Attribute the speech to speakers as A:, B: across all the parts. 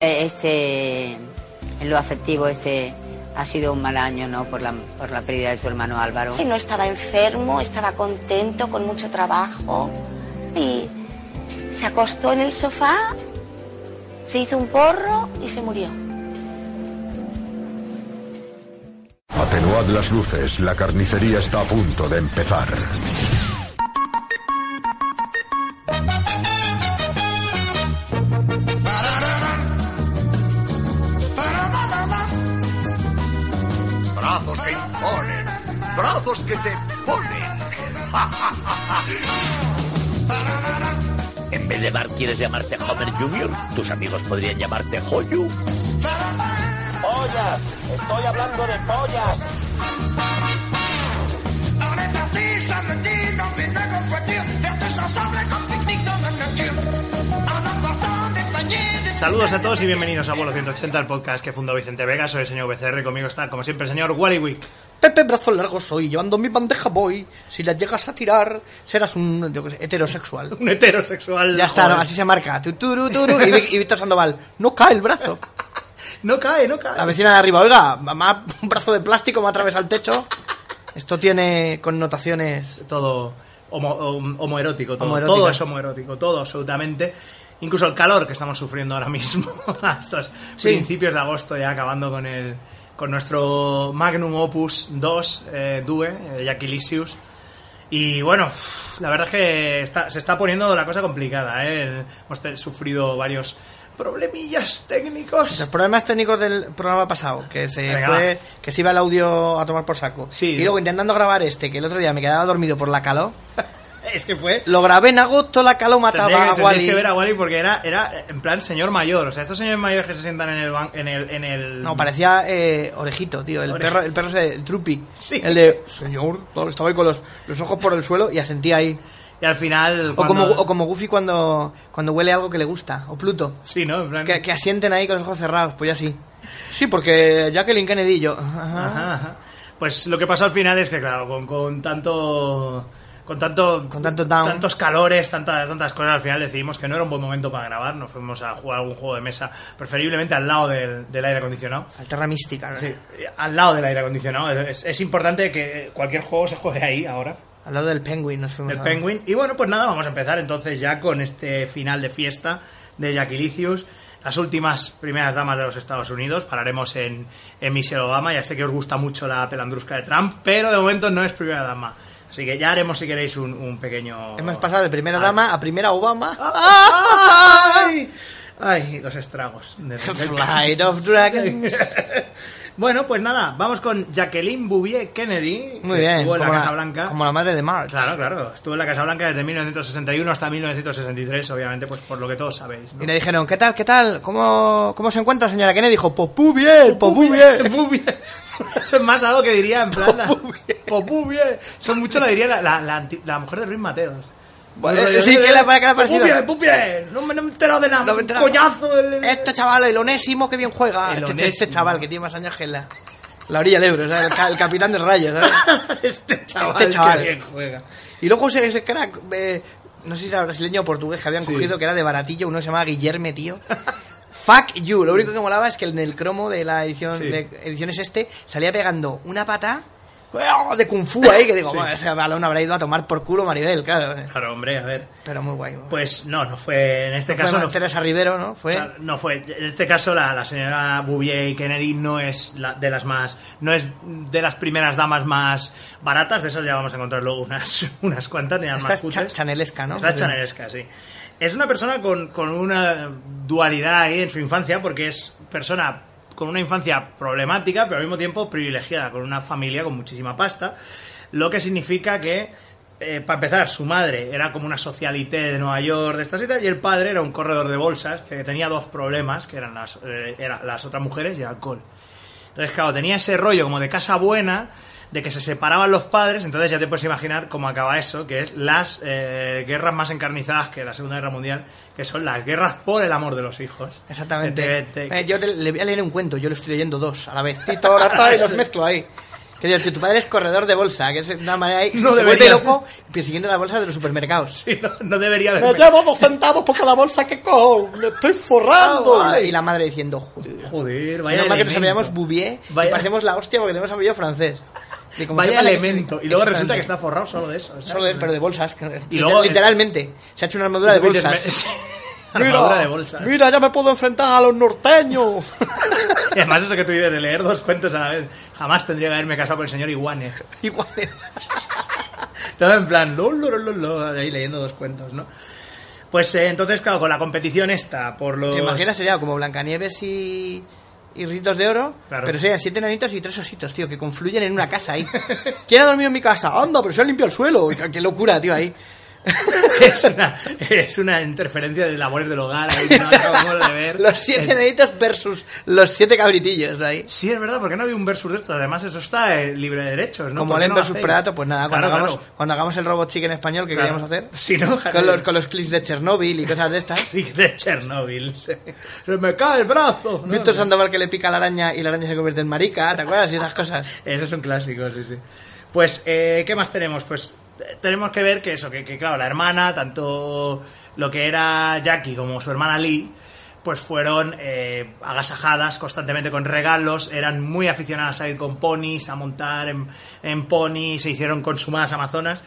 A: Eh, Este, en lo afectivo, este ha sido un mal año, ¿no? Por la, por la pérdida de tu hermano Álvaro.
B: Si no estaba enfermo, estaba contento, con mucho trabajo. Y se acostó en el sofá, se hizo un porro y se murió.
C: Atenuad las luces, la carnicería está a punto de empezar.
D: Brazos que imponen, brazos que te ponen.
E: En vez de Bart, ¿quieres llamarte Homer Jr.? Tus amigos podrían llamarte Hoyu.
F: ¡Pollas! ¡Estoy hablando de pollas!
G: Saludos a todos y bienvenidos a Vuelo 180, el podcast que fundó Vicente Vega. Soy el señor BCR, conmigo está, como siempre, el señor Wally Wick.
H: Pepe brazo largo soy, llevando mi bandeja voy. Si la llegas a tirar, serás un yo qué sé, heterosexual.
G: Un heterosexual.
H: Ya está,
G: joder.
H: ¿no? así se marca. Tu, turu, turu, y, Vic- y Víctor Sandoval, no cae el brazo.
G: No cae, no cae.
H: La vecina de arriba, oiga, mamá, un brazo de plástico me atravesa el techo. Esto tiene connotaciones.
G: Todo homo- hom- homoerótico, todo.
H: Homoerótica.
G: Todo es homoerótico, todo, absolutamente. Incluso el calor que estamos sufriendo ahora mismo, a estos
H: Sí.
G: principios de agosto, ya acabando con el con nuestro Magnum Opus 2 eh, Due, eh, Jack Elysius. Y bueno, la verdad es que está- se está poniendo la cosa complicada. ¿eh? Hemos te- sufrido varios problemillas técnicos.
H: Los problemas técnicos del programa pasado, que se
G: Venga,
H: fue, que se iba el audio a tomar por saco.
G: Sí.
H: Y luego intentando grabar este, que el otro día me quedaba dormido por la calor.
G: Es que fue
H: Lo grabé en agosto, la calor mataba
G: Tendría
H: a
G: que, tendríais
H: Wally.
G: que ver a Wally porque era, era en plan señor mayor. O sea, estos señores mayores que se sientan en el. ban- en el, en el...
H: No, parecía eh, orejito, tío. El
G: Orej-
H: perro, el perro ese, el trupi.
G: Sí.
H: El de, señor, tal, estaba ahí con los, los ojos por el suelo y asentía ahí.
G: Y al final.
H: O
G: cuando-
H: como, o como Goofy cuando, cuando huele algo que le gusta. O Pluto.
G: Sí, ¿no? En plan.
H: Que, que asienten ahí con los ojos cerrados, pues yo así. Sí, porque Jacqueline Kennedy y yo. ajá.
G: Ajá, ajá. Pues lo que pasó al final es que, claro, con, con tanto. Con tanto.
H: Con tanto down.
G: Tantos calores, tantas, tantas cosas, al final decidimos que no era un buen momento para grabar. Nos fuimos a jugar algún juego de mesa, preferiblemente al lado del, del aire acondicionado.
H: Alterra mística. ¿no?
G: Sí, al lado del aire acondicionado. Es, es importante que cualquier juego se juegue ahí ahora.
H: Al lado del Penguin nos fuimos.
G: El
H: a-
G: Penguin. Y bueno, pues nada, vamos a empezar entonces ya con este final de fiesta de Jaquilicius. Las últimas primeras damas de los Estados Unidos. Pararemos en, en Michelle Obama. Ya sé que os gusta mucho la pelandrusca de Trump, pero de momento no es primera dama. Así que ya haremos, si queréis, un, un pequeño.
H: Hemos pasado de primera
G: Ay.
H: dama a primera Obama.
G: Ah. ¡Ay! Ay, los estragos. del- del-
H: Flight of Dragons.
G: bueno, pues nada, vamos con Jacqueline Bouvier Kennedy.
H: Muy
G: que
H: bien.
G: Estuvo en la
H: como,
G: Casa Blanca.
H: como la madre de March.
G: Claro, claro. Estuvo en la Casa Blanca desde 1961 hasta 1963, obviamente, pues por lo que todos sabéis. ¿no?
H: Y le dijeron, ¿qué tal? ¿Qué tal? ¿Cómo, cómo se encuentra, señora Kennedy? Dijo, pues muy bien, pues muy bien.
G: Popú bien. Eso es más algo que diría en plan. la- Popú bien. Eso mucho lo diría la, la, la anti- la mujer de Ruiz Mateos.
H: Bueno, sí, ¿qué le- qué le ha parecido?
G: Popú bien, popú bien. No me no me he enterado de nada.
H: No me he
G: es un
H: enterado.
G: coñazo. el-
H: Este chaval, el onésimo, que bien
G: El
H: juega. Este, este-
G: onésimo.
H: este chaval que tiene más años que la, la orilla del Ebro, ¿sabes? El, ca- el capitán del rayo, ¿sabes?
G: este chaval.
H: Este chaval.
G: que bien juega.
H: Y luego ese, ese crack, eh, no sé si era brasileño o portugués, que habían
G: Sí.
H: cogido, que era de baratillo, uno que se llamaba Guillerme, tío. Fuck you. Lo único que molaba es que en el cromo de la edición
G: Sí.
H: de ediciones este salía pegando una pata ¡oh! de kung fu ahí, que digo,
G: Sí.
H: bueno, ese balón habrá ido a tomar por culo Maribel, claro.
G: Claro, hombre, a ver.
H: Pero muy guay. muy guay.
G: Pues no, no fue. En este
H: Fue
G: caso no fue.
H: Teresa Rivero, ¿no? Fue.
G: Claro, no fue. En este caso, la, la señora Bouvier y Kennedy no es la- de las más. No es de las primeras damas más baratas. De esas ya vamos a encontrar luego unas, unas cuantas, ni las
H: Esta
G: más
H: es cha-
G: cutres.
H: chanelesca, ¿no?
G: Esta es chanelesca, sí. Es una persona con, con una dualidad ahí en su infancia, porque es persona con una infancia problemática, pero al mismo tiempo privilegiada, con una familia con muchísima pasta, lo que significa que, eh, para empezar, su madre era como una socialité de Nueva York, de estas y tal, y el padre era un corredor de bolsas que tenía dos problemas, que eran las, eh, era las otras mujeres y el alcohol. Entonces, claro, tenía ese rollo como de casa buena, de que se separaban los padres, entonces ya te puedes imaginar cómo acaba eso, que es las eh, guerras más encarnizadas que la Segunda Guerra Mundial, que son las guerras por el amor de los hijos.
H: Exactamente.
G: Te- te-
H: Eh, yo te- le voy a leer un cuento, yo le estoy leyendo dos a la vez. Y todo, y los mezclo ahí. Que digo, tu, tu padre es corredor de bolsa, que es de una manera ahí,
G: No
H: se
G: debería.
H: vuelve loco persiguiendo la bolsa de los supermercados.
G: Sí, no, no debería haber.
F: Me llevo dos centavos por cada bolsa que cojo. Me estoy forrando.
H: y la madre diciendo, joder.
G: Joder, Ah, vaya.
H: Vaya que nos
G: elemento.
H: llamamos Bouvier
G: Vaya-
H: y parecemos la hostia porque tenemos apellido francés. Y como
G: Vaya
H: sepan que-
G: elemento. Y luego resulta
H: exactamente.
G: que está forrado solo de eso.
H: Solo es, pero de bolsas. que-
G: Y
H: liter-
G: luego-
H: literalmente. Se ha hecho una armadura de bolsas.
G: Armadura de bolsas.
H: mira, ya me puedo enfrentar a los norteños.
G: Y además eso que tú dices de leer dos cuentos a la vez. Jamás tendría que haberme casado con el señor Iguane.
H: Igual es.
G: Todo en plan, lo, lo, lo, lo, lo, ahí leyendo dos cuentos, ¿no? Pues eh, entonces, claro, con la competición esta, por los...
H: ¿Te imaginas? Sería como Blancanieves y, y Ritos de Oro.
G: Claro.
H: Pero serían siete enanitos y tres ositos, tío, que confluyen en una casa ahí. ¿Quién ha dormido en mi casa? Anda, pero se ha limpiado el suelo. Qué qué locura, tío, ahí.
G: Es una, es una interferencia de labores del hogar, ahí que no acabamos de ver.
H: Los siete
G: Eh,
H: enanitos versus los siete cabritillos, ¿no? ahí.
G: Sí, es verdad, porque no había un versus de esto. Además, eso está eh, libre de derechos, ¿no?
H: Como
G: ¿Por qué
H: Alien
G: no lo
H: vs
G: hacéis?
H: Predator, pues nada, cuando,
G: Claro,
H: hagamos,
G: claro,
H: cuando hagamos el robot chicken español que
G: claro.
H: queríamos hacer,
G: Sí, ¿no?
H: con los, con los clics de Chernobyl y cosas de estas.
G: clics de Chernóbil. Se, se me cae el brazo. ¿no?
H: Víctor Sandoval que le pica a la araña y la araña se convierte en marica, ¿te acuerdas? Y esas cosas.
G: Eso es un clásico, sí, sí. Pues, eh, ¿qué más tenemos? Pues eh, tenemos que ver que eso, que, que, claro, la hermana, tanto lo que era Jackie como su hermana Lee, pues fueron eh, agasajadas constantemente con regalos, eran muy aficionadas a ir con ponis, a montar en, en ponis, se hicieron consumadas amazonas.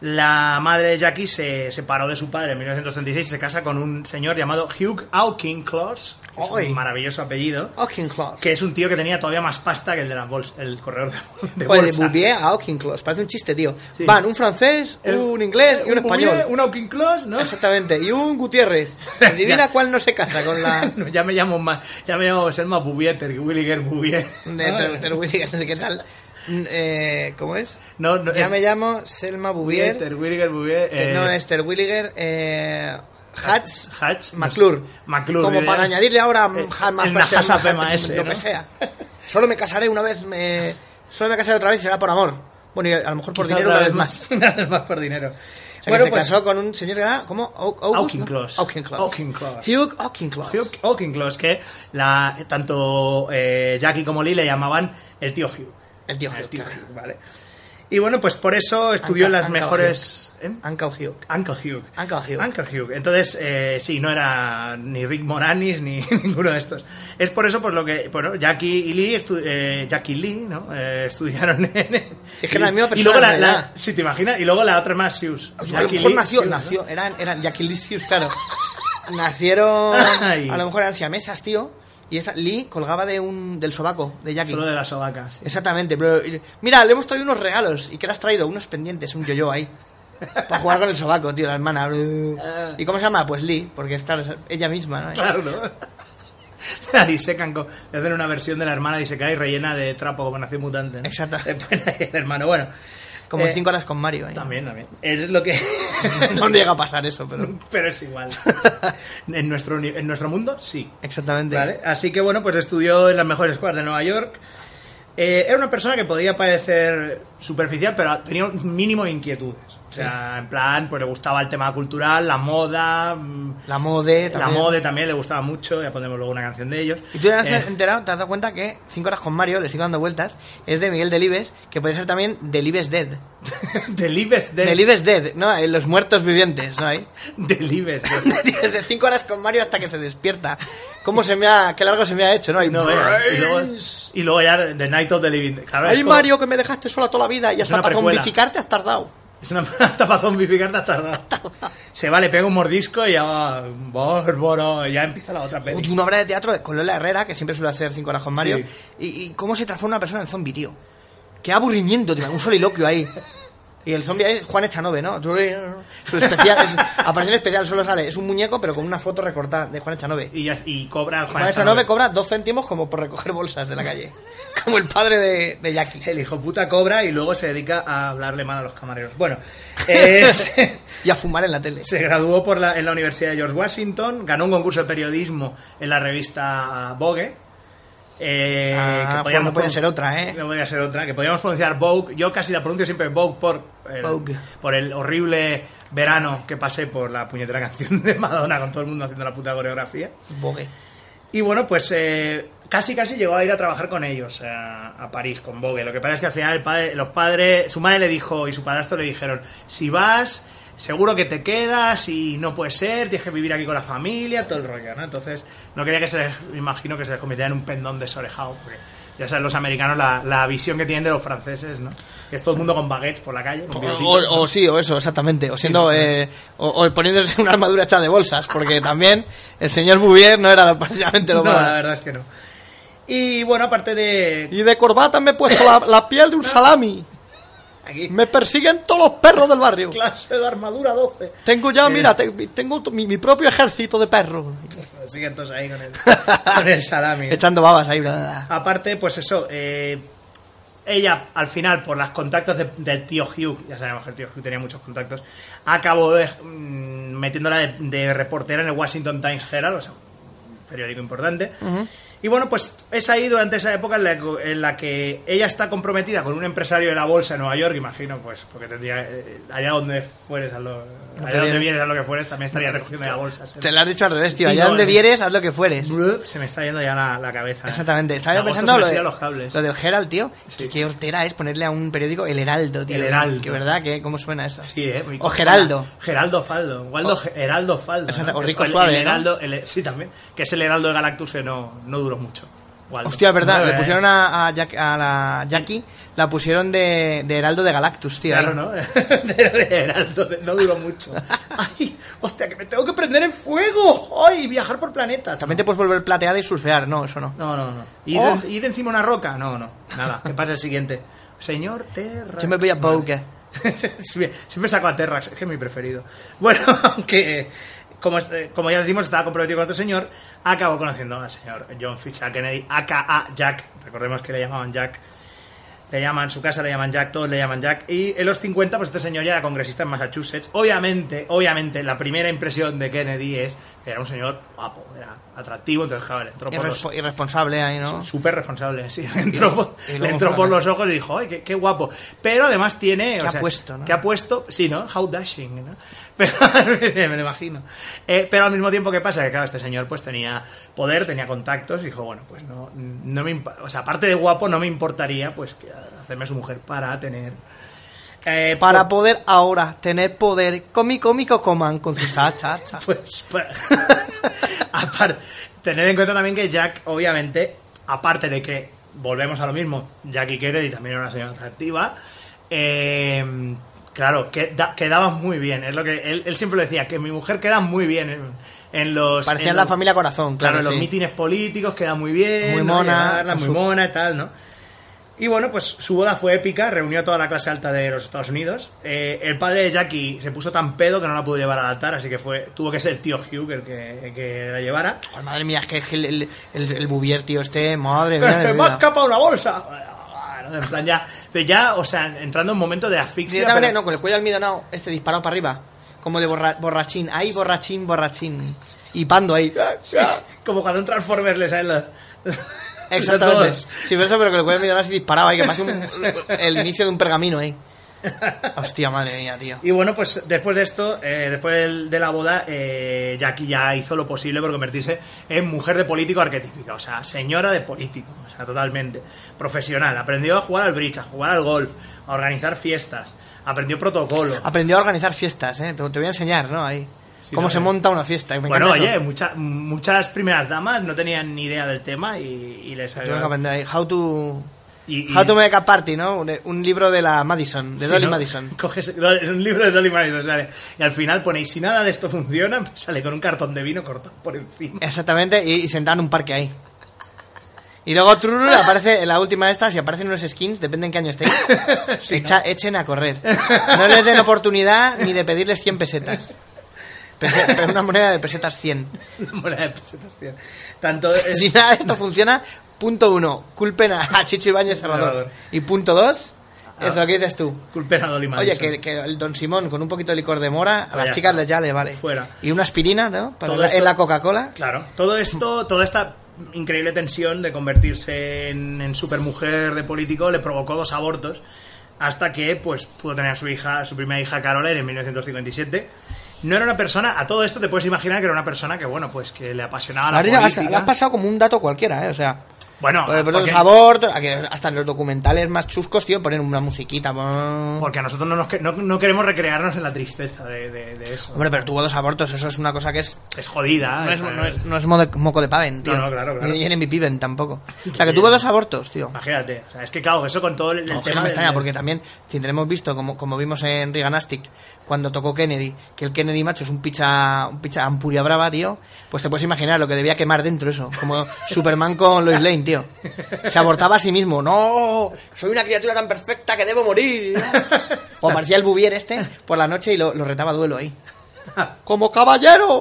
G: La madre de Jackie se separó de su padre en 1936 y se casa con un señor llamado Hugh Auchincloss, que es
H: ¡Ay!
G: un maravilloso apellido
H: Auchincloss.
G: que es un tío que tenía todavía más pasta que el de las bols- el corredor de- de,
H: O de
G: bolsa.
H: Bouvier a Auchincloss, parece un chiste, tío.
G: Sí.
H: Van un francés,
G: El-
H: un inglés y un, español.
G: Bouvier, un Aukin Claus, ¿no?
H: Exactamente, y un Gutiérrez. Adivina
G: Ya.
H: cuál no se casa con la...
G: No, ya me llamo más, ya me llamo Selma Bubieter, que Williger Bouvier.
H: de- te- te lo voy a decir, no sé qué tal. Mm, eh, ¿Cómo es?
G: No, no,
H: ya
G: es
H: me llamo Selma Bouvier.
G: Bouvier, Williger Bouvier.
H: Eh,
G: eh,
H: no, Esther Williger, eh, Hatch,
G: Hatch, no
H: McClure.
G: sé. McClure,
H: Como
G: diría.
H: para añadirle ahora mm,
G: Eh,
H: Hatch más
G: el
H: Passion,
G: Nahasa
H: Hatch,
G: Pema ese,
H: lo
G: ¿no?
H: que sea. Solo me casaré una vez, me... solo me casaré otra vez y será por amor. Bueno, y a lo mejor por
G: quizá
H: dinero
G: otra
H: una vez más.
G: Una vez más por dinero. pues,
H: O sea, que se casó con un señor que era como
G: Auchincloss.
H: Auchincloss.
G: Auchincloss.
H: Hugh Auchincloss.
G: Hugh Auchincloss, que la, tanto eh, Jackie como Lee le llamaban el tío Hugh.
H: El tío Hugh,
G: El tío
H: claro.
G: Hugh, vale. Y bueno, pues por eso estudió en
H: Anca-
G: las
H: Anca
G: mejores... ¿eh?
H: Uncle Hugh.
G: Uncle Hugh.
H: Uncle Hugh.
G: Hugh. Entonces, eh, sí, no era ni Rick Moranis ni ninguno de estos. Es por eso, pues lo que. Bueno, Jackie y Lee, estu- eh, Jackie y Lee, ¿no? Eh, estudiaron en.
H: Es que era la misma
G: Y luego
H: persona,
G: la.
H: en
G: la
H: realidad.
G: si te imaginas. Y luego la otra más, Sius.
H: O sea, a lo mejor nació, nació, eran, eran Yaquilicius, claro. Nacieron,
G: Ay.
H: a lo mejor eran siamesas, tío. Y esta, Lee colgaba de un, del sobaco, de Jackie.
G: Solo de las sobacas.
H: Exactamente, pero y- mira, le hemos traído unos regalos. ¿Y qué le has traído? Unos pendientes, un yo-yo ahí. Para jugar con el sobaco, tío, la hermana. ¿Y cómo se llama? Pues Lee, porque es claro, es ella misma, ¿no?
G: Ah. Claro, ¿no? La disecan, con- le hacen una versión de la hermana disecada y rellena de trapo como nació mutante. ¿no?
H: Exacto.
G: El hermano, bueno.
H: Como en
G: Eh,
H: cinco horas con Mario. ahí.
G: También, también. Es lo que.
H: No llega a pasar eso, pero.
G: Pero es igual. en, nuestro, uni- en nuestro mundo, sí.
H: Exactamente.
G: Vale, Así que bueno, pues estudió en las mejores escuelas de Nueva York. Eh, era una persona que podía parecer superficial, pero tenía un mínimo de inquietudes. O sea, en plan, pues le gustaba el tema cultural, la moda. mm,
H: La mode
G: La
H: también.
G: moda también le gustaba mucho, ya pondremos luego una canción de ellos.
H: Y tú ya te has
G: Eh,
H: enterado, te has dado cuenta que Cinco horas con Mario, le sigo dando vueltas, es de Miguel Delibes, que puede ser también Delibes Dead.
G: Delibes de.
H: Delibes Dead, ¿no? Eh, Los muertos vivientes, ¿no? Ahí.
G: Delibes de-
H: Desde cinco horas con Mario hasta que se despierta. ¿Cómo se me ha... qué largo se me ha hecho, ¿no? Ahí,
G: No veas. Y luego, y luego ya The Night of the Living. Dead. Claro, es
H: Ay,
G: como-
H: Mario, que me dejaste sola toda la vida y hasta
G: una
H: para
G: precuela.
H: zombificarte has tardado.
G: Es una tapa zombificante has tardado. Se va, le pega un mordisco y ya va. Bórboro, ya empieza la otra
H: Uy,
G: peli.
H: una obra de teatro con Lola Herrera, que siempre suele hacer cinco horas con Mario.
G: Sí.
H: Y, y cómo se transforma una persona en zombie, tío. Qué aburrimiento, tío. Un soliloquio ahí. Y el zombie es Juan Echanove, ¿no? Su especial, es, aparición especial solo sale. Es un muñeco, pero con una foto recortada de Juan Echanove.
G: Y, ya- y cobra Juan
H: Juan
G: Echanove.
H: Echanove cobra dos céntimos como por recoger bolsas de la calle. Como el padre de, de Jackie.
G: El hijo puta cobra y luego se dedica a hablarle mal a los camareros. Bueno, eh, se,
H: y a fumar en la tele.
G: se graduó por la- en la Universidad de George Washington, ganó un concurso de periodismo en la revista Vogue. eh,
H: Ah,
G: que
H: pues no podía ser otra, ¿eh?
G: No podía ser otra, que podíamos pronunciar Vogue. Yo casi la pronuncio siempre Vogue por el,
H: Vogue.
G: por el horrible verano que pasé por la puñetera canción de Madonna con todo el mundo haciendo la puta coreografía.
H: Bogue.
G: Y bueno, pues eh, casi casi llegó a ir a trabajar con ellos a, a París, con Vogue. Lo que pasa es que al final el padre- los padres, su madre le dijo y su padrastro le dijeron, si vas, seguro que te quedas y no puede ser, tienes que vivir aquí con la familia, todo el rollo, ¿no? Entonces, no quería que se les, me imagino que se les convirtiera en un pendón desorejado, porque ya sabes, los americanos, la, la visión que tienen de los franceses, ¿no? Que es todo el mundo con baguettes por la calle. con bigotitos, ¿no?
H: O, o sí, o eso, exactamente. O siendo, eh, o, o poniéndose una armadura hecha de bolsas, porque también el señor Bouvier no era prácticamente lo
G: no,
H: más.
G: la verdad es que no. Y bueno, aparte de...
H: Y de corbata me he puesto la, la piel de un salami.
G: Aquí,
H: Me persiguen todos los perros del barrio.
G: clase de armadura 12.
H: Tengo ya,
G: Eh,
H: mira, te- tengo t- mi, mi propio ejército de perros.
G: Siguen todos ahí con el, con el salami.
H: Echando babas ahí. bla, bla, bla.
G: Aparte, pues eso, eh, ella al final, por los contactos de- del tío Hugh, ya sabemos que el tío Hugh tenía muchos contactos, acabó de- mm, metiéndola de, de reportera en el Washington Times Herald, o sea, un periódico importante. Y bueno, pues es ahí durante esa época en la, que- en la que ella está comprometida con un empresario de la bolsa de Nueva York, imagino, pues, porque tendría, eh, allá donde fueres, a lo, allá donde
H: bien.
G: vienes, a lo que fueres, también estaría recogiendo de la bolsa. ¿sí?
H: Te lo has dicho al revés, tío.
G: Sí,
H: Allá
G: no,
H: donde
G: eh.
H: vieres, haz lo que fueres.
G: Se me está yendo ya la, la cabeza.
H: Exactamente.
G: En
H: Estaba yo
G: agosto
H: pensando
G: se me
H: lo, de-
G: tiran los cables.
H: lo del Herald, tío.
G: Sí.
H: Qué- Qué hortera es ponerle a un periódico El Heraldo, tío.
G: El Heraldo.
H: Que verdad, que cómo suena eso.
G: Sí, eh, muy-
H: O Geraldo.
G: Geraldo Faldo. Waldo Ge- Heraldo Faldo.
H: Exacto,
G: ¿no?
H: o
G: Que
H: Rico
G: es el-
H: Suave,
G: el
H: ¿no?
G: Heraldo- el- sí, también. Que es el Heraldo de Galactus que no, no duró mucho. Waldo.
H: Hostia, es verdad,
G: No,
H: le
G: eh,
H: pusieron a, a Jack- a la Jackie, la pusieron de, de Heraldo de Galactus, tío.
G: Claro,
H: ahí.
G: ¿no? Era el Heraldo de- no duró mucho. ¡Ay! ¡Hostia, que me tengo que prender en fuego! ¡Ay! Viajar por planetas.
H: También te puedes volver plateada y surfear, no, eso no.
G: No, no, no. ¿Ir,
H: Oh.
G: de- ir encima de una roca? No, no. Nada. ¿Qué pasa el siguiente? Señor Terrax.
H: Yo me voy a Boca.
G: siempre, siempre saco a Terrax, es que es mi preferido. Bueno, aunque, como, este- como ya decimos, estaba comprometido con otro señor, acabó conociendo al señor John Fitzgerald Kennedy, aka Jack. Recordemos que le llamaban Jack. Le llaman, en su casa le llaman Jack, todos le llaman Jack. Y en los 50, pues este señor ya era congresista en Massachusetts. Obviamente, obviamente, la primera impresión de Kennedy es que era un señor guapo, era atractivo, entonces, claro, le entró por los-
H: Irrespo- irresponsable ahí, ¿no?
G: súper responsable. Sí, le entró, por,
H: y luego
G: le entró
H: fue
G: por
H: la-
G: los ojos y dijo, ¡ay, qué, qué guapo! Pero además tiene...
H: Qué
G: o sea,
H: apuesto, ¿no?
G: qué apuesto, sí, ¿no? How dashing, ¿no? Pero, me lo imagino. Eh, pero al mismo tiempo, ¿qué pasa? Que claro, este señor pues tenía poder, tenía contactos, y dijo, bueno, pues no, no me... impa- O sea, aparte de guapo, no me importaría pues que hacerme su mujer para tener... eh,
H: Para
G: po-
H: poder ahora tener poder, comi cómico coman con su cha cha cha.
G: pues, pa- apar- tened en cuenta también que Jack, obviamente, aparte de que volvemos a lo mismo, Jack y Kennedy también era una señora atractiva. eh, claro, que da- quedaba muy bien. Es lo que él, él siempre lo decía, que mi mujer queda muy bien en, en los.
H: Parecían
G: en
H: la
G: los-
H: familia corazón,
G: Claro,
H: claro.
G: en los
H: sí.
G: mítines políticos queda muy bien.
H: Muy
G: ¿no?
H: mona,
G: Llevarla,
H: con
G: muy
H: su-
G: mona y tal, ¿no? Y bueno, pues su boda fue épica, reunió a toda la clase alta de los Estados Unidos. Eh, el padre de Jackie se puso tan pedo que no la pudo llevar al altar, así que fue tuvo que ser el tío Hugh el que, el que la llevara.
H: Joder, madre mía, es que el, el, el- el Bouvier, tío, este, madre mía. de
G: ¡Me ha
H: vida.
G: escapado una bolsa! ¿no? En plan, ya, de ya, o sea, entrando en un momento de asfixia.
H: Directamente,
G: pero-
H: no, con el cuello almidonado, este disparado para arriba. Como de borra- borrachín, ahí borrachín, borrachín. Y pando ahí.
G: Ah, Como cuando un Transformers le salen las.
H: Exactamente.
G: los-
H: Sí, pero eso, pero que el cuello almidonado así disparaba ahí, que parece un- el inicio de un pergamino ahí. Hostia, madre mía, tío.
G: Y bueno, pues después de esto, eh, después del- de la boda, eh, Jackie ya hizo lo posible por convertirse en mujer de político arquetípica, o sea, señora de político, o sea, totalmente. Profesional, aprendió a jugar al bridge, a jugar al golf, a organizar fiestas, aprendió protocolo.
H: Aprendió a organizar fiestas, ¿eh? Te, te voy a enseñar, ¿no? Ahí.
G: Sí,
H: Cómo
G: no,
H: se
G: eh.
H: monta una fiesta. que me
G: Bueno,
H: encanta eso.
G: oye, mucha- muchas primeras damas no tenían ni idea del tema y, y les
H: Tengo que aprender ahí. How to...
G: eh, y- y-
H: How to make a party, ¿no? Un, un libro de la Madison, de
G: Sí,
H: Dolly
G: ¿no?
H: Madison.
G: Coges un libro de Dolly Madison, sale. Y al final ponéis, si nada de esto funciona, sale con un cartón de vino cortado por encima.
H: Exactamente, y, y sentada en un parque ahí. Y luego Trurul aparece en la última de estas y aparecen unos skins, depende en qué año estéis. Echa- Echen a correr. No les den oportunidad ni de pedirles 100 pesetas. Pese- pero una moneda de pesetas 100.
G: Una moneda de pesetas, tío. Tanto es-
H: Si nada de esto funciona, punto uno, culpen a, a Chicho Ibáñez Salvador. Y punto dos,
G: Ah.
H: es lo que dices tú.
G: Culpen a Dolly Madison.
H: Oye, que, que el Don Simón con un poquito de licor de mora, a
G: Ya
H: las chicas
G: está.
H: les ya le vale.
G: Fuera.
H: Y una aspirina, ¿no? Para
G: Todo
H: la-
G: esto-
H: en la Coca-Cola.
G: Claro, todo esto, toda esta increíble tensión de convertirse en, en supermujer de político le provocó dos abortos hasta que pues pudo tener a su hija, su primera hija Caroline en 1957. No era una persona, a todo esto te puedes imaginar que era una persona que bueno, pues que le apasionaba la
H: Ahora ya has-
G: política. Ah,
H: lo has pasado como un dato cualquiera, ¿eh? O sea,
G: Bueno,
H: Por- por
G: porque-
H: los abortos, a que hasta en los documentales más chuscos, tío, ponen una musiquita. mm.
G: Porque a nosotros no, nos que- no, no queremos recrearnos en la tristeza de, de- de eso.
H: Hombre, pero tuvo dos abortos, eso es una cosa que es.
G: es jodida.
H: No es,
G: esa-
H: no es- no es modo- moco de paven, tío.
G: Ah, No, no, claro, claro.
H: Ni en mi piben tampoco. O sea, que tuvo dos abortos, tío.
G: Imagínate. O sea, es que claro, eso con todo el, el
H: No, que
G: tema.
H: no me
G: del-
H: extraña, porque también tendremos visto, como, como vimos en Reagan Astic, cuando tocó Kennedy, que el Kennedy macho es un picha, un picha ampuria brava, tío. Pues te puedes imaginar lo que debía quemar dentro eso, como Superman con Lois Lane, tío. Se abortaba a sí mismo, no, soy una criatura tan perfecta que debo morir. O aparecía el Bouvier este por la noche y lo, lo retaba a duelo ahí. Como caballero,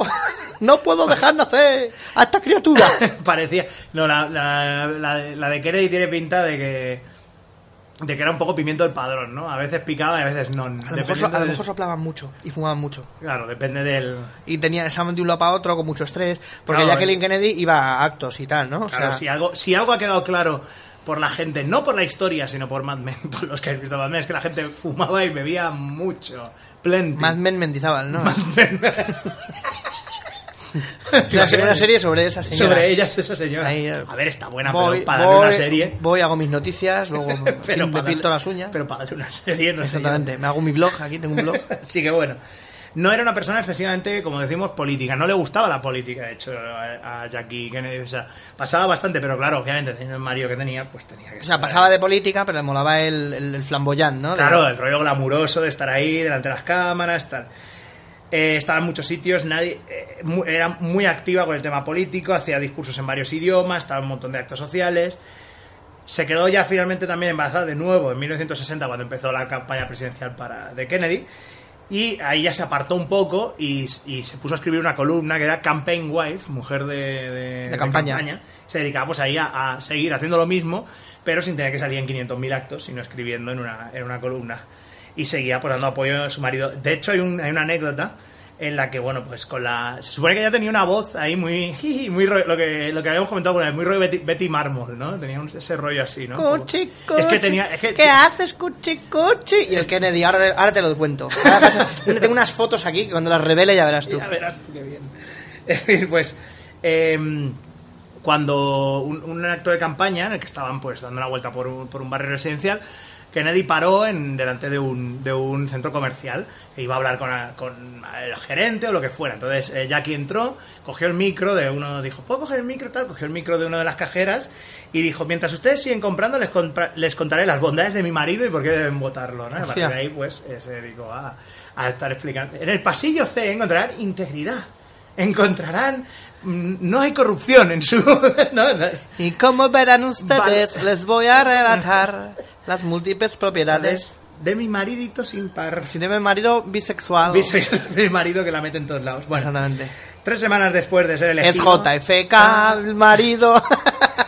H: no puedo dejar nacer a esta criatura.
G: Parecía. No, la, la, la, de- la de Kennedy tiene pinta de que. De que era un poco pimiento del padrón, ¿no? A veces picaba y a veces no.
H: A lo, mejor, so-
G: Dependiendo
H: a lo
G: del-
H: mejor soplaban mucho y fumaban mucho.
G: Claro, depende del.
H: y tenía estaban de un lado para otro con mucho estrés porque
G: Claro,
H: ya que
G: eh.
H: Jacqueline Kennedy iba a actos y tal no o
G: Claro,
H: sea,
G: si, algo, si algo ha quedado claro por la gente, no por la historia, sino por Mad Men, todos los que habéis visto Mad Men, es que la gente fumaba y bebía mucho. Plenty.
H: Mad Men Mendizábal no
G: Men.
H: Te imaginas una serie sobre esa señora
G: Sobre ellas, esa señora.
H: Ahí, eh.
G: a ver, está buena,
H: voy,
G: pero para
H: voy,
G: darle una serie.
H: voy hago mis noticias luego
G: Pero
H: me
G: para darle-
H: pinto las uñas
G: Pero para darle una serie, no sé yo.
H: exactamente me hago mi blog aquí tengo un blog
G: Así que bueno. No era una persona excesivamente, como decimos, política. No le gustaba la política, de hecho, a, a Jackie Kennedy. O sea, pasaba bastante, pero claro, obviamente, teniendo el marido que tenía, pues tenía que
H: o sea pasaba de política pero le molaba el, el, el flamboyán no De-
G: Claro, el rollo glamuroso de estar ahí delante de las cámaras, tal. Eh, estaba en muchos sitios, nadie eh, mu- era muy activa con el tema político, hacía discursos en varios idiomas, estaba en un montón de actos sociales. Se quedó ya finalmente también embarazada de nuevo en 1960 cuando empezó la campaña presidencial para de Kennedy y ahí ya se apartó un poco y, y se puso a escribir una columna que era Campaign Wife, mujer de, de-
H: De campaña.
G: Se dedicaba pues ahí a, a seguir haciendo lo mismo, pero sin tener que salir en 500.000 actos, sino escribiendo en una, en una columna. Y seguía pues, dando apoyo a su marido. De hecho, hay, un- hay una anécdota en la que, bueno, pues con la... Se supone que ella tenía una voz ahí muy... muy rollo- lo, que, lo que habíamos comentado alguna vez, muy rollo Betty, Betty Mármol, ¿no? Tenía un- ese rollo así, ¿no? Como-
H: Cuchi,
G: Es que
H: cuchi.
G: tenía... Es que,
H: ¿Qué haces, cuchi, cuchi? Y es Kennedy, ahora, ahora te lo cuento. Ahora pasa- tengo unas fotos aquí que cuando las revele ya verás tú.
G: Ya verás tú qué bien. En fin, pues em, cuando un, un acto de campaña en el que estaban pues dando una vuelta por un, por un barrio residencial, Kennedy paró en, delante de un, de un centro comercial e iba a hablar con, a- con el gerente o lo que fuera. Entonces eh, Jackie entró, cogió el micro de uno, dijo, ¿puedo coger el micro? Tal, cogió el micro de una de las cajeras y dijo, mientras ustedes siguen comprando, les, compra- les contaré las bondades de mi marido y por qué deben votarlo. ¿no? A partir
H: Hostia.
G: de ahí, pues, eh, se dedicó a, a estar explicando. En el pasillo C encontrarán integridad. Encontrarán... mm, No hay corrupción en su... no, no.
H: Y como verán ustedes,
G: Vale.
H: les voy a relatar las múltiples propiedades
G: De mi maridito sin par.
H: si de mi marido bisexual.
G: Dice mi marido que la mete en todos lados. Bueno,
H: Exactamente.
G: tres semanas después de ser
H: Es
G: elegido...
H: JFK, el marido.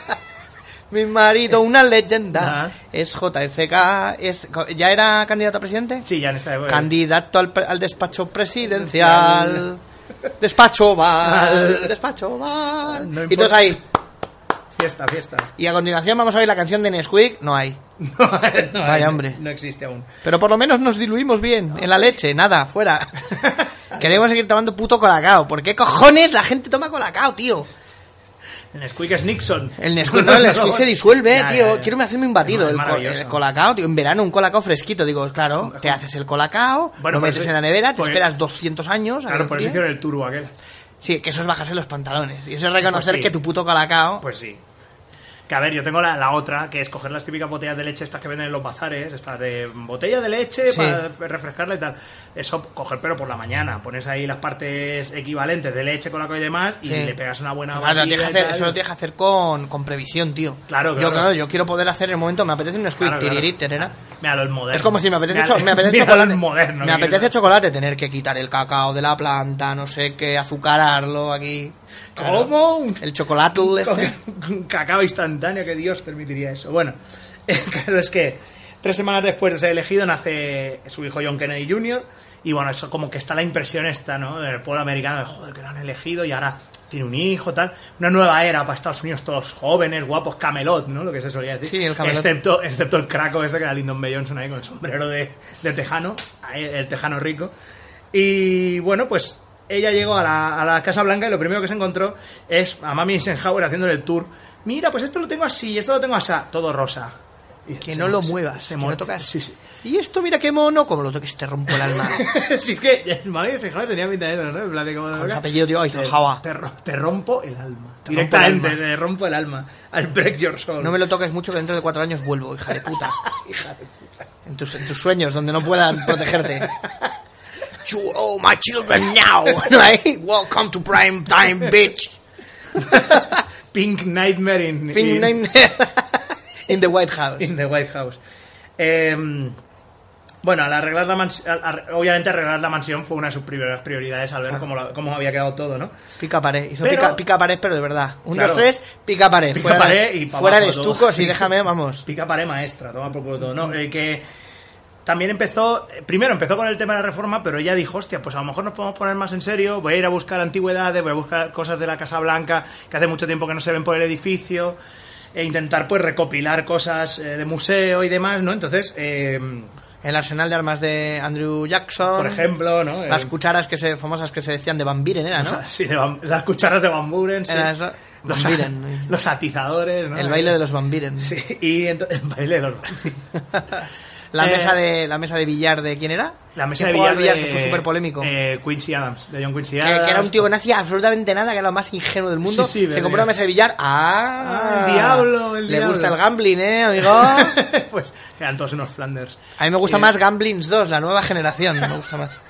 H: mi marido, una leyenda.
G: Eh, Ajá.
H: Es JFK, es... ¿ya era candidato a presidente?
G: Sí, ya en esta época.
H: Candidato al, pre- al despacho presidencial. Despacho val, despacho val.
G: No
H: y todos
G: importa.
H: ahí.
G: Fiesta, fiesta.
H: Y a continuación vamos a oír la canción de Nesquik. No hay.
G: No, no,
H: Vaya,
G: no-
H: hombre.
G: No existe aún.
H: Pero por lo menos nos diluimos bien. En la leche, nada, fuera. Queremos seguir tomando puto colacao. ¿Por qué cojones la gente toma colacao, tío?
G: El Nesquik es Nixon.
H: El Nesquik, no, el Nesquik se disuelve,
G: Ya,
H: tío.
G: ya, ya.
H: Quiero hacerme un batido.
G: Es
H: el, col-
G: maravilloso.
H: el colacao, tío. En verano, un colacao fresquito. Digo, claro, te haces el colacao,
G: Bueno,
H: lo
G: pues
H: metes
G: sí.
H: en la nevera, te
G: Pues-
H: esperas 200 años. a
G: Claro,
H: que
G: por eso
H: enfríe.
G: hicieron el turbo aquel.
H: Sí, que eso es bajarse los pantalones. Y eso es reconocer
G: Pues sí.
H: que tu puto colacao.
G: Pues sí. Que a ver, yo tengo la, la otra, que es coger las típicas botellas de leche estas que venden en los bazares, estas de botella de leche
H: Sí.
G: para refrescarla y tal. Eso coger pero por la mañana, pones ahí las partes equivalentes de leche, colacao y demás y
H: Sí.
G: le pegas una buena
H: Claro, lo
G: batida
H: tienes que
G: y
H: hacer-
G: tal.
H: eso lo tienes que hacer con, con previsión, tío.
G: Claro,
H: Yo,
G: claro.
H: claro, yo quiero poder hacer en el momento, me apetece un Nesquik,
G: Claro, claro.
H: tirirí, terera.
G: Mira los modernos.
H: Es como si me apetece,
G: Mira-
H: cho- me apetece
G: mira los
H: chocolate.
G: modernos,
H: me
G: que
H: apetece
G: quieres.
H: chocolate tener que quitar el cacao de la planta, no sé qué, azucararlo aquí. Claro.
G: ¿Cómo? Un-
H: El chocolate este.
G: Con- con cacao instantáneo que Dios permitiría eso. Bueno, claro, es que tres semanas después de ser elegido nace su hijo John Kennedy Jr. Y bueno, eso como que está la impresión esta, ¿no? En el pueblo americano de, joder, que lo han elegido y ahora tiene un hijo, tal. Una nueva era para Estados Unidos, todos jóvenes, guapos, Camelot, ¿no? Lo que se solía decir. Este
H: Sí, el Camelot.
G: Excepto, excepto el craco este que era Lyndon B. Johnson ahí con el sombrero de, de tejano, ahí, el tejano rico. Y bueno, pues ella llegó a la, a la Casa Blanca y lo primero que se encontró es a Mami Eisenhower haciéndole el tour. Mira, pues esto lo tengo así, esto lo tengo así, todo rosa. Y
H: Que
G: se-
H: no lo
G: se-
H: muevas,
G: se
H: que no
G: mueve.
H: tocas.
G: Sí, sí.
H: Y esto, mira qué mono, como lo toques te rompo el alma.
G: si es que el Mami Eisenhower tenía pinta de eso, ¿no? En plan de como-
H: Con su apellido, tío, Eisenhower.
G: Te, ro- te rompo el alma.
H: Te
G: Directamente,
H: rompo el alma.
G: te rompo el alma. Al break your soul.
H: No me lo toques mucho que dentro de cuatro años vuelvo, hija de puta. En tus, en tus sueños, donde no puedan protegerte. You owe my children now. ¿No hay? Welcome to prime time, bitch.
G: Pink Nightmare in,
H: Pink
G: in-
H: Nine- In the White House.
G: in the White House. Em, bueno, al arreglar la mans- al- ar- obviamente arreglar la mansión fue una de sus primeras prioridades al ver cómo, la- cómo había quedado todo, ¿no?
H: Pica pared. Hizo
G: Pero-
H: pica, pica pared, pero de verdad. Un,
G: Claro.
H: dos, tres, pica pared.
G: Pica
H: fuera
G: pared y pa'
H: fuera el
G: abajo todo.
H: estuco, sí, déjame, vamos.
G: Pica pared maestra, toma por culo todo, ¿no? Eh, que también empezó, eh, primero empezó con el tema de la reforma, pero ella dijo, hostia, pues a lo mejor nos podemos poner más en serio, voy a ir a buscar antigüedades, voy a buscar cosas de la Casa Blanca que hace mucho tiempo que no se ven por el edificio, e intentar pues recopilar cosas eh, de museo y demás, ¿no? Entonces, em,
H: El arsenal de armas de Andrew Jackson.
G: por ejemplo, ¿no?
H: Las
G: Em,
H: cucharas que se, famosas que se decían de Van Buren, ¿era,
G: O
H: Ah, no?
G: sea, sí, de Van- las cucharas de Van Buren, sí.
H: Era eso.
G: Los,
H: Van Buren.
G: los atizadores, ¿no?
H: El baile de los Van Buren.
G: Sí, y ento- el baile de los...
H: La,
G: Eh,
H: mesa de, la mesa de billar de quién era?
G: La mesa
H: ¿Quién
G: de
H: jugaba
G: billar,
H: al que fue súper polémico.
G: eh, Quincy Adams, de John Quincy
H: que,
G: Adams.
H: que era un tío que no hacía absolutamente nada, que era lo más ingenuo del mundo.
G: Sí, sí,
H: se
G: verdad.
H: compró una mesa de billar. ¡Ah!
G: Ah, el diablo, el
H: Le
G: diablo.
H: gusta el gambling, ¿eh, amigo?
G: pues eran todos unos Flanders.
H: A mí me gusta
G: Eh,
H: más Gamblings 2, la nueva generación. Me gusta más.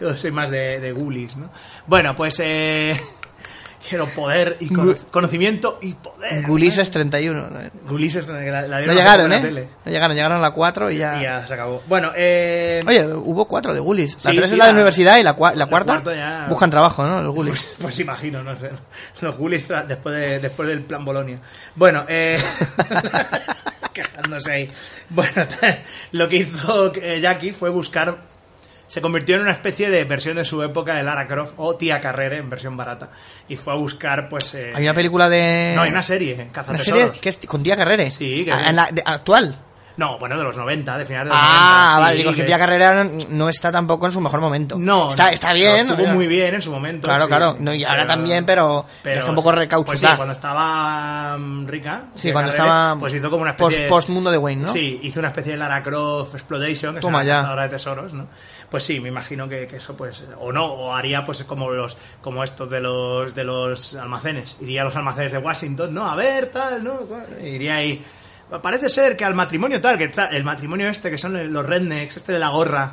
G: Yo soy más de, de ghoulies, ¿no? Bueno, pues eh, quiero poder y cono-
H: Gu-
G: conocimiento y poder.
H: Gulises 31. ¿no?
G: Ghoulies es la, la
H: No
G: dieron
H: llegaron,
G: en la
H: ¿eh?
G: tele.
H: No llegaron, llegaron a la 4 y ya...
G: Y ya se acabó. Bueno, eh...
H: Oye, hubo 4 de Gulis. La
G: Sí,
H: 3
G: sí,
H: es la de
G: la-
H: universidad y la, cua- la cuarta...
G: cuarta ya-
H: Buscan trabajo, ¿no? Los Gulis.
G: Pues, pues imagino, no sé. Los Gulis tra- después, de, después del plan Bolonia. Bueno, eh, quejándose ahí. Bueno, lo que hizo eh, Jackie fue buscar. Se convirtió en una especie de versión de su época de Lara Croft o Tía Carrere en versión barata. Y fue a buscar, pues. eh,
H: Hay una película de...
G: No, hay una serie, eh,
H: ¿Una
G: Cazatesoros.
H: serie que es con Tía Carrere?
G: Sí, que-
H: Ah, en la- de- ¿Actual?
G: No, bueno, de los 90, de finales de los 90.
H: Ah,
G: sí,
H: vale, digo que
G: que-
H: Tía Carrera no está tampoco en su mejor momento.
G: No,
H: está,
G: no,
H: está bien.
G: lo Estuvo
H: o sea,
G: muy bien en su momento.
H: Claro,
G: sí.
H: claro, no, y ahora también, pero está un poco
G: Pues sí,
H: recauchutada.
G: cuando estaba mm, rica.
H: Sí,
G: de
H: cuando
G: Carrere,
H: estaba
G: Pues hizo como una
H: post-
G: especie.
H: post-Mundo de Wayne, ¿no?
G: Sí, hizo una especie de Lara Croft Exploitation, que
H: Toma
G: es
H: ya.
G: una cazadora de tesoros, ¿no? Pues sí, me imagino que, que eso, pues. O no, o haría, pues, como los como estos de los, de los almacenes. Iría a los almacenes de Washington, ¿no? A ver, tal, ¿no? Iría ahí. Parece ser que al matrimonio tal, que tal, el matrimonio este, que son los rednecks, este de la gorra.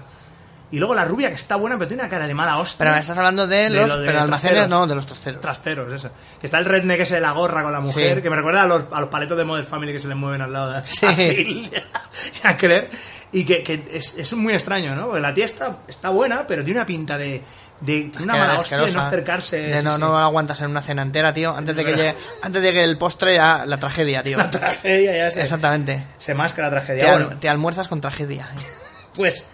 G: Y luego la rubia que está buena, pero tiene una cara de mala hostia.
H: Pero me estás hablando de los...
G: lo de
H: pero almacenes,
G: trasteros.
H: no, de los tosteros.
G: Trasteros, eso. Que está el redneck ese de la gorra con la mujer,
H: Sí.
G: que me recuerda a los, a los paletos de Model Family que se le mueven al lado de la
H: Sí.
G: a Phil y a Claire. Y que, que es, es muy extraño, ¿no? Porque la tía está, está buena, pero tiene una pinta de, de tiene una
H: Queda
G: mala hostia de no
H: asquerosa.
G: acercarse.
H: De
G: sí,
H: no,
G: sí.
H: no aguantas en una cena entera, tío. Antes de que
G: Es verdad.
H: llegue, antes de que el postre, ya, la tragedia, tío.
G: La tragedia ya se,
H: Exactamente.
G: se masca la
H: Te,
G: tragedia.
H: al-
G: Bueno,
H: te almuerzas con tragedia.
G: Pues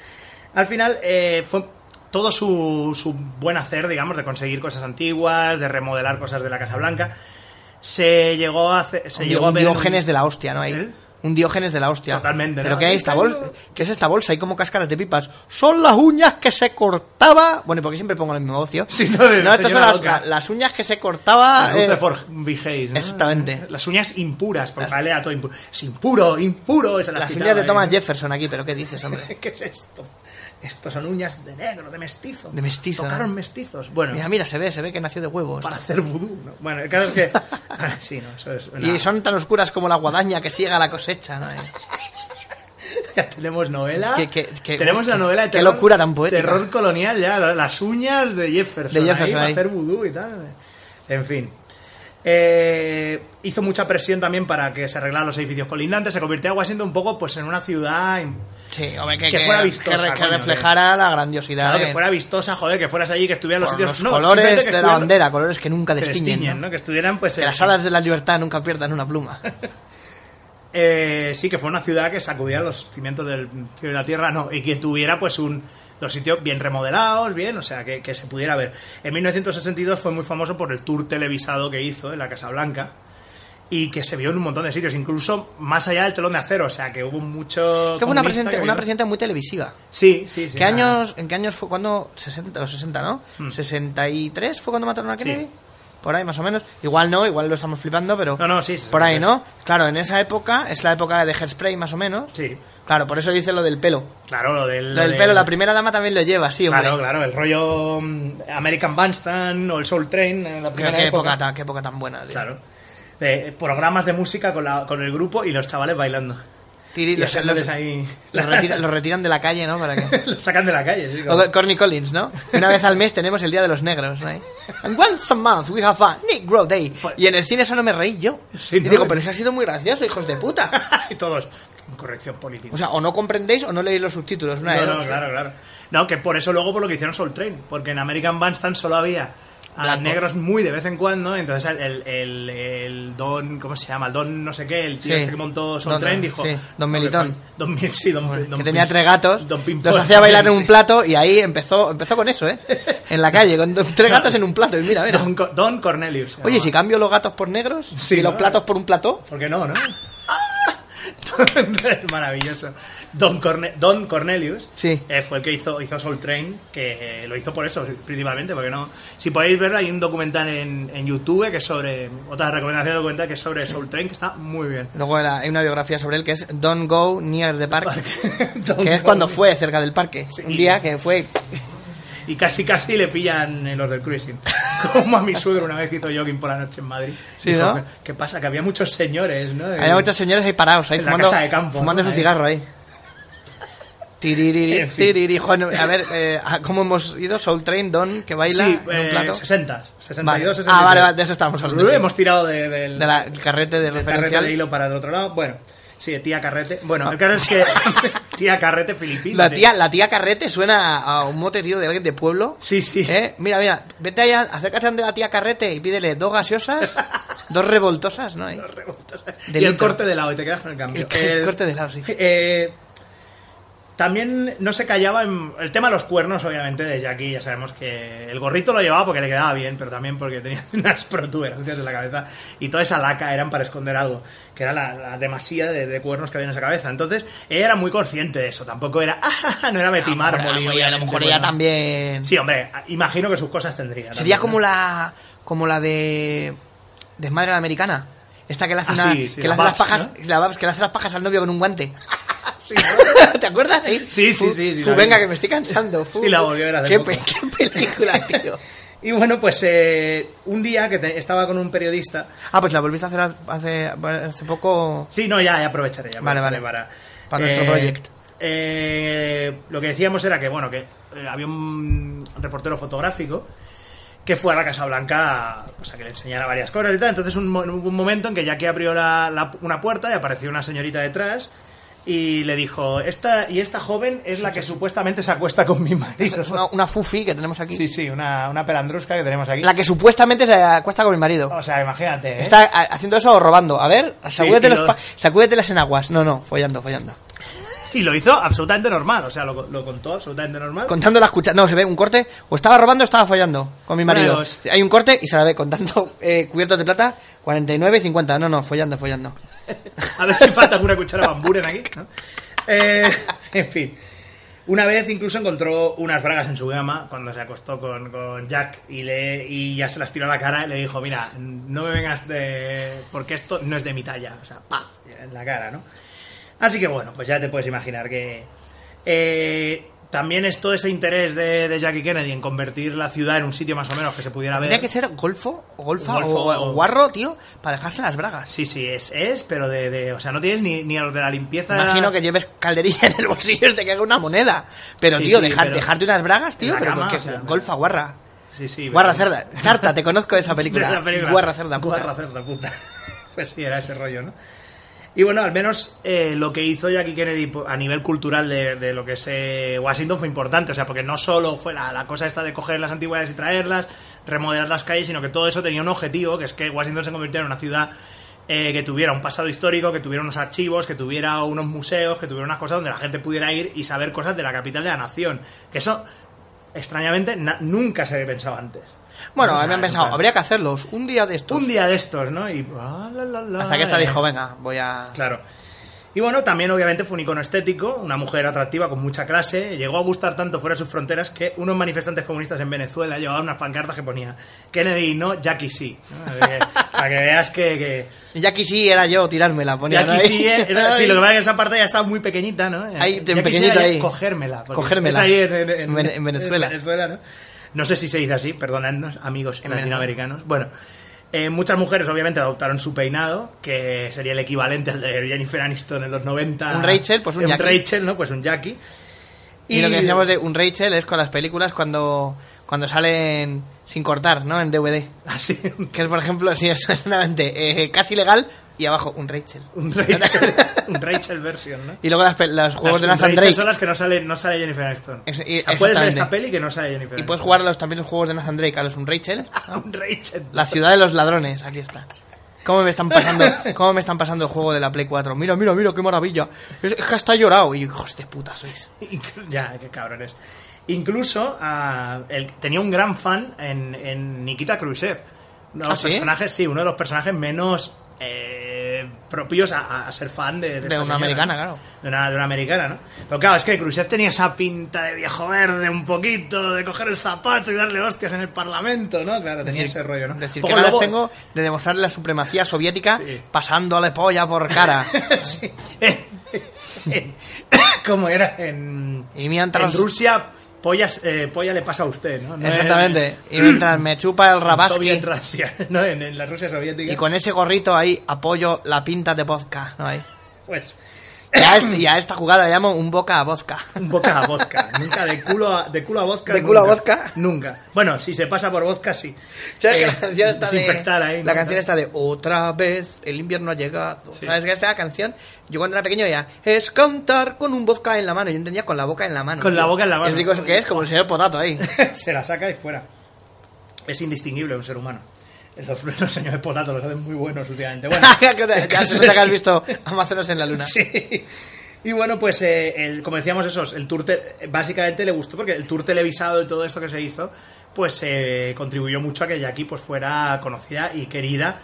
G: al final eh, fue todo su, su buen hacer, digamos, de conseguir cosas antiguas, de remodelar cosas de la Casa Blanca, se llegó a, hace- se
H: Un,
G: llegó a
H: un
G: ver... en-
H: diógenes de la hostia, ¿no? Ahí.
G: ¿Eh?
H: Un diógenes de la hostia.
G: Totalmente, ¿no?
H: ¿Pero qué, hay
G: Ahí
H: esta
G: está
H: bol
G: yo.
H: ¿Qué es esta bolsa? Hay como cáscaras de pipas. Son las uñas que se cortaba... Bueno, porque siempre pongo el mismo ocio.
G: Sí, no, de
H: no estas son
G: señora
H: las,
G: loca.
H: la- las uñas que se cortaba...
G: Las uñas
H: eh,
G: de Forge Vigéis, ¿no?
H: Exactamente.
G: Las uñas impuras, porque vale a todo impuro. Es impuro, impuro. Esa la
H: las
G: gitana,
H: uñas de
G: ¿eh?
H: Thomas Jefferson aquí, pero ¿qué dices, hombre?
G: ¿Qué es esto? Estos son uñas de negro, de mestizo.
H: De mestizo,
G: Tocaron
H: ¿no?
G: mestizos. Bueno,
H: Mira, mira, se ve, se ve que nació de huevos.
G: para hacer vudú. ¿no? Bueno, el caso es que. Ah, sí, no, eso es. una-
H: Y son tan oscuras como la guadaña que ciega la cosecha, ¿no? Eh,
G: Ya tenemos novela.
H: Que- que- que-
G: tenemos la
H: que-
G: novela de
H: qué
G: terror.
H: locura tan poética.
G: Terror colonial, ya. la- Las uñas de Jefferson.
H: De Jefferson,
G: ahí, para
H: ahí.
G: hacer vudú y tal. En fin. Eh, hizo mucha presión también para que se arreglaran los edificios colindantes. Se convirtió a Washington un poco pues en una ciudad. en-
H: Sí, hombre, que,
G: Que fuera vistosa,
H: que re- que
G: coño,
H: reflejara la grandiosidad
G: claro, que
H: de-
G: fuera vistosa, joder, que fueras allí, que estuvieran los
H: por
G: sitios.
H: los
G: no, simplemente
H: colores
G: que
H: de la
G: estuvieran-
H: bandera, colores que nunca
G: que
H: destiñen,
G: destiñen,
H: ¿no?
G: ¿no? Que estuvieran pues.
H: Que
G: en-
H: las alas de la libertad nunca pierdan una pluma.
G: Eh, sí, que fue una ciudad que sacudiera los cimientos del cielo y la tierra, no, y que tuviera pues un los sitios bien remodelados, bien, o sea, que, que se pudiera ver. En 1962 fue muy famoso por el tour televisado que hizo en la Casa Blanca, y que se vio en un montón de sitios, incluso más allá del telón de acero, o sea, que hubo mucho...
H: Que fue una,
G: comunista
H: presenta,
G: que
H: una
G: vino-
H: presidenta muy televisiva.
G: Sí, sí, sí.
H: ¿Qué
G: una-
H: años, ¿En qué años fue cuando? 60, los 60, ¿no? 63 fue cuando mataron a Kennedy.
G: Sí.
H: Por ahí, más o menos. Igual no, igual lo estamos flipando, pero.
G: No, no, sí, sí,
H: Por
G: sí,
H: ahí,
G: sí.
H: ¿no? Claro, en esa época es la época de Hairspray, más o menos.
G: Sí.
H: Claro, por eso dice lo del pelo.
G: Claro, lo del...
H: Lo del
G: del-
H: pelo, la primera dama también lo lleva, sí, hombre.
G: Claro, claro, el rollo mm, American Bandstand o el Soul Train en la
H: Qué-
G: primera
H: qué,
G: época.
H: época tan, qué época tan buena, tío.
G: Claro. De eh, programas de música con, la- con el grupo y los chavales bailando.
H: Tiri-
G: Y
H: los, los-
G: haciéndoles ahí...
H: los retira- los retiran de la calle, ¿no? Para que...
G: Los sacan de la calle. sí,
H: O
G: como-
H: de Corny Collins, ¿no? Una vez al mes tenemos el Día de los Negros, ¿no? And once a month we have a Negro Day. Y en el cine eso no me reí yo.
G: Pues- Sí,
H: y
G: ¿no?
H: digo, pero eso ha sido muy gracioso, hijos de puta.
G: y todos, corrección política.
H: O sea, o no comprendéis o no leéis los subtítulos. Una de
G: no,
H: dos.
G: no, claro, claro. No, que por eso luego por lo que hicieron Soul Train, porque en American Bandstand solo había a
H: Blancos.
G: negros muy de vez en cuando, entonces el, el, el don, ¿cómo se llama? El don no sé qué, el tío
H: Sí.
G: este que montó Soul
H: Don-
G: Train dijo...
H: sí, don
G: "No, que
H: Melitón".
G: fal- Don, Mil- sí, don, don
H: que tenía
G: Pim-
H: tres gatos,
G: Don Pimpón
H: los hacía bailar en
G: también,
H: un
G: sí.
H: plato y ahí empezó empezó con eso, ¿eh? En la calle, con dos- tres gatos en un plato. Y mira, mira.
G: Don, Co- don Cornelius. se
H: Oye, ¿y
G: llamaba.
H: si cambio los gatos por negros
G: Sí,
H: y los
G: ¿no?
H: platos por un plató,
G: ¿Por qué no, no? Maravilloso. Don, Corne- Don Cornelius
H: Sí.
G: eh, fue el que hizo, hizo Soul Train, que eh, lo hizo por eso, principalmente, porque no... Si podéis verlo, hay un documental en, en YouTube que es sobre... Otra recomendación de documental que es sobre Soul Train, que está muy bien.
H: luego era- hay una biografía sobre él que es Don't Go Near the Park.
G: Don
H: Que es
G: Cornelius.
H: cuando fue cerca del parque.
G: Sí.
H: Un día que fue
G: Y casi casi le pillan eh, los del cruising. Como a mi suegro una vez hizo jogging por la noche en Madrid.
H: Sí,
G: Dijo,
H: ¿no?
G: ¿Qué pasa? Que había muchos señores, ¿no?
H: Había muchos señores ahí parados, ahí
G: en la
H: fumando,
G: casa de campo,
H: fumando
G: ¿no?
H: su
G: Ahí.
H: cigarro ahí. Tiririri,
G: En fin.
H: tiriri, Juan, a ver, eh, ¿a ¿cómo hemos ido? Soul Train, Don, que baila
G: Sí,
H: en un
G: eh,
H: plato.
G: 60, 62,
H: Vale.
G: 63.
H: Ah, vale, vale, de eso estábamos hablando, sí.
G: Hemos tirado de- del...
H: De la el carrete de
G: del carrete
H: referencial.
G: de hilo para el otro lado. Bueno, sí, de tía carrete. Bueno, el caso es que tía carrete filipina.
H: La tía, la tía carrete suena a a un mote, tío, de alguien de pueblo.
G: Sí, sí.
H: ¿Eh? Mira, mira, vete allá, acércate ante la tía carrete y pídele dos gaseosas, dos revoltosas, ¿no? Ahí.
G: Los revoltos.
H: De
G: y el
H: litro.
G: corte de lado, y te quedas con el cambio.
H: El- el corte de lado, sí.
G: eh, también no se callaba en el tema de los cuernos, obviamente, de Jackie. Ya sabemos que el gorrito lo llevaba porque le quedaba bien, pero también porque tenía unas protuberancias en la cabeza. Y toda esa laca eran para esconder algo, que era la, la demasía de, de cuernos que había en esa cabeza. Entonces, ella era muy consciente de eso. Tampoco era, "Ah, no era Betty
H: Ah,
G: Mármol. y
H: bueno, a lo
G: obviamente,
H: mejor ella
G: bueno.
H: también.
G: Sí, hombre, imagino que sus cosas tendría.
H: Sería
G: también,
H: como
G: ¿no?
H: la como la de Desmadre a la Americana. Esta que le hace,
G: Ah,
H: una-
G: sí, sí,
H: que le
G: la
H: hace
G: Babs,
H: las pajas,
G: ¿no?
H: la Babs, que le hace las pajas al novio con un guante.
G: Sí, ¿no?
H: ¿Te acuerdas? ahí?
G: Sí, sí,
H: Fu-
G: sí, sí,
H: fu,
G: la vi.
H: venga, que me estoy cansando. fu,
G: Sí, la
H: fu.
G: volví a ver hace
H: qué,
G: poco.
H: pe- qué película, tío.
G: Y bueno, pues eh, un día que te- estaba con un periodista.
H: Ah, pues la volviste a hacer hace, hace poco.
G: Sí, no, ya, ya aprovecharé. ya
H: Vale,
G: aprovecharé
H: vale.
G: Para,
H: Para nuestro project.
G: eh, lo que decíamos era que, bueno, que eh, había un reportero fotográfico que fue a la Casa Blanca pues, a que le enseñara varias cosas y tal. Entonces un mo- hubo un momento en que Jackie abrió la- la- una puerta y apareció una señorita detrás y le dijo, esta, y esta joven es la que supuestamente se acuesta con mi marido.
H: Es una, una fufi que tenemos aquí.
G: Sí, sí, una, una pelandrusca que tenemos aquí.
H: La que supuestamente se acuesta con mi marido.
G: O sea, imagínate. ¿eh?
H: Está a- haciendo eso o robando. A ver, sacúdete,
G: y
H: los
G: lo-
H: pa- sacúdete las enaguas. No, no, follando, follando.
G: Y lo hizo absolutamente normal, o sea, lo, lo contó absolutamente normal.
H: contando las cucharas. No, se ve un corte. O estaba robando o estaba follando con mi marido.
G: Una de dos.
H: Hay un corte y se la ve contando eh, cubiertos de plata. 49 y 50. No, no, follando, follando.
G: A ver si falta alguna cuchara bamburen aquí. ¿no? Eh, en fin. Una vez incluso encontró unas bragas en su gama cuando se acostó con, con Jack y, le, y ya se las tiró a la cara y le dijo, mira, no me vengas de... porque esto no es de mi talla. O sea, pa, en la cara, ¿no? Así que bueno, pues ya te puedes imaginar que... eh, también es todo ese interés de, de Jackie Kennedy en convertir la ciudad en un sitio más o menos que se pudiera ver.
H: Tendría que ser golfo o golfa
G: Golfo
H: o,
G: o-
H: o guarro, tío, para dejarse las bragas.
G: Sí, sí, es, es, pero de, de- O sea, no tienes ni, ni a los de la limpieza.
H: Imagino que lleves calderilla en el bolsillo y te caga una moneda. Pero,
G: Sí,
H: tío,
G: sí,
H: dejar-
G: pero-
H: dejarte unas bragas, tío,
G: en la
H: pero
G: cama,
H: ¿qué-
G: o sea,
H: golfa, guarra.
G: Sí, sí. pero-
H: Guarra cerda. Zarta, te conozco de esa película.
G: De esa película.
H: Guarra cerda, puta.
G: Guarra cerda, puta. Pues sí, era ese rollo, ¿no? Y bueno, al menos eh, lo que hizo Jackie Kennedy po- a nivel cultural de, de lo que es eh, Washington fue importante. O sea, porque no solo fue la, la cosa esta de coger las antigüedades y traerlas, remodelar las calles, sino que todo eso tenía un objetivo, que es que Washington se convirtiera en una ciudad eh, que tuviera un pasado histórico, que tuviera unos archivos, que tuviera unos museos, que tuviera unas cosas donde la gente pudiera ir y saber cosas de la capital de la nación. Que eso, extrañamente, na- nunca se había pensado antes.
H: Bueno,
G: Claro,
H: me han pensado,
G: claro.
H: habría que hacerlos un día de estos.
G: Un día de estos, ¿no? Y, ah, la, la, la,
H: Pues Hasta que esta
G: eh.
H: dijo, venga, voy a...
G: Claro. Y bueno, también obviamente fue un icono estético, una mujer atractiva con mucha clase, llegó a gustar tanto fuera de sus fronteras que unos manifestantes comunistas en Venezuela llevaban unas pancartas que ponía Kennedy no, Jackie sí. ¿no? Eh, Para que veas que... que
H: Y aquí sí era yo tirármela, ponía
G: Jackie sí, eh, era- sí, lo que pasa es que esa parte ya estaba muy pequeñita, ¿no? Eh,
H: Ahí,
G: Jackie
H: en pequeñito
G: era
H: ahí.
G: Cogérmela. porque
H: Cogérmela.
G: es ahí en, en- en-
H: Vene- en Venezuela.
G: en Venezuela, ¿no? No sé si se dice así, perdonadnos, amigos
H: En Venezuela.
G: latinoamericanos. Bueno, eh, muchas mujeres obviamente adoptaron su peinado, que sería el equivalente al de Jennifer Aniston en los 90.
H: Un Rachel, pues un Jackie.
G: Rachel, ¿no? Pues un Jackie.
H: Y lo que decíamos de un Rachel es con las películas cuando, cuando salen sin cortar, ¿no? En DVD.
G: Así, Ah, un-
H: Que es, por ejemplo, sí, exactamente, eh, casi legal y abajo un Rachel.
G: un Rachel, un Rachel version, ¿no?
H: Y luego las, pe- los
G: Las-
H: juegos de Nathan
G: Rachel
H: Drake.
G: son las que no sale, no sale Jennifer Aniston.
H: Ex- y-
G: O sea, puedes ver
H: exactamente.
G: esta peli que no sale Jennifer
H: Y
G: Aniston.
H: puedes jugar a los, también los juegos de Nathan Drake a los un Rachel.
G: A un Rachel.
H: La ciudad de los ladrones, aquí está. ¿Cómo me están pasando, cómo me están pasando el juego de la Play 4? Mira, mira, mira, qué maravilla. Es es que hasta he llorado. Y yo, hijos de puta sois.
G: Inclu- ya, qué cabrones. Incluso ah, él tenía un gran fan en, en Nikita Khrushchev. Uno de
H: ¿Ah,
G: los
H: sí?
G: personajes, sí, uno de los personajes menos eh, propios a, a ser fan de, de, esta
H: una
G: señora,
H: americana,
G: ¿no?
H: claro.
G: De una, de una americana, ¿no? Pero claro, es que Khrushchev tenía esa pinta de viejo verde un poquito, de coger el zapato y darle hostias en el parlamento, ¿no? Claro, tenía ese rollo, ¿no?
H: Decir,
G: Poco
H: que ganas
G: luego-
H: tengo de demostrar la supremacía soviética
G: Sí.
H: pasando la polla por cara.
G: Sí. ¿Cómo era? En,
H: Y mientras-
G: en Rusia, pollas, eh, polla le pasa a usted, ¿no? No es-
H: Exactamente. Y mientras me chupa el rabaski
G: Soviet Rusia, ¿no? En, en la Rusia soviética.
H: y con ese gorrito ahí apoyo la pinta de vodka. ¿no? Ahí.
G: Pues,
H: Y, a este- y a esta jugada le llamo un boca a vodka.
G: un boca a vodka. Nunca de culo a, de culo a vodka.
H: ¿De culo a
G: nunca.
H: vodka?
G: Nunca. Bueno, si se pasa por vodka, sí.
H: ¿Sabes
G: Eh,
H: que la canción está
G: desinfectar
H: de,
G: ahí, ¿no?
H: La canción está de Otra vez el invierno ha llegado.
G: Sí.
H: ¿Sabes que esta canción? Yo cuando era pequeño ya es cantar con un vodka en la mano. Yo entendía con la boca en la mano.
G: Con la boca en la mano.
H: Es digo que es como el señor Potato ahí.
G: se la saca y fuera. Es indistinguible un ser humano. Los, los señores potatos los hacen muy buenos últimamente. Bueno, el
H: ya
G: caso
H: se nota
G: es
H: que has
G: que-
H: visto Amazonas en la luna.
G: Sí. Y bueno, pues eh, el- como decíamos esos, el tour te- básicamente le gustó porque el tour televisado y todo esto que se hizo, pues eh, contribuyó mucho a que Jackie pues fuera conocida y querida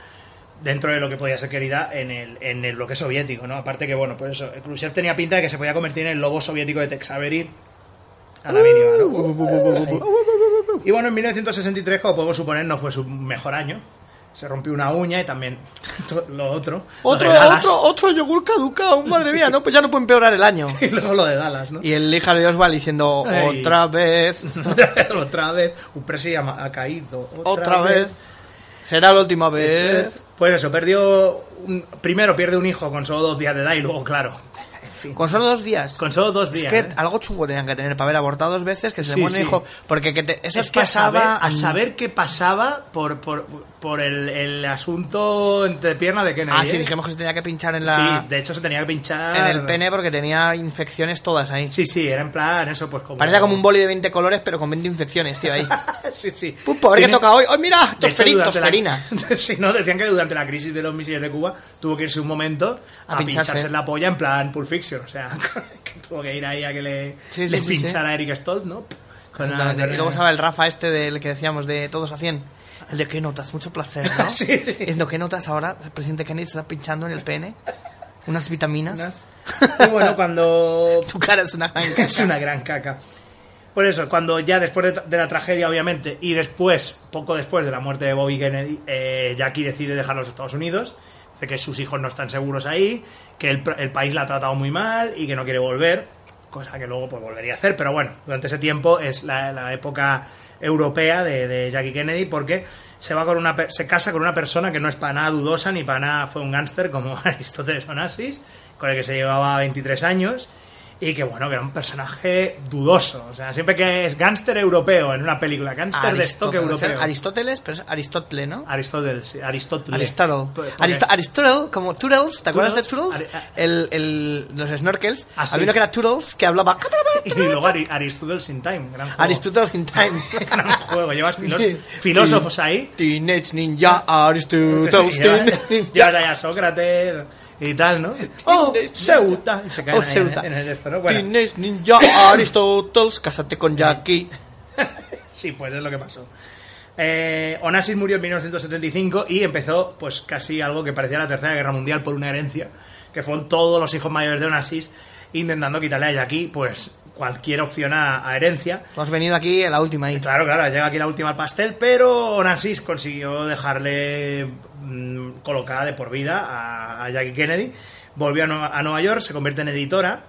G: dentro de lo que podía ser querida en el, en el bloque soviético, ¿no? Aparte que, bueno, pues eso, Khrushchev tenía pinta de que se podía convertir en el lobo soviético de Texavery a la mínima, ¿no?
H: Uh,
G: Y bueno, en 1963, como podemos suponer, no fue su mejor año. Se rompió una uña y también to- lo otro. lo
H: Otro,
G: de Dallas.
H: otro, otro yogur caducado, madre mía, no, pues ya no puede empeorar el año.
G: Y luego lo de Dallas, ¿no?
H: Y el hija de Oswald diciendo
G: Ay.
H: otra vez,
G: otra vez, un presi ha, ha caído. Otra,
H: otra vez, será la última vez.
G: Pues eso, perdió. un- primero pierde un hijo con solo dos días de edad y luego, claro. En fin,
H: Con solo dos días.
G: con solo dos
H: Es
G: días.
H: que
G: ¿eh?
H: algo chungo tenían que tener para haber abortado dos veces que se
G: Sí,
H: muere
G: sí.
H: el hijo. Porque que te- eso
G: Es que a saber,
H: pasaba
G: a
H: an-
G: saber qué pasaba por, por, por el, el asunto entre pierna de Kennedy.
H: Ah, sí,
G: ¿eh?
H: dijimos que se tenía que pinchar en la.
G: Sí, de hecho se tenía que pinchar.
H: En el pene porque tenía infecciones todas ahí.
G: Sí, sí, era en plan eso, pues como.
H: Parecía como un boli de 20 colores, pero con 20 infecciones, tío, ahí.
G: sí, sí.
H: Pum, a ver qué
G: Tiene-
H: toca hoy. ¡Oh, mira!
G: De hecho,
H: Tosferin,
G: durante la-
H: tosferina.
G: sí, no, decían que durante la crisis de los misiles de Cuba tuvo que irse un momento a,
H: A
G: pincharse.
H: pincharse.
G: en la polla en plan Pulp Fiction. O sea, que tuvo que ir ahí a que le,
H: Sí, sí,
G: le
H: sí,
G: pinchara a Eric Stoltz, ¿no? Con la-
H: Exactamente. Y luego estaba el Rafa este del que decíamos de todos a 100. El de qué notas, mucho placer, ¿no?
G: Sí.
H: Diciendo qué notas ahora, el presidente Kennedy se está pinchando en el pene. Unas vitaminas.
G: Y bueno, cuando
H: Tu cara es una gran
G: es una gran caca. Por eso, cuando ya después de, de la tragedia, obviamente, y después, poco después de la muerte de Bobby Kennedy, eh, Jackie decide dejar los Estados Unidos. Dice que sus hijos no están seguros ahí, que el, pr- el país la ha tratado muy mal y que no quiere volver, cosa que luego pues volvería a hacer. Pero bueno, durante ese tiempo es la, la época europea de, de Jackie Kennedy porque se va con una per- se casa con una persona que no es para nada dudosa ni para nada fue un gángster como Aristóteles Onassis, con el que se llevaba 23 años y que bueno, que era un personaje dudoso. O sea, siempre que es gángster europeo en una película, gángster de stock
H: Aristóteles, ¿eh?
G: europeo.
H: Aristóteles, pero es Aristóteles, ¿no?
G: Aristóteles, sí, Aristóteles. Pues,
H: Aristotle.
G: Porque-
H: Aristo- Aristotle, como Toodles, ¿te acuerdas de
G: Toodles?
H: Toodles?
G: Ari-
H: El, el, los snorkels.
G: Ah, sí.
H: Había uno que era Toodles que hablaba.
G: pues, y luego Ari- Aristóteles in Time, gran juego.
H: Aristotle in time.
G: gran juego, llevas filos- filósofos ahí.
H: Teenage Ninja Aristotle.
G: Y llevas
H: Teenage Ninja.
G: llevas ahí a Sócrates y tal, ¿no? ¡Oh, Ceuta! Y se caen
H: Oh,
G: ahí
H: Ceuta.
G: En, el- en el esto, ¿no? Bueno,
H: Teenage Ninja Aristotle, cásate con Jackie.
G: sí, pues es lo que pasó. Eh, Onassis murió en 1975 y empezó pues casi algo que parecía la Tercera Guerra Mundial por una herencia, que fueron todos los hijos mayores de Onassis intentando quitarle a Jackie pues cualquier opción a- a herencia.
H: Hemos venido aquí a la última ahí.
G: Claro, claro, llega aquí la última al pastel, pero Onassis consiguió dejarle mm, colocada de por vida a, a Jackie Kennedy. Volvió a, Nueva- a Nueva York, se convierte en editora,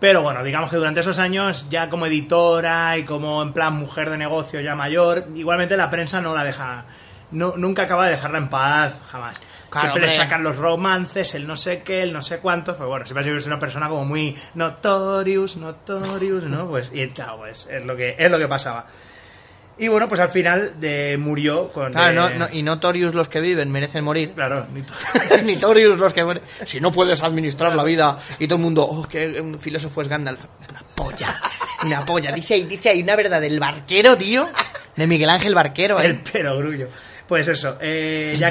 G: pero bueno, digamos que durante esos años, ya como editora y como en plan mujer de negocio ya mayor, igualmente la prensa no la deja, no, nunca acaba de dejarla en paz, jamás.
H: Claro,
G: siempre le
H: hombre.
G: sacan los romances, el no sé qué, el no sé cuánto, pero bueno, siempre ha sido una persona como muy notorious, notorious, ¿no? Pues, y chao, pues, es lo que, es lo que pasaba. Y bueno, pues al final de, murió con...
H: Claro,
G: de-
H: Ah, no, no- y notorious los que viven merecen morir.
G: Claro, ni to-
H: Ni Notorious los que mueren. Si no puedes administrar la vida y todo el mundo, oh, que un filósofo es Gandalf. Una polla, una polla. Dice ahí, dice ahí una verdad del barquero, tío. De Miguel Ángel Barquero. ¿eh?
G: El perogrullo. Pues eso. Eh,
H: El
G: ya-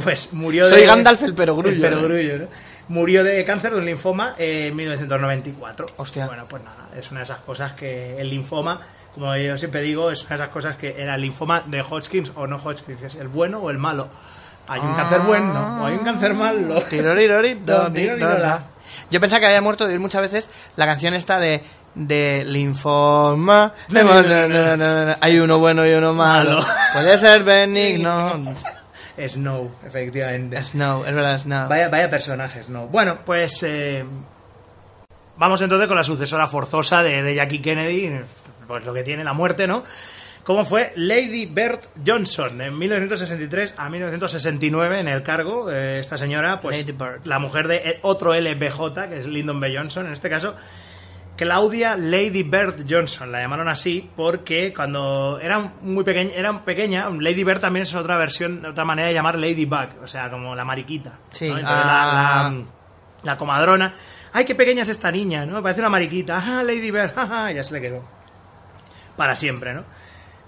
G: Pues murió
H: Soy
G: de.
H: Gandalf el perogrullo, ¿eh?
G: El perogrullo, ¿no? Murió de cáncer de un linfoma eh, en 1994.
H: Hostia.
G: Bueno, pues nada, es una de esas cosas que el linfoma, como yo siempre digo, es una de esas cosas que era el linfoma de Hodgkin o no Hodgkin, que es el bueno o el malo. Hay un cáncer bueno o hay un cáncer malo.
H: Ah. Tiroriroririto,
G: Tirorirola.
H: Yo pensaba que había muerto de oír muchas veces la canción esta de de linfoma de- na, na, na, na, na. hay uno bueno y uno malo
G: Malo.
H: puede ser benigno
G: Snow, efectivamente.
H: Snow es verdad Snow
G: Vaya, vaya personajes, ¿no? Bueno, pues eh, vamos entonces con la sucesora forzosa de, de Jackie Kennedy, pues lo que tiene la muerte, ¿no? Como fue Lady Bert Johnson, en 1963 a 1969 en el cargo. eh, esta señora, pues
H: Lady Bird.
G: la mujer de eh, otro LBJ, que es Lyndon B. Johnson, en este caso, Claudia Lady Bird Johnson, la llamaron así porque cuando era muy pequeña, era pequeña, Lady Bird también es otra versión, otra manera de llamar Ladybug, o sea, como la mariquita.
H: Sí,
G: ¿no? Entonces,
H: ah.
G: la, la- la comadrona. Ay, qué pequeña es esta niña, ¿no? Parece una mariquita. Ah, Lady Bird, ah, ah, ya se le quedó. Para siempre, ¿no?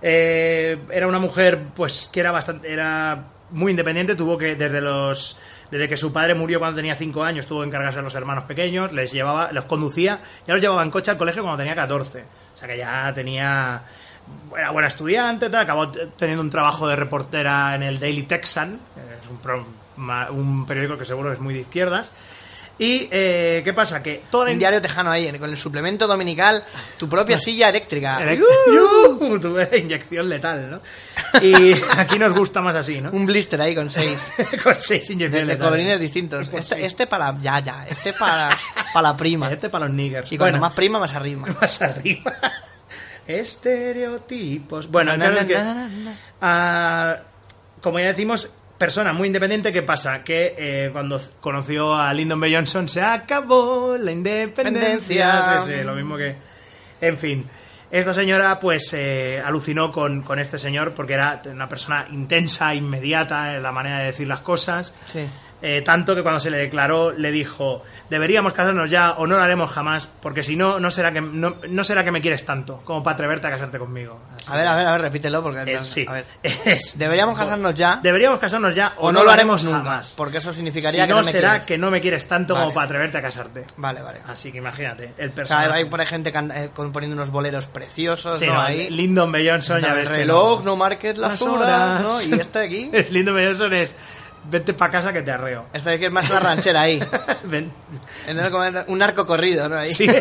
G: Eh, era una mujer, pues, que era bastante, era muy independiente. Tuvo que, desde los, desde que su padre murió cuando tenía 5 años, tuvo que encargarse a los hermanos pequeños, les llevaba, los conducía, ya los llevaba en coche al colegio cuando tenía 14. O sea que ya tenía, era buena estudiante, tal, acabó t- teniendo un trabajo de reportera en el Daily Texan, que es un, pro- ma- un periódico que seguro es muy de izquierdas. Y, eh, ¿qué pasa? Que toda la
H: un diario tejano ahí con el suplemento dominical tu propia silla eléctrica
G: Era- Yuhu, tuve inyección letal, ¿no? Y aquí nos gusta más así, ¿no?
H: Uh, un blister ahí con seis
G: Con seis
H: de,
G: inyecciones
H: de
G: letales.
H: colorines distintos
G: Pues
H: este,
G: sí.
H: este para la yaya este para para la prima
G: Este para los niggers.
H: y cuando
G: Bueno,
H: más prima más arriba
G: más arriba. Estereotipos. Bueno, el
H: Na,
G: caso
H: na,
G: es que,
H: na, na, na.
G: ah, como ya decimos, persona muy independiente, ¿qué pasa? Que eh, cuando c- conoció a Lyndon B. Johnson se acabó la independencia.
H: Independencia.
G: Sí, sí, lo mismo que... En fin. Esta señora, pues, eh, alucinó con, con este señor porque era una persona intensa, inmediata en la manera de decir las cosas.
H: Sí.
G: Eh, tanto que cuando se le declaró le dijo, deberíamos casarnos ya o no lo haremos jamás, porque si no, no será que, no, no será que me quieres tanto como para atreverte a casarte conmigo. Así
H: a ver a ver a ver repítelo porque
G: que, eh, sí.
H: a ver.
G: Es-
H: deberíamos casarnos ya
G: deberíamos casarnos ya
H: o no lo haremos nunca porque eso
G: Si
H: significaría
G: no,
H: que no me
G: será
H: quieres.
G: que no me quieres tanto como
H: Vale.
G: para atreverte a casarte.
H: vale vale
G: Así que imagínate, el
H: o sea,
G: personaje.
H: hay por ahí gente can- eh, componiendo unos boleros preciosos
G: Sí,
H: no,
G: no,
H: ahí
G: Lyndon B. Johnson, ya
H: el
G: ves que
H: reloj no, marques las,
G: Las
H: horas,
G: horas.
H: ¿no? y este de aquí
G: Lyndon B. Johnson es, vete para casa que te arreo.
H: este de aquí es más una ranchera ahí
G: Ven,
H: En el comentario, un arco corrido no ahí
G: Sí.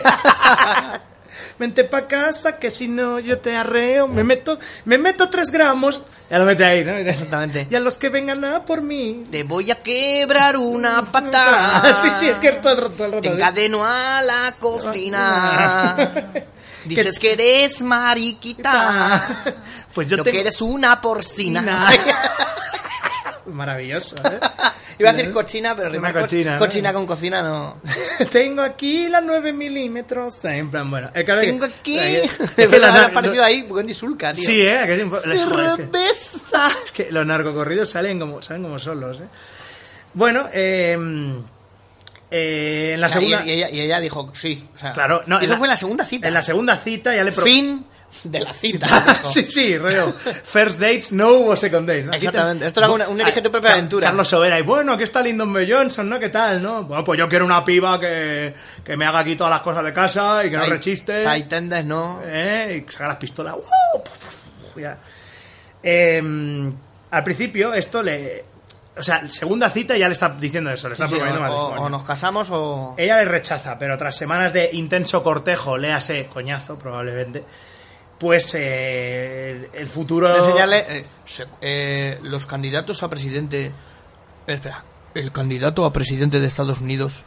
G: Vente pa' casa que si no yo te arreo, me meto, me meto tres gramos. Ya lo mete ahí, ¿no?
H: Exactamente.
G: Y a los que vengan a por mí.
H: Te voy a quebrar una pata.
G: Ah, sí, sí, es que todo el rato- todo el rato.
H: Te encadeno a la cocina. Dices que eres mariquita.
G: Pues yo
H: Lo
G: te
H: que eres una porcina.
G: Maravilloso, ¿eh?
H: Iba a decir cochina, pero
G: Una
H: rimar co-
G: cochina, ¿no?
H: cochina con cocina no.
G: Tengo aquí la 9 milímetros. En plan, bueno. el caso es que-
H: Tengo aquí.
G: Es que
H: De verdad,
G: la-
H: me ha parecido ahí Wendy Zulka, tío.
G: Sí, ¿eh? ¿A que sí? Les- joder, es que-
H: Cerveza.
G: Es que los narcocorridos salen como, salen como solos, ¿eh? Bueno, eh, eh, en la segunda...
H: Y, ella, y ella dijo, sí. o sea,
G: Claro, no,
H: y
G: en
H: eso
G: la-
H: fue en la segunda cita.
G: En la segunda cita ya le pro-
H: Fin de la cita. dijo.
G: sí, sí, rollo. First dates, no hubo second dates. ¿no? Cita-
H: Exactamente, esto era una- un elige tu propia
G: Ca-
H: aventura.
G: Carlos Sobera, y bueno, aquí está Lyndon B. Johnson, ¿no? ¿Qué tal, no? Bueno, pues yo quiero una piba que, que me haga aquí todas las cosas de casa y que no
H: Tai-
G: rechiste.
H: Titans, no.
G: ¿eh? Y saca las pistolas. ¡Wow! Ya. Eh, al principio, esto le. O sea, segunda cita ya le está diciendo eso, le está
H: Sí, sí,
G: proponiendo
H: o,
G: matrimonio.
H: o nos casamos o...
G: Ella le rechaza, pero tras semanas de intenso cortejo, léase coñazo probablemente, pues eh, el futuro...
H: De enseñarle, eh, se- eh, los candidatos a presidente. Espera, el candidato a presidente de Estados Unidos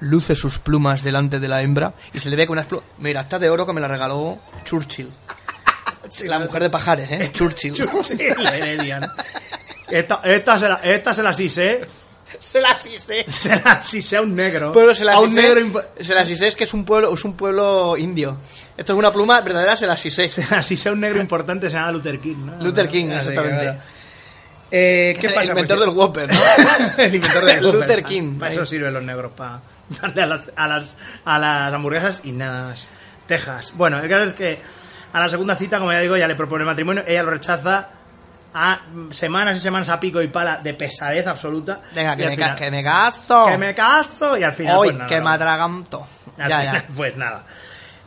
H: luce sus plumas delante de la hembra y se le ve con unas plumas. Mira, está de oro que me la regaló Churchill. la mujer de pajares, ¿eh? Churchill.
G: Churchill, Heredian. Esta, esta, se la, esta se la sisé,
H: se la asiste.
G: se la sisé a un negro.
H: Pueblo se la
G: a un negro... imp-
H: asiste. Se la asiste es que es un pueblo, es un pueblo indio. Esto es una pluma verdadera, se la asiste.
G: Así sea un negro importante, se llama Luther King, ¿no?
H: Luther
G: Así
H: King,
G: que,
H: exactamente.
G: claro. Eh, ¿Qué pasa?
H: El inventor
G: Pues-
H: del Whopper, ¿no?
G: el inventor de
H: Luther
G: Whopper.
H: King.
G: Para eso
H: Ahí.
G: sirven los negros, para darle a las, a, las, a las hamburguesas y nada más. Texas. Bueno, el caso es que a la segunda cita, como ya digo, ya le propone matrimonio, ella lo rechaza a semanas y semanas a pico y pala de pesadez absoluta.
H: Venga,
G: Y
H: que
G: al
H: me,
G: final- ¡Oh!
H: ca- que me caso.
G: que me caso y al final...
H: Hoy,
G: pues nada,
H: que
G: no.
H: me atraganto.
G: Al
H: Ya,
G: final,
H: ya.
G: Pues nada.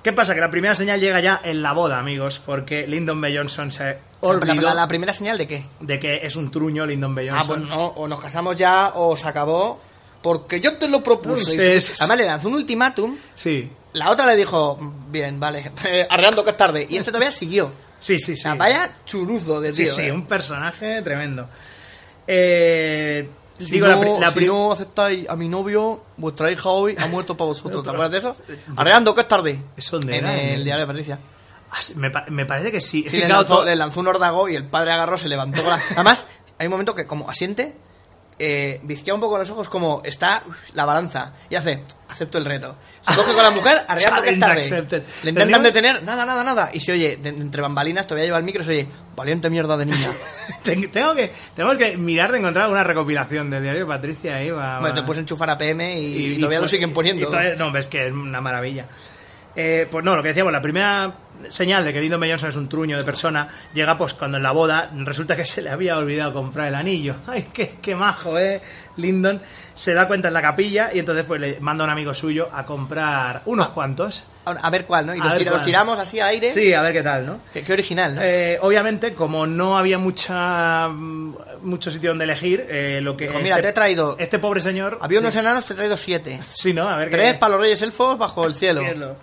G: ¿Qué pasa? Que la primera señal llega ya en la boda, amigos, porque Lyndon B. Johnson se
H: La,
G: olvidó
H: la- la primera señal de qué?
G: de que es un truño Lyndon B. Johnson.
H: Ah, pues no, o nos casamos ya o se acabó porque yo te lo propuse.
G: Sí, sí, sí.
H: Además le lanzó un ultimátum,
G: Sí.
H: la otra le dijo, bien, vale, arreglando que es tarde. Y este todavía siguió.
G: Sí, sí,
H: O
G: sí.
H: sea, vaya churuzo de
G: Sí,
H: tío.
G: sí,
H: ¿eh?
G: un personaje tremendo. Eh,
H: Si
G: digo, la,
H: no-
G: pri- la
H: si
G: pri-
H: no aceptáis a mi novio, vuestra hija hoy ha muerto para vosotros. ¿Te acuerdas de eso? Arreglando que es ¿eh? tarde.
G: ¿Eso dónde
H: en
G: era?
H: el diario de Patricia.
G: Ah, sí, me, pa- me parece que sí. Es
H: Sí,
G: que
H: le,
G: claro,
H: lanzó,
G: todo-
H: le lanzó un órdago y el padre agarró, se levantó. con la- Además, hay un momento que como asiente, eh, bizquea un poco los ojos como está uf, la balanza y hace, acepto el reto. Se coge con la mujer, arreando que
G: Challenge
H: es tarde.
G: accepted.
H: Le intentan
G: Tendríamos-
H: detener, nada, nada, nada. Y se oye, de- entre bambalinas, todavía lleva el micro, se oye, valiente mierda de niña.
G: ten- tengo que, tenemos que mirar de encontrar alguna recopilación del diario de Patricia ahí. va-
H: bueno, pues te
G: va-
H: puedes enchufar a PM y,
G: y- pues-
H: y todavía
G: y-
H: lo siguen poniendo.
G: y todavía- no, ves que es una maravilla. Eh, pues no, lo que decíamos, la primera señal de que Lyndon B. Johnson es un truño de persona llega pues cuando en la boda resulta que se le había olvidado comprar el anillo. Ay, qué, qué majo, ¿eh? Lyndon se da cuenta en la capilla y entonces pues le manda a un amigo suyo a comprar unos cuantos.
H: A a ver cuál, ¿no? Y
G: A
H: los,
G: ver
H: tira- los
G: cuál.
H: tiramos así al aire.
G: Sí, a ver qué tal, ¿no?
H: Qué, qué original, ¿no?
G: Eh, obviamente, como no había mucha mm, mucho sitio donde elegir, eh, lo que...
H: Dijo, "Mira, te he traído-
G: Este pobre señor...
H: Había unos
G: sí.
H: enanos, te he traído siete.
G: Sí, ¿no? A ver qué-
H: Tres para los reyes elfos bajo el cielo.
G: Cielo.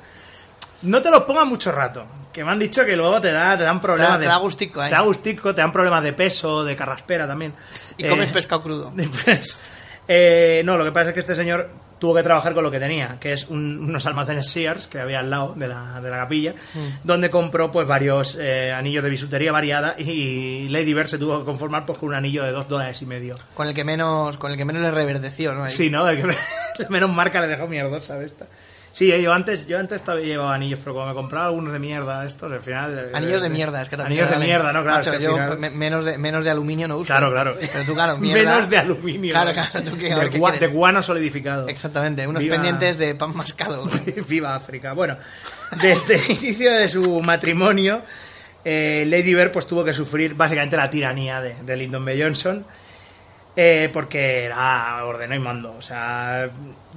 G: No te los pongas mucho rato. Que me han dicho que luego te, da, te dan problemas
H: Te da-
G: de.
H: te da gustico, eh.
G: Te da gustico, te dan problemas de peso, de carraspera también.
H: Y
G: Eh,
H: comes pescado crudo.
G: pues, eh, no, lo que pasa es que este señor tuvo que trabajar con lo que tenía, que es un- unos almacenes Sears que había al lado de la, de la capilla,
H: Mm.
G: donde compró pues varios eh, anillos de bisutería variada y Lady Bird se tuvo que conformar pues, con un anillo de dos dólares y medio.
H: Con el que menos, con el que menos le reverdeció, ¿no? Ahí.
G: Sí, ¿no? El que me- el menos marca le dejó mierdosa de esta. Sí, eh, yo antes, yo antes todavía llevaba anillos, pero cuando me compraba algunos de mierda de estos, al final... eh,
H: Anillos de
G: eh,
H: mierda, es que también.
G: Anillos de
H: dale.
G: mierda, ¿no? Claro,
H: Macho,
G: es que
H: yo
G: al final-
H: me- menos, de, menos de aluminio no uso.
G: claro, claro.
H: Pero tú, claro, mierda.
G: Menos de aluminio.
H: Claro, claro. ¿tú qué- a
G: de,
H: ver, ¿qué
G: gua- de
H: quieres?
G: guano solidificado.
H: Exactamente, unos
G: Viva-
H: pendientes de pan mascado.
G: Viva África. Bueno, desde el inicio de su matrimonio, eh, Lady Bird pues, tuvo que sufrir básicamente la tiranía de, de Lyndon B. Johnson. eh, porque era ordenó y mando. O sea,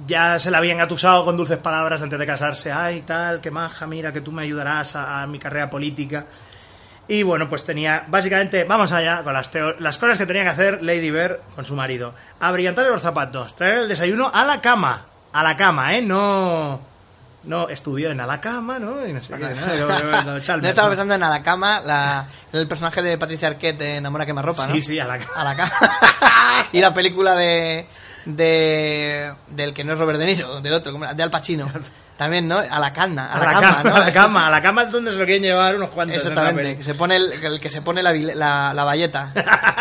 G: ya se la habían atusado con dulces palabras antes de casarse. Ay, tal, qué maja, mira, que tú me ayudarás a- a mi carrera política. Y bueno, pues tenía, básicamente, vamos allá con las, teo- las cosas que tenía que hacer Lady Bear con su marido. Abrillantarle los zapatos, traer el desayuno a la cama. A la cama, ¿eh? No... No, estudió en a la cama, ¿no? Y no sé qué, ¿no?
H: no estaba pensando en a la cama, la, el personaje de Patricia Arquette en Amor a quemarropa, ¿no?
G: Sí, sí, a la cama.
H: A la cama. y la película de, de. del que no es Robert De Niro, del otro, ¿cómo era? de Al Pacino. También, ¿no? A la cana, a, la, cama, ¿no?
G: a la cama, a la cama es donde se lo quieren llevar unos cuantos. en la
H: Exactamente,
G: peli.
H: que se pone el, el que se pone la, vile- la, la valleta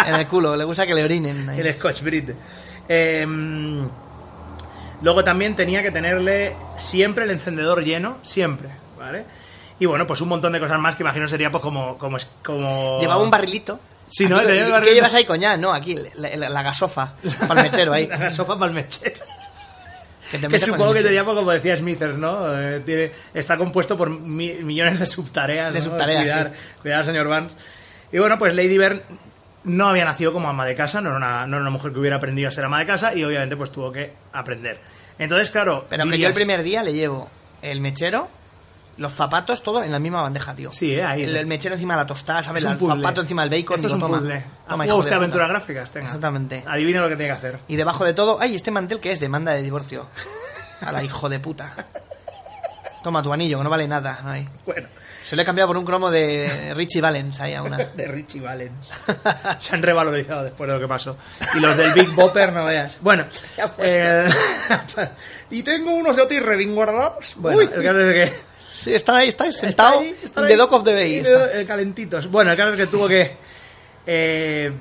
H: en el culo, le gusta que le orinen. ahí.
G: El Scotch Brite. Eh, luego también tenía que tenerle siempre el encendedor lleno, siempre, ¿vale? Y bueno, pues un montón de cosas más que imagino sería pues como... como, es- como...
H: Llevaba un barrilito.
G: Sí, ¿no?
H: Aquí,
G: Tenía el
H: ¿y
G: barrilito.
H: ¿Qué llevas ahí, coña? No, aquí, la, la- la gasofa, para el mechero ahí.
G: La sopa para el mechero.
H: Que, te
G: Que
H: metas con
G: supongo
H: el
G: que
H: mechero.
G: tenía, pues, como decía Smithers, ¿no? Eh, tiene- está compuesto por mi- millones de subtareas.
H: De
G: ¿no?
H: subtareas,
G: Cuidar, cuidar al señor Vance. Y bueno, pues Lady Bird no había nacido como ama de casa, no era, una, no era una mujer que hubiera aprendido a ser ama de casa y obviamente pues tuvo que aprender. Entonces, claro.
H: Pero que yo
G: dirías-
H: el primer día le llevo el mechero, los zapatos, todo en la misma bandeja, tío.
G: Sí, eh, ahí.
H: El, el mechero encima de la tostada, ¿sabes?
G: Es un
H: El
G: puzzle.
H: zapato encima del bacon.
G: Esto
H: digo,
G: es un
H: toma.
G: puzzle. Ha
H: Toma,
G: jugado
H: hijo de
G: usted
H: puta.
G: aventuras gráficas, tenga.
H: Exactamente.
G: Adivina lo que tiene que hacer.
H: Y debajo de todo, ay, este mantel que es demanda de divorcio. A la hijo de puta. Toma tu anillo, que no vale nada. Ay.
G: Bueno,
H: Se lo he cambiado por un cromo de Richie Valens ahí a una.
G: de Richie Valens. Se han revalorizado después de lo que pasó. Y los del Big Bopper, no veas. Bueno, eh, y tengo unos de Otis Redding guardados. Bueno,
H: Uy.
G: el caso es que.
H: Sí, está ahí, está ahí,
G: Está
H: sentado.
G: ahí, está
H: en
G: ahí.
H: The Dock of the Bay.
G: Y
H: está.
G: de- eh, calentitos. Bueno, el caso es que tuvo que. eh,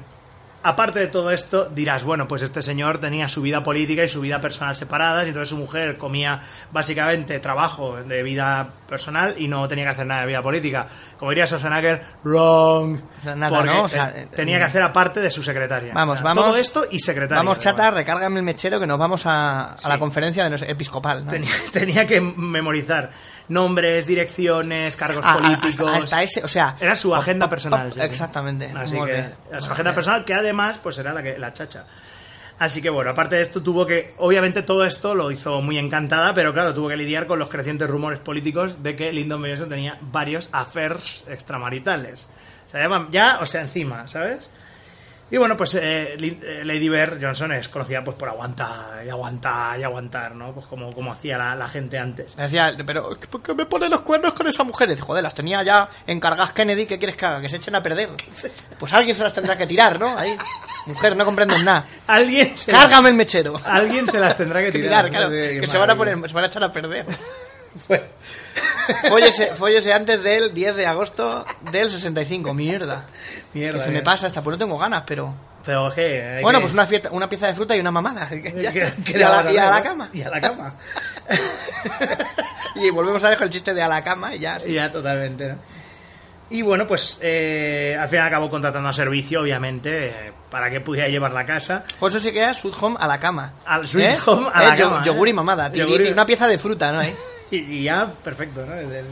G: aparte de todo esto, dirás, bueno, pues este señor tenía su vida política y su vida personal separadas, y entonces su mujer comía básicamente trabajo de vida personal y no tenía que hacer nada de vida política. Como diría Schwarzenegger, wrong.
H: O sea, nada,
G: Porque,
H: ¿no? O sea,
G: eh,
H: eh,
G: tenía que hacer aparte de su secretaria.
H: Vamos,
G: O sea,
H: vamos.
G: Todo esto y secretaria.
H: Vamos,
G: además.
H: chata, recárgame el mechero que nos vamos a, a la
G: Sí.
H: conferencia de no sé, episcopal. ¿no? Ah,
G: Tenía, tenía que memorizar nombres, direcciones, cargos
H: Ah, ah, hasta-
G: políticos.
H: hasta ese, o sea,
G: Era su
H: pop,
G: agenda
H: pop,
G: personal.
H: pop,
G: sí, sí.
H: exactamente.
G: Así
H: Muy
G: que,
H: bien. Eh,
G: a su
H: Muy
G: agenda
H: bien.
G: personal, que además, pues era la, que, la chacha. Así que bueno, aparte de esto, tuvo que. Obviamente todo esto lo hizo muy encantada, pero claro, tuvo que lidiar con los crecientes rumores políticos de que Lyndon B. Johnson tenía varios affairs extramaritales. O sea, ya, van- ya, o sea, encima, ¿sabes? Y bueno, pues eh, Lin- eh, Lady Bear Johnson es conocida pues por aguantar y aguantar y aguantar, ¿no? Pues como, como hacía la, la gente antes.
H: Me decía, pero ¿por qué me pone los cuernos con esa mujer? Y dice, joder, las tenía ya encargadas Kennedy, ¿qué quieres que haga? Que se echen a perder. Pues alguien se las tendrá que tirar, ¿no? Ahí, mujer, no comprendes nada.
G: Alguien se,
H: Cárgame el mechero.
G: alguien se las tendrá que
H: Que
G: tirar.
H: tirar, claro,
G: ¿no? Ah, Qué
H: que se van a
G: maravilla.
H: poner, se van a echar a perder.
G: Bueno.
H: Fóllese, fóllese antes del 10 de agosto del 65, mierda.
G: Mierda,
H: que se
G: mierda.
H: me pasa hasta, pues no tengo ganas, pero...
G: Pero, ¿qué? Hay
H: bueno,
G: que-
H: pues una, fiesta, una pieza de fruta y una mamada. que ya
G: que-
H: está.
G: que
H: y,
G: le
H: a
G: vamos
H: la, y a
G: dar,
H: la
G: ¿no?
H: cama.
G: Y a la cama.
H: Y volvemos a dejar el chiste de a la cama y ya. sí.
G: Sí, ya, totalmente. ¿no? Y bueno, pues eh, al final acabó contratando a servicio, obviamente, eh, para que pudiera llevar la casa.
H: O Pues eso sí que era Sweet Home a la cama.
G: Al Sweet Home a
H: Eh,
G: la
H: yo-
G: cama, ¿eh?
H: Yogur y mamada. tiri-
G: Yogur y-
H: tiri- Una pieza de fruta, ¿no? eh?
G: Y, y ya, perfecto, ¿no? El- el-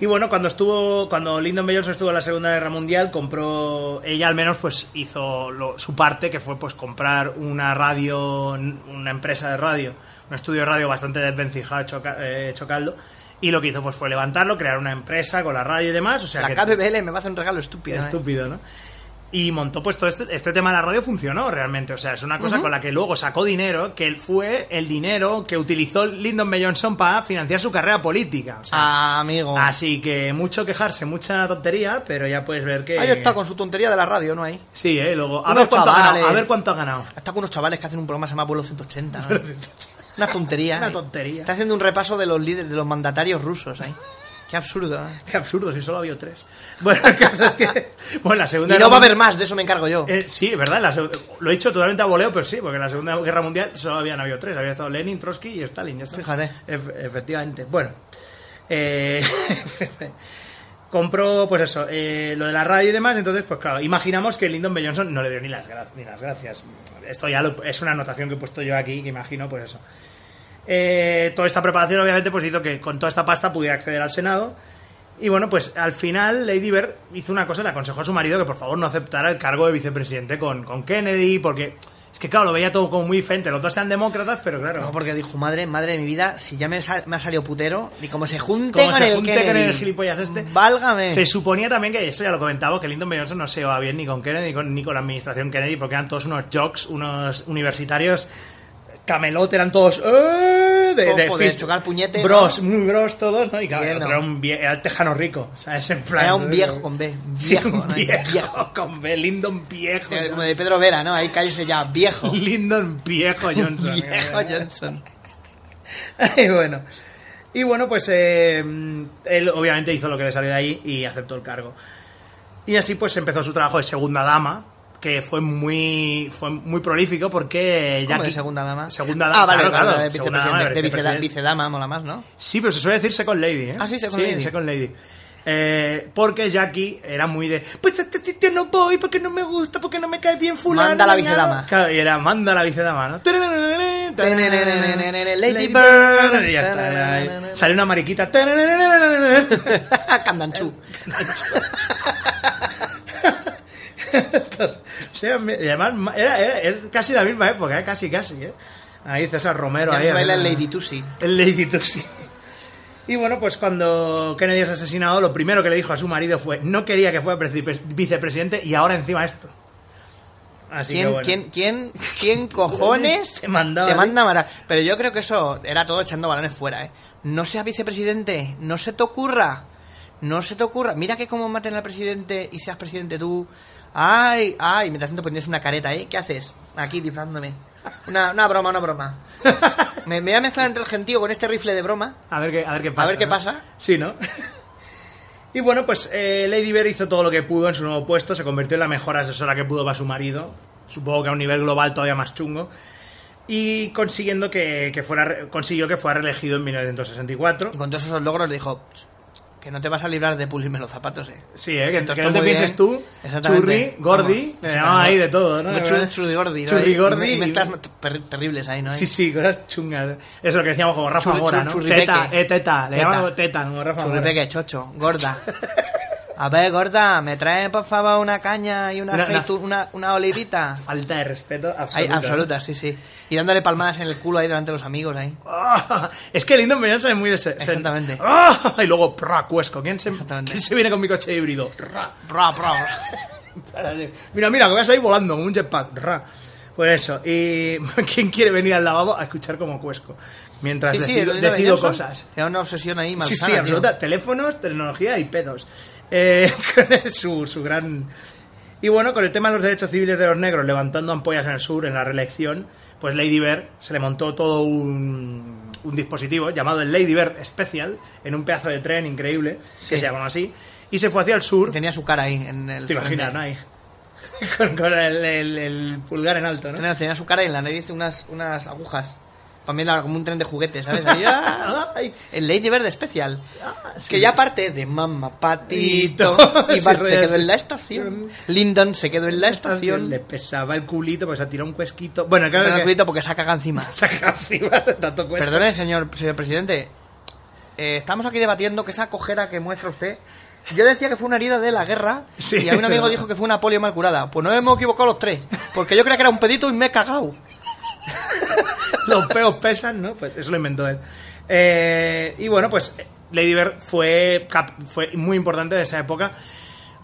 G: Y bueno, cuando estuvo, cuando Lyndon B. Johnson estuvo en la Segunda Guerra Mundial, compró, ella al menos pues hizo lo- su parte, que fue pues comprar una radio, una empresa de radio, un estudio de radio bastante desvencijado, hecho, ca- eh, hecho caldo, y lo que hizo pues fue levantarlo, crear una empresa con la radio y demás, o sea
H: La
G: que...
H: KBBL me va a hacer un regalo estúpido. ¿eh?
G: estúpido, ¿no? Y montó pues todo este, este tema de la radio funcionó realmente, o sea, es una cosa con la que luego sacó dinero, que fue el dinero que utilizó Lyndon B. Johnson para financiar su carrera política. o sea,
H: Ah, amigo.
G: Así que mucho quejarse, mucha tontería, pero ya puedes ver que...
H: Ahí está con su tontería de la radio, ¿no? Ahí.
G: Sí, eh, luego... A
H: Unos
G: ver, cuánto ha ganado, a
H: chavales.
G: ver cuánto ha ganado.
H: Está con unos chavales que hacen un programa que se llama Vuelo 180. ¿no? Una tontería.
G: Una
H: ¿eh?
G: tontería.
H: Está haciendo un repaso de los líderes, de los mandatarios rusos ahí. Qué absurdo. ¿eh?
G: Qué absurdo, si solo ha habido tres. Bueno, el caso es que... Bueno, la segunda...
H: Y no
G: Guerra
H: va a haber más, de eso me encargo yo.
G: Eh, sí, ¿verdad? La seg- lo he dicho totalmente a voleo, pero sí, porque en la Segunda Guerra Mundial solo habían habido tres. Había estado Lenin, Trotsky y Stalin. ya está.
H: Fíjate.
G: Ef- efectivamente. Bueno. eh, compró, pues eso, eh, lo de la radio y demás. Entonces, pues claro, imaginamos que Lyndon B. Johnson no le dio ni las, gra- ni las gracias. Esto ya lo- es una anotación que he puesto yo aquí, que imagino, pues eso. Eh, toda esta preparación, obviamente, pues hizo que con toda esta pasta pudiera acceder al Senado. Y bueno, pues al final Lady Bird hizo una cosa, le aconsejó a su marido que por favor no aceptara el cargo de vicepresidente con, con Kennedy, porque es que claro, lo veía todo como muy diferente. Los dos sean demócratas, pero claro.
H: No, porque dijo, madre, madre de mi vida, si ya me, sal- me ha salido putero, y como se junten
G: como
H: con
G: se
H: el
G: junte
H: Kennedy,
G: con el gilipollas este.
H: Válgame.
G: Se suponía también que, eso ya lo comentaba, que Lyndon B. Johnson no se va bien ni con Kennedy ni con, ni con la administración Kennedy, porque eran todos unos jocks, unos universitarios camelot, eran todos... ¡eh! De,
H: Poco de chocar puñete,
G: Bros,
H: ¿no?
G: muy bros todos, ¿no? Y claro,
H: Bien,
G: el otro
H: ¿no?
G: era, un vie- era el tejano rico, ¿sabes? En plan,
H: Era un viejo con B,
G: Sí,
H: viejo,
G: un
H: ¿no?
G: viejo,
H: Viejo.
G: con B, Lyndon viejo.
H: Eh, Como
G: Johnson.
H: de Pedro Vera, ¿no? Ahí cállese ya, viejo.
G: Lyndon viejo Johnson.
H: viejo Johnson.
G: y bueno. Y bueno, pues eh, él obviamente hizo lo que le salió de ahí y aceptó el cargo. Y así pues empezó su trabajo de segunda dama, que fue muy fue muy prolífico porque ya
H: ¿Cómo de segunda dama?
G: Segunda dama.
H: Ah, vale,
G: claro,
H: vale,
G: claro,
H: de
G: segunda dama,
H: vicepresidente. de viceda-
G: vicepresidente.
H: vicedama, mola más, ¿no?
G: Sí, pero se suele decir Second Lady, ¿eh?
H: Ah, sí, Second Lady.
G: Second Lady. Eh, porque Jackie era muy de pues a este sitio no voy porque no me gusta porque no me cae bien fulano
H: Manda la
G: mañana".
H: vicedama.
G: claro, y era manda la vicedama ¿no?
H: Lady Bird.
G: y ya está era ahí. sale una mariquita total
H: Candanchú.
G: o sea, me- y además ma- era, era- es casi la misma época ¿eh? casi casi ¿eh? ahí César Romero
H: Ya
G: ahí
H: me baila
G: ahí,
H: el
G: ahí.
H: Lady Tusi.
G: El Lady Tusi. Y bueno, pues cuando Kennedy es asesinado, lo primero que le dijo a su marido fue, no quería que fuera preci- vicepresidente y ahora encima esto. Así
H: ¿Quién,
G: que bueno.
H: quién, quién, quién cojones
G: Te mandaba,
H: te
G: ¿eh?
H: manda a matar? Pero yo creo que eso era todo echando balones fuera, ¿eh? No seas vicepresidente, no se te ocurra, no se te ocurra. Mira que como maten al presidente y seas presidente tú. Ay, ay, mientras tanto ponías una careta, ¿eh? ¿Qué haces? Aquí disfrazándome. Una, una broma, una broma. Me, me voy a mezclar entre el gentío con este rifle de broma.
G: A ver qué, a ver qué pasa.
H: ver qué
G: ¿no?
H: pasa.
G: Sí, ¿no? Y bueno, pues eh, Lady Bear hizo todo lo que pudo en su nuevo puesto, se convirtió en la mejor asesora que pudo para su marido, supongo que a un nivel global todavía más chungo, y consiguiendo que, que fuera, re- consiguió que fuera reelegido en 1964.
H: Y con todos esos logros le dijo, que no te vas a librar de pulirme los zapatos, ¿eh?
G: Sí, ¿eh? que,
H: Entonces,
G: que
H: todo
G: no te
H: muy
G: pienses
H: bien.
G: tú,
H: Exactamente.
G: Churri, Gordi,
H: Vamos.
G: le llamaban ahí de todo, ¿no?
H: Churri, churri Gordi. ¿no?
G: Churri
H: Y-
G: Gordi.
H: Y mezclas ter- terribles ahí, ¿no?
G: Sí, sí, cosas chungas. Es lo que decíamos como Rafa
H: Churri-
G: Mora,
H: chur-
G: ¿no?
H: churripeque.
G: Teta, eh, teta. Le
H: Teta.
G: llamaban teta, como Rafa Mora.
H: Churripeque, chocho, gorda. A ver, gorda, ¿me traes por favor una caña y una,
G: Una-
H: aceitu- una, una olivita?
G: Falta de respeto
H: Ahí,
G: absoluta.
H: absoluta, sí, sí. Y dándole palmadas en el culo ahí delante de los amigos ahí.
G: Ah, es que Lyndon Johnson es muy de ese- ese-
H: Exactamente.
G: Ah, y luego, pra, cuesco. ¿Quién se,
H: Exactamente.
G: ¿quién se viene con mi coche híbrido? Ra.
H: Bra, bra, bra.
G: Mira, mira, que vas a ir volando con un jetpack. Ra. Pues eso. ¿Y quién quiere venir al lavabo a escuchar como cuesco? Mientras
H: Sí, sí,
G: decido,
H: el
G: decido
H: Johnson
G: cosas.
H: Tiene una obsesión ahí malsana,
G: Sí, sí,
H: tío.
G: absoluta. Teléfonos, tecnología y pedos. Eh, con el- su, su gran... Y bueno, con el tema de los derechos civiles de los negros levantando ampollas en el sur en la reelección, pues Lady Bird se le montó todo un, un dispositivo llamado el Lady Bird Special en un pedazo de tren increíble, que
H: Sí.
G: se llamaba así, y se fue hacia el sur.
H: Y Tenía su cara ahí en el
G: Te imaginas,
H: frente.
G: ¿no? Ahí. con con el, el- el pulgar en alto, ¿no?
H: Tenía, tenía su cara y en la nariz unas, unas agujas. Para mí era como un tren de juguetes, ¿sabes? Ahí, ¡ah!
G: Ay.
H: El Lady Verde especial.
G: Ah, sí.
H: Que ya parte de Mamá Patito.
G: Patito. Sí,
H: Y Bart se
G: rollo
H: quedó en la
G: así.
H: estación. Lyndon se quedó en la
G: Le
H: estación.
G: pesaba el culito porque se ha tirado un cuesquito. Bueno, claro que... Pues
H: Tranquilito porque se ha cagado encima.
G: Saca arriba de tanto cuesco.
H: Perdone, señor, señor presidente. Eh, estamos aquí debatiendo que esa cojera que muestra usted. Yo decía que fue una herida de la guerra
G: Sí,
H: y a un amigo
G: pero-
H: dijo que fue una polio mal curada. Pues no hemos equivocado los tres, porque yo creía que era un pedito y me he cagado.
G: los peos pesan, ¿no? Pues eso lo inventó él. Eh, y bueno, pues Lady Bird fue, cap- fue muy importante en esa época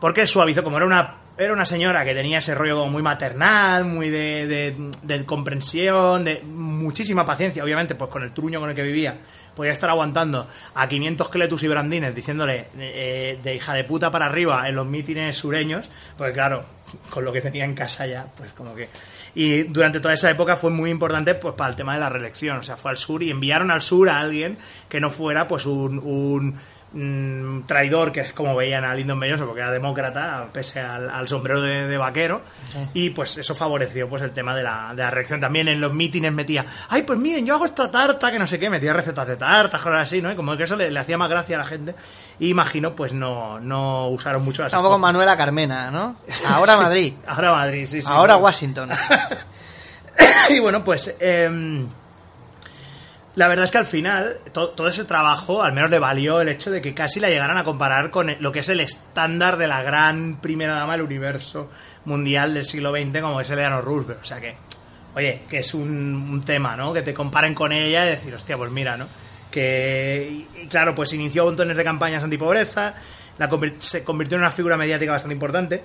G: porque suavizó, como era una, era una señora que tenía ese rollo como muy maternal, muy de, de- de comprensión, de muchísima paciencia, obviamente, pues con el truño con el que vivía. Podía estar aguantando a 500 cletus y brandines diciéndole eh, de hija de puta para arriba en los mítines sureños, porque claro, con lo que tenía en casa ya, pues como que... Y durante toda esa época fue muy importante pues para el tema de la reelección, o sea, fue al sur y enviaron al sur a alguien que no fuera pues un, un, mm, traidor, que es como veían a Lyndon B. Johnson, porque era demócrata, pese al, al sombrero de, de vaquero, y pues eso favoreció pues el tema de la, de la reacción. También en los mítines metía, ay, pues miren, yo hago esta tarta, que no sé qué, metía recetas de tartas, cosas así, ¿no? Y como que eso le, le hacía más gracia a la gente, y imagino pues no, no usaron mucho las
H: Estamos con Manuela Carmena, ¿no? Ahora Madrid,
G: Ahora Madrid, sí, sí.
H: ahora
G: Bueno.
H: Washington.
G: Y bueno, pues em, la verdad es que al final to- todo ese trabajo al menos le valió el hecho de que casi la llegaran a comparar con el- lo que es el estándar de la gran primera dama del universo mundial del siglo XX como es Eleanor Roosevelt. O sea que, oye, que es un, un tema, ¿no? Que te comparen con ella y decir, hostia, pues mira, ¿no? Que, y- y claro, pues inició montones de campañas antipobreza, la convir- se convirtió en una figura mediática bastante importante.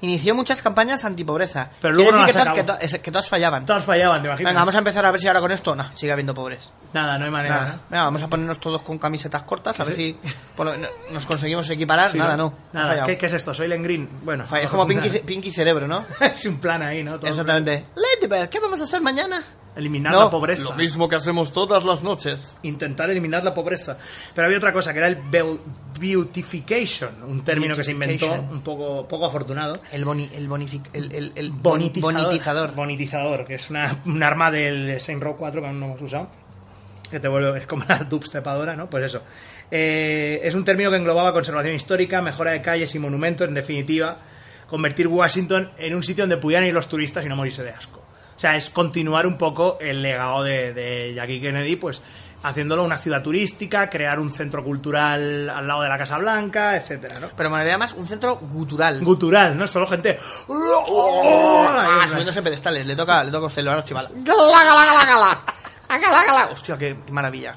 H: Inició muchas campañas antipobreza.
G: Pero luego
H: Quiere
G: no
H: decir
G: las
H: que,
G: acabó.
H: todas, que to- es- que todas fallaban.
G: Todas fallaban, te imaginas.
H: Venga, vamos a empezar a ver si ahora con esto, no, sigue habiendo pobres.
G: Nada, no hay manera,
H: Nada.
G: ¿no?
H: Venga, vamos a ponernos todos con camisetas cortas, a ver si por lo menos nos conseguimos equiparar.
G: Sí,
H: nada, no. ha
G: Nada,
H: fallado.
G: ¿Qué, qué es esto? ¿Soy Len Green? Bueno,
H: Falla- Es como Pinky, Pinky Cerebro, ¿no?
G: es un plan ahí, ¿no? Todo
H: Exactamente. Lady Bird, ¿qué vamos a hacer mañana?
G: Eliminar
H: No,
G: la pobreza.
H: que hacemos todas las noches.
G: Intentar eliminar la pobreza. Pero había otra cosa, que era el beau- beautification, un término que se inventó
H: Beautification.
G: un poco, poco afortunado.
H: El, boni, el, bonific- el, el, el boni-
G: Bonitizador.
H: bonitizador.
G: Bonitizador, que es una, un arma del Saint Row 4 que aún no hemos usado. Que te vuelve, es como la dubstepadora, ¿no? Pues eso. Eh, es un término que englobaba conservación histórica, mejora de calles y monumentos, en definitiva, convertir Washington en un sitio donde pudieran ir los turistas y no morirse de asco. O sea, es continuar un poco el legado de, de Jackie Kennedy, pues haciéndolo una ciudad turística, crear un centro cultural al lado de la Casa Blanca, etcétera, ¿no?
H: Pero me molaría más un centro gutural.
G: Cultural, ¿no? Solo gente... ¡Oh!
H: Oh, Ah, subiéndose pedestales. Le toca, le toca a usted, lo hará chival. ¡Gala, gala, gala, gala! hágala, hágala. Hostia, qué, qué maravilla.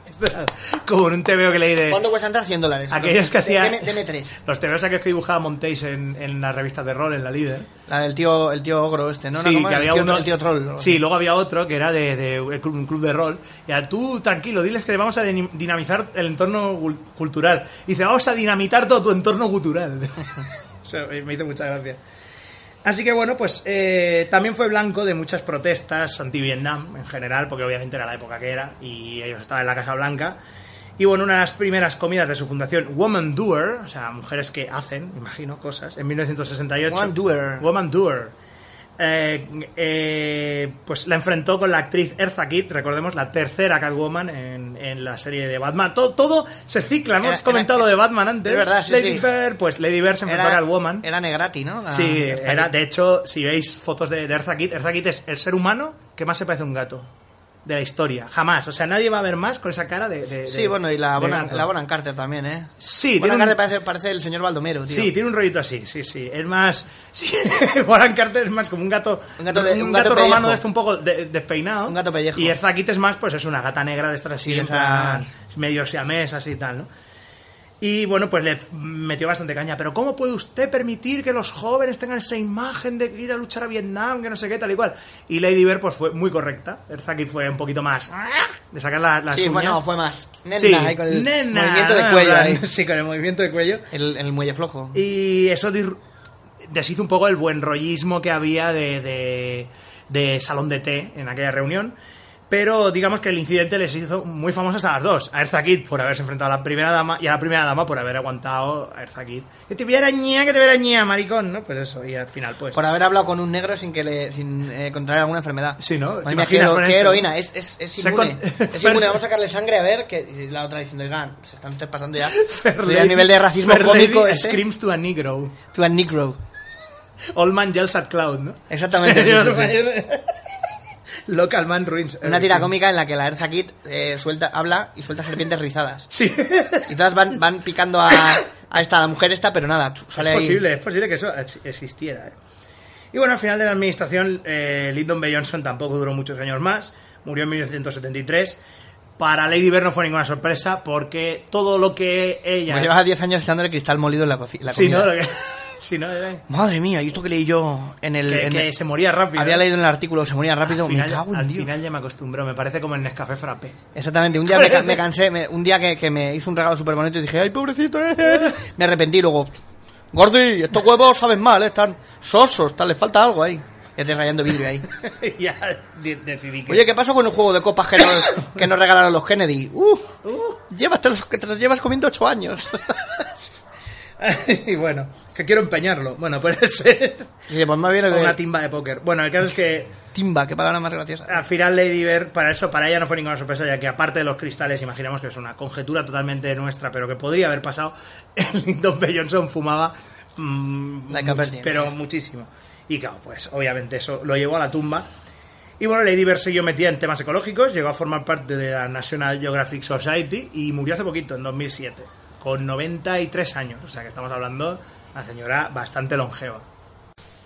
G: Como en un TVO que leí de...
H: ¿Cuánto cuesta entrar? 100 dólares.
G: Eh, Aquellos que hacía...
H: Deme, deme tres.
G: Los TVOs aquellos que dibujaba Montéis en, en las revistas de rol, en la líder.
H: La del tío, el tío ogro este, ¿no? No,
G: sí,
H: ¿cómo
G: que
H: era?
G: había
H: el, tío,
G: uno-
H: el tío troll. ¿no?
G: Sí, luego había otro que era de, de un club- un club de rol. Y era, tú tranquilo, diles que vamos a dinim- dinamizar el entorno gul- cultural. Y dice, vamos a dinamitar todo tu entorno cultural. O sea, me me hizo mucha gracia. Así que bueno, pues eh, también fue blanco de muchas protestas anti-Vietnam en general, porque obviamente era la época que era y ellos estaban en la Casa Blanca. Y bueno, una de las primeras comidas de su fundación, Woman Doer, o sea, mujeres que hacen, imagino, cosas, en 1968.
H: Woman Doer.
G: Woman Doer. Eh, eh, pues la enfrentó con la actriz Erza Kitt, recordemos, la tercera Catwoman en, en la serie de Batman. Todo, todo se cicla, hemos
H: Era-
G: comentado
H: era-
G: lo de Batman antes.
H: Es verdad, sí,
G: Lady
H: sí.
G: Bird, pues Lady Bird se enfrentó a Catwoman.
H: era Negrati, ¿no? La-
G: Sí,
H: la-
G: era, de hecho, si veis fotos de, de Eartha Kitt, Eartha Kitt es el ser humano que más se parece a un gato de la historia. Jamás. O sea, nadie va a ver más con esa cara de. de- de-
H: Sí, bueno, y la
G: de
H: Bonan,
G: gato.
H: la Bonan Carter también, ¿eh?
G: Sí,
H: Bonan
G: tiene
H: Carter
G: un,
H: parece, parece el señor Baldomero, tío.
G: sí, tiene un rollito así, sí, sí. Es más. Sí, Boran Carter es más como un gato.
H: Un gato de- un gato
G: gato romano
H: pellejo.
G: de este un poco de- despeinado.
H: Un gato pellejo.
G: Y Eartha Kitt es más, pues es una gata negra de estas así,
H: Sí,
G: en
H: esa-
G: plan medio siamés, así y tal, ¿no? Y bueno, pues le metió bastante caña. Pero ¿cómo puede usted permitir que los jóvenes tengan esa imagen de ir a luchar a Vietnam, que no sé qué, tal y cual? Y Lady Bird pues fue muy correcta. Erzaki fue un poquito más... ¡ah! De sacar la- las
H: Sí,
G: uñas.
H: bueno, fue más. Nena,
G: Sí,
H: ahí con el
G: nena,
H: movimiento de
G: ¿no?
H: cuello.
G: En plan,
H: ahí.
G: Sí, con el movimiento de cuello.
H: El, el muelle flojo.
G: Y eso dir- deshizo un poco el buen rollismo que había de, de- de salón de té en aquella reunión. Pero digamos que el incidente les hizo muy famosas a las dos. A Erza Kitt por haberse enfrentado a la primera dama y a la primera dama por haber aguantado a Erza Kitt. Que te viera ña, que te viera ña, maricón, ¿no? Pues eso, y al final pues...
H: Por haber hablado con un negro sin que le sin eh, contraer alguna enfermedad.
G: Sí, ¿no? ¿Te
H: Madre mía, qué,
G: imaginas
H: hero-
G: con
H: qué
G: eso?
H: heroína. Es, es, es
G: Se
H: inmune.
G: con-
H: Es inmune.
G: Fer-
H: Vamos a sacarle sangre a ver. Que, y la otra diciendo, oigan, se están ustedes pasando ya.
G: Fair
H: Estoy a
G: Lady-
H: nivel de racismo
G: Fair Lady
H: cómico. Este.
G: Screams to a Negro.
H: To a negro.
G: All Man Yells at Cloud, ¿no?
H: Exactamente, sí, sí,
G: Local Man Ruins.
H: Una tira
G: everything.
H: cómica en la que la Erza Kid eh, suelta, habla y suelta serpientes rizadas.
G: Sí.
H: Y todas van, van picando a, a esta, a la mujer esta, pero nada, sale
G: es
H: ahí.
G: posible, es posible que eso ex- existiera. ¿eh? Y bueno, al final de la administración, eh, Lyndon B. Johnson tampoco duró muchos años más, murió en 1973. Para Lady Bird no fue ninguna sorpresa porque todo lo que ella...
H: Como llevas 10 Pues años echándole cristal molido en la, coci- la
G: Sí,
H: comida.
G: ¿no? Lo que- sí, ¿no? Era-
H: Madre mía, ¿y esto que leí yo en el...
G: Que,
H: en
G: que
H: el-
G: se moría rápido.
H: Había
G: ¿eh?
H: leído en el artículo, se moría rápido,
G: al
H: me
G: final,
H: cago en
G: al
H: Dios.
G: final ya me acostumbró, me parece como el Nescafé Frappé.
H: Exactamente, un día me, ca- me cansé, me- un día que, que me hizo un regalo súper bonito y dije, ay, pobrecito, eh, eh". me arrepentí y luego, Gordi, estos huevos saben mal, eh, están sosos, tal, les falta algo ahí. Ya te rayando vidrio ahí.
G: ya de- decidí que...
H: Oye, ¿qué pasó con el juego de copas que nos, que nos regalaron los Kennedy? Uh, llevas, te, los, que te los llevas comiendo ocho años.
G: y bueno, que quiero empeñarlo. Bueno, puede ser
H: Y dice, pues más bien
G: una
H: el que-
G: timba de póker. Bueno, el caso es que
H: timba, que pagaba más graciosa.
G: al final Lady Bird, para eso, para ella no fue ninguna sorpresa, ya que aparte de los cristales, imaginamos que es una conjetura totalmente nuestra, pero que podría haber pasado, Lyndon B. Johnson fumaba, mm,
H: Like a
G: much-
H: virgin,
G: pero
H: sí.
G: muchísimo. Y claro, pues obviamente eso lo llevó a la tumba. Y bueno, Lady Bird siguió metida en temas ecológicos, llegó a formar parte de la National Geographic Society y murió hace poquito, en 2007, con 93 años. O sea que estamos hablando de una señora bastante longeva.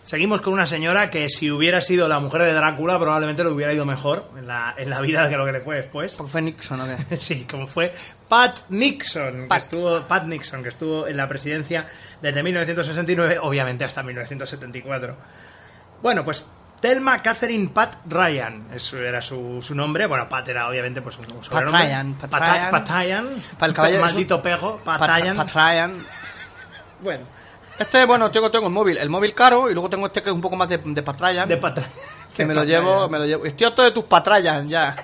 G: Seguimos con una señora que si hubiera sido la mujer de Drácula probablemente lo hubiera ido mejor en la, en la vida que lo que le fue después.
H: Porque fue Nixon, ¿o qué?
G: Sí, como fue Pat Nixon,
H: Pat.
G: que estuvo Pat Nixon, que estuvo en la presidencia desde 1969, obviamente hasta 1974. Bueno, pues Thelma Catherine Pat Ryan, eso era su, su nombre. Bueno, Pat era obviamente pues un un sobrenombre.
H: Ryan, Pat
G: Pata-
H: Ryan.
G: Pat Ryan.
H: Para el caballo de
G: maldito
H: su-
G: pego, Pat,
H: Pat-
G: Ryan.
H: Pat Ryan.
G: Bueno,
H: Este, bueno, tengo, tengo el móvil, el móvil caro, y luego tengo este que es un poco más de, de Pat Ryan,
G: de Pat Ryan.
H: que
G: De
H: me lo
G: Pat
H: llevo,
G: Ryan.
H: me lo llevo. Estoy harto de tus Pat Ryan, ya.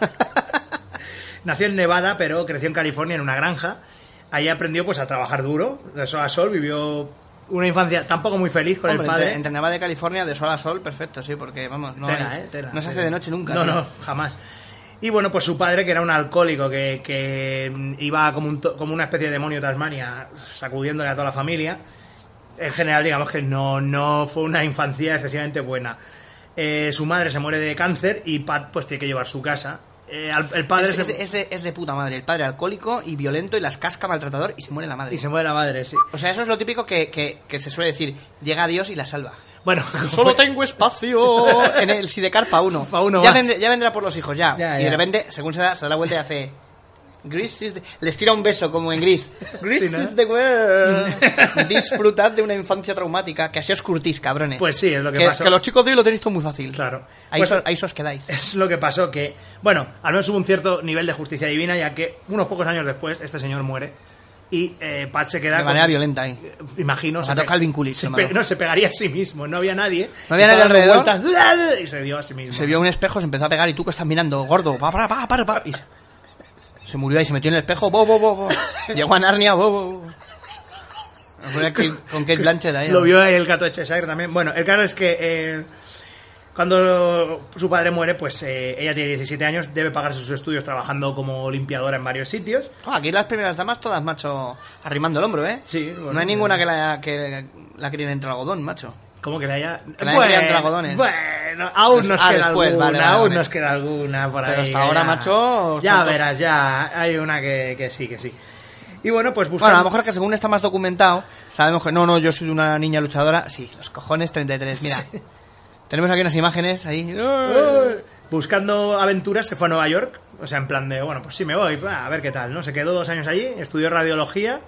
G: Nació en Nevada, pero creció en California en una granja. Allí aprendió pues a trabajar duro, de sol a sol, vivió una infancia tampoco muy feliz con
H: Hombre,
G: el padre.
H: entre, entre Nevada y California, de sol a sol, perfecto, sí, porque vamos, no,
G: Tela,
H: hay-
G: eh, tela,
H: no se hace
G: tela.
H: de noche nunca.
G: No,
H: tío.
G: no, jamás. Y bueno, pues su padre, que era un alcohólico, que, que, mm, iba como, un to- como una especie de demonio Tasmania, sacudiéndole a toda la familia, en general digamos que no, no fue una infancia excesivamente buena. Eh, su madre se muere de cáncer y Pat pues tiene que llevar su casa. Eh, al- el padre
H: Es,
G: se-
H: es de- es de, es de puta madre, el padre alcohólico y violento y las casca maltratador y se muere la madre.
G: y se muere la madre, sí.
H: O sea, eso es lo típico que, que- que se suele decir, llega Dios y la salva.
G: Bueno,
F: Solo tengo espacio.
H: Oh, en el Sidecarpa 1.
G: Pa' uno
H: ya,
G: más.
H: vende- ya vendrá por los hijos, ya.
G: Ya,
H: y
G: ya.
H: de repente, según se da, se da la vuelta y hace. Greece is the-" Les tira un beso, como en Gris. Greece
G: Sí, ¿no?
H: is the world. Disfrutad de una infancia traumática, que así os curtís, cabrones.
G: Pues sí, es lo que pasó.
H: Que los chicos de hoy lo tenéis todo muy fácil.
G: Claro.
H: Ahí,
G: Pues-
H: so- ahí so os quedáis.
G: es lo que pasó que, bueno, al menos hubo un cierto nivel de justicia divina, ya que unos pocos años después este señor muere y eh, Pat se queda...
H: De
G: con- Eh,
H: manera violenta ahí.
G: Imagino. se
H: mató
G: pe-
H: Calvin Coolidge,
G: se
H: lo
G: pe-
H: mató.
G: No, se pegaría a sí mismo. No había nadie.
H: No había
G: Y
H: nadie
G: estaba dando
H: alrededor.
G: vueltas, y se dio a sí mismo.
H: Se vio un espejo, se empezó a pegar y tú que estás mirando, gordo, pa, pa, pa, pa, pa, y se murió ahí, se metió en el espejo, bo, bo, bo, bo. Llegó a Narnia, bo, bo, bo. Con el Kate- Con Kate Blanchett ahí.
G: Lo
H: ¿no?
G: vio el gato de Cheshire también. Bueno, el caso es que eh, cuando su padre muere, pues eh, ella tiene 17 años, debe pagarse sus estudios trabajando como limpiadora en varios sitios.
H: Ah, aquí las primeras damas todas, macho, arrimando el hombro, ¿eh?
G: Sí, bueno,
H: no hay ninguna que la, que la críen entre algodón, macho.
G: Como que la haya...
H: Que la haya criado entre algodones.
G: bueno, aún nos
H: Ah,
G: queda
H: después,
G: alguna,
H: vale, vale,
G: aún
H: vale.
G: nos queda alguna por
H: Pero
G: ahí.
H: hasta ahora,
G: ya-
H: macho,
G: Ya
H: tantos-
G: verás, ya hay una que, que sí, que sí. Y bueno, pues buscar...
H: Bueno, a lo mejor que según está más documentado, sabemos que no, no, yo soy una niña luchadora. Sí, los cojones 33, mira. Tenemos aquí unas imágenes ahí.
G: Buscando aventuras se fue a Nueva York, o sea, en plan de, bueno, pues sí me voy, pa, a ver qué tal, ¿no? Se quedó dos años allí, estudió radiología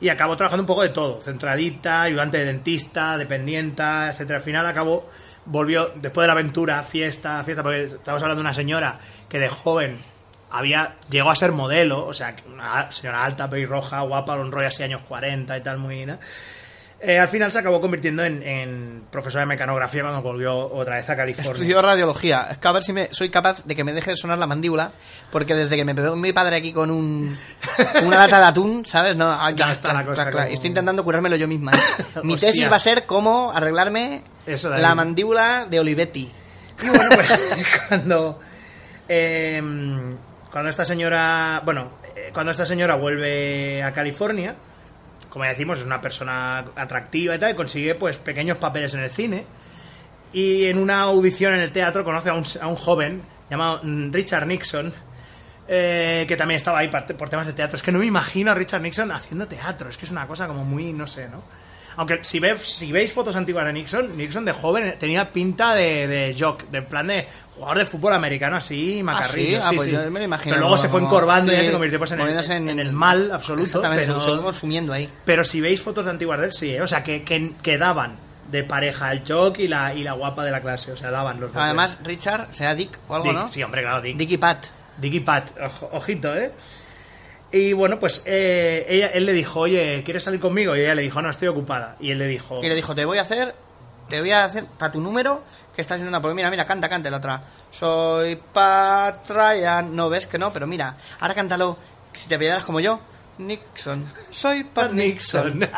G: y acabó trabajando un poco de todo, centralita, ayudante de dentista, dependienta, etcétera. Al final acabó, volvió, después de la aventura, fiesta, fiesta, porque estamos hablando de una señora que de joven había, llegó a ser modelo, o sea, una señora alta, pelirroja, guapa, un rollo así años 40 y tal, muy... ¿no? Eh, al final se acabó convirtiendo en, en profesora de mecanografía cuando volvió otra vez a California.
H: Estudió radiología. Es que a ver si me, soy capaz de que me deje de sonar la mandíbula, porque desde que me pegó mi padre aquí con un, una lata de atún, ¿sabes? No, ah,
G: Ya está la cosa como-
H: Estoy intentando curármelo yo misma. ¿eh? mi
G: Hostia.
H: tesis va a ser cómo arreglarme
G: Eso de ahí.
H: la mandíbula de Olivetti.
G: Y bueno, pues cuando. em, cuando esta señora. Bueno, eh, cuando esta señora vuelve a California, como ya decimos, es una persona atractiva y tal, y consigue pues pequeños papeles en el cine. Y en una audición en el teatro conoce a un, a un joven llamado mm, Richard Nixon. eh, que también estaba ahí par- por temas de teatro. Es que no me imagino a Richard Nixon haciendo teatro. Es que es una cosa como muy, no sé, ¿no? Aunque si, ve- si veis fotos antiguas de Nixon, Nixon de joven tenía pinta de, de jock, de en plan de jugador de fútbol americano así, macarrillo.
H: sí? Ah, pues yo me lo imagino
G: Pero luego se fue
H: como-
G: encorvando y ya
H: sí,
G: se convirtió pues, en, el,
H: moviéndose en-
G: en el mal absoluto.
H: Exactamente,
G: pero-
H: se fue consumiendo ahí.
G: pero si veis fotos de antiguas de él, sí, ¿eh? o sea, que, que, que daban de pareja el jock y la, y la guapa de la clase, o sea, daban los dos. ¿eh?
H: Además, Richard será Dick o algo,
G: Dick,
H: ¿no?
G: sí, hombre, claro, Dick.
H: Dick y Pat.
G: Dick y Pat, ojo- ojito, ¿eh? Y bueno, pues eh, ella, él le dijo, oye, ¿quieres salir conmigo? Y ella le dijo, no, estoy ocupada. Y él le dijo,
H: Y le dijo, te voy a hacer, te voy a hacer para tu número que estás en una porque mira, mira, canta, canta la otra. Soy Patrayan, no ves que no, pero mira, ahora cántalo, si te apellidas como yo, Nixon, soy Pat Nixon.
G: Nixon.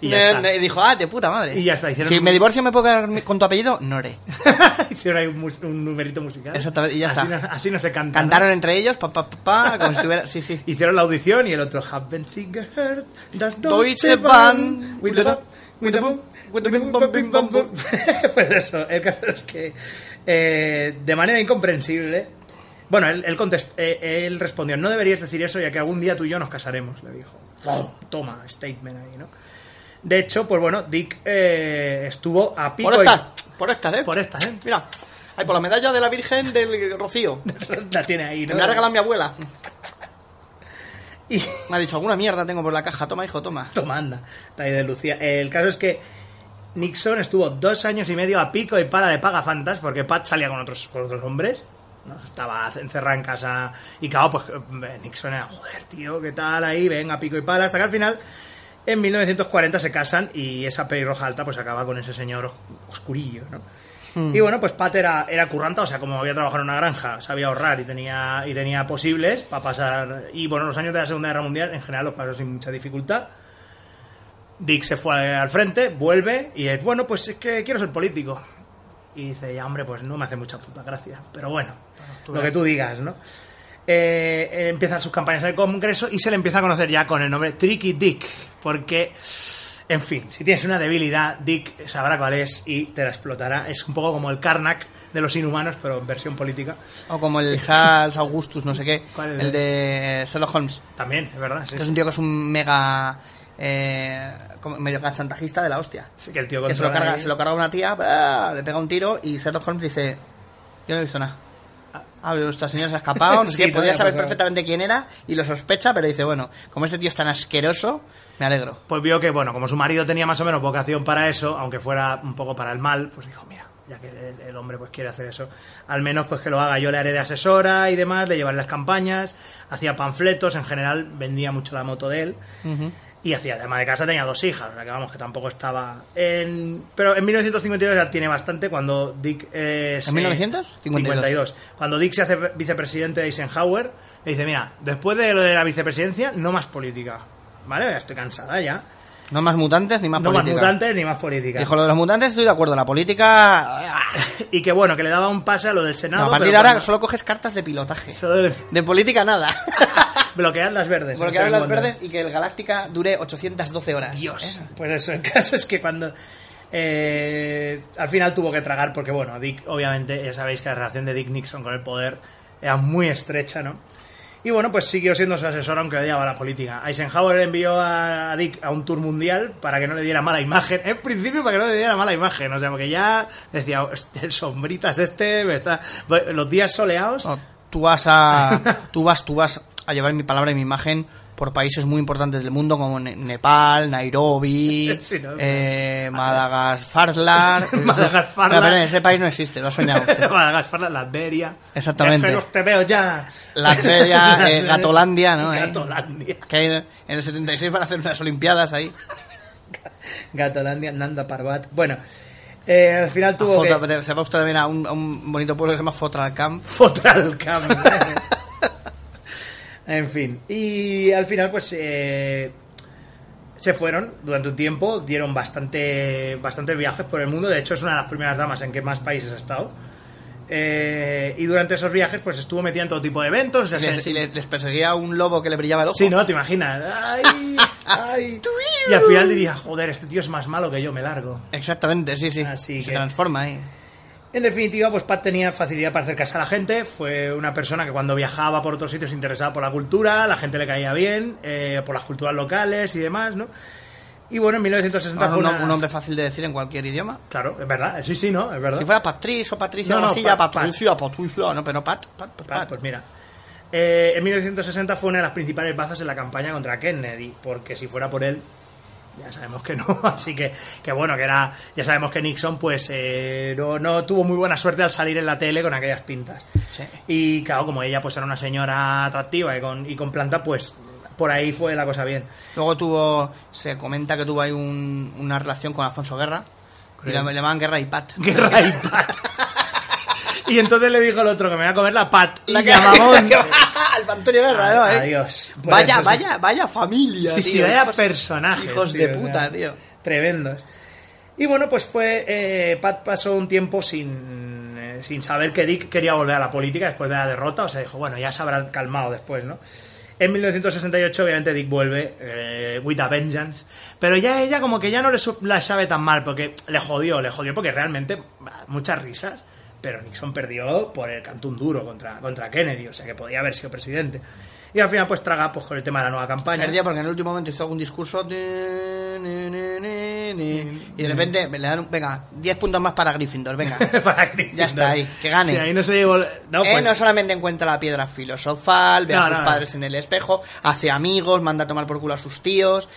G: y
H: Me-
G: ya está.
H: me dijo, ah, de puta madre.
G: Y ya está, hicieron
H: si
G: un-
H: me divorcio me puedo quedar mi- con tu apellido, Nore.
G: Hicieron ahí un, mus- un numerito musical.
H: Exactamente, y ya
G: así
H: está.
G: No, así no se canta. ¿no?
H: Cantaron entre ellos, pa, pa, pa, pa, como si estuviera, sí, sí.
G: Hicieron la audición y el otro Haben Sie gehört das
H: Deutsche
G: Deutsche
H: Bahn
G: Bahn with the bop, with the boom, with the bim, bom, bim, bom, bom. Pues eso, el caso es que eh, de manera incomprensible bueno, él, él, contest- eh, él respondió, no deberías decir eso ya que algún día tú y yo nos casaremos, le dijo. Wow, Toma, statement ahí, ¿no? De hecho, pues bueno, Dick eh, estuvo a pico...
H: Por
G: y-
H: estas, por estas, eh.
G: Por estas, ¿eh?
H: Mira, ahí por la medalla de la Virgen del Rocío.
G: La tiene ahí,
H: Que
G: ¿no?
H: me ha regalado mi abuela.
G: Y-
H: Me ha dicho, alguna mierda tengo por la caja. Toma, hijo, toma.
G: Tomanda, Talle de Lucía. El caso es que Nixon estuvo dos años y medio a pico y para de pagafantas porque Pat salía con otros, con otros hombres. ¿no? Estaba encerrada en casa y claro, pues eh, Nixon era, joder, tío, ¿qué tal ahí? Venga, pico y pala. Hasta que al final, en 1940 se casan y esa pelirroja alta pues acaba con ese señor oscurillo, ¿no? Y bueno, pues Pat era, era curranta, o sea, como había trabajado en una granja, sabía ahorrar y tenía, y tenía posibles para pasar... Y bueno, los años de la Segunda Guerra Mundial en general los pasó sin mucha dificultad. Dick se fue al frente, vuelve y es, bueno, pues es que quiero ser político. Y dice, ya hombre, pues no me hace mucha puta gracia, pero bueno, lo que tú digas, ¿no? Eh, eh, empiezan sus campañas en el Congreso y se le empieza a conocer ya con el nombre Tricky Dick, porque, en fin, si tienes una debilidad, Dick sabrá cuál es y te la explotará. Es un poco como el Karnak de los inhumanos, pero en versión política.
H: O como el Charles Augustus, no sé qué.
G: ¿Cuál es?
H: El de Sherlock Holmes.
G: También, es verdad. sí,
H: Que es
G: sí.
H: un tío que es un mega eh, como medio chantajista de la hostia.
G: Sí, que el tío
H: Que se lo,
G: controla
H: carga,
G: ahí.
H: se lo carga una tía, ¡ah! le pega un tiro y Sherlock Holmes dice, yo no he visto nada. Ah, pero esta señora se ha escapado, no sé
F: Sí,
H: qué, podría
F: podría
H: saber
F: pasar.
H: perfectamente quién era y lo sospecha, pero dice, bueno, como este tío es tan asqueroso, me alegro.
G: Pues vio que, bueno, como su marido tenía más o menos vocación para eso, aunque fuera un poco para el mal, pues dijo, mira, ya que el, el hombre pues quiere hacer eso, al menos pues que lo haga, yo le haré de asesora y demás, le llevaré las campañas, hacía panfletos, en general vendía mucho la moto de él. Y hacía de ama de casa, tenía dos hijas, o sea que vamos, que tampoco estaba en... Pero en 1952 ya tiene bastante cuando Dick eh, se-
H: 1952?
G: 52. Cuando Dick se hace vicepresidente de Eisenhower, le dice, mira, después de lo de la vicepresidencia, no más política. ¿Vale? Ya estoy cansada ya.
H: No más mutantes ni más
G: no
H: política.
G: más mutantes ni más política.
H: Dijo, lo de los mutantes estoy de acuerdo, la política...
G: Y que bueno, que le daba un pase a lo del Senado.
H: No, a partir
G: pero
H: de ahora
G: cuando-
H: solo coges cartas de pilotaje.
G: solo de-
H: De política nada.
G: bloquear las verdes.
H: Bloquear
G: no sé
H: las
G: cuántas.
H: verdes y que el Galáctica dure 812 horas.
G: Dios.
H: ¿eh?
G: Pues eso, el caso es que cuando. eh, al final tuvo que tragar, porque bueno, Dick, obviamente, ya sabéis que la relación de Dick Nixon con el poder era muy estrecha, ¿no? Y bueno, pues siguió siendo su asesor aunque odiaba la política. Eisenhower envió a a Dick a un tour mundial para que no le diera mala imagen. En principio para que no le diera mala imagen. O sea, porque ya decía, "Hostia, el sombritas este me está... Los días soleados...
H: No, tú vas a tú vas tú vas a llevar mi palabra y mi imagen por países muy importantes del mundo como Ne- Nepal, Nairobi,
G: Sí, no, no.
H: eh, Madagascar.
G: Madagascar.
H: No, perdón, ese país no existe, lo has soñado. usted.
G: Madagascar, Latveria.
H: Exactamente.
G: Pero te veo ya.
H: Latveria, eh, Gatolandia, ¿no? Eh,
G: Gatolandia.
H: Que hay- en el 76 van a hacer unas Olimpiadas ahí.
G: Gatolandia, Nanda Parbat. Bueno, eh, al final tuvo
H: A Fotra-
G: que...
H: Se va usted también a un, a un bonito pueblo que se llama Fotralcamp.
G: Fotralcam. en fin. Y al final, pues... eh, se fueron durante un tiempo, dieron bastante, bastantes viajes por el mundo. De hecho, es una de las primeras damas en que más países ha estado. Eh, y durante esos viajes, pues estuvo metida en todo tipo de eventos. ya
H: Y les,
G: sea-
H: y les- les perseguía un lobo que le brillaba el ojo.
G: Sí, ¿no? ¿Te imaginas? ¡Ay! ¡Ay! y al final diría, joder, este tío es más malo que yo, me largo.
H: Exactamente, sí, sí.
G: Así Ah,
H: se
G: que-
H: transforma ahí.
G: En definitiva, pues Pat tenía facilidad para acercarse a la gente, fue una persona que cuando viajaba por otros sitios se interesaba por la cultura, la gente le caía bien, eh, por las culturas locales y demás, ¿no? Y bueno, en 1960
H: Ahora
G: fue
H: un,
G: una...
H: Ah, un hombre fácil de decir en cualquier idioma.
G: Claro, es verdad, sí, sí, ¿no? Es verdad.
H: Si fuera Patricio o Patricia,
G: No,
H: no,
G: no,
H: así ya
G: Pat,
H: Patricia, Patricia, no, pero Pat, Pat, pues
G: Pat,
H: Pat.
G: pues mira. Eh, en 1960 fue una de las principales bazas en la campaña contra Kennedy, porque si fuera por él, ya sabemos que no. Así que, que bueno, que era. Ya sabemos que Nixon, pues, eh, no, no tuvo muy buena suerte al salir en la tele con aquellas pintas.
H: Sí.
G: Y claro, como ella, pues, era una señora atractiva y con, y con planta, pues, por ahí fue la cosa bien.
H: Luego tuvo, se comenta que tuvo ahí un- una relación con Alfonso Guerra. Y
G: Creo.
H: le, le llamaban Guerra y Pat.
G: Guerra y Pat. Y entonces le dijo el otro que me va a comer la Pat. Y
H: La que
G: llamaba un-
H: Al Antonio Guerra, ¿no? ¿eh?
G: Adiós. Por
H: Vaya,
G: eso sí.
H: vaya, vaya familia.
G: Sí,
H: tío.
G: sí, vaya
H: Hijos-
G: personajes.
H: Hijos
G: tío,
H: de
G: o sea,
H: puta, tío.
G: Tremendos. Y bueno, pues fue. eh, Pat pasó un tiempo sin, eh, sin saber que Dick quería volver a la política después de la derrota. O sea, dijo, bueno, ya se habrán calmado después, ¿no? En 1968, obviamente, Dick vuelve, eh, with a vengeance. Pero ya ella, como que ya no le su- la sabe tan mal, porque le jodió, le jodió, porque realmente, bah, muchas risas. Pero Nixon perdió por el cantón duro contra, contra Kennedy, o sea que podía haber sido presidente. Y al final, pues traga pues, con el tema de la nueva campaña.
H: Perdía porque en el último momento hizo algún discurso. ni, ni, ni, ni, ni, Y de repente le dan, un- venga, 10 puntos más para Gryffindor, venga.
G: para Gryffindor.
H: Ya está ahí, que gane.
G: Sí, ahí no se llevó. No,
H: Eh,
G: pues,
H: no solamente encuentra la piedra filosofal, ve a
G: No,
H: sus
G: no, no.
H: padres en el espejo, hace amigos, manda a tomar por culo a sus tíos.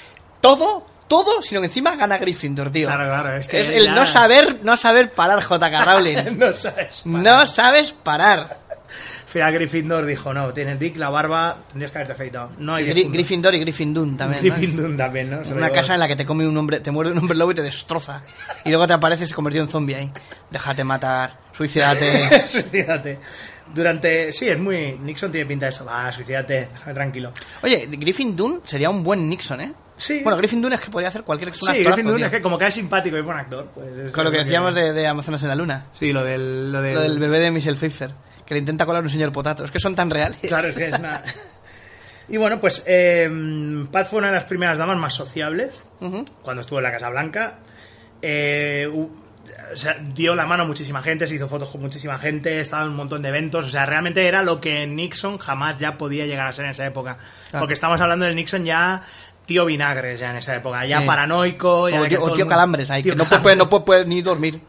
H: Todo, todo, sino que encima gana Gryffindor, tío.
G: Claro, claro, es que
H: el
G: ya-
H: no saber, no saber parar, J.K. Rowling.
G: no sabes.
H: no sabes parar.
G: Fira Gryffindor dijo: No, tienes Dick la barba, tendrías que haberte afeitado. No hay
H: Y Gry-
G: Gryffindor.
H: Gryffindor y Gryffindor también. ¿no?
G: Gryffindor también, ¿no? Se lo
H: Una
G: llevó.
H: casa en la que te come un hombre, te muerde un hombre lobo y te destroza. Y luego te apareces convertido en zombie ahí. Déjate matar, suicídate.
G: Suicídate. Durante. Sí, es muy. Nixon tiene pinta de eso. Va, suicídate, déjame tranquilo.
H: Oye, Griffin Dunn sería un buen Nixon, ¿eh?
G: Sí.
H: Bueno, Griffin Dunn es que podría hacer cualquier es un
G: sí,
H: actorazo,
G: Gryffindor
H: tío.
G: es que como cae simpático y buen actor. Pues, es
H: Con lo que decíamos de, de Amazonas en la Luna.
G: Sí, lo del. Lo del,
H: Lo del bebé de Michelle Pfeiffer, que le intenta colar un señor potato. Es que son tan reales.
G: Claro, es que es nada. Y bueno, pues eh, Pat fue una de las primeras damas más sociables
H: Ujú.
G: cuando estuvo en la Casa Blanca. Eh, u- o sea, dio la mano a muchísima gente, se hizo fotos con muchísima gente, estaba en un montón de eventos. O sea, realmente era lo que Nixon jamás ya podía llegar a ser en esa época.
H: Claro.
G: Porque estamos hablando del Nixon ya tío vinagres ya en esa época, ya
H: Sí.
G: paranoico. ya
H: o
G: que
H: tío,
G: todo
H: o
G: el
H: tío
G: mundo-
H: calambres ahí,
G: Tío
H: que no puede, pues,
G: calambres.
H: no puede- puede ni dormir.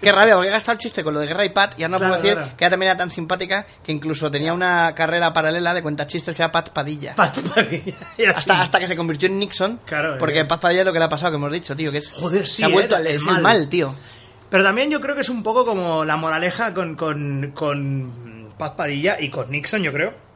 H: Qué rabia, porque he gastado el chiste con lo de guerra y Pat y ahora no
G: Claro,
H: puedo decir
G: claro.
H: que ella también era tan simpática que incluso tenía una carrera paralela de cuentas chistes que era Pat Padilla.
G: Pato Padilla, y así.
H: hasta, hasta que se convirtió en Nixon.
G: Claro,
H: porque
G: eh.
H: Paz Padilla es lo que le ha pasado, que hemos dicho, tío. Que es,
G: Joder, sí,
H: Se ha vuelto
G: eh,
H: al
G: el
H: es el
G: mal.
H: mal, tío.
G: Pero también yo creo que es un poco como la moraleja con, con, con Paz Padilla y con Nixon, yo creo.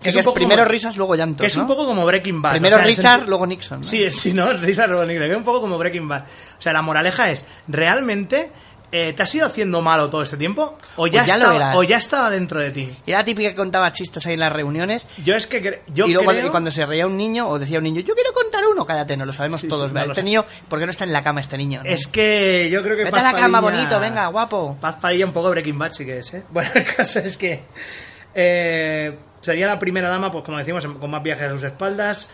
H: Sí,
G: un
H: que es
G: poco
H: primero
G: como-
H: risas, luego llantos.
G: Que es un
H: ¿no?
G: poco como Breaking Bad.
H: Primero
G: o sea, en el
H: Richard,
G: sentido-
H: luego Nixon. ¿no?
G: Sí, sí, ¿no? Richard Rodríguez, que es un poco como Breaking Bad. O sea, la moraleja es, ¿realmente eh, te has ido haciendo malo todo este tiempo? ¿O ya,
H: Pues ya lo
G: estaba,
H: eras.
G: o ya estaba dentro de ti?
H: Era la típica que contaba chistes ahí en las reuniones.
G: Yo es que cre- yo
H: y luego
G: creo-
H: y cuando se reía un niño o decía un niño, yo quiero contar uno, cállate, no lo sabemos
G: Sí,
H: todos.
G: sí,
H: ¿verdad?
G: no lo
H: este
G: sé.
H: niño, ¿por qué no está en la cama este niño? no?
G: Es que yo creo que...
H: Vete
G: Paz
H: a la cama,
G: Padilla-
H: bonito, venga, guapo.
G: Paz Padilla un poco Breaking Bad sí que es, ¿eh? Bueno, el caso es que eh, sería la primera dama, pues como decimos, con más viajes a sus espaldas.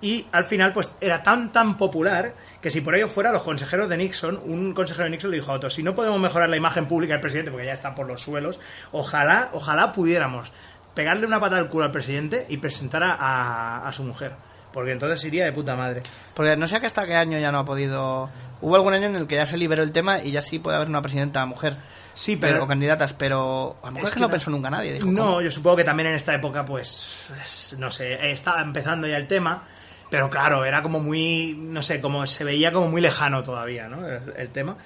G: Y al final, pues era tan, tan popular que si por ello fuera los consejeros de Nixon, un consejero de Nixon le dijo a otro, si no podemos mejorar la imagen pública del presidente, porque ya está por los suelos, ojalá, ojalá pudiéramos pegarle una patada al culo al presidente y presentar a, a- a su mujer. Porque entonces iría de puta madre.
H: Porque no sé que hasta qué año ya no ha podido. Hubo algún año en el que ya se liberó el tema y ya sí puede haber una presidenta mujer.
G: Sí,
H: Pero,
G: pero...
H: o candidatas, pero a lo mejor
G: Es
H: es que
G: que
H: no
G: no-
H: pensó nunca nadie. Dijo,
G: No,
H: ¿cómo?
G: yo supongo que también en esta época, pues, es- no sé, estaba empezando ya el tema, pero claro, era como muy, no sé, como se veía como muy lejano todavía, ¿no? El, el tema.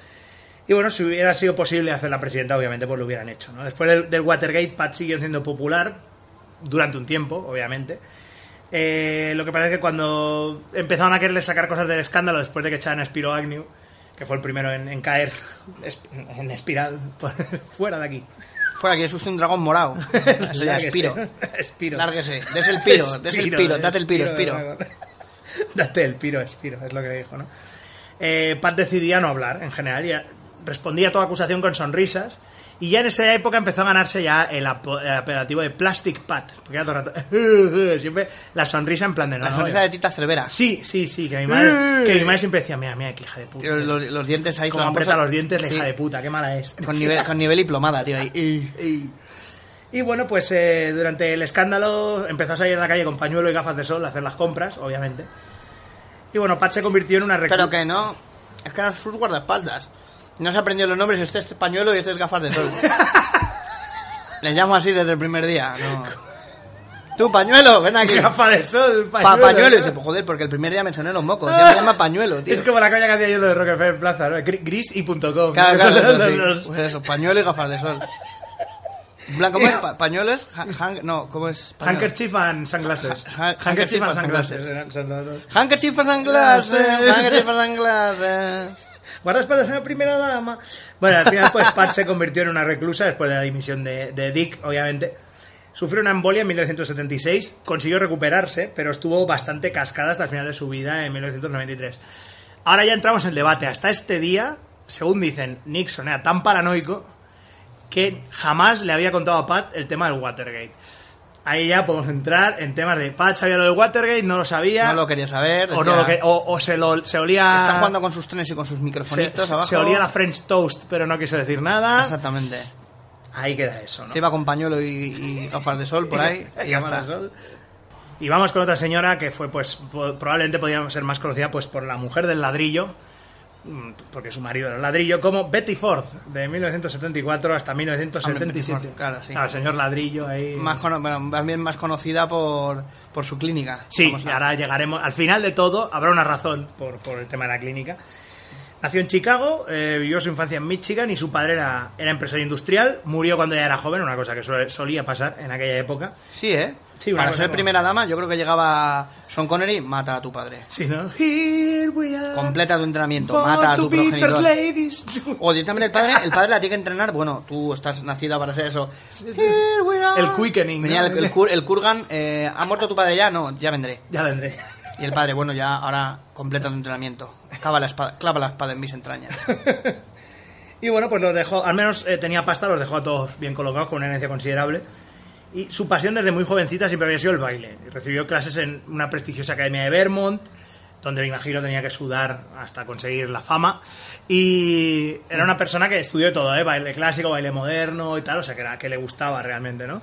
G: Y bueno, si hubiera sido posible hacer la presidenta, obviamente, pues lo hubieran hecho, ¿no? Después del, del Watergate, Pat siguió siendo popular durante un tiempo, obviamente. Eh, lo que pasa es que cuando empezaron a quererle sacar cosas del escándalo después de que echaran a Spiro Agnew, que fue el primero en, en caer es- en espiral por- fuera de aquí.
H: Fuera, quieres usted un dragón morado. Eso ya
G: Lárguese.
H: espiro.
G: Espiro.
H: Lárguese. Des el piro, des el
G: Espiro,
H: piro, date el piro,
G: espiro,
H: espiro.
G: Date el piro, espiro, es lo que dijo, ¿no? Eh, Pat decidía no hablar, en general, y respondía a toda acusación con sonrisas. Y ya en esa época empezó a ganarse ya el, apo- el apelativo de Plastic Pat. Porque era todo el rato, siempre la sonrisa en plan de no.
H: La
G: no,
H: sonrisa
G: yo-
H: de Tita Cervera.
G: Sí, sí, sí, que mi madre, que mi madre siempre decía, mira, mira, qué hija de puta.
H: Tío, los, los dientes ahí
G: Como
H: se han
G: aprieta
H: puesto-
G: los dientes, la
H: Sí,
G: hija de puta, qué mala es.
H: Con nivel, con nivel y plomada, tío. ahí. Y-
G: Y, y bueno, pues eh, durante el escándalo empezó a salir a la calle con pañuelo y gafas de sol a hacer las compras, obviamente. Y bueno, Pat se convirtió en una recu-
H: Pero que no. Es que eran sus guardaespaldas. No se aprendió los nombres. Este es pañuelo y este es gafas de sol. Les llamo así desde el primer día. No. Tú, pañuelo, ven aquí.
G: Gafa de sol,
H: Pa
G: pañuelo.
H: pañuelo. Y
G: ¿no?
H: dice, pues joder, porque el primer día me soné los mocos. Ya me llama pañuelo, tío.
G: Es como la coña que hacía yo lo de Rockefeller Plaza, ¿no? Gri- Gris y punto com.
H: Claro,
G: ¿no?
H: claro,
G: Son
H: claro, sí.
G: los- los-
H: Pues eso, pañuelo y gafas de sol. Blanco, ¿cómo es? Pa- ¿Pañuelo es? ha- hang- no, ¿cómo es? pañuelo?
G: Handkerchief and sunglasses.
H: Ha- ha-
G: Handkerchief and
H: handkerchief and
G: sunglasses.
H: sunglasses.
G: eran- son los dos.
H: Handkerchief and glasses,
G: Glasses.
H: handkerchief and glasses.
G: Guardaespaldas de la primera dama. Bueno, al final, pues Pat se convirtió en una reclusa después de la dimisión de, de Dick, obviamente. Sufrió una embolia en 1976, consiguió recuperarse, pero estuvo bastante cascada hasta el final de su vida en 1993. Ahora ya entramos en el debate. Hasta este día, según dicen, Nixon era tan paranoico que jamás le había contado a Pat el tema del Watergate. Ahí ya podemos entrar en temas de Pat sabía lo del Watergate, no lo sabía.
H: No lo quería saber.
G: o, no
H: decía,
G: lo que- o- o se, lo, se olía.
H: Está jugando con sus trenes y con sus
G: Se,
H: microfonitos abajo.
G: se olía la French Toast, pero no quiso decir nada.
H: Exactamente.
G: Ahí queda eso, ¿no?
H: Se iba con pañuelo y, y gafas de sol por ahí. y ya
G: Cámara
H: está.
G: Sol. Y vamos con otra señora que fue, pues, po- probablemente podíamos ser más conocida, pues, por la mujer del ladrillo, mm, porque su marido era un ladrillo, como Betty Ford, de 1974 hasta 1977.
H: Betty Ford, claro, sí.
G: el señor ladrillo ahí.
H: Más cono- bueno, más bien más conocida por, por su clínica.
G: Sí,
H: Vamos
G: y
H: a-
G: ahora llegaremos. Al final de todo, habrá una razón por, por el tema de la clínica. Nació en Chicago, eh, vivió su infancia en Michigan y su padre era, era empresario industrial. Murió cuando ella era joven, una cosa que suele- solía pasar en aquella época.
H: Sí, ¿eh?
G: Sí, una
H: Para
G: cosa
H: ser
G: como-
H: primera dama, yo creo que llegaba Sean Connery, mata a tu padre.
G: Sí, ¿no? Here we are,
H: Completa tu entrenamiento,
G: born
H: mata a
G: to
H: tu
G: be first
H: progenitor.
G: ladies.
H: O directamente el padre, el padre la tiene que entrenar. Bueno, tú estás nacida para hacer eso. Here we are.
G: El quickening,
H: Venía
G: ¿no?
H: el, el, Kur- el Kurgan, eh, ¿ha muerto tu padre ya? No, ya vendré.
G: Ya vendré.
H: Y el padre, bueno, ya ahora completa tu entrenamiento. Clava la espada, clava la espada en mis entrañas.
G: Y bueno, pues los dejó, al menos eh, tenía pasta, los dejó a todos bien colocados, con una herencia considerable. Y su pasión desde muy jovencita siempre había sido el baile. Recibió clases en una prestigiosa academia de Vermont, donde me imagino tenía que sudar hasta conseguir la fama. Y era una persona que estudió todo, ¿eh? baile clásico, baile moderno y tal, o sea, que, era, que le gustaba realmente, ¿no?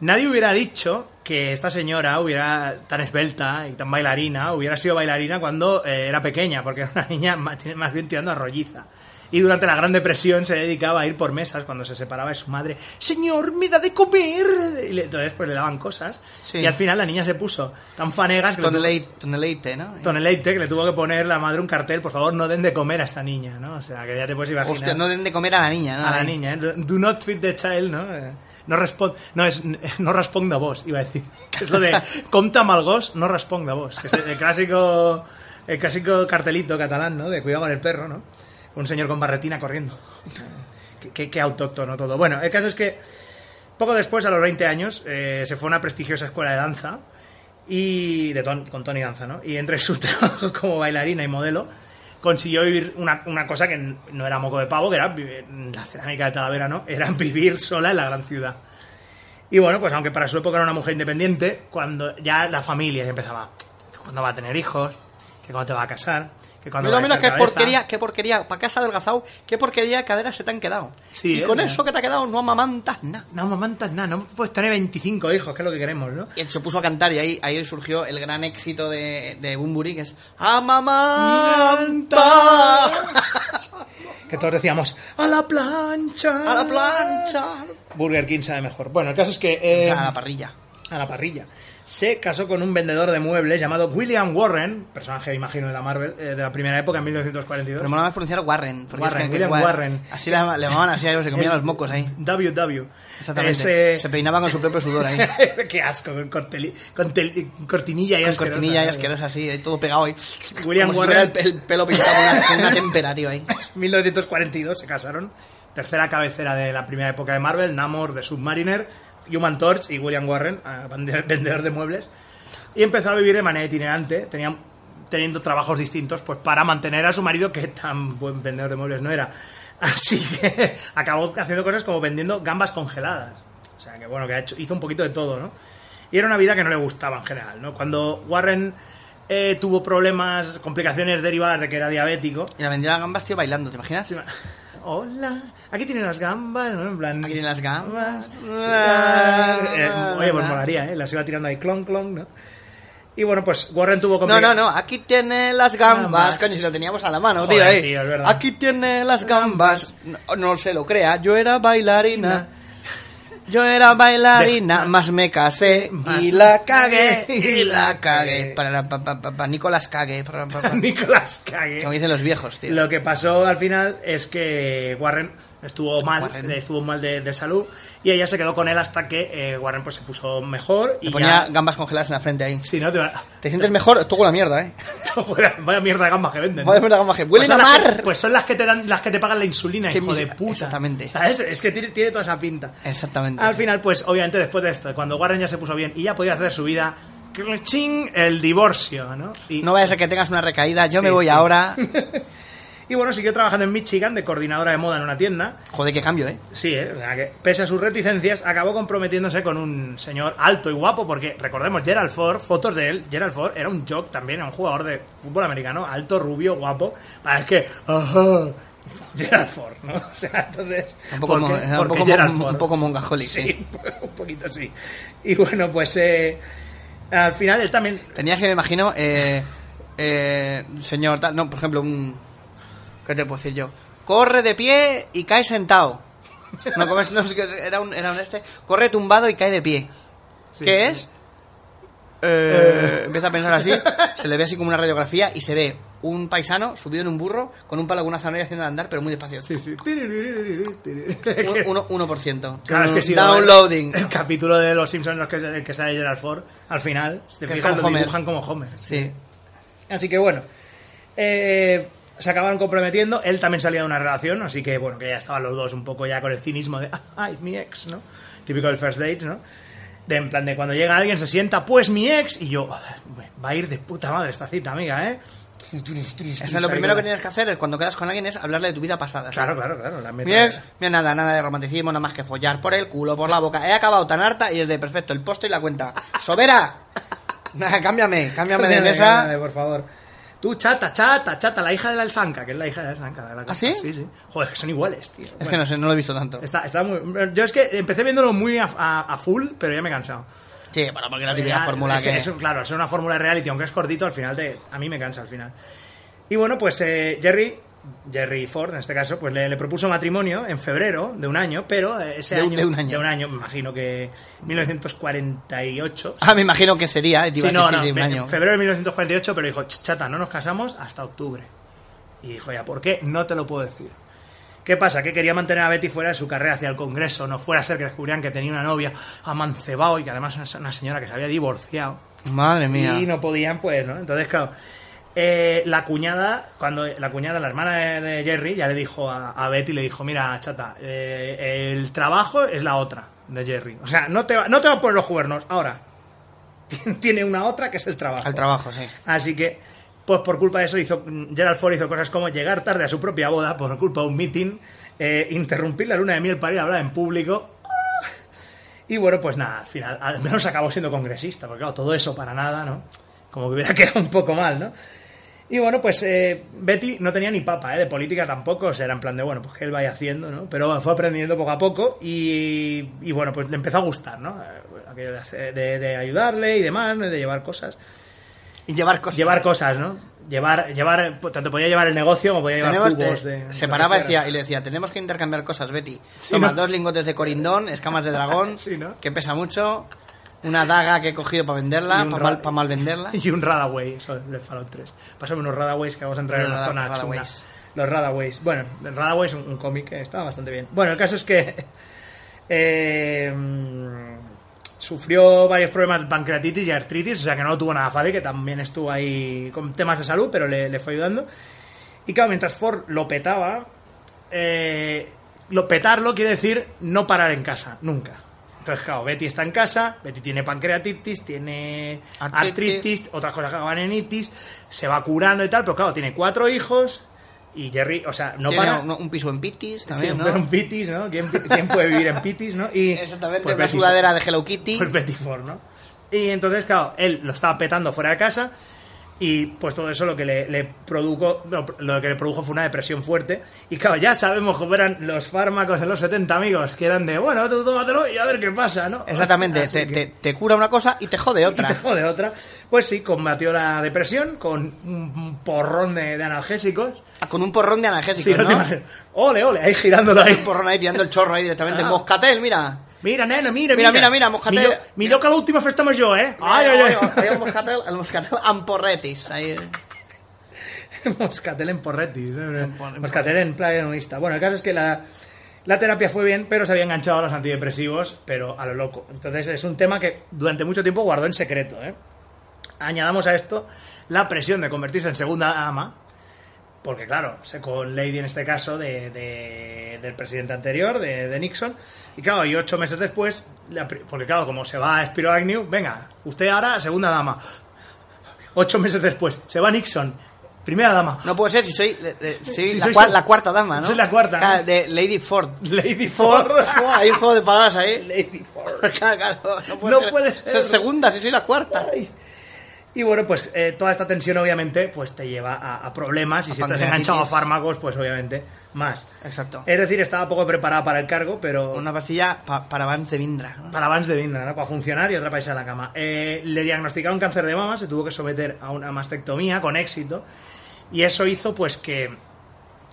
G: Nadie hubiera dicho que esta señora hubiera tan esbelta y tan bailarina, hubiera sido bailarina cuando eh, era pequeña, porque era una niña más, tiene- más bien tirando a rolliza. Y durante la Gran Depresión se dedicaba a ir por mesas cuando se separaba de su madre. Señor, me da de comer. Y le- entonces pues le daban cosas.
H: Sí.
G: Y al final la niña se puso tan fanegas que le tuvo-
H: Tonelate, tonelate, ¿no?
G: Toneleite, que le tuvo que poner la madre un cartel, por favor, no den de comer a esta niña, ¿no? O sea, que ya te puedes imaginar
H: Hostia, no den de comer a la niña, ¿no?
G: a la niña, ¿eh? Do not feed the child, ¿no? Eh, No, respon- no, es, no responda vos, iba a decir. Que es lo de conta malgos, no responda vos. Que es el clásico, el clásico cartelito catalán, ¿no? De cuidado con el perro, ¿no? Un señor con barretina corriendo. Qué, qué- qué autóctono todo. Bueno, el caso es que poco después, a los 20 años, eh, se fue a una prestigiosa escuela de danza y de Ton- con Tony Danza, ¿no? Y entre su trabajo como bailarina y modelo, consiguió vivir una, una cosa que n- no era moco de pavo, que era vivir- la cerámica de Talavera, ¿no? Era vivir sola en la gran ciudad. Y bueno, pues aunque para su época era una mujer independiente, cuando ya la familia ya empezaba, que cuando va a tener hijos, que cuando te va a casar, que cuando
H: Mira,
G: va a
H: mira,
G: echar
H: qué
G: Ah, cabeza.
H: porquería, qué porquería. ¿Para qué has adelgazado? ¿Qué porquería de caderas se te han quedado?
G: Sí,
H: y
G: eh,
H: con
G: mira.
H: eso que te ha quedado no amamantas nada.
G: No, mamantas, nada, no puedes tener 25 hijos, que es lo que queremos, ¿no?
H: Y él se puso a cantar y ahí, ahí surgió el gran éxito de, de Bumburi, que es ¡Amamanta!
G: Que todos decíamos, a la plancha.
H: ¡A la plancha!
G: Burger King sabe mejor. Bueno, el caso es que... eh,
H: a la parrilla.
G: a la parrilla. Se casó con un vendedor de muebles llamado William Warren, personaje, imagino, de la Marvel, eh, de la primera época, en 1942.
H: Pero me lo más pronunciar Warren. Porque
G: Warren,
H: es que-
G: William
H: Warren.
G: Warren.
H: Así le, le llamaban así, se comían los mocos ahí.
G: WW.
H: Exactamente.
G: Ese-
H: Se peinaba con su propio sudor ahí.
G: Qué asco, con, corteli- con tel- cortinilla y
H: Con
G: asquerosa.
H: cortinilla y asquerosa así, ahí todo pegado ahí.
G: William
H: Como si tuviera
G: Warren.
H: el, el pelo pintado con una, con una tempera, tío, ahí.
G: 1942 se casaron. Tercera cabecera de la primera época de Marvel, Namor de Submariner, Human Torch y William Warren, eh, vende- vendedor de muebles. Y empezó a vivir de manera itinerante, tenía- teniendo trabajos distintos pues para mantener a su marido, que tan buen vendedor de muebles no era. Así que acabó haciendo cosas como vendiendo gambas congeladas. O sea, que bueno, que ha hecho, hizo un poquito de todo, ¿no? Y era una vida que no le gustaba en general, ¿no? Cuando Warren eh, tuvo problemas, complicaciones derivadas de que era diabético,
H: Y la vendía las gambas, tío, bailando, ¿te imaginas?
G: Sí, ma- Hola, aquí tienen las gambas, ¿no? En plan.
H: Aquí tienen las gambas. Ah.
G: Eh, oye, pues molaría, ¿eh? Las iba tirando ahí clon, clon, ¿no? Y bueno, pues Warren tuvo
H: No, no,
G: complica-
H: no, aquí tiene las gambas.
G: Gambas.
H: Coño, si lo teníamos a la mano,
G: Joder,
H: tío, ahí.
G: tío, es verdad.
H: aquí tiene las gambas. No, no se lo crea, yo era bailarina. Yo era bailarina, más me casé
G: Más.
H: y la cagué, y la cagué. Para, pa, pa, pa, pa, Nicolás cagué. para, pa, pa.
G: Nicolás Cage.
H: Como dicen los viejos, tío.
G: Lo que pasó al final es que Warren estuvo mal, eh,
H: Warren.
G: estuvo mal de, de salud y ella se quedó con él hasta que eh, Warren pues se puso mejor y
H: Le
G: ya-
H: ponía gambas congeladas en la frente ahí.
G: Si no te va-
H: ¿Te sientes mejor? Tú con la mierda, eh.
G: Joder, Vaya mierda de gambas que venden. ¿no?
H: Vaya mierda de gambas que- ¡Huelen
G: son
H: a
G: las que-
H: mar!
G: pues son las que te dan, las que te pagan la insulina,
H: Qué
G: hijo de
H: mis-
G: puta.
H: exactamente.
G: ¿Sabes? Es que tiene, tiene toda esa pinta.
H: Exactamente.
G: Al final, pues, obviamente, después de esto, cuando Warren ya se puso bien y ya podía hacer su vida, ¡ching! el divorcio, ¿no? Y,
H: No vayas a ser que tengas una recaída, yo
G: Sí,
H: me voy
G: sí.
H: ahora.
G: y bueno, siguió trabajando en Michigan de coordinadora de moda en una tienda.
H: Joder, qué cambio, eh.
G: Sí, ¿eh? O sea, que pese a sus reticencias, acabó comprometiéndose con un señor alto y guapo, porque recordemos, Gerald Ford, fotos de él, Gerald Ford era un jock también, era un jugador de fútbol americano, alto, rubio, guapo, para es que... ajá, Gerald Ford, ¿no? O sea, entonces...
H: Un poco,
G: porque-
H: mon- era un
G: porque
H: poco,
G: Gerald
H: mon-
G: Ford.
H: un poco mongaholic, sí.
G: Sí, un poquito sí. Y bueno, pues eh, al final él también...
H: Tenías que, me imagino, eh, eh, señor tal, no, por ejemplo, un... ¿Qué te puedo decir yo? Corre de pie y cae sentado. No, como es, no, es que era, un, era un este. Corre tumbado y cae de pie.
G: Sí.
H: ¿Qué es? Eh, Empieza a pensar así, se le ve así como una radiografía y se ve un paisano subido en un burro con un palo con una zanahoria haciendo andar, pero muy despacio.
G: Sí, sí.
H: Un- uno, 1%.
G: Claro, es que si
H: Mm, Downloading.
G: El capítulo de Los Simpsons en los que, en el que sale Gerald Ford, al final, si te
H: Que es
G: fijas,
H: como
G: lo
H: Homer.
G: dibujan como Homer.
H: Sí.
G: Así que bueno, eh, se acabaron comprometiendo. Él también salía de una relación, así que bueno, que ya estaban los dos un poco ya con el cinismo de, "Ah, ay, mi ex, ¿no? Típico del first date, ¿no? De en plan de cuando llega alguien se sienta, pues mi ex, y yo, va a ir de puta madre esta cita, amiga, ¿eh?
H: Eso es lo primero que tienes que hacer cuando quedas con alguien es hablarle de tu vida pasada. ¿sí?
G: Claro, claro, claro. La meta-
H: Mi ex, mira, nada, nada de romanticismo, nada más que follar por el culo, por la boca. He acabado tan harta y es de perfecto, el poste y la cuenta. ¡Sobera! Nada, cámbiame, cámbiame de
G: Cámbiame,
H: mesa.
G: cámbiame, por favor. Tú, chata, chata, chata, la hija de la Elsanca, que es la hija de la Elsanca. la de la
H: ¿Ah,
G: costa.
H: sí?
G: Sí, sí. Joder, que son iguales, tío.
H: Es que no sé, no lo he visto tanto.
G: Está, está muy... Yo es que empecé viéndolo muy a, a- a full, pero ya me he cansado.
H: Sí, bueno, porque la típica
G: Real,
H: fórmula
G: es-
H: que...
G: es un- claro, al ser una fórmula de reality, aunque es cortito, al final te, a mí me cansa al final. Y bueno, pues eh, Jerry, Jerry Ford en este caso, pues le, le propuso matrimonio en febrero de un año, pero eh, ese
H: De un-
G: año,
H: de un año.
G: me imagino que 1948.
H: Ah, me imagino que sería, eh, te iba
G: Sí,
H: a
G: no,
H: decir,
G: no,
H: sí, un
G: en
H: año.
G: febrero de 1948, pero dijo, "Ch, chata, no nos casamos hasta octubre. Y dijo, ya, ¿por qué? No te lo puedo decir. ¿Qué pasa? Que quería mantener a Betty fuera de su carrera hacia el Congreso, no fuera a ser que descubrieran que tenía una novia amancebado y que además era una señora que se había divorciado.
H: Madre mía.
G: Y no podían, pues, ¿no? Entonces, claro. eh, la cuñada, cuando la cuñada, la hermana de, de Jerry, ya le dijo a, a Betty, le dijo, mira, chata, eh, el trabajo es la otra de Jerry. O sea, no te va, no te va a poner los cuernos. Ahora, tiene una otra que es el trabajo.
H: Al trabajo, sí.
G: Así que, pues por culpa de eso, hizo, Gerald Ford hizo cosas como llegar tarde a su propia boda por culpa de un meeting, eh, interrumpir la luna de miel para ir a hablar en público. Y bueno, pues nada, al final, al menos acabó siendo congresista, porque claro, todo eso para nada, ¿no? Como que hubiera quedado un poco mal, ¿no? Y bueno, pues eh, Betty no tenía ni papa, ¿eh? De política tampoco, o sea, era en plan de, bueno, pues que él vaya haciendo, ¿no? Pero bueno, fue aprendiendo poco a poco y, y bueno, pues le empezó a gustar, ¿no? Eh, Aquello de, hacer- de- de ayudarle y demás, ¿no? de llevar cosas
H: Y llevar cosas.
G: llevar cosas, ¿no? Llevar, llevar, tanto podía llevar el negocio como podía llevar
H: Tenemos-
G: cubos
H: te-
G: de.
H: se paraba y
G: de-
H: decía- y le decía, tenemos que intercambiar cosas, Betty.
G: Sí,
H: Toma,
G: ¿no?
H: dos lingotes de corindón, escamas de dragón,
G: Sí, ¿no?
H: que pesa mucho, una daga que he cogido para
G: Y
H: venderla,
G: un
H: para
G: ra-
H: mal, pa' mal venderla.
G: Y un Radaway, eso del Fallout 3. Pásame unos Radaways que vamos a entrar en
H: Unos
G: una zona
H: Rada-
G: chunga.
H: Radaways.
G: Los Radaways. Bueno, el Radaway es un, un cómic que estaba bastante bien. Bueno, el caso es que. eh, mm, sufrió varios problemas de pancreatitis y artritis, o sea que no lo tuvo nada fácil, que también estuvo ahí con temas de salud, pero le- le fue ayudando. Y claro, mientras Ford lo petaba, eh, lo petarlo quiere decir no parar en casa, nunca. Entonces, claro, Betty está en casa, Betty tiene pancreatitis, tiene
H: Artritis.
G: artritis, otras cosas que acaban en itis, se va curando y tal, pero claro, tiene cuatro hijos y Jerry, o sea, no
H: Tiene
G: para...
H: un, un piso en Pitis
G: Sí,
H: también, ¿no?
G: pero en pitis, ¿no? ¿Quién, quién puede vivir en pitis, no? Y,
H: Exactamente,
G: pues,
H: una
G: Betty.
H: sudadera de Hello Kitty.
G: Pues Betty Ford, ¿no? Y entonces, claro, él lo estaba petando fuera de casa y pues todo eso lo que le, le produjo lo, lo que le produjo fue una depresión fuerte y claro, ya sabemos cómo eran los fármacos de los 70 amigos, que eran de, bueno, tú tómatelo y a ver qué pasa, ¿no?
H: Exactamente,
G: Así
H: te,
G: que-
H: te- te cura una cosa y te jode
G: y te
H: otra.
G: jode otra. Pues sí, combatió la depresión con un porrón de, de analgésicos.
H: Con un porrón de
G: Sí,
H: analgésicos,
G: no te
H: ¿no?
G: imaginas. Ole, ole, ahí girándolo ahí.
H: Un porrón ahí tirando el chorro ahí directamente.
G: Ah.
H: Moscatel, mira.
G: Mira, nena, mira,
H: Mira,
G: mira.
H: mira, mira, mojate.
G: Mi yo- Mi yo que la última fiesta más yo, ¿eh? Ay, ay, ay.
H: Hay un moscatel, el moscatel amporretis. Ahí.
G: Moscatel en porretis. ¿no?
H: por- en
G: Moscatel en playa nudista. Bueno, el caso es que la, la terapia fue bien, pero se había enganchado a los antidepresivos, pero a lo loco. Entonces es un tema que durante mucho tiempo guardó en secreto. ¿eh? Añadamos a esto la presión de convertirse en segunda ama, porque claro, se con Lady en este caso de, de- del presidente anterior, de, de Nixon, y claro, y ocho meses después, la pri- porque claro, como se va a Spiro Agnew, venga, usted ahora segunda dama. Ocho meses después, se va Nixon, primera dama.
H: No puede ser, si soy, de- de- soy
G: Si
H: la,
G: soy
H: cua-
G: so-
H: la cuarta dama, ¿no?
G: soy la cuarta,
H: Claro,
G: ¿no?
H: De Lady Ford.
G: Lady Ford.
H: Buah, Hay un juego de palabras ahí.
G: Lady Ford.
H: Claro, claro, no puede
G: No
H: ser.
G: puede ser.
H: segunda, si soy la cuarta.
G: Ay. Y bueno, pues eh, toda esta tensión obviamente pues te lleva a, a problemas y
H: A
G: si estás
H: pancreatitis.
G: enganchado a fármacos, pues obviamente más.
H: Exacto.
G: Es decir, estaba poco preparada para el cargo, pero
H: Una pastilla pa- para Vance de Vindra. ¿no?
G: para Vance de Vindra, ¿no? Para funcionar y otra para irse a la cama. Eh, le diagnosticaron cáncer de mama, se tuvo que someter a una mastectomía con éxito y eso hizo pues que,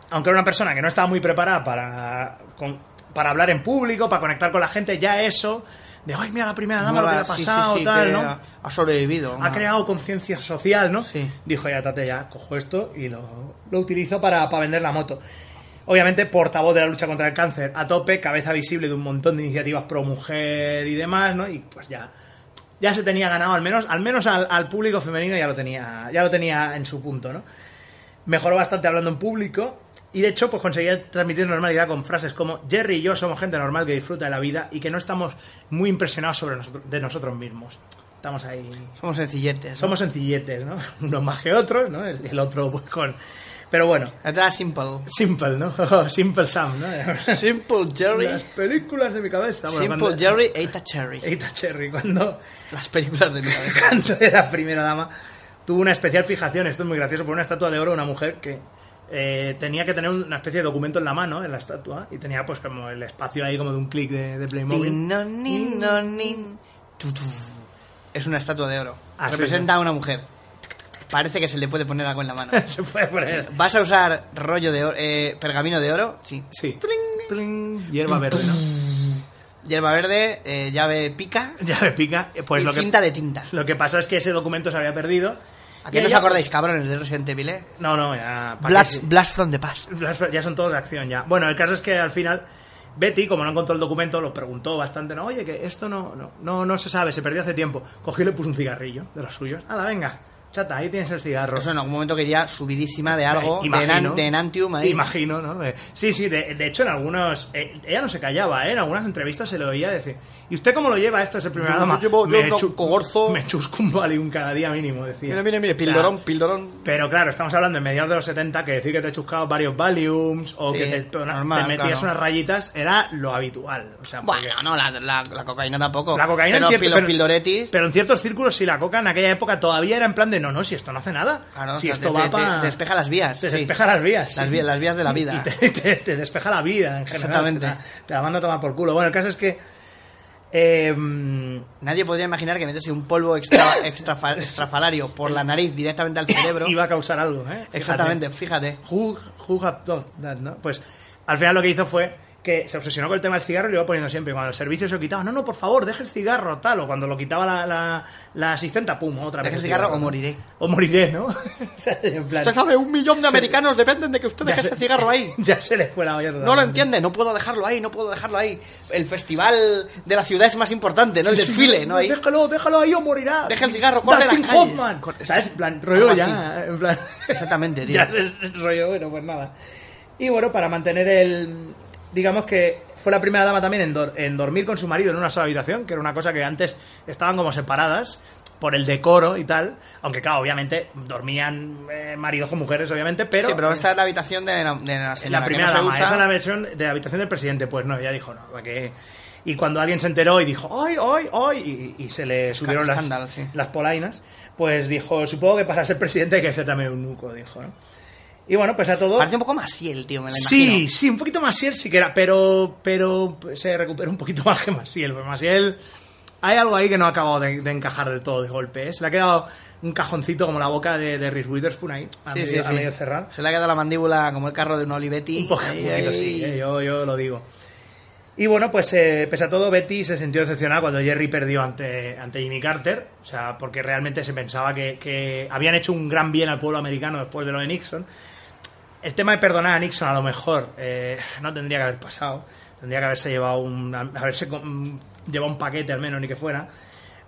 G: aunque era una persona que no estaba muy preparada para, con- para hablar en público, para conectar con la gente, ya eso de, ay, mira la primera dama, lo que le ha
H: Sí, sí,
G: pasado,
H: sí,
G: tal,
H: que
G: ¿no?
H: ha- Ha sobrevivido.
G: ha
H: una-
G: creado conciencia social, ¿no?
H: Sí.
G: Dijo, ya, tate, ya, cojo esto y lo, lo utilizo para, para vender la moto. Obviamente, portavoz de la lucha contra el cáncer, a tope, cabeza visible de un montón de iniciativas pro mujer y demás, ¿no? Y pues ya, ya se tenía ganado, al menos, al menos al, al público femenino ya lo tenía, ya lo tenía en su punto, ¿no? Mejoró bastante hablando en público. Y de hecho, pues conseguía transmitir normalidad con frases como Jerry y yo somos gente normal que disfruta de la vida y que no estamos muy impresionados sobre nosotros, de nosotros mismos. Estamos ahí.
H: Somos sencilletes. ¿no?
G: Somos sencilletes, ¿no? Unos más que otros, ¿no? El, el otro pues con... Pero bueno,
H: La otra es simple.
G: Simple, ¿no? Simple Sam, ¿no?
H: Simple Jerry.
G: Las películas de mi cabeza. bueno,
H: Simple
G: cuando-
H: Jerry ate a cherry.
G: Eita Cherry, cuando,
H: Las películas de mi cabeza.
G: cuando era primera dama, tuvo una especial fijación, esto es muy gracioso, por una estatua de oro de una mujer que eh, tenía que tener una especie de documento en la mano, en la estatua, y tenía pues como el espacio ahí como de un clic de, de Playmobil.
H: Tin, no, nin, no, nin. Tu, tu. es una estatua de oro.
G: Ah, sí,
H: Representa
G: ¿no?
H: a una mujer. Parece que se le puede poner algo en la mano.
G: Se puede poner.
H: ¿Vas a usar rollo de oro, eh, pergamino de oro? Sí.
G: Sí. Tling, tling, hierba verde, ¿no?
H: Hierba verde, eh, llave pica
G: Ya me pica. Pues
H: y
G: lo que,
H: cinta de tinta.
G: lo que pasó es que ese documento se había perdido.
H: ¿A
G: Y
H: qué os
G: ya-
H: acordáis, cabrones, de Resident Evil, eh?
G: No, no, ya. ¿pa' qué?
H: Blast, Blast from the Past.
G: Las- ya son todos de acción ya. Bueno, el caso es que al final Betty, como no encontró el documento, lo preguntó bastante, no, oye, que esto no, no, no, no se sabe, se perdió hace tiempo. Cogió y le puso un cigarrillo de los suyos. Hala, venga, chata, ahí tienes el cigarro.
H: Eso en algún momento quería subidísima de algo,
G: Eh,
H: de, enan- de Enantium ahí.
G: Imagino, ¿no? De- sí, sí, de, de hecho en algunos... eh, ella no se callaba, ¿eh? En algunas entrevistas se le oía decir... ¿Y usted cómo lo lleva esto? Es el primer
H: Yo- yo
G: dama.
H: llevo- yo no-
G: chu-
H: cogorzo.
G: me chusco un valium cada día mínimo, decía.
H: Mira, mira, mira,
G: O sea,
H: pildorón, pildorón.
G: pero claro, estamos hablando en mediados de los 70 que decir que te chuscabas varios Valiums o
H: Sí,
G: que te, te
H: normal,
G: metías
H: claro.
G: unas rayitas era lo habitual. O sea, porque-
H: Bueno, no, la, la- la cocaína tampoco.
G: la cocaína
H: pero
G: en cierto-
H: pil-
G: pero-
H: pildoretis.
G: pero en ciertos círculos sí la coca en aquella época todavía era en plan de no, no, si esto no hace nada.
H: Claro,
G: si
H: o sea,
G: esto
H: te-
G: va
H: te-
G: pa-
H: te despeja las vías,
G: Te
H: sí.
G: despeja las vías.
H: Las
G: sí.
H: vías- las vías de la
G: Y-
H: vida.
G: Y te, te- te despeja la vida en general.
H: Exactamente.
G: Te la, te la manda a tomar por culo. Bueno, el caso es que. eh,
H: Nadie podría imaginar que meterse un polvo extra, extrafa- extrafalario por la nariz directamente al cerebro.
G: Eh, iba a causar algo, ¿eh? Fíjate.
H: Exactamente, fíjate.
G: Who, who have done that, ¿no? Pues al final lo que hizo fue que se obsesionó con el tema del cigarro y lo iba poniendo siempre. Cuando el servicio se lo quitaba, no, no, por favor, deje el cigarro, tal. O cuando lo quitaba la, la, la asistenta, pum, otra
H: Deje
G: vez.
H: el cigarro o
G: ¿no?
H: moriré.
G: O moriré, ¿no? O sea, en plan,
H: Usted sabe, un millón
G: Sí.
H: de americanos dependen de que usted
G: Ya
H: deje
G: se-
H: ese cigarro ahí.
G: ya se le fue la olla
H: No lo
G: totalmente.
H: entiende, no puedo dejarlo ahí, no puedo dejarlo ahí. El festival de la ciudad es más importante, ¿no? El
G: Sí, sí,
H: desfile, ¿no? Ahí.
G: Déjalo, déjalo ahí o morirá.
H: Deja el cigarro, corre a la
G: Dustin
H: calle.
G: Hoffman.
H: Cor-
G: ¿Sabes? En plan, rollo
H: Algo
G: ya. En plan,
H: Exactamente, tío.
G: ya es rollo, bueno, pues nada. Y bueno, para mantener el. Digamos que fue la primera dama también en, dor- en dormir con su marido en una sola habitación, que era una cosa que antes estaban como separadas por el decoro y tal. Aunque, claro, obviamente dormían eh, maridos con mujeres, obviamente, pero.
H: sí, pero esta es la habitación de la, de la señora
G: La
H: que
G: primera
H: no se
G: dama,
H: usa.
G: esa es la versión de la habitación del presidente. Pues no, ella dijo, no, ¿para qué? Y cuando alguien se enteró y dijo, ¡ay, ay, ay! Y, y se le subieron las,
H: escándalo, sí.
G: las polainas, pues dijo, supongo que para ser presidente hay que ser también un nuco, dijo, ¿no? Y bueno, pues a todo...
H: Parece un poco Maciel, tío, me la imagino.
G: Sí, sí, un poquito Maciel sí que era, pero, pero se recuperó un poquito más que Maciel. Pues Maciel, hay algo ahí que no ha acabado de, de encajar del todo de golpe. ¿eh? Se le ha quedado un cajoncito como la boca de, de Reese Witherspoon ahí, a,
H: Sí,
G: medio,
H: sí,
G: a
H: sí.
G: medio cerrar.
H: Se le ha quedado la mandíbula como el carro de un Olivetti.
G: Un poco-
H: Ahí,
G: un poquito
H: ahí.
G: sí, eh, yo, yo lo digo. Y bueno, pues eh, pese a todo, Betty se sintió decepcionada cuando Jerry perdió ante, ante Jimmy Carter, o sea, porque realmente se pensaba que, que habían hecho un gran bien al pueblo americano después de lo de Nixon. El tema de perdonar a Nixon a lo mejor eh, no tendría que haber pasado, tendría que haberse llevado un, haberse com- llevado un paquete al menos, ni que fuera.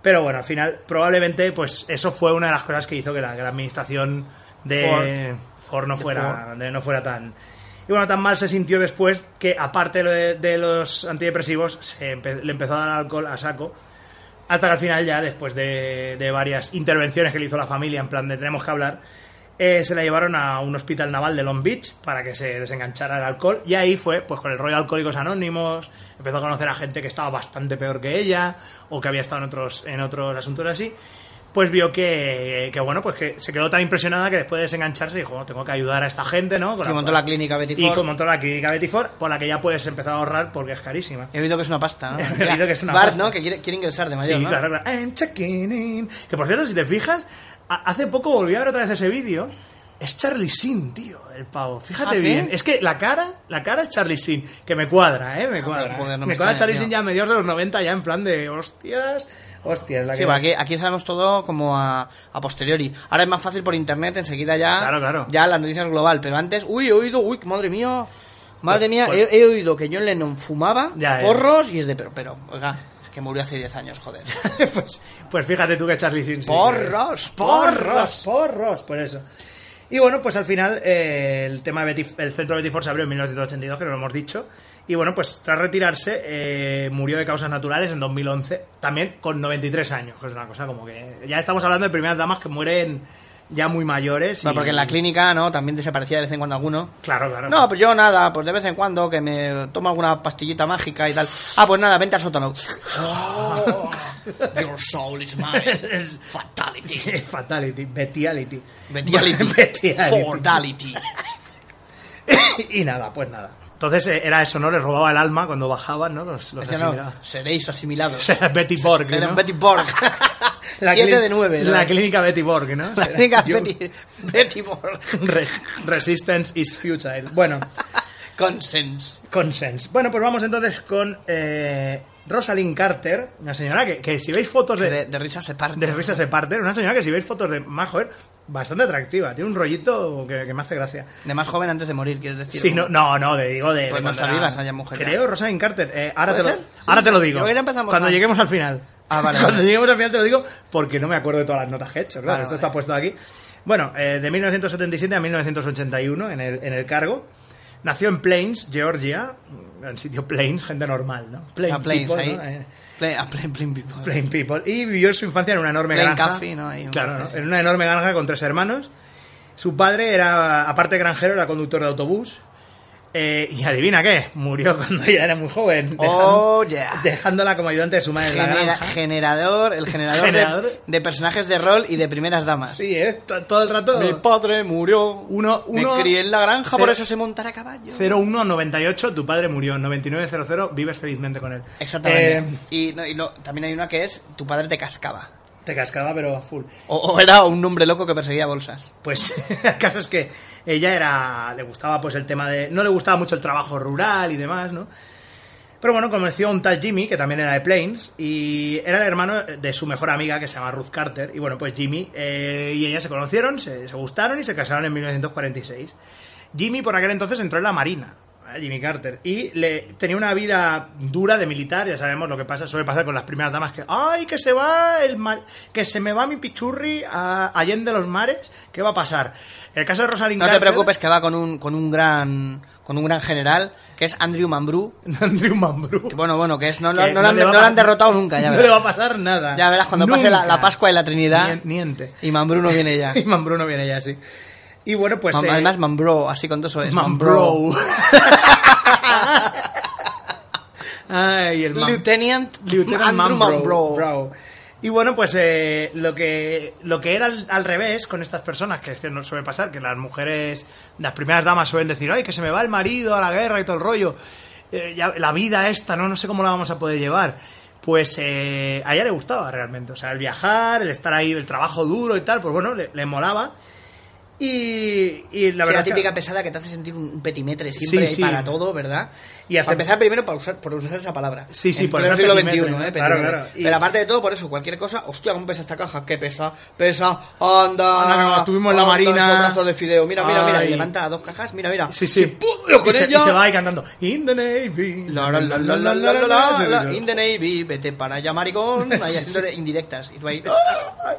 G: Pero bueno, al final, probablemente, pues eso fue una de las cosas que hizo que la, que la administración de Ford, no,
H: de
G: fuera,
H: Ford.
G: de- no fuera tan... Y bueno, tan mal se sintió después que, aparte de, de los antidepresivos, se empe- le empezó a dar alcohol a saco. Hasta que al final ya, después de, de varias intervenciones que le hizo la familia, en plan de tenemos que hablar, eh, se la llevaron a un hospital naval de Long Beach para que se desenganchara el alcohol. Y ahí fue, pues con el rollo de Alcohólicos Anónimos, empezó a conocer a gente que estaba bastante peor que ella, o que había estado en otros, en otros asuntos así. Pues vio que, que, bueno, pues que se quedó tan impresionada que después de desengancharse dijo, "Oh, tengo que ayudar a esta gente, ¿no? Con
H: Que montó la clínica Betty
G: Y
H: Ford.
G: con- montó la clínica Betty Ford, por la que ya puedes empezar a ahorrar porque es carísima.
H: He oído que es una pasta, ¿no?
G: He oído que es una
H: Bart,
G: pasta.
H: ¿no? Que quiere, quiere ingresar de mayor,
G: sí,
H: ¿no?
G: claro, claro. I'm checking in. Que por cierto, si te fijas, a- hace poco volví a ver otra vez ese vídeo. Es Charlie Sin, tío, el pavo. Fíjate
H: ¿Ah, sí?
G: bien. Es que la cara, la cara es Charlie Sin, que me cuadra, ¿eh? Me
H: Ah,
G: cuadra.
H: pero joder, no
G: me,
H: me
G: cuadra
H: extraña,
G: Charlie
H: tío.
G: Sin ya a mediados de los 90, ya en plan de hostias, hostias. La
H: Sí,
G: que-
H: va, aquí, aquí sabemos todo como a, a posteriori. Ahora es más fácil por internet, enseguida ya.
G: Claro, claro.
H: Ya las noticias global, pero antes, uy, he oído, uy, madre mía. Madre
G: Pues-
H: mía,
G: pues-
H: he, he oído que John Lennon fumaba
G: Ya, ya.
H: porros y es de, pero, pero, oiga, que murió hace 10 años, joder.
G: pues, pues fíjate tú que Charlie Sin. sí que- porros,
H: Porros, porros.
G: porros, por eso. Y bueno, pues al final eh, el tema de Betty, el centro Betty Ford se abrió en 1982, que no lo hemos dicho. Y bueno, pues tras retirarse, eh, murió de causas naturales en 2011, también con 93 años, que es una cosa como que. Ya estamos hablando de primeras damas que mueren ya muy mayores.
H: Bueno,
G: y-
H: porque en la clínica, ¿no? También desaparecía de vez en cuando alguno.
G: Claro, claro.
H: No, pues yo nada, pues de vez en cuando que me tomo alguna pastillita mágica y tal. Ah, pues nada, vente al sótano. Your soul is
G: Es- fatality. Fatality. Bestiality.
H: Bestiality.
G: Bestiality.
H: Fordality.
G: Y nada, pues nada. Entonces eh, era eso, ¿no? Les robaba el alma cuando bajaban, ¿no? Los, los
H: Decía, no,
G: asimilados.
H: seréis asimilados.
G: Betty Borg,
H: Era
G: ¿no?
H: Betty Borg. La
G: clín-
H: de 9.
G: La clínica Betty Borg, ¿no?
H: La clínica
G: Yo-
H: Betty, Betty Borg.
G: Re- resistance is futile. Bueno,
H: Consens.
G: consens. Bueno, pues vamos entonces con eh, Rosalind Carter, una señora que, que si veis fotos de,
H: De, de risa se parte.
G: de Risa se parte, una señora que si veis fotos de más joven, bastante atractiva. Tiene un rollito que, que me hace gracia.
H: De más joven antes de morir, quieres decir.
G: Sí, no, no, no, de- digo de.
H: Pues
G: de
H: no está
G: cuando
H: viva
G: era-
H: esa ya mujer, ya.
G: Creo, Rosalind Carter. Eh, ahora, te
H: ¿Puede
G: lo,
H: ser?
G: ahora
H: Sí.
G: te lo digo.
H: Creo que ya empezamos
G: Cuando
H: a-
G: lleguemos al final.
H: Ah, vale,
G: Cuando
H: vale.
G: lleguemos al final te lo digo porque no me acuerdo de todas las notas que he hecho. Claro,
H: Vale,
G: esto
H: vale.
G: está puesto aquí. Bueno, eh, de 1977 a 1981 en el, en el cargo. Nació en Plains, Georgia. En sitio Plains, gente normal, ¿no? Plain
H: A Plains,
G: people,
H: ahí.
G: ¿no? Eh,
H: Play- a plain, plain people.
G: Plain People. Y vivió su infancia en una enorme
H: Plain
G: granja.
H: Coffee, ¿no? Hay un-
G: claro, ¿no? en una enorme granja con tres hermanos. Su padre era, aparte de granjero, era conductor de autobús. Eh, y adivina qué, murió cuando ella era muy joven. dejan-
H: Oh, yeah.
G: Dejándola como ayudante de su madre en la
H: Genera-
G: granja.
H: generador, el generador,
G: Generador.
H: De, de personajes de rol y de primeras damas.
G: Sí, ¿eh? To- todo el rato.
H: Mi padre murió.
G: Uno- uno-
H: Me crié en la granja, por
G: cero-
H: eso se montará a caballo.
G: 0198, tu padre murió. 9900, vives felizmente con él.
H: Exactamente.
G: Eh,
H: Y, no- y no- también hay una que es tu padre te cascaba.
G: te cascaba, pero a full.
H: O, o era un hombre loco que perseguía bolsas.
G: Pues el caso es que ella era. le gustaba pues el tema de. no le gustaba mucho el trabajo rural y demás, ¿no? Pero bueno, conoció a un tal Jimmy, que también era de Plains, y era el hermano de su mejor amiga, que se llama Ruth Carter. Y bueno, pues Jimmy eh, y ella se conocieron, se, se gustaron y se casaron en 1946. Jimmy por aquel entonces entró en la Marina, ¿eh? Jimmy Carter, y le, tenía una vida dura de militar, ya sabemos lo que pasa, suele pasar con las primeras damas que, ay, que se va el mar, que se me va mi pichurri a Allende los mares, ¿qué va a pasar? El caso de Rosalind
H: No te
G: Carter...
H: preocupes que va con un, con un gran con un gran general que es Andrew Mambrú.
G: Andrew Mambrú.
H: Que bueno, bueno, que es no, lo-
G: Que
H: no lo han,
G: le va a
H: no lo han
G: pasar-
H: derrotado nunca, ya
G: no
H: verás.
G: le va a pasar nada.
H: Ya verás, cuando pase la,
G: Nunca. Pues
H: la Pascua y la Trinidad
G: Mien- Miente.
H: y Mambrú no viene ya.
G: Y Mambrú no viene ya, sí. Y bueno, pues.
H: Mam-
G: eh, pues
H: Además, Mambró, así con dos es.
G: Mambrou. Ay, el Mam-
H: Lieutenant,
G: Lieutenant
H: Andrew
G: Mambrou,
H: Mambrou.
G: Brou. Y bueno, pues eh, lo que lo que era al, al revés con estas personas, que es que no suele pasar, que las mujeres, las primeras damas suelen decir, ay, que se me va el marido a la guerra y todo el rollo, eh, ya- la vida esta, no no sé cómo la vamos a poder llevar. Pues eh, a ella le gustaba realmente, o sea, el viajar, el estar ahí, el trabajo duro y tal, pues bueno, le, le molaba. Y, y la
H: La,
G: verdad... que-
H: típica pesada que te hace sentir un un petimetre siempre
G: Sí,
H: ahí
G: sí.
H: para todo, ¿verdad?
G: Y hace-
H: Para empezar primero por usar, por usar esa palabra.
G: Sí, sí,
H: En
G: por
H: pleno
G: usar
H: siglo XXI,
G: petimetre,
H: ¿eh?
G: ¿no?
H: Petimetre.
G: Claro, claro. Y-
H: Pero aparte de todo, por eso, cualquier cosa, hostia, ¿cómo pesa esta caja? ¿Qué pesa? Pesa, anda.
G: Anda, que nos estuvimos en la
H: anda,
G: marina.
H: esos brazos de fideo, mira, mira, mira.
G: Ay.
H: Y levanta las dos cajas, mira, mira.
G: Sí, sí.
H: Si puedo con
G: y, se,
H: ella.
G: y se va ahí cantando. In the Navy.
H: La, la, la, la, la, la, la, la, la, in the Navy, vete para allá, maricón. Ahí
G: Sí,
H: haciendo indirectas. Y tú ahí. ¡Ah!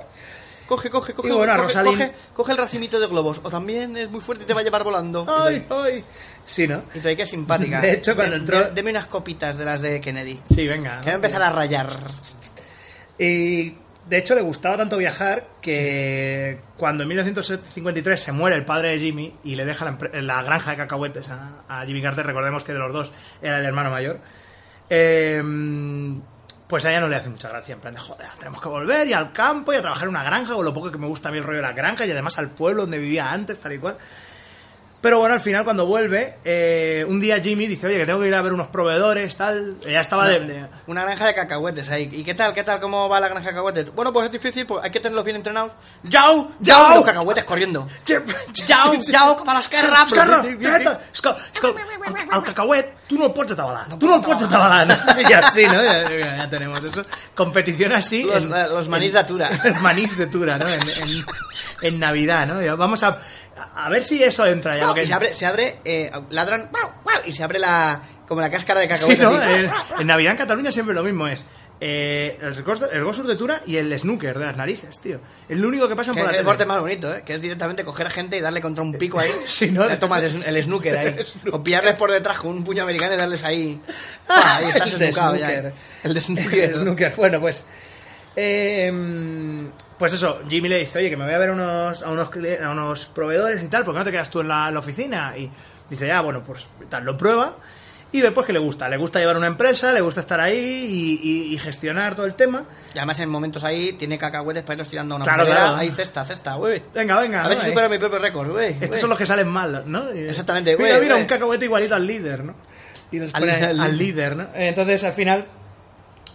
H: Coge, coge, coge.
G: Y bueno, a
H: coge,
G: Rosalind-
H: coge, coge el racimito de globos. O también es muy fuerte y te va a llevar volando. Y tú ahí-
G: Ay, ay. Sí, ¿no?
H: Y tú ahí que simpática.
G: De hecho, cuando
H: De-
G: entró-
H: de- deme unas copitas de las de Kennedy.
G: Sí, venga.
H: Quiero empezar a rayar.
G: Y de hecho le gustaba tanto viajar que cuando en 1953 se muere el padre de Jimmy y le deja la, empre- la granja de cacahuetes a, a Jimmy Carter, recordemos que de los dos era el hermano mayor, eh, pues a ella no le hace mucha gracia, en plan de, joder, tenemos que volver y al campo y a trabajar en una granja, o lo poco que me gusta a mí el rollo de la granja y además al pueblo donde vivía antes, tal y cual. Pero bueno, al final cuando vuelve, eh, un día Jimmy dice, oye, que tengo que ir a ver unos proveedores, tal, ella estaba de- de
H: Una granja de cacahuetes ahí. ¿Y qué tal? ¿Qué tal? ¿Cómo va la granja de cacahuetes? Bueno, pues es difícil, pues hay que tenerlos bien entrenados. ¡Yau! ¡Yau!
G: oh.
H: Los cacahuetes corriendo.
G: Ja,
H: ¡Yau! ¡Yau! ¡Para la esquerra!
G: Esquerra, dreta, és que, és que el, el cacauet, tu no el pots atabalar, tu no el pots atabalar. No? I así, ¿no? Ya, mira, ya tenemos eso. Competición así.
H: Los- los manís de Tura.
G: En, manís de Tura, ¿no? En, en, en Navidad, ¿no? Ya, Vamos a, a ver si eso entra ya.
H: Y se abre, se abre eh, ladran, ¡guau, guau! y se abre la como la cáscara de
G: Sí,
H: cacahuetes.
G: ¿no? Eh,
H: así.
G: En, en Navidad en Cataluña siempre lo mismo es. Eh, el, gos- el gosur de Tura y el snooker de las narices, tío. El único que pasa por
H: Que es
G: la
H: el
G: tele.
H: deporte más bonito, ¿eh? que es directamente coger a gente y darle contra un pico ahí.
G: Sí, ¿no?
H: Ya tomas el, el snooker ahí. O pillarles por detrás con un puño americano y darles ahí. Ah, ahí estás
G: El de
H: esnucado
G: snooker.
H: ya. El de snooker.
G: Snooker, snooker. Bueno, pues. eh, pues eso, Jimmy le dice, oye, que me voy a ver a unos, a unos, cli- a unos proveedores y tal, ¿por qué no te quedas tú en la, en la oficina? Y dice, ya, bueno, pues tal, lo prueba. Y ve pues que le gusta, le gusta llevar una empresa, le gusta estar ahí y, y- y gestionar todo el tema.
H: Y además en momentos ahí tiene cacahuetes para irlos tirando a una
G: Claro,
H: papelera.
G: claro.
H: Ahí cesta, cesta, güey.
G: Venga, venga.
H: A ver
G: ¿no?
H: si
G: Eh,
H: supero mi propio récord, güey.
G: Estos
H: güey.
G: son los que salen mal, ¿no? Y, eh,
H: Exactamente,
G: Mira,
H: güey,
G: mira,
H: güey.
G: un cacahuete igualito al líder, ¿no? Y los
H: Al
G: pone
H: líder, al
G: al
H: líder.
G: líder, ¿no? Entonces al final,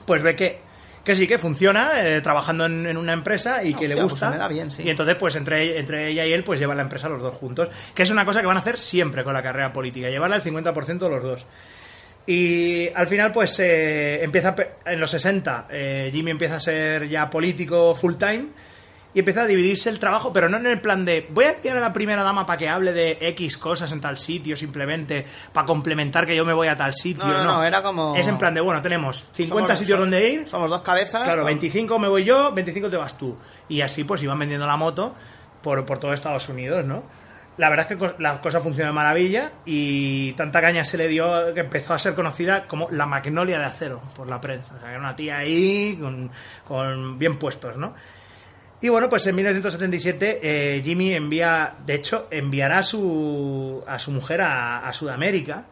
G: pues ve que, que que sí, que funciona, eh, trabajando en, en una empresa y que
H: Hostia,
G: le
H: pues
G: gusta.
H: se me da bien, sí.
G: Y entonces, pues entre, entre ella y él, pues llevan la empresa los dos juntos. Que es una cosa que van a hacer siempre con la carrera política, llevarla al 50% los dos. Y al final, pues eh, empieza pe- en los 60, eh, Jimmy empieza a ser ya político full time y empieza a dividirse el trabajo, pero no en el plan de voy a activar a la primera dama para que hable de X cosas en tal sitio, simplemente para complementar que yo me voy a tal sitio.
H: No, no, no, era como-
G: Es en plan de, bueno, tenemos 50
H: Somos-
G: sitios
H: so-
G: donde ir,
H: Somos dos cabezas.
G: claro,
H: vamos.
G: 25 me voy yo, 25 te vas tú. Y así, pues iban vendiendo la moto por, por todo Estados Unidos, ¿no? La verdad es que co- la cosa funcionó de maravilla y tanta caña se le dio que empezó a ser conocida como la Magnolia de Acero por la prensa. O sea, que era una tía ahí con, con bien puestos, ¿no? Y bueno, pues en 1977 eh, Jimmy envía, de hecho, enviará a su, a su mujer a, a Sudamérica,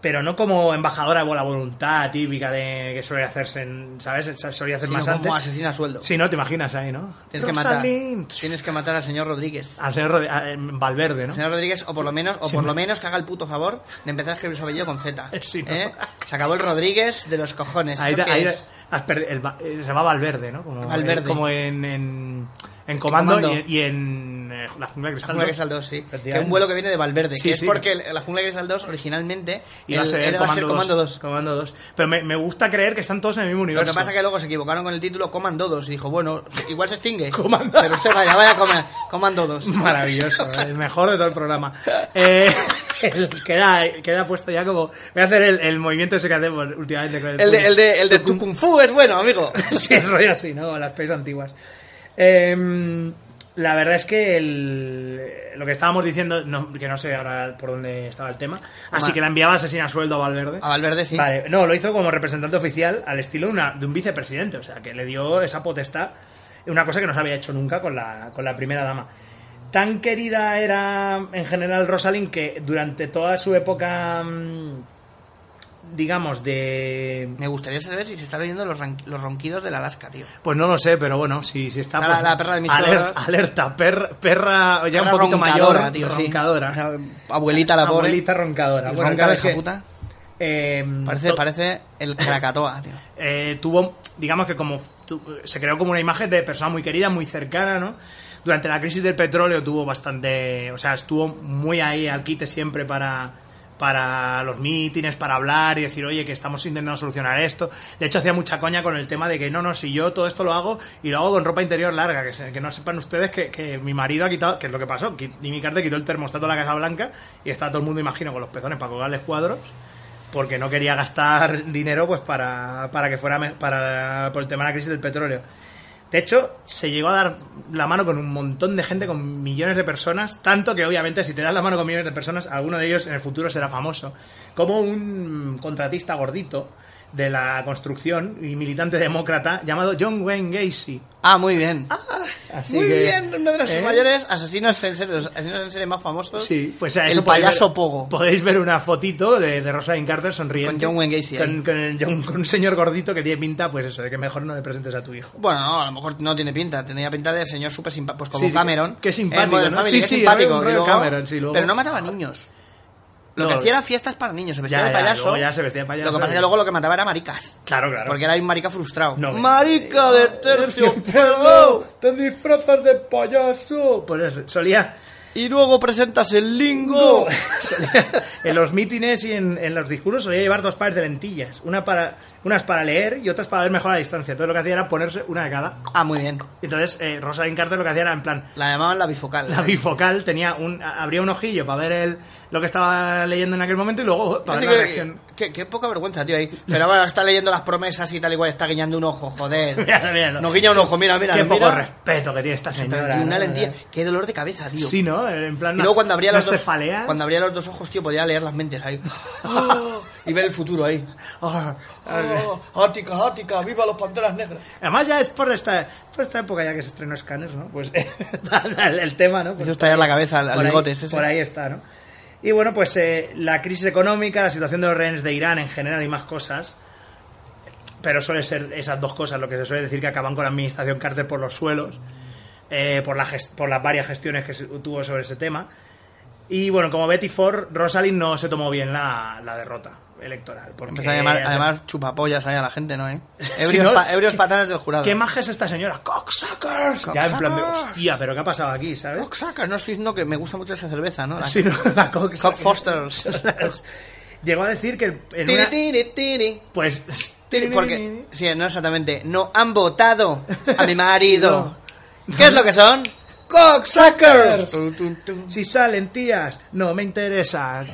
G: pero no como embajadora de buena voluntad típica de que solía hacerse, en, ¿sabes? Se solía hacer
H: Sino
G: más
H: como
G: antes.
H: asesina a sueldo.
G: Si no, te imaginas ahí, ¿no?
H: Tienes que, matar,
G: Rosalind.
H: tienes que matar al señor Rodríguez.
G: Al señor Rod- a- en Valverde, ¿no?
H: Al señor Rodríguez, o por lo menos, o
G: Sí,
H: por
G: me-
H: lo menos que haga el puto favor de empezar a escribir su apellido con Z.
G: Sí, no.
H: ¿eh? Se acabó el Rodríguez de los cojones.
G: Ahí,
H: ¿Eso
G: te-
H: qué
G: ahí
H: es?
G: te- has perdi- el va- eh, se llama Valverde, ¿no? Como,
H: Valverde.
G: como en, en, en Comando,
H: Comando.
G: y, y en eh, La Jungla de
H: La
G: Cristal.
H: jungla
G: ¿no?
H: de cristal 2, sí. Que
G: Efectivamente.
H: es un vuelo que viene de Valverde.
G: Sí,
H: que es
G: sí.
H: porque el- la jungla de cristal 2 originalmente
G: Iba a
H: el-
G: ser
H: era- va a ser Comando 2.
G: Comando 2. Pero me, me gusta creer que están todos en el mismo
H: Lo
G: universo.
H: que pasa es que luego se equivocaron con el título Comando 2 y dijo, bueno, igual se extingue.
G: Comando.
H: Pero usted vaya, vaya a comer. Comando 2.
G: Maravilloso, el mejor de todo el programa. Eh, el- queda, queda puesto ya como. Voy a hacer el, el movimiento ese que hacemos últimamente con el.
H: El de,
G: puño.
H: el de, el de tu kung fu es bueno, amigo.
G: sí, el rollo así, ¿no? Las pelis antiguas. Em, la verdad es que el- lo que estábamos diciendo, no, que no sé ahora por dónde estaba el tema, así
H: Ma-
G: que la enviaba asesina a sueldo a Valverde.
H: A Valverde sí.
G: Vale, no, lo hizo como representante oficial al estilo de, una- de un vicepresidente, o sea, que le dio esa potestad, una cosa que no se había hecho nunca con la, con la primera dama. Tan querida era en general Rosalind que durante toda su época, mm, digamos, de...
H: Me gustaría saber si se están oyendo los, ran- los ronquidos del Alaska, tío.
G: Pues no lo sé, pero bueno, si, si está...
H: Está la-
G: pues,
H: la perra de mis
G: aler-
H: suegros.
G: Alerta, perra, perra ya
H: Una
G: un poquito
H: roncadora,
G: mayor,
H: tío, sí.
G: roncadora.
H: O sea, abuelita la pobre.
G: Abuelita roncadora. Bueno,
H: Ronca
G: claro
H: de
G: es
H: hija
G: que,
H: puta.
G: em,
H: Parece,
G: to-
H: parece el Krakatoa, tío.
G: eh, tuvo, digamos que como tu- se creó como una imagen de persona muy querida, muy cercana, ¿no? Durante la crisis del petróleo tuvo bastante, o sea, estuvo muy ahí al quite siempre para para los mítines, para hablar y decir, oye, que estamos intentando solucionar esto. De hecho, hacía mucha coña con el tema de que, no, no, si yo todo esto lo hago y lo hago con ropa interior larga, que, se- que no sepan ustedes que, que mi marido ha quitado, que es lo que pasó, que Jimmy Carter quitó el termostato de la Casa Blanca y está todo el mundo, imagino, con los pezones para colgarles cuadros porque no quería gastar dinero pues para, para que fuera me- para por el tema de la crisis del petróleo. De hecho, se llegó a dar la mano con un montón de gente, con millones de personas, tanto que obviamente si te das la mano con millones de personas, alguno de ellos en el futuro será famoso, como un contratista gordito de la construcción y militante demócrata llamado John Wayne Gacy.
H: Ah, muy bien.
G: Así
H: muy
G: que,
H: bien. Uno de los
G: ¿eh?
H: mayores asesinos en serie, los asesinos en serie más famosos.
G: Sí, pues a
H: El
G: eso podéis
H: payaso
G: ver-
H: Pogo.
G: Podéis ver una fotito de, de Rosalind Carter sonriendo.
H: Con John Wayne Gacy ahí.
G: Con, con el John- con un señor gordito que tiene pinta, pues eso, de que mejor no le presentes a tu hijo.
H: Bueno, no, a lo mejor no tiene pinta. Tenía pinta de señor súper simpático. Pues como
G: Sí, sí,
H: Cameron.
G: que- que es simpático,
H: en Modern
G: ¿no?
H: Family,
G: Sí,
H: que es
G: sí,
H: simpático.
G: Robin-
H: y luego-
G: Cameron, sí, luego-
H: Pero no mataba niños. Lo que
G: No.
H: hacía era fiestas para niños. Se vestía
G: Ya,
H: de
G: ya,
H: payaso.
G: luego ya se vestía de payaso.
H: Lo que pasa es que luego lo que mataba era maricas.
G: Claro, claro.
H: Porque era un marica frustrado.
G: No, eh,
H: ¡Marica de terciopelo!
G: ¡Terciopelo! ¡Te disfrazas de payaso! Pues eso, solía...
H: Y luego presentas el lingo.
G: Solía- en los mítines y en, en los discursos solía llevar dos pares de lentillas. Una para, unas para leer y otras para ver mejor a la distancia. Entonces lo que hacía era ponerse una de cada.
H: Ah, muy bien.
G: Entonces eh, Rosalind Carter lo que hacía era en plan...
H: La llamaban la bifocal.
G: La bifocal tenía un, a- abría un ojillo para ver el, lo que estaba leyendo en aquel momento y luego oh, para ver la
H: Fíjate que-
G: reacción.
H: que- Qué poca vergüenza, tío, ahí. Pero bueno, está leyendo las promesas y tal igual está guiñando un ojo, joder.
G: Mira, mira,
H: No guiña un ojo, mira, mira.
G: Qué
H: mira.
G: poco respeto que tiene esta señora.
H: Una
G: ¿no?
H: lentilla. Qué dolor de cabeza, tío.
G: Sí, ¿no? En plan,
H: Y luego
G: unas-
H: cuando abría los
G: unas
H: dos
G: cefaleas.
H: cuando abría los dos ojos, tío, podía leer las mentes ahí. ¡Oh! y ver el futuro ahí.
G: Oh,
H: ¡Oh! Ática, ática, viva los panteras negras.
G: Además ya es por esta, por esta época ya que se estrenó Scanners, ¿no? Pues el, el tema, ¿no? Pues
H: Eso es tallar la cabeza al, al
G: por, ahí,
H: bigote, es ese.
G: por ahí está, ¿no? Y bueno, pues eh, la crisis económica, la situación de los rehenes de Irán en general y más cosas, pero suele ser esas dos cosas, lo que se suele decir que acaban con la administración Carter por los suelos, eh, por, la ges- por las varias gestiones que se- tuvo sobre ese tema. Y bueno, como Betty Ford, Rosalind no se tomó bien la, la derrota electoral. Porque
H: Empezó a llamar,
G: ella se-
H: además, chupapollas ahí a la gente, ¿no? Eh?
G: Sí,
H: Ebrios,
G: ¿no?
H: pa- ebrios patanas del jurado.
G: ¿Qué maja es esta señora? ¡Cocksuckers! Ya en plan de,
H: Cocksuckers.
G: hostia, pero ¿qué ha pasado aquí, sabes?
H: Cocksucker, no estoy diciendo que me gusta mucho esa cerveza, ¿no? La-
G: Sí, no, la Cocksuckers.
H: Cockfosters.
G: Llegó a decir que en
H: Tiri,
G: una-
H: tiri, tiri.
G: Pues...
H: Porque, sí, no exactamente. No han votado a mi marido. ¿Qué es lo que son? ¡Cocksuckers! Tu, tu, tu.
G: Si salen tías, no me interesa.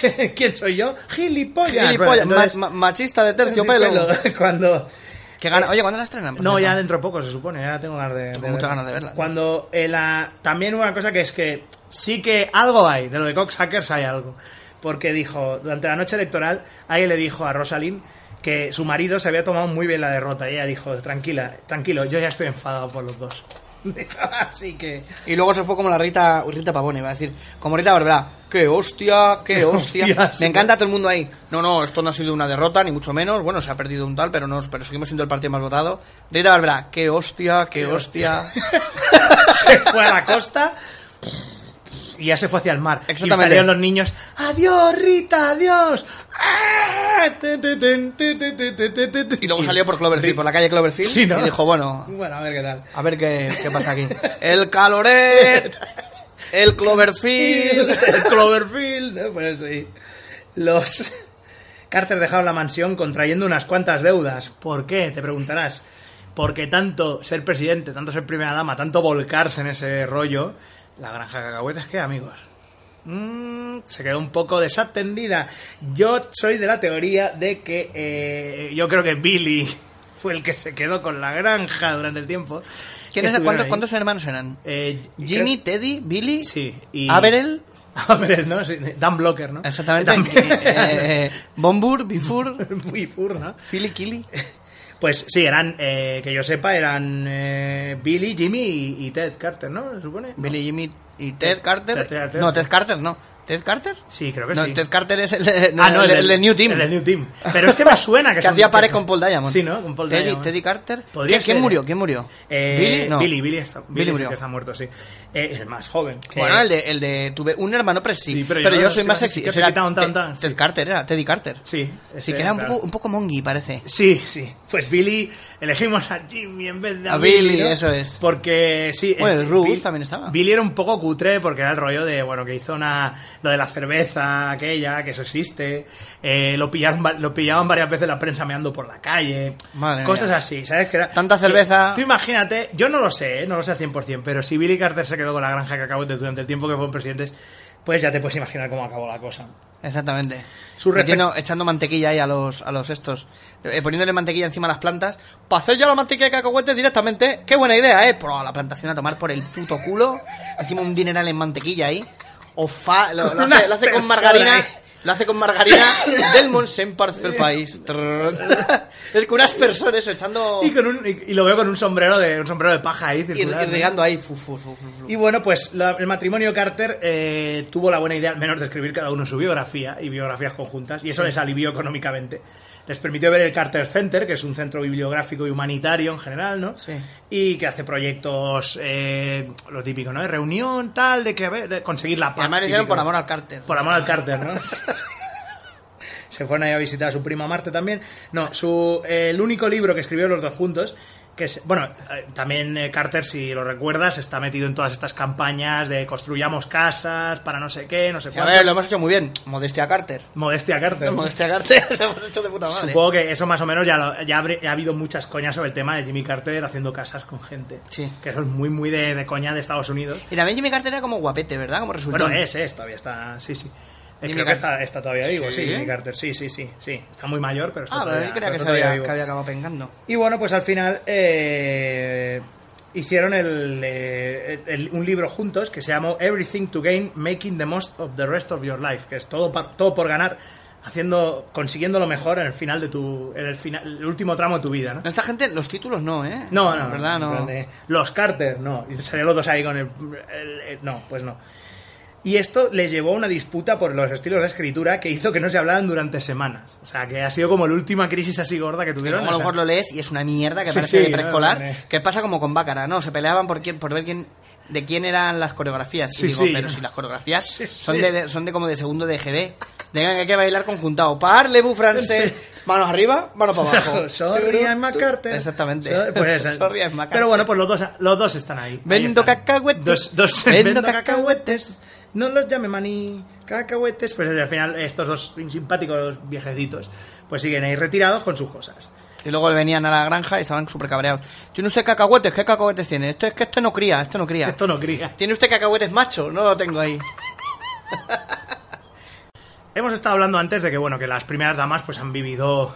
G: ¿Qué- ¿Quién soy yo? Gilipollas.
H: Gilipollas,
G: Bueno, entonces-
H: ma- ma- machista de terciopelo.
G: Cuando...
H: Que gana. Oye, ¿cuándo la estrenan? por
G: No,
H: cierto?
G: ya dentro de poco se supone, ya tengo ganas de,
H: Tengo
G: de
H: muchas
G: verla.
H: ganas de verla.
G: Cuando eh, la- también una cosa que es que sí que algo hay, de lo de Cox Hackers hay algo. Porque dijo, durante la noche electoral, alguien le dijo a Rosalind que su marido se había tomado muy bien la derrota. Y ella dijo, tranquila, tranquilo, yo ya estoy enfadado por los dos. Así que...
H: Y luego se fue como la Rita, uy, Rita Pavón, iba a decir, como Rita Barberá, qué hostia, qué hostia.
G: Hostia, sí.
H: Me encanta todo el mundo ahí. No, no, esto no ha sido una derrota, ni mucho menos. Bueno, se ha perdido un tal, pero no, pero seguimos siendo el partido más votado. Rita Barberá, qué hostia, qué, hostia.
G: se fue a la costa y ya se fue hacia el mar.
H: Exactamente.
G: Y salieron los niños, adiós Rita, adiós. ¡Ah! Tin, tin, tin, tin, tin, tin, tin, tin, tin.
H: Y luego salió por Cloverfield, por la calle Cloverfield,
G: Sí, ¿no?
H: y dijo, bueno,
G: Bueno, a ver qué tal.
H: a ver qué, qué pasa aquí. El caloret, el Cloverfield.
G: El Cloverfield, ¿no? Pues sí. Los Carter dejaron la mansión contrayendo unas cuantas deudas. ¿Por qué? Te preguntarás. Porque tanto ser presidente, tanto ser primera dama, tanto volcarse en ese rollo, la granja de cacahuetes, ¿qué, amigos? Mm, se quedó un poco desatendida. Yo soy de la teoría de que eh, yo creo que Billy fue el que se quedó con la granja durante el tiempo.
H: ¿Quién
G: que
H: es-
G: estuvieron
H: ¿cuántos,
G: ahí.
H: cuántos hermanos eran?
G: Eh,
H: Jimmy, Teddy, Billy,
G: Sí, y-
H: Averell,
G: A ver, ¿no? Sí, Dan Blocker, ¿no?
H: exactamente.
G: También.
H: eh, eh, Bombur, Bifur,
G: Muy fur, ¿no?
H: Philly Killy.
G: Pues sí, eran, eh, que yo sepa, eran eh, Billy, Jimmy y, y Ted Carter, ¿no? ¿Se supone?
H: Billy Jimmy y Ted
G: Ted-
H: Carter.
G: Ted- Ted-
H: No, Ted Carter no. ¿Ted Carter?
G: Sí, creo que
H: no,
G: sí.
H: Ted Carter es el, de- no,
G: ah, no,
H: el, el de New Team.
G: El del New Team. Pero es que me suena que
H: que
G: son-
H: hacía pared con Paul Diamond.
G: Sí, ¿no? Con Paul
H: Teddy,
G: Diamond.
H: Teddy Carter.
G: Podría
H: ¿Quién, quién
G: ser,
H: murió?
G: ¿eh?
H: ¿quién murió?
G: Eh,
H: Billy, no.
G: Billy, Billy está, Billy sí
H: murió.
G: que está muerto, sí. Eh, el más joven.
H: Bueno,
G: Eh,
H: el de, el de tuve un hermano presi,
G: Sí,
H: pero, yo, soy más sexy.
G: que
H: Ese era
G: piquita un tan,
H: Ted-
G: tan, sí.
H: Ted Carter, era Teddy Carter.
G: Sí,
H: Sí,
G: ese,
H: que era un
G: claro.
H: poco, un poco mongi, parece.
G: Sí, sí. Pues Billy, elegimos a Jimmy en vez de a,
H: A Billy,
G: ¿no?
H: eso es.
G: Porque sí.
H: Bueno,
G: es-
H: el Ruth
G: Bill-
H: también estaba.
G: Billy era un poco cutre porque era el rollo de, bueno, que hizo una. Lo de la cerveza, aquella, que eso existe. Eh, lo, pillaron, va- lo pillaban varias veces la prensa meando por la calle.
H: Madre
G: cosas
H: mía.
G: así, ¿sabes? Que era-
H: Tanta cerveza.
G: Tú imagínate, yo no lo sé, ¿eh? no lo sé al 100%, pero si Billy Carter se quedó con la granja de cacahuetes durante el tiempo que fueron presidentes, pues ya te puedes imaginar cómo acabó la cosa.
H: Exactamente.
G: Su respect-
H: Metiendo- echando mantequilla ahí a los, a los estos. eh, poniéndole mantequilla encima a las plantas. Para hacer ya la mantequilla de cacahuetes directamente. Qué buena idea, ¿eh? Pero a la plantación a tomar por el puto culo. Encima un dineral en mantequilla ahí. O fa- lo, lo hace, lo hace con
G: Una
H: margarina.
G: persona, ¿eh?
H: Lo hace con margarina del Monsen Parce el país. Trrr. es que unas personas echando.
G: Y, con un- y- y lo veo con un sombrero de un sombrero de paja ahí.
H: ir-
G: circular, ¿no?
H: irrigando ahí. fu, fu, fu, fu, fu.
G: Y bueno, pues la- el matrimonio Carter eh, tuvo la buena idea, al menos, de escribir cada uno su biografía y biografías conjuntas, y eso les alivió económicamente. Les permitió ver el Carter Center, que es un centro bibliográfico y humanitario en general, ¿no?
H: Sí.
G: Y que hace proyectos, eh, lo típico, ¿no? De reunión, tal, de que a ver, de conseguir la
H: Y
G: paz.
H: además lo hicieron
G: típico,
H: por
G: ¿no?
H: amor al cárter.
G: Por amor al Carter, ¿no? Se fueron ahí a visitar a su prima Marte también. No, su, eh, el único libro que escribió los dos juntos, que es, bueno, eh, también eh, Carter, si lo recuerdas, está metido en todas estas campañas de construyamos casas para no sé qué, no sé
H: Y A
G: cuánto.
H: ver, lo hemos hecho muy bien. Modestia Carter.
G: Modestia Carter.
H: Modestia Carter. Lo hemos hecho de puta madre.
G: Supongo que eso más o menos ya, lo- ya, habré- ha habido muchas coñas sobre el tema de Jimmy Carter haciendo casas con gente.
H: Sí.
G: Que eso es muy, muy de, de coña de Estados Unidos.
H: Y también Jimmy Carter era como guapete, ¿verdad? Como resultó.
G: Bueno, es, es, todavía está, sí, sí. Eh,
H: Jimmy
G: Creo que
H: Carter.
G: está, está todavía vivo, sí,
H: ¿Sí?
G: Jimmy Carter, sí, sí, sí, sí. Está muy mayor, pero está
H: Ah, pero
G: todavía,
H: yo creía que,
G: está
H: se
G: todavía
H: había,
G: vivo.
H: que había acabado pengando.
G: Y bueno, pues al final eh, hicieron el, eh, el- un libro juntos que se llamó Everything to Gain, Making the Most of the Rest of Your Life, que es todo, pa- todo por ganar, haciendo, consiguiendo lo mejor en el final de tu, en el, final, el último tramo de tu vida, ¿no?
H: No, Esta gente, los títulos no, ¿eh?
G: No, no,
H: La verdad,
G: en
H: no.
G: plan de, Los Carter, no. Y salían los dos ahí con el, el- el- No, pues no. Y esto le llevó a una disputa por los estilos de escritura que hizo que no se hablaran durante semanas. O sea, que ha sido como la última crisis así gorda que
H: Que
G: tuvieron.
H: luego a lo
G: O sea,
H: mejor lo lees y es una mierda que
G: Sí,
H: parece
G: sí,
H: de preescolar.
G: no, no, no.
H: que pasa como con Bácara, ¿no? Se peleaban por, quién, por ver quién de quién eran las coreografías. Y
G: Sí,
H: digo,
G: sí.
H: pero si las coreografías
G: Sí,
H: son,
G: sí.
H: De, de- son de como de segundo de GB. Tengan que, hay que bailar conjuntado. Parle, bu francés.
G: Sí.
H: Manos arriba, manos para abajo.
G: Sorry, I'm a
H: Tú-
G: Carter.
H: Exactamente.
G: So- pues esa.
H: Sorry, I'm a Carter.
G: Pero bueno, pues los dos, los dos están ahí. Ahí
H: Vendo
G: están.
H: cacahuetes.
G: Dos, dos-
H: Vendo
G: vendo,
H: cacahuetes.
G: cacahuetes. No los llame maní. Cacahuetes. Pues al final estos dos simpáticos viejecitos pues siguen ahí retirados con sus cosas.
H: Y luego venían a la granja y estaban súper cabreados. ¿Tiene usted cacahuetes? ¿Qué cacahuetes tiene? Esto es que este no cría, este no cría.
G: Esto no cría.
H: ¿Tiene usted cacahuetes macho? No lo tengo ahí.
G: Hemos estado hablando antes de que, bueno, que las primeras damas pues han vivido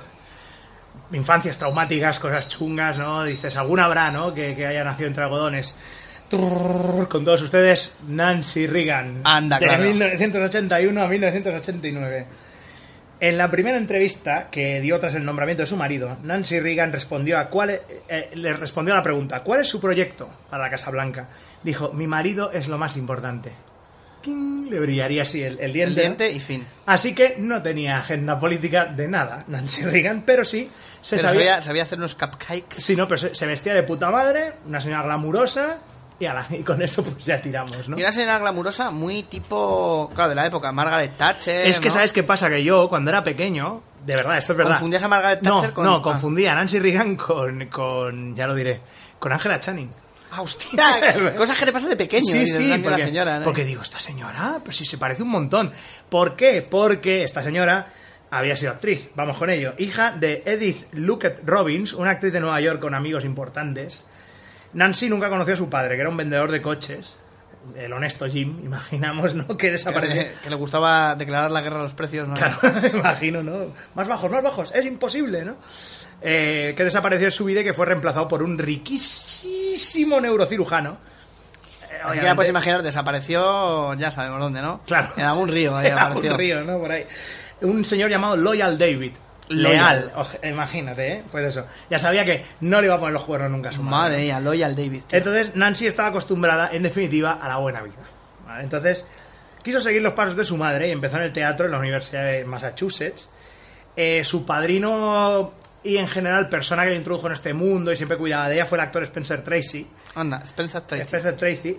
G: infancias traumáticas, cosas chungas, ¿no? Dices, alguna habrá, ¿no? Que, que haya nacido entre algodones. Trrr, Con todos ustedes, Nancy Reagan.
H: Anda,
G: de
H: claro.
G: 1981 a 1989. En la primera entrevista que dio tras el nombramiento de su marido, Nancy Reagan respondió a cuál, eh, eh, le respondió a la pregunta, ¿cuál es su proyecto para la Casa Blanca? Dijo, mi marido es lo más importante. ¡Ting! Le brillaría así el, el diente.
H: El
G: ¿no?
H: diente y fin.
G: Así que no tenía agenda política de nada, Nancy Reagan, pero sí se
H: Pero
G: sabía.
H: sabía, sabía hacer unos cupcakes.
G: Sí, no, pero se, se vestía de puta madre, una señora glamurosa, y, ala, y con eso pues ya tiramos, ¿no?
H: Y una señora glamurosa muy tipo, claro, de la época, Margaret Thatcher.
G: Es que
H: eh, ¿no?
G: sabes qué pasa, que yo cuando era pequeño, de verdad, esto es verdad.
H: ¿Confundías a Margaret Thatcher
G: no,
H: con-
G: No,
H: ah.
G: confundía a Nancy Reagan con, con, ya lo diré, con Angela Channing.
H: Ah, hostia, cosas que te pasan de pequeño.
G: Sí,
H: y de
G: sí,
H: grande a la
G: porque,
H: señora, ¿no?
G: porque digo, esta señora, pues sí, se parece un montón. ¿Por qué? Porque esta señora había sido actriz, vamos con ello, hija de Edith Luckett Robbins, una actriz de Nueva York con amigos importantes. Nancy nunca conoció a su padre, que era un vendedor de coches, el honesto Jim, imaginamos, ¿no? Que desapareció.
H: que, que le gustaba declarar la guerra a los precios, ¿no?
G: Claro, imagino, ¿no? Más bajos, más bajos, es imposible, ¿no? Eh, que desapareció de su vida y que fue reemplazado por un riquísimo neurocirujano. Eh,
H: Así que ya pues,
G: obviamente-
H: puedes imaginar, desapareció, ya sabemos dónde, ¿no?
G: Claro.
H: En algún río ahí
G: Era un
H: apareció.
G: río, ¿no? Por ahí. Un señor llamado Loyal David.
H: Loyal.
G: Leal. Oj, imagínate, ¿eh? Pues eso. Ya sabía que no le iba a poner los cuernos nunca a su madre.
H: Madre mía, Loyal David. tío.
G: Entonces, Nancy estaba acostumbrada, en definitiva, a la buena vida. ¿vale? Entonces, quiso seguir los pasos de su madre y empezó en el teatro en la Universidad de Massachusetts. Eh, su padrino y, en general, persona que le introdujo en este mundo y siempre cuidaba de ella fue el actor Spencer Tracy.
H: Anda, Spencer Tracy.
G: Spencer Tracy.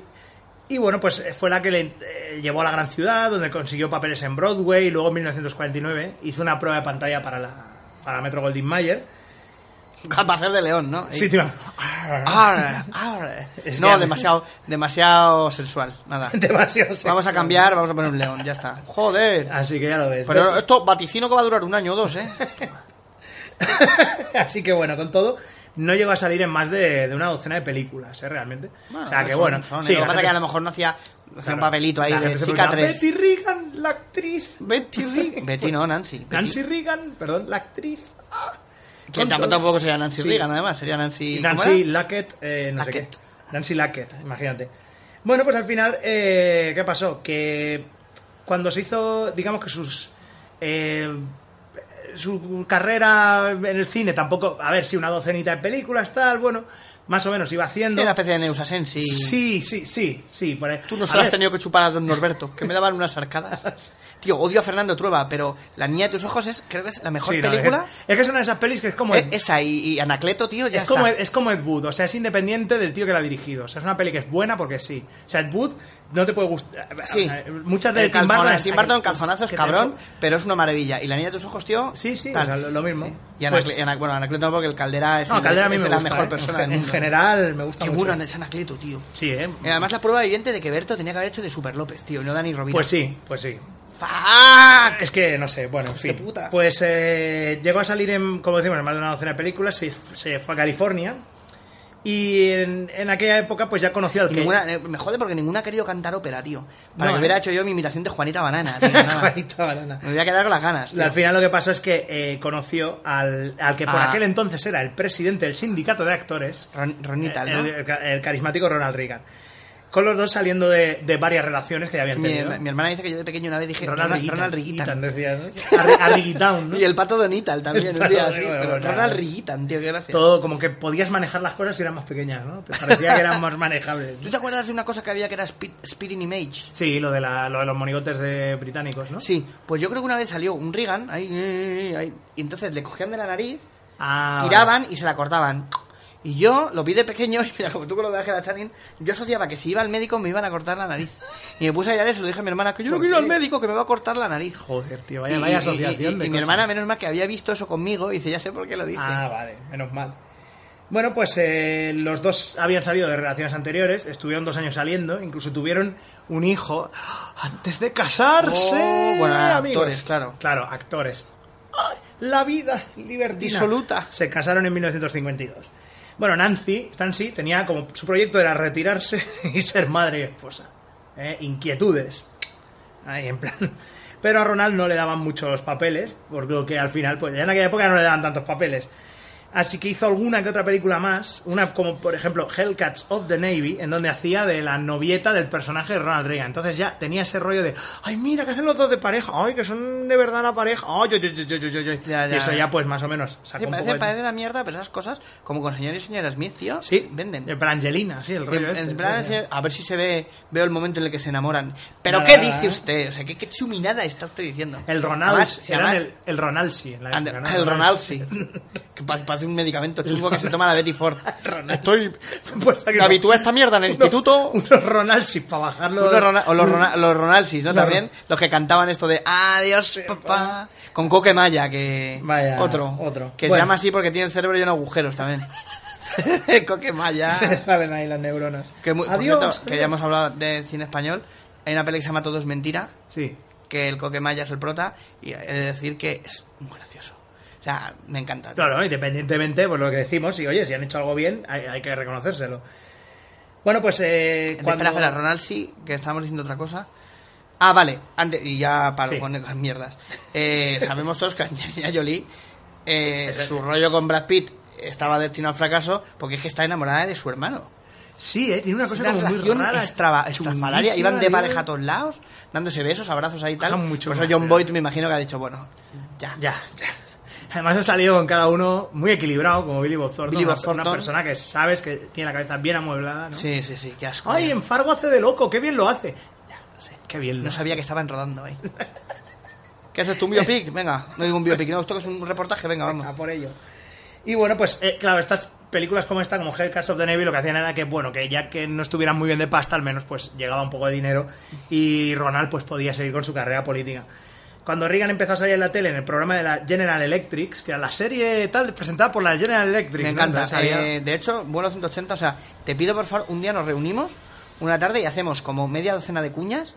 G: Y bueno, pues eh, fue la que le eh, llevó a la gran ciudad, donde consiguió papeles en Broadway. Y luego en 1949 hizo una prueba de pantalla para la, para Metro Goldwyn Mayer.
H: Capaz de León, ¿no?
G: Sí, tío.
H: Arre, arre.
G: Es
H: No,
G: que-
H: demasiado, demasiado sensual. Nada.
G: Demasiado
H: Vamos a
G: sexy.
H: cambiar, vamos a poner un león, ya está. Joder.
G: Así que ya lo ves.
H: Pero esto vaticino que va a durar un año o dos, ¿eh?
G: Así que bueno, con todo, no llegó a salir en más de, de una docena de películas, ¿eh? Realmente. o sea que
H: son-
G: bueno.
H: son, ¿eh?
G: sí,
H: lo que
G: la
H: pasa es que a
G: gente-
H: lo mejor no hacía, hacía un
G: claro,
H: papelito ahí
G: la
H: de
G: gente se
H: chica
G: preguntaba,
H: 3.
G: Betty Reagan, la actriz.
H: Betty Reagan. Betty no, Nancy. Betty-
G: Nancy Reagan, perdón, la actriz. Ah,
H: que
G: con
H: tampoco,
G: todo.
H: tampoco sería Nancy
G: Sí.
H: Reagan, además. Sería Nancy... ¿cómo
G: Nancy
H: era?
G: Lackett, eh, no
H: Lackett.
G: sé qué. Nancy Lackett, imagínate. Bueno, pues al final, eh, ¿qué pasó? Que cuando se hizo, digamos que sus. eh, su carrera en el cine tampoco. A ver, sí, una docenita de películas, tal, bueno, más o menos iba haciendo.
H: Sí, una especie de Neusasensi.
G: Sí, sí, sí, sí. por ahí.
H: Tú no
G: A
H: solo has
G: ver,
H: tenido que chupar a don Norberto, que me daban unas arcadas. Tío, odio a Fernando Trueba, pero La niña de tus ojos es, creo que es la mejor
G: sí, no, es que-
H: película.
G: es que es una de esas pelis que es como.
H: Eh, esa y, y Anacleto, tío, ya
G: es como,
H: está.
G: es como Ed Wood, o sea, es independiente del tío que la ha dirigido. O sea, es una peli que es buena porque sí. O sea, Ed Wood no te puede gustar. eh,
H: Sí.
G: Muchas de
H: El
G: Tim
H: calzona-
G: Burton-
H: Tim Burton, calzonazos,
G: que te-
H: cabrón, pero es una maravilla. Y la niña de tus ojos, tío.
G: Sí, sí,
H: tal.
G: o sea, lo- lo mismo.
H: Y Anacle-
G: Pues-
H: y Ana- bueno, Anacleto no, porque el Caldera es,
G: No,
H: el-
G: Caldera a mí
H: es
G: me
H: la
G: gusta,
H: mejor
G: ¿eh?
H: persona del
G: En
H: mundo.
G: general me gusta
H: Qué
G: mucho.
H: bueno es Anacleto, tío.
G: Sí, ¿eh?
H: Y además la prueba viviente de que Berto tenía que haber hecho de Super López, tío, y no Dani Rovira.
G: Pues sí, pues sí.
H: ¡Fuck!
G: Es que no sé, bueno, en
H: ¡Ah! Hostia
G: fin.
H: puta.
G: Pues eh, llegó a salir en, como decimos, en más de una docena de películas, se, se fue a California. Y en, en aquella época, pues ya conoció al
H: Y
G: que.
H: ninguna- eh, me jode porque ninguna ha querido cantar ópera, tío. Para
G: No,
H: que
G: ¿eh?
H: hubiera hecho yo mi imitación de Juanita Banana, tío. nada.
G: Juanita Banana.
H: Me voy a quedar con las ganas. tío.
G: Al final lo que pasó es que eh, conoció al, al que por
H: Ah.
G: aquel entonces era el presidente del sindicato de actores, eh,
H: Ron- Ronitas, ¿no?
G: el, el ca- el carismático Ronald Reagan. con los dos saliendo de, de varias relaciones que ya habían
H: Mi,
G: tenido.
H: mi hermana dice que yo de pequeño una vez dije
G: Ronald Reagan.
H: Ronald, Ronald Reagan.
G: Reagan, decías, ¿no? Ar- Arriguitown, ¿no?
H: Y el pato Donital también,
G: El
H: un día
G: pato
H: así.
G: Donald,
H: Pero
G: bueno,
H: Ronald
G: claro.
H: Reagan, tío, qué gracia.
G: Todo como que podías manejar las cosas si eran más pequeñas, ¿no? Te parecía que eran más manejables.
H: ¿Tú te acuerdas de una cosa que había que era Speed, Speed in Image?
G: Sí, lo de, la, lo de los monigotes de británicos, ¿no?
H: Sí, pues yo creo que una vez salió un Reagan, ahí, eh, ahí, y entonces le cogían de la nariz,
G: Ah, vale.
H: tiraban y se la cortaban. Y yo lo vi de pequeño, y mira, como tú con lo de Ángela Channing, yo asociaba que si iba al médico me iban a cortar la nariz. Y me puse a llorar y se lo dije a mi hermana, que yo no
G: ¿Por
H: quiero ir al
G: qué?
H: médico, que me va a cortar la nariz.
G: Joder, tío, vaya,
H: Y-
G: vaya
H: y-
G: asociación.
H: y- y-
G: de
H: y mi
G: cosas.
H: hermana, menos mal que había visto eso conmigo, y dice, ya sé por qué lo dice.
G: Ah, vale, menos mal. Bueno, pues eh, los dos habían salido de relaciones anteriores, estuvieron dos años saliendo, incluso tuvieron un hijo antes de casarse.
H: Oh, bueno, eran
G: amigos.
H: actores, claro.
G: Claro, actores. ¡Ay, la vida libertina.
H: Disoluta.
G: Se casaron en 1952. Bueno, Nancy, Nancy tenía como su proyecto era retirarse y ser madre y esposa. ¿eh? Inquietudes. Ahí, en plan. Pero a Ronald no le daban muchos papeles, por lo que al final, pues ya en aquella época no le daban tantos papeles. Así que hizo alguna que otra película más, una como por ejemplo Hellcats of the Navy, en donde hacía de la novieta del personaje de Ronald Reagan. Entonces ya tenía ese rollo de, ay mira, que hacen los dos de pareja, ay, que son de verdad la pareja, ay, yo, yo, yo, yo, yo, yo".
H: Ya, ya.
G: Y eso ya pues más o menos sacó
H: Sí,
G: un
H: parece,
G: poco de-
H: parece una mierda, pero esas cosas, como con señor y señora Smith, tío,
G: Sí,
H: venden.
G: Para Angelina, sí, el rollo
H: En-
G: este,
H: en plan,
G: sí, sí.
H: a ver si se ve veo el momento en el que se enamoran. Pero
G: Nada,
H: ¿qué
G: nada,
H: dice
G: ¿eh?
H: usted? O sea, ¿qué, qué chuminada está usted diciendo?
G: El Ronald,
H: Además, si
G: eran
H: además-
G: el, el Ronald sí. en la
H: and-
G: época, ¿no?
H: el Ronald, sí. Que pa- parece un medicamento chungo que se toma la Betty Ford. Estoy...
G: Pues,
H: Me habitué a esta mierda en el instituto.
G: Unos Ronaldsis para bajarlo.
H: Unos Rona- o los,
G: Mm.
H: Rona- los Ronaldsis, ¿no?
G: Los-
H: También los que cantaban esto de Adiós, papá. Con Coque Maya, que.
G: Vaya,
H: otro.
G: otro.
H: Que se
G: Bueno.
H: llama así porque tiene el cerebro lleno de agujeros también. Coque
G: Se
H: Maya.
G: salen ahí las neuronas.
H: Que muy- por
G: adiós.
H: cierto, que ya hemos hablado de cine español. Hay una peli que se llama Todo es mentira,
G: Sí.
H: que el Coquemaya es el prota, y he de decir que es muy gracioso. O sea, me encanta.
G: Claro, independientemente, pues lo que decimos, y oye, si han hecho algo bien, hay, hay que reconocérselo. Bueno, pues eh, cuando...
H: Espera, espera, Ronald sí, que estábamos diciendo otra cosa. Ah, vale, antes, y ya paro
G: Sí.
H: con las mierdas. Eh, sabemos todos que Angelina Jolie, eh, su rollo con Brad Pitt estaba destinado al fracaso porque es que está enamorada de su hermano.
G: Sí, eh, tiene una
H: Es
G: cosa
H: una
G: como muy
H: relación
G: rara.
H: extrava-
G: chunguísima,
H: extrafalaria. Iban de
G: tío.
H: pareja a todos lados, dándose besos, abrazos ahí y tal.
G: Son muy
H: Por eso
G: chungas,
H: John
G: tío.
H: Boyd me imagino que ha dicho, bueno, ya.
G: Ya, ya. Además, ha salido con cada uno muy equilibrado, como Billy Bob Thornton.
H: Billy Bob
G: una- una,
H: Thornton.
G: persona que sabes que tiene la cabeza bien amueblada, ¿no?
H: Sí, sí, sí, qué asco.
G: Ay, en Fargo hace de loco, qué bien lo hace. Ya, no sé, qué bien lo
H: No
G: hace.
H: sabía que estaban rodando ahí. ¿Qué haces tú, un biopic? Venga, no digo un biopic, no, esto que es un reportaje, venga, vamos.
G: A por ello. Y bueno, pues eh, claro, estas películas como esta, como Hellcats of the Navy, lo que hacían era que, bueno, que ya que no estuvieran muy bien de pasta, al menos pues llegaba un poco de dinero y Ronald pues podía seguir con su carrera política. Cuando Reagan empezó a salir en la tele en el programa de la General Electric, que era la serie tal presentada por la General Electric.
H: Me
G: ¿no?
H: encanta.
G: Entonces, había-
H: Eh, de hecho, vuelo 180, o sea, te pido por favor, un día nos reunimos una tarde y hacemos como media docena de cuñas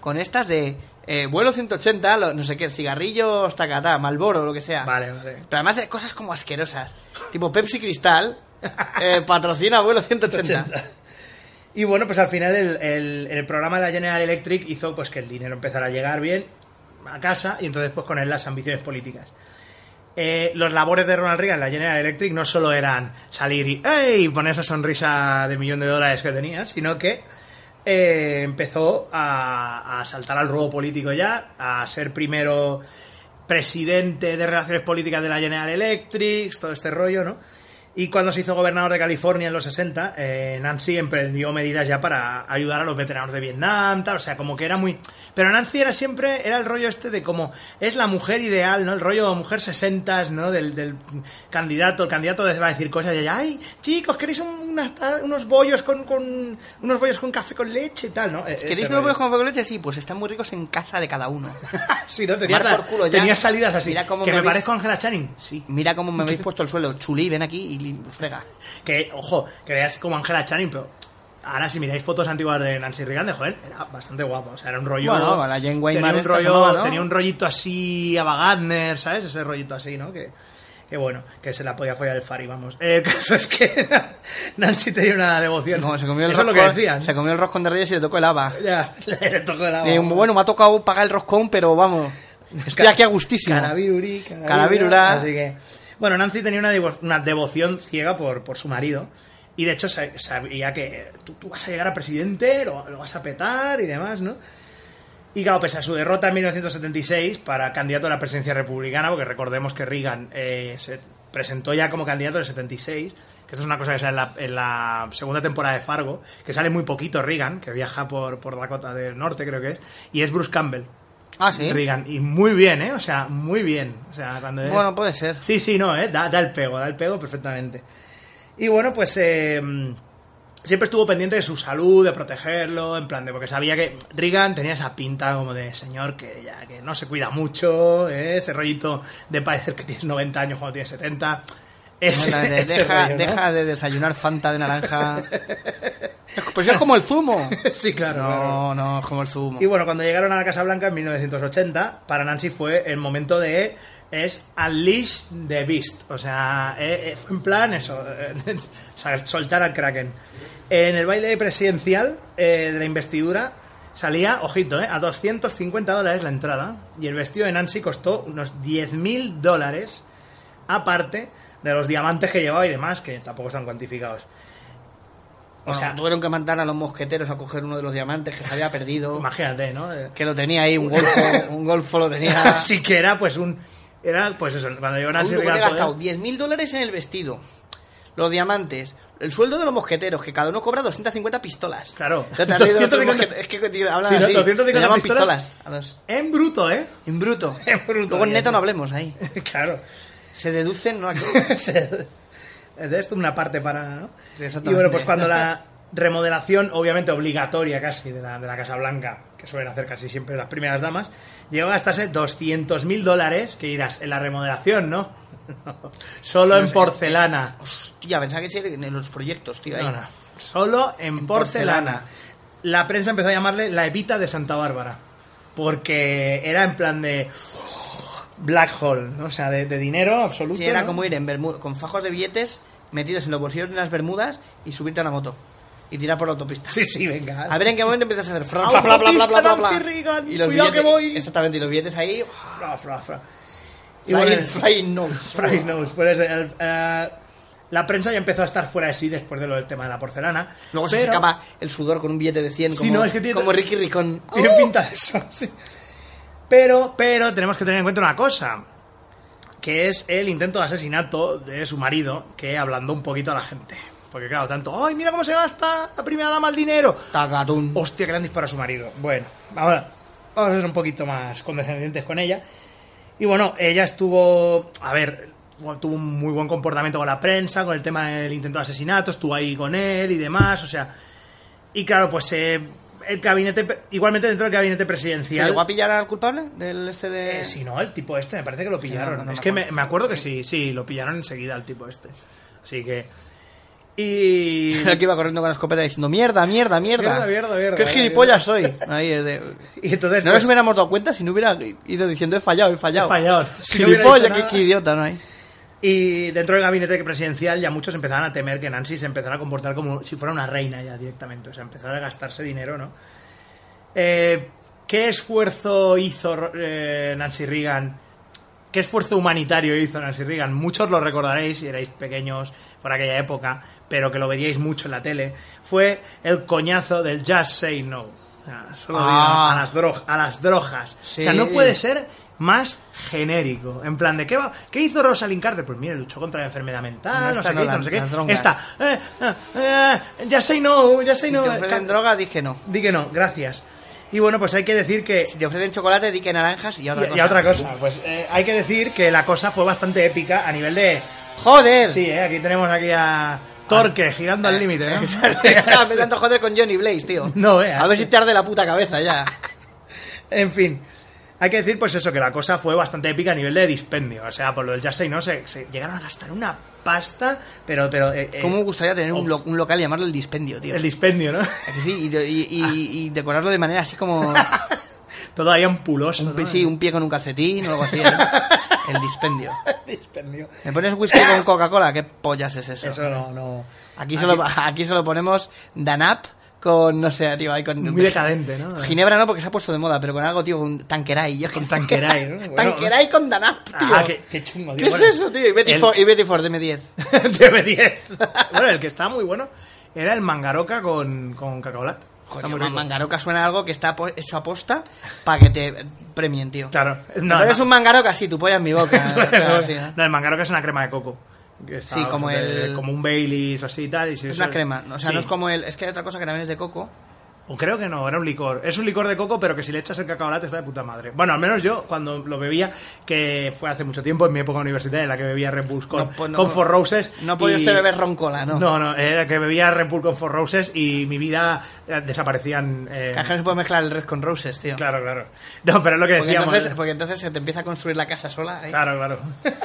H: con estas de eh, vuelo 180, lo- no sé qué, cigarrillos, tacatá, malboro, lo que sea.
G: Vale, vale.
H: Pero además de cosas como asquerosas, tipo Pepsi Cristal, eh, patrocina vuelo 180.
G: Y bueno, pues al final el, el- el programa de la General Electric hizo pues que el dinero empezara a llegar bien a casa y entonces pues con él las ambiciones políticas. Eh, los labores de Ronald Reagan en la General Electric no solo eran salir y ¡Ey! poner esa sonrisa de millón de dólares que tenía, sino que eh, empezó a, a saltar al robo político ya, a ser primero presidente de Relaciones Políticas de la General Electric, todo este rollo, ¿no? Y cuando se hizo gobernador de California en los 60, eh, Nancy emprendió medidas ya para ayudar a los veteranos de Vietnam, tal, o sea, como que era muy... Pero Nancy era siempre, era el rollo este de como, es la mujer ideal, ¿no? El rollo mujer 60, ¿no? Del, del candidato, el candidato va a decir cosas y ella, ay, chicos, ¿queréis un- unas ta- unos bollos con, con- unos bollos con café con leche y tal, ¿no? E- ese
H: ¿Queréis que
G: rollo. Ah,
H: lo veas con leche? Sí, pues están muy ricos en casa de cada uno.
G: Sí, ¿no? Tenía,
H: Tomar por culo ya.
G: tenía salidas así.
H: Mira cómo
G: que
H: me
G: me,
H: habéis-
G: parezco a Angela Channing. Sí.
H: Mira cómo me habéis puesto el suelo, chulí, ven aquí y li- frega.
G: Que, ojo, que veas como Angela Channing, pero ahora si miráis fotos antiguas de Nancy Reagan, de joder, era bastante guapo. O sea, era un rollo.
H: Bueno, con la Jane Weimar
G: tenía, un
H: esta
G: rollo
H: asomaba, ¿no?
G: tenía un rollito así a Wagner, ¿sabes? Ese rollito así, ¿no? Que, que bueno, que se la podía follar el Fari, vamos. El caso es que Nancy tenía una devoción.
H: Como se comió el
G: Eso es lo que
H: roscón-
G: decían.
H: Se comió el roscón de Reyes y le tocó el haba.
G: Ya, le tocó la
H: Eh, bueno, me ha tocado pagar el roscón, pero vamos. Estoy aquí a gustísimo.
G: Caraviruri,
H: Caravirura.
G: Así que... Bueno, Nancy tenía una, devo- una devoción ciega por, por su marido. Y de hecho sa- sabía que tú, tú vas a llegar a presidente, lo, lo vas a petar y demás, ¿no? Y claro, pese a su derrota en 1976 para candidato a la presidencia republicana, porque recordemos que Reagan eh, se presentó ya como candidato en el 76, que esto es una cosa que sale en la, en la segunda temporada de Fargo, que sale muy poquito Reagan, que viaja por, por Dakota del Norte, creo que es, y es Bruce Campbell.
H: Ah, sí.
G: Reagan, y muy bien, ¿eh? O sea, muy bien. O sea, cuando
H: Bueno, pues- puede ser.
G: ¿eh? Sí, sí, no, ¿eh? da, da el pego, da el pego perfectamente. Y bueno, pues eh, siempre estuvo pendiente de su salud, de protegerlo, en plan de, porque sabía que Reagan tenía esa pinta como de señor que ya que no se cuida mucho, ¿eh? ese rollito de parecer que tienes 90 años cuando tienes 70. Ese,
H: Bueno, de-
G: ese
H: deja,
G: rollo, ¿no?
H: deja de desayunar Fanta de naranja. Pues es como el zumo.
G: Sí, claro. claro.
H: No, no, es como el zumo.
G: Y bueno, cuando llegaron a la Casa Blanca en 1980, para Nancy fue el momento de es unleash the beast, o sea, eh, eh, fue en plan eso, eh, o sea, soltar al kraken. En el baile presidencial eh, de la investidura salía, ojito, eh, a 250 dólares la entrada y el vestido de Nancy costó unos 10.000 dólares aparte de los diamantes que llevaba y demás, que tampoco están cuantificados. O
H: Bueno,
G: sea,
H: tuvieron que mandar a los mosqueteros a coger uno de los diamantes que se había perdido.
G: imagínate, ¿no? Eh,
H: Que lo tenía ahí, un golfo, un golfo lo tenía.
G: Así que era pues un. Era pues eso, cuando llegó
H: Ah. Aún
G: Nancy
H: no
G: Reagan
H: hubiera
G: al
H: gastado
G: poder-
H: 10.000 dólares en el vestido, los diamantes, el sueldo de los mosqueteros, que cada uno cobra 250 pistolas.
G: Claro.
H: Ya te has leído los
G: 250
H: mosqueteros. Es que tío, hablan
G: Sí, ¿no?
H: así,
G: 250
H: le llaman
G: pistolas.
H: pistolas. a los-
G: En bruto, ¿eh?
H: En bruto.
G: En bruto,
H: Luego en
G: bien.
H: neto no hablemos ahí.
G: claro.
H: Se deducen, ¿no? Aquí.
G: Se- De esto una parte para. ¿no?
H: Sí,
G: y
H: exactamente.
G: bueno, pues cuando la remodelación, obviamente obligatoria casi, de la, de la Casa Blanca, que suelen hacer casi siempre las primeras damas, llegó a gastarse 200.000 dólares, que irás en la remodelación, ¿no? Solo en
H: Eh,
G: porcelana.
H: Hostia, pensaba que sí en los proyectos, tío. ahí.
G: No, no. Solo en,
H: En
G: porcelana.
H: porcelana.
G: La prensa empezó a llamarle la Evita de Santa Bárbara. Porque era en plan de. Black hole, ¿no? O sea, de, de dinero absoluto.
H: Sí, era
G: ¿no?
H: como ir en bermuda, con fajos de billetes metidos en los bolsillos de las bermudas y subirte a una moto y tirar por la autopista.
G: Sí, sí, venga.
H: A ver en qué momento empiezas a hacer fra,
G: Autopista
H: bla, bla, bla, bla, bla, bla.
G: Nancy Reagan,
H: Y los
G: cuidado que
H: billetes,
G: voy.
H: Exactamente, y los billetes ahí.
G: Fra, fra, fra. Y
H: Y flying,
G: bueno,
H: flying no.
G: Fry knows, pues, el- eh, la prensa ya empezó a estar fuera de sí después de lo del tema de la porcelana.
H: Luego se
G: pero-
H: secaba el sudor con un billete de 100
G: Sí,
H: como,
G: no, es que tiene-
H: como Ricky Ricón.
G: Tiene
H: ¡Oh!
G: pinta de eso, sí. Pero, pero tenemos que tener en cuenta una cosa, que es el intento de asesinato de su marido, que ablandó un poquito a la gente. Porque claro, tanto, ¡ay, mira cómo se gasta la primera dama el dinero!
H: Tagatún.
G: Hostia, que le han disparado a su marido. Bueno, ahora vamos a ser un poquito más condescendientes con ella. Y bueno, ella estuvo, a ver, bueno, tuvo un muy buen comportamiento con la prensa, con el tema del intento de asesinato, estuvo ahí con él y demás, o sea. Y claro, pues eh, el gabinete, pe- igualmente dentro del gabinete
H: ¿Se
G: presidencial.
H: llegó a pillar al culpable del este de...?
G: Eh, si no, el tipo este, me parece que lo pillaron.
H: no, no
G: es
H: me
G: que me,
H: acuerdo.
G: me acuerdo que sí, sí, lo pillaron enseguida el tipo este. Así que. Y.
H: El que iba corriendo con la escopeta diciendo mierda, mierda, mierda.
G: Mierda, mierda, mierda,
H: Qué
G: mierda,
H: gilipollas soy. Ahí es de...
G: y entonces.
H: No
G: pues,
H: nos hubiéramos dado cuenta si no hubiera ido diciendo he fallado, he fallado.
G: He fallado. Si no hubiera
H: Gilipollas,
G: dicho
H: qué,
G: nada.
H: qué idiota, ¿no? hay?
G: Y dentro del gabinete presidencial ya muchos empezaban a temer que Nancy se empezara a comportar como si fuera una reina ya directamente, o sea, empezar a gastarse dinero, ¿no? Eh, ¿Qué esfuerzo hizo eh, Nancy Reagan? ¿Qué esfuerzo humanitario hizo Nancy Reagan? Muchos lo recordaréis si erais pequeños por aquella época, pero que lo veríais mucho en la tele. Fue el coñazo del Just Say No. O sea, solo digan
H: Ah.
G: a, las drog- a las drogas. O sea,
H: Sí.
G: no puede ser más genérico. En plan, ¿de qué va? ¿Qué hizo Rosalind Carter? Pues mire, luchó contra la enfermedad mental,
H: No,
G: no,
H: esta
G: sé
H: no,
G: qué, hizo,
H: las-
G: no sé qué.
H: las drogas.
G: Esta, eh, eh, eh, ya sé no, ya sé
H: Si
G: no.
H: te ofrecen
G: Ca-
H: droga, dije no.
G: Di que no, gracias. Y bueno, pues hay que decir que
H: Si te ofrecen chocolate, di que naranjas y ya otra
G: y-
H: cosa.
G: y a otra cosa, pues eh, hay que decir que la cosa fue bastante épica a nivel de...
H: ¡Joder!
G: Sí, eh, aquí tenemos aquí a
H: Ah.
G: Torque girando al límite. ¿eh?
H: Estaba empezando a joder con Johnny Blaze, tío.
G: No eh, veas.
H: A ver si te arde la puta cabeza ya.
G: En fin. Hay que decir, pues eso, que la cosa fue bastante épica a nivel de dispendio. O sea, por lo del Just Say No, se, se llegaron a gastar una pasta, pero... pero eh, eh,
H: ¿Cómo me gustaría tener un,
G: Ops.
H: lo- un local y llamarlo el dispendio, tío?
G: El Ah. dispendio, ¿no?
H: ¿A que sí? Y, y- y- y decorarlo de manera así como...
G: Todo ahí ampuloso,
H: Un,
G: ¿no?
H: pi- sí, un pie con un calcetín o algo así. ¿eh? El dispendio.
G: dispendio.
H: ¿Me pones whisky con Coca-Cola? ¿Qué pollas es eso?
G: Eso no, no...
H: Aquí solo, aquí solo ponemos Danap Con, no sé, tío, ahí con...
G: Muy decadente, ¿no?
H: Ginebra no, porque se ha puesto de moda, pero con algo, tío, con Tanqueray. Yo
G: Con
H: qué sé.
G: Tanqueray, ¿no? Bueno,
H: Tanqueray con Danap, tío.
G: Ah, qué, qué chungo.
H: ¿Qué
G: tío.
H: es
G: Bueno,
H: eso, tío? Y Betty,
G: el-
H: Ford, y Betty Ford, M10.
G: TV10. bueno, el que estaba muy bueno era el mangaroca con, con cacaolat.
H: Joder,
G: Está muy
H: man-
G: rico.
H: mangaroca suena a algo que está po- hecho aposta para que te premien, tío.
G: Claro.
H: No,
G: No,
H: eres
G: no.
H: un mangaroca, sí, tu polla en mi boca. o sea, así, ¿no?
G: No, el mangaroca es una crema de coco. que está
H: Sí, como
G: bastante-
H: el-
G: Como un Baileys, así y tal. y si
H: Es
G: eso-
H: una crema, o sea,
G: Sí.
H: no es como el... Es que hay otra cosa que también es de coco.
G: O creo que no, era un licor. Es un licor de coco, pero que si le echas el cacaolate está de puta madre. Bueno, al menos yo, cuando lo bebía, que fue hace mucho tiempo, en mi época universitaria, en la que bebía Red Bull con,
H: No, pues no-
G: con Four Roses.
H: No podía
G: y-
H: usted beber roncola, ¿no?
G: No, no, era que bebía Red Bull con Four Roses y mi vida eh, desaparecían. eh,
H: Que no se puede mezclar el red con roses, tío.
G: Claro, claro. No, pero es lo que
H: Porque
G: decíamos.
H: entonces, pues,
G: eh.
H: porque entonces se te empieza a construir la casa sola ¿eh?
G: Claro, claro.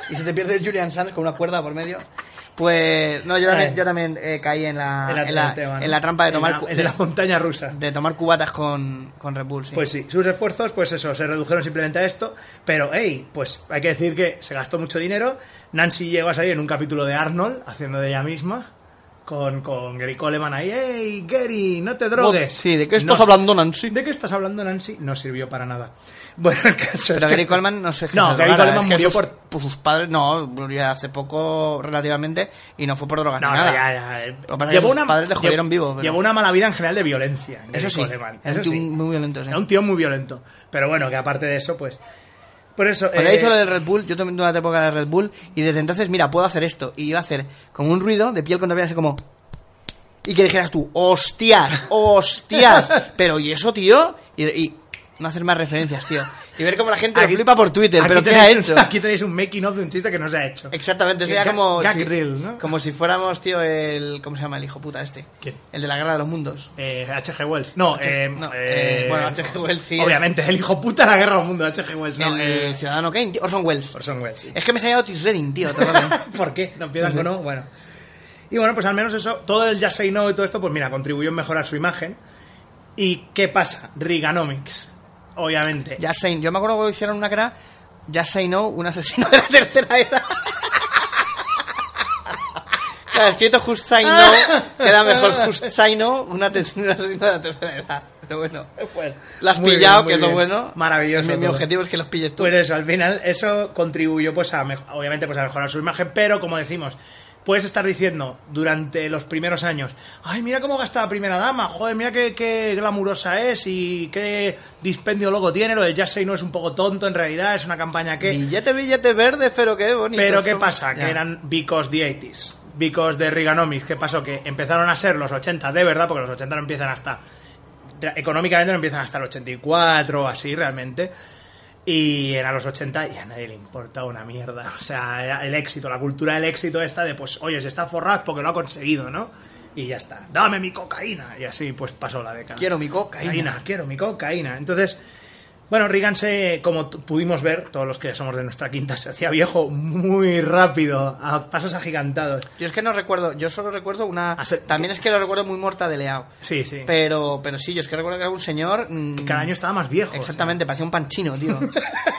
H: y se te pierde Julian Sands con una cuerda por medio. Pues no, yo también,
G: Eh.
H: yo también eh, caí en la,
G: Era
H: en,
G: el
H: la,
G: tema, ¿no?
H: en la trampa de
G: En
H: tomar,
G: la-
H: cu-
G: en
H: de,
G: la montaña rusa.
H: de tomar cubatas con, con Red Bull. Sí.
G: Pues sí, sus esfuerzos, pues eso, se redujeron simplemente a esto. Pero, hey, pues hay que decir que se gastó mucho dinero. Nancy llegó a salir en un capítulo de Arnold, haciendo de ella misma, con, con Gary Coleman ahí. ¡Hey, Gary, no te drogues!
H: Sí, ¿de qué estás
G: No-
H: hablando, Nancy?
G: ¿De qué estás hablando, Nancy? No sirvió para nada. Bueno, el caso
H: Pero
G: es que-
H: Gary Coleman no sé
G: No, Gary Coleman
H: es que
G: murió
H: sus,
G: por-
H: pues sus padres, no, murió hace poco relativamente y no fue por drogas
G: No,
H: ni
G: no,
H: nada.
G: ya, ya. eh.
H: Lo que pasa es que sus padres le jodieron
G: lle-
H: vivo, pero-
G: Llevó una mala vida en general de violencia.
H: Eso
G: Gary
H: sí,
G: Coleman,
H: era
G: eso
H: un tío
G: sí.
H: muy violento. Sí.
G: Era un tío muy violento. Pero bueno, que aparte de eso, pues. Por eso.
H: Cuando
G: eh,
H: he dicho lo del Red Bull, yo también tuve una época de Red Bull y desde entonces, mira, puedo hacer esto. Y iba a hacer como un ruido de piel contra piel, así como... Y que dijeras tú, hostias, hostias. Pero ¿y eso, tío? Y, y no hacer más referencias, tío. Y ver cómo la gente
G: Aquí-
H: lo flipa por Twitter,
G: aquí
H: pero ¿qué ha
G: tenéis-
H: hecho?
G: Aquí tenéis un making of de un chiste que no se ha hecho.
H: Exactamente, sería
G: Gag-
H: como...
G: gag
H: si,
G: reel, ¿no?
H: Como si fuéramos, tío, el... ¿Cómo se llama el hijo puta este?
G: ¿Quién?
H: El de la guerra de los mundos.
G: Eh, H.G. Wells. No,
H: H-
G: eh,
H: no,
G: eh,
H: eh, bueno, H.G. Wells sí es-
G: Obviamente, el hijo puta de la guerra del mundo, H.G. Wells. No,
H: el
G: eh,
H: ciudadano Kane, tío, Orson Welles.
G: Orson Welles. sí.
H: Es que me salía Otis Redding, tío. ¿eh? todo el rato.
G: ¿Por qué? No empiezan con no, bueno. Y bueno, pues al menos eso, todo el ya say no y todo esto, pues mira, contribuyó en mejorar su imagen. ¿Y qué pasa? Reaganomics, obviamente.
H: Ya Say- yo me acuerdo que hicieron una que era Ya Say No, un asesino de la tercera edad. Claro, escrito Just Say No, queda mejor Just Say No, un ate- un asesino de la tercera edad. Pero bueno,
G: Bueno,
H: lo has
G: Pues, muy bien,
H: pillado,
G: muy
H: que es lo
G: bien.
H: bueno.
G: Maravilloso.
H: Mi, mi
G: todo.
H: objetivo es que los pilles tú.
G: Pues eso, al final eso contribuyó pues a, mej- obviamente pues a mejorar su imagen, pero como decimos, puedes estar diciendo durante los primeros años, ay, mira cómo gasta la primera dama, joder, mira qué, qué glamurosa es y qué dispendio loco tiene, lo de Ya Say No es un poco tonto en realidad, es una campaña que...
H: Billete, billete verde, pero qué bonito.
G: Pero ¿qué
H: son.
G: pasa?
H: Ya.
G: Que eran because the 80s, because de Reaganomics. ¿Qué pasó? Que empezaron a ser los 80 de verdad, porque los 80 no empiezan hasta. Económicamente no empiezan hasta el 84 o así realmente. Y eran los 80 y a nadie le importaba una mierda. O sea, era el éxito, la cultura del éxito esta de pues, oye, se está forrado porque lo ha conseguido, ¿no? Y ya está. Dame mi cocaína. Y así pues pasó la década
H: Quiero mi cocaína.
G: cocaína, quiero mi cocaína. Entonces, bueno, Reagan se, como t- pudimos ver, todos los que somos de nuestra quinta, se hacía viejo muy rápido, a pasos agigantados.
H: Yo es que no recuerdo, yo solo recuerdo una...
G: Ah, se-
H: También es que lo recuerdo muy morta de Leao.
G: Sí, sí.
H: Pero, pero sí, yo es que recuerdo que era un señor... mm,
G: Cada año estaba más viejo.
H: Exactamente, parecía un panchino, tío.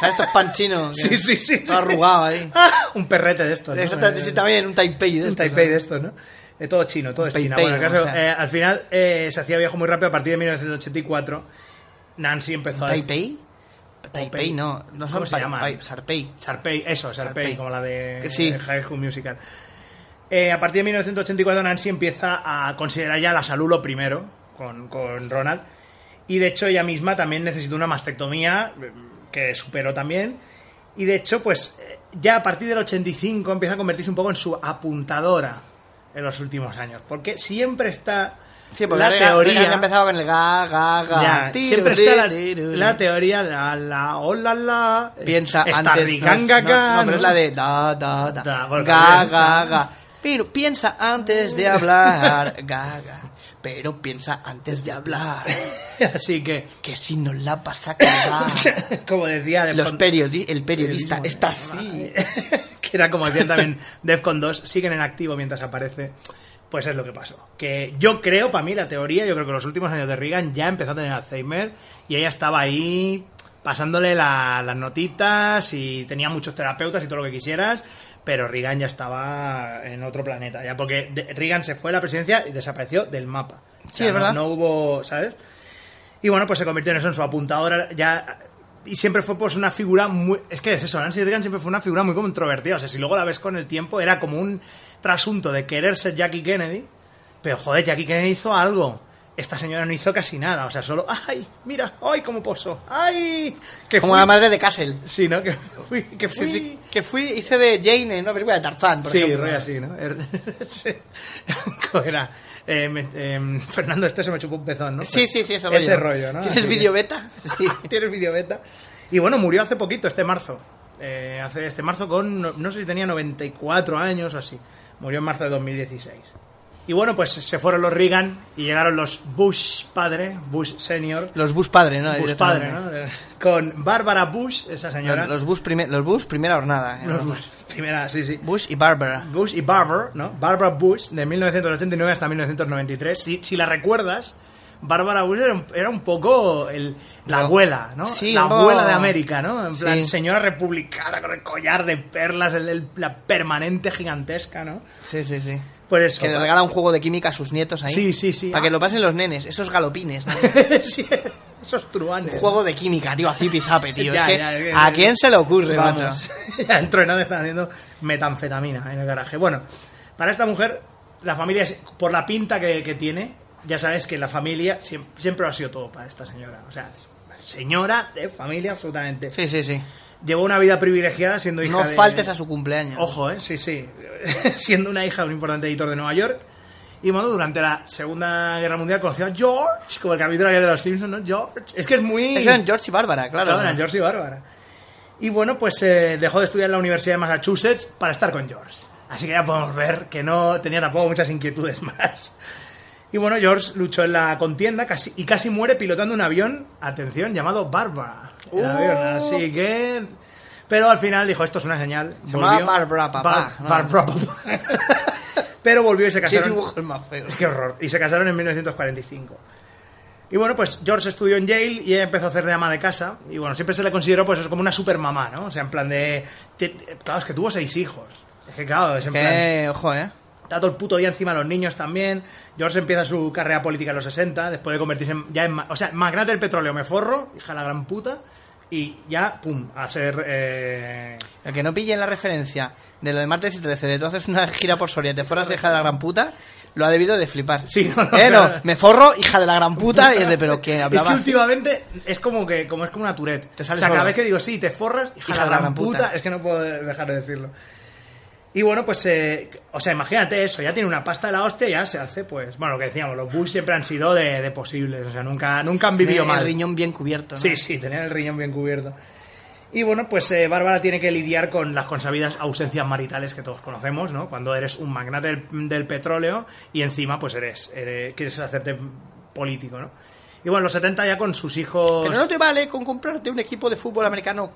H: ¿Sabes estos panchinos?
G: eh. Sí, sí, sí,
H: Todo
G: sí.
H: arrugado ahí.
G: o sea, un perrete de estos. ¿no? Eh,
H: Exactamente, sí, también un Taipei de
G: Un
H: estos,
G: Taipei
H: ¿no?
G: de estos, ¿no? De todo chino, todo es
H: Taipei,
G: China. Bueno, el caso,
H: o sea.
G: eh, al final eh, se hacía viejo muy rápido a partir de 1984. Nancy empezó a...
H: ¿Taipei? Taipei no, no son
G: ¿Cómo se
H: pa-
G: llaman?
H: pa- Sarpei.
G: Sharpay, eso, Sharpay,
H: Sharpay.
G: como la de
H: Que sí.
G: de High School Musical. Eh, a partir de 1984 Nancy empieza a considerar ya la salud lo primero con, con Ronald. Y de hecho ella misma también necesitó una mastectomía eh, que superó también. Y de hecho, pues eh, ya a partir del 85 empieza a convertirse un poco en su apuntadora en los últimos años. Porque siempre está
H: Sí, porque
G: la
H: ahora ya- ahora
G: teoría...
H: ya han empezado con el ga, ga, ga.
G: Ya,
H: tiru,
G: siempre está la,
H: li, liru, li.
G: la teoría de la, la, oh, la, la.
H: Piensa
G: Está
H: antes.
G: riganga
H: no, es- no,
G: acá,
H: no, pero es
G: ¿no?
H: la de da, da, da.
G: Da, bueno,
H: ga,
G: también.
H: ga, ga. Pero piensa antes de hablar. ga, ga. Pero piensa antes de hablar.
G: Así que,
H: Que si nos la vas a cagar.
G: como decía Defcon-
H: Los periodi- el periodista
G: Periodismo,
H: está
G: ¿no? Ah, eh,
H: así.
G: que era como decía también Defcon 2, siguen en activo mientras aparece. Pues es lo que pasó. Que yo creo, para mí, la teoría, yo creo que los últimos años de Reagan ya empezó a tener Alzheimer y ella estaba ahí pasándole la- las notitas y tenía muchos terapeutas y todo lo que quisieras, pero Reagan ya estaba en otro planeta, ya porque de- Reagan se fue a la presidencia y desapareció del mapa.
H: Sí, es
G: no-
H: verdad.
G: No hubo, ¿sabes? Y bueno, pues se convirtió en eso, en su apuntadora. Ya, y siempre fue pues una figura muy... Es que es eso, Nancy Reagan siempre fue una figura muy controvertida. O sea, si luego la ves con el tiempo, era como un trasunto de querer ser Jackie Kennedy. Pero joder, Jackie Kennedy hizo algo. Esta señora no hizo casi nada. O sea, solo... ¡Ay! Mira, ¡ay! Como pozo. ¡Ay! Que
H: Como
G: fui".
H: la madre de Castle.
G: Sí, ¿no? Que fui... Que fui...
H: Sí, sí. Que fui, hice de Jane en una película de Tarzán, por
G: Sí,
H: ejemplo.
G: rollo así, ¿no? Er- sí. ¿Cómo era? Eh, me- em, Fernando, este se me chupó un pezón, ¿no?
H: Sí, sí, sí, ese rollo.
G: Ese rollo, ¿no?
H: ¿Tienes
G: Así que-
H: video beta? Sí.
G: Tienes video beta. Y bueno, murió hace poquito, este marzo. Eh, hace este marzo con, no, no sé si tenía 94 años o así. Murió en marzo de 2016. Y bueno, pues se fueron los Reagan y llegaron los Bush padre, Bush senior,
H: Los Bush padre, ¿no?
G: Bush padre, ¿no? Con Bárbara Bush, esa señora.
H: Los, los Bush, prime- los Bush primera jornada. ¿eh?
G: Los Bush, primera, sí, sí.
H: Bush y Barbara.
G: Bush y Barbara, ¿no? Barbara Bush, de 1989 hasta 1993. Si, si la recuerdas, Barbara Bush era un, era un poco el- la
H: No.
G: abuela, ¿no?
H: Sí,
G: la
H: un poco-
G: abuela de América, ¿no? En plan,
H: Sí.
G: señora republicana con el collar de perlas, el- el- la permanente gigantesca, ¿no?
H: Sí, sí, sí.
G: Por eso.
H: Que le regala un juego de química a sus nietos ahí.
G: Sí, sí, sí. Ah.
H: Para que lo pasen los nenes, esos galopines. ¿no?
G: Sí, esos truanes.
H: Un juego de química, tío, a zipizape, tío.
G: Ya,
H: es que,
G: ya, es que-
H: ¿A quién se le ocurre,
G: Vamos.
H: macho?
G: ya dentro de nada están haciendo metanfetamina en el garaje. Bueno, para esta mujer, la familia, es- por la pinta que, que tiene, ya sabes que la familia siempre, siempre lo ha sido todo para esta señora. O sea, es señora de familia absolutamente.
H: Sí, sí, sí.
G: Llevó una vida privilegiada siendo hija
H: No
G: de-
H: faltes a su cumpleaños.
G: Ojo, ¿eh? Sí, sí. Siendo una hija de un importante editor de Nueva York. Y bueno, durante la Segunda Guerra Mundial conoció a George, como el capítulo aquel de los Simpsons, ¿no? George. Es que es muy...
H: Eso eran George y Bárbara, claro.
G: Claro, eran George y Bárbara. Y bueno, pues eh, dejó de estudiar en la Universidad de Massachusetts para estar con George. Así que ya podemos ver que no tenía tampoco muchas inquietudes más. Y bueno, George luchó en la contienda casi, y casi muere pilotando un avión, atención, llamado Bárbara. El
H: Uh.
G: avión, así que... Pero al final dijo, esto es una señal.
H: Se llamaba
G: volvió.
H: Bárbara, papá.
G: Bar- Bárbara, papá. Pero volvió y se
H: Qué
G: casaron.
H: dibujos más feos.
G: Qué horror. Y se casaron en 1945. Y bueno, pues George estudió en Yale y ella empezó a hacer de ama de casa. Y bueno, siempre se le consideró pues eso, como una supermamá, ¿no? O sea, en plan de... te- te- claro, es que tuvo seis hijos. Es que claro, es en plan...
H: Que, ojo, ¿eh?
G: Está todo el puto día encima de los niños también. George empieza su carrera política en los 60, después de convertirse en, ya en... ma- O sea, magnate del petróleo, me forro, hija de la gran puta. Y ya, pum, a ser... eh,
H: El que no pille en la referencia de lo de martes y 13, de tú haces una gira por Soria y te forras hija de la gran puta, lo ha debido de flipar.
G: Sí, no, no,
H: Eh, no,
G: claro.
H: me forro, hija de la gran puta, y es de, pero que
G: Es que
H: hablaba.
G: últimamente es como que como es como una turette.
H: Te sale
G: o sea, cada
H: solo.
G: vez que digo sí, te forras, hija, de la gran, puta. es que no puedo dejar de decirlo. Y bueno, pues, eh, o sea, imagínate eso, ya tiene una pasta de la hostia, ya se hace, pues, bueno, lo que decíamos, los Bush siempre han sido de, de posibles, o sea, nunca, nunca han vivido
H: el
G: mal.
H: riñón bien cubierto. ¿no?
G: Sí, sí, tenía el riñón bien cubierto. Y bueno, pues eh, Bárbara tiene que lidiar con las consabidas ausencias maritales que todos conocemos, ¿no? Cuando eres un magnate del, del petróleo y encima, pues eres, eres- quieres hacerte político, ¿no? Y bueno, los 70 ya con sus hijos...
H: Pero no te vale con comprarte un equipo de fútbol americano.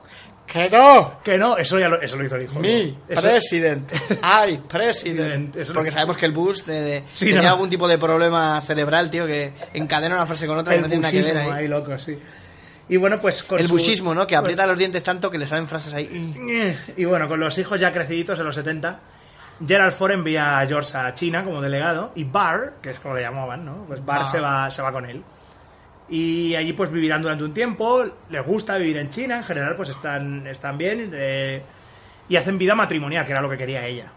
H: ¡Que no!
G: Que no, eso ya lo, eso lo hizo el hijo.
H: Mi
G: Eso-
H: presidente. ¡Ay, presidente!
G: Presidente, eso no-
H: Porque sabemos que el Bush de, de-
G: Sí,
H: tenía
G: no.
H: algún tipo de problema cerebral, tío, que encadena una frase con otra y
G: el
H: no tiene nada que ver
G: bushismo,
H: ahí.
G: ahí loco, sí. Y bueno, pues con
H: El
G: sus-
H: bushismo, ¿no? Que aprieta los dientes tanto que le salen frases
G: Mm,
H: ahí.
G: Eh, Y bueno, con los hijos ya creciditos en los 70, Gerald Ford envía a George a China como delegado y Barr, que es como le llamaban, ¿no? Pues Barr
H: Ah.
G: se, va, se va con él. Y allí pues vivirán durante un tiempo, les gusta vivir en China, en general pues están, están bien eh, y hacen vida matrimonial, que era lo que quería ella.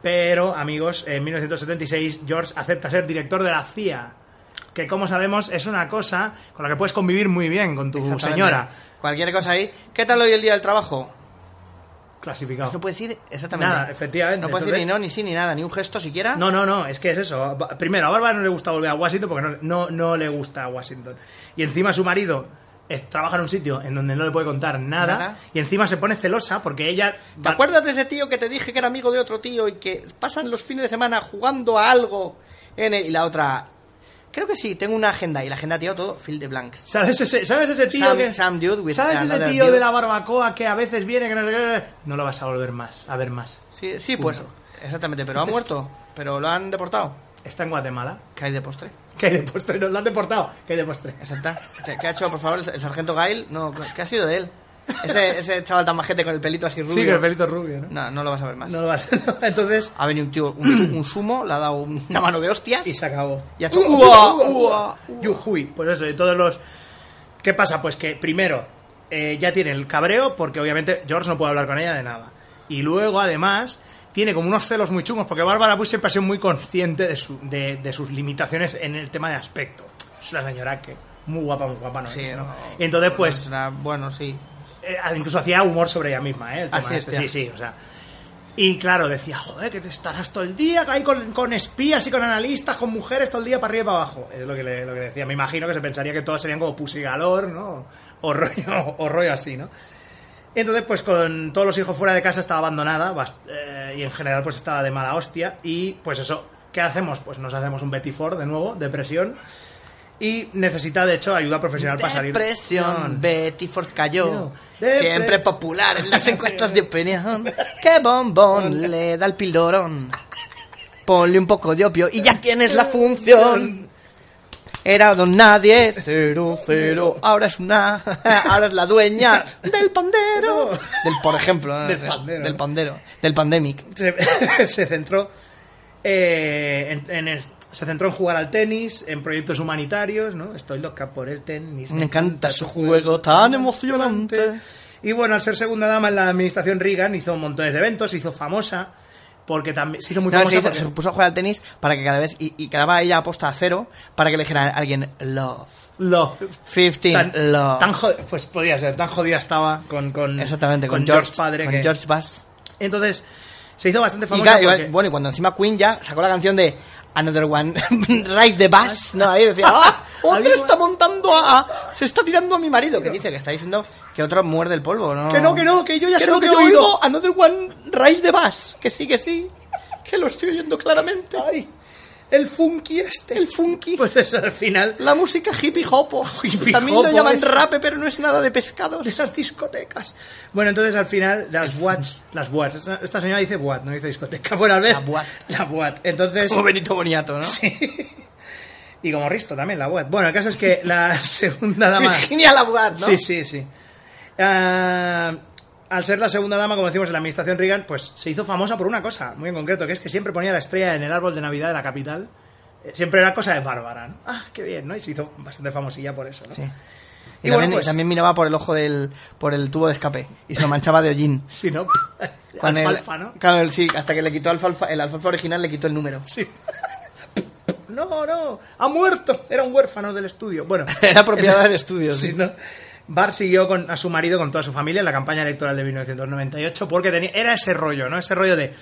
G: Pero, amigos, en 1976 George acepta ser director de la CIA, que como sabemos es una cosa con la que puedes convivir muy bien con tu
H: Exactamente.
G: señora.
H: Cualquier cosa ahí. ¿Qué tal hoy el día del trabajo?
G: Clasificado.
H: No puede decir exactamente.
G: Nada, efectivamente.
H: No puede
G: Entonces-
H: decir ni no, ni sí, ni nada, ni un gesto siquiera.
G: No, no, no, es que es eso. Ba- Primero, a Bárbara no le gusta volver a Washington porque no, no, no le gusta Washington. Y encima su marido es- trabaja en un sitio en donde no le puede contar nada.
H: Nada.
G: Y encima se pone celosa porque ella...
H: ¿Te acuerdas de ese tío que te dije que era amigo de otro tío y que pasan los fines de semana jugando a algo? En el- Y la otra. Creo que sí, tengo una agenda. Y la agenda, tío, todo fill de blanks.
G: ¿Sabes ese, ¿Sabes ese tío
H: Some-
G: que...
H: some dude with
G: ¿Sabes ese
H: another
G: tío
H: dude?
G: de la barbacoa que a veces viene que no sé qué? No lo vas a volver más, a ver más.
H: Sí, sí pues.
G: Punto.
H: Exactamente, pero ha muerto. Pero lo han deportado.
G: Está en Guatemala.
H: ¿Qué hay de postre?
G: Que hay de postre, nos lo han deportado. Que hay de postre.
H: Exacta. ¿Qué, qué ha hecho, por favor, el, el sargento Gail? No, ¿qué ha sido de él? Ese, ese chaval tan majete con el pelito así rubio.
G: Sí, que el pelito rubio, ¿no?
H: No, no lo vas a ver más.
G: No lo vas- Entonces,
H: Ha venido un tío, un, un sumo, le ha dado un- una mano de hostias.
G: y se acabó. Uh,
H: Y ha hecho
G: ¡Ua,
H: ua,
G: ua, Yujuy. Pues eso, de todos los. ¿Qué pasa? Pues que primero, eh, ya tiene el cabreo, porque obviamente George no puede hablar con ella de nada. Y luego, además, tiene como unos celos muy chungos, porque Bárbara Bush siempre ha sido muy consciente de, su- de- de sus limitaciones en el tema de aspecto. Es la señora que. Muy guapa, muy guapa, ¿no?
H: Sí,
G: es, ¿no?
H: no,
G: Entonces, pues.
H: no será- bueno, sí.
G: Eh, incluso hacía humor sobre ella misma, ¿eh? El tema
H: Así
G: este.
H: es,
G: Sí,
H: ya.
G: sí, o sea. Y claro, decía, joder, que te estarás todo el día ahí con, con espías y con analistas, con mujeres todo el día para arriba y para abajo. Es lo que, le, lo que decía. Me imagino que se pensaría que todas serían como pusigalor, ¿no? O rollo, o rollo así, ¿no? Entonces, pues con todos los hijos fuera de casa estaba abandonada bast- eh, y en general pues estaba de mala hostia. Y pues eso, ¿qué hacemos? Pues nos hacemos un Betty Ford de nuevo, depresión. Y necesita, de hecho, ayuda profesional para salir.
H: Depresión, Betty Ford cayó.
G: Depre-
H: Siempre popular en las encuestas de opinión. ¡Qué bombón le da el pildorón! Ponle un poco de opio y ya tienes la función. Era don nadie, cero, cero. Ahora es una, ahora es la dueña del pandero. Del, por ejemplo, ¿eh?
G: Del pandero.
H: Del pandero. Del pandemic.
G: se, se centró eh, en, en el- se centró en jugar al tenis, en proyectos humanitarios, ¿no? Estoy loca por el tenis.
H: Me encanta su juego tan emocionante.
G: Y bueno, al ser segunda dama en la administración Reagan hizo montones de eventos, se hizo famosa, porque también se hizo muy
H: No,
G: famosa.
H: se, hizo-
G: porque-
H: se puso a jugar al tenis para que cada vez y, y quedaba ella aposta a cero para que le dijera a alguien love
G: Lo-
H: 15
G: tan,
H: love
G: tan jod- pues podía ser, tan jodida estaba con, con,
H: exactamente con,
G: con George, padre.
H: con
G: que-
H: George Bass
G: Entonces, se hizo bastante
H: y
G: famosa.
H: claro, igual-
G: porque-
H: bueno y cuando encima Queen ya sacó la canción de Another One Rise the Bass no ahí decía ah otro
G: Alguien-
H: está montando a, a- se está tirando a mi marido que dice que está diciendo que otro muerde el polvo no
G: Que no, que no, que yo ya sé
H: no,
G: lo que
H: yo
G: he oído.
H: oigo Another One Rise the Bass que sí que sí que lo estoy oyendo claramente
G: Ay, el funky este.
H: el funky
G: Pues eso, al final,
H: La música hippie hopo.
G: Hippie
H: También
G: hopo
H: lo llaman
G: es-
H: rape, pero no es nada de pescados.
G: de esas discotecas. Bueno, entonces al final, las watts, las watts, esta, esta señora dice boat, no dice discoteca, bueno, al ver.
H: La boat.
G: La boat. Entonces,
H: Como Benito Boniato, ¿no?
G: y como Risto también, la boat. Bueno, el caso es que la segunda dama...
H: Virginia Labuat, ¿no?
G: Sí, sí, sí. Ah, al ser la segunda dama, como decimos en la administración Reagan, pues se hizo famosa por una cosa muy en concreto, que es que siempre ponía la estrella en el árbol de Navidad de la capital. Eh, Siempre era cosa de Bárbara, ¿no? Ah, qué bien, ¿no? Y se hizo bastante famosilla por eso, ¿no?
H: Sí.
G: Y
H: Y,
G: bueno,
H: también,
G: pues-
H: y también miraba por el ojo del por el tubo de escape y se lo manchaba de hollín.
G: Si no,
H: Con el-
G: alfalfa, ¿no?
H: Claro, el- sí, hasta que le quitó alfalfa, el alfalfa original le quitó el número.
G: Sí. No, no, ha muerto. Era un huérfano del estudio. Bueno,
H: Era propiedad del estudio.
G: sí,
H: sí.
G: ¿no? Barr siguió con, a su marido, con toda su familia, en la campaña electoral de 1998, porque tenía, era ese rollo, ¿no? Ese rollo de.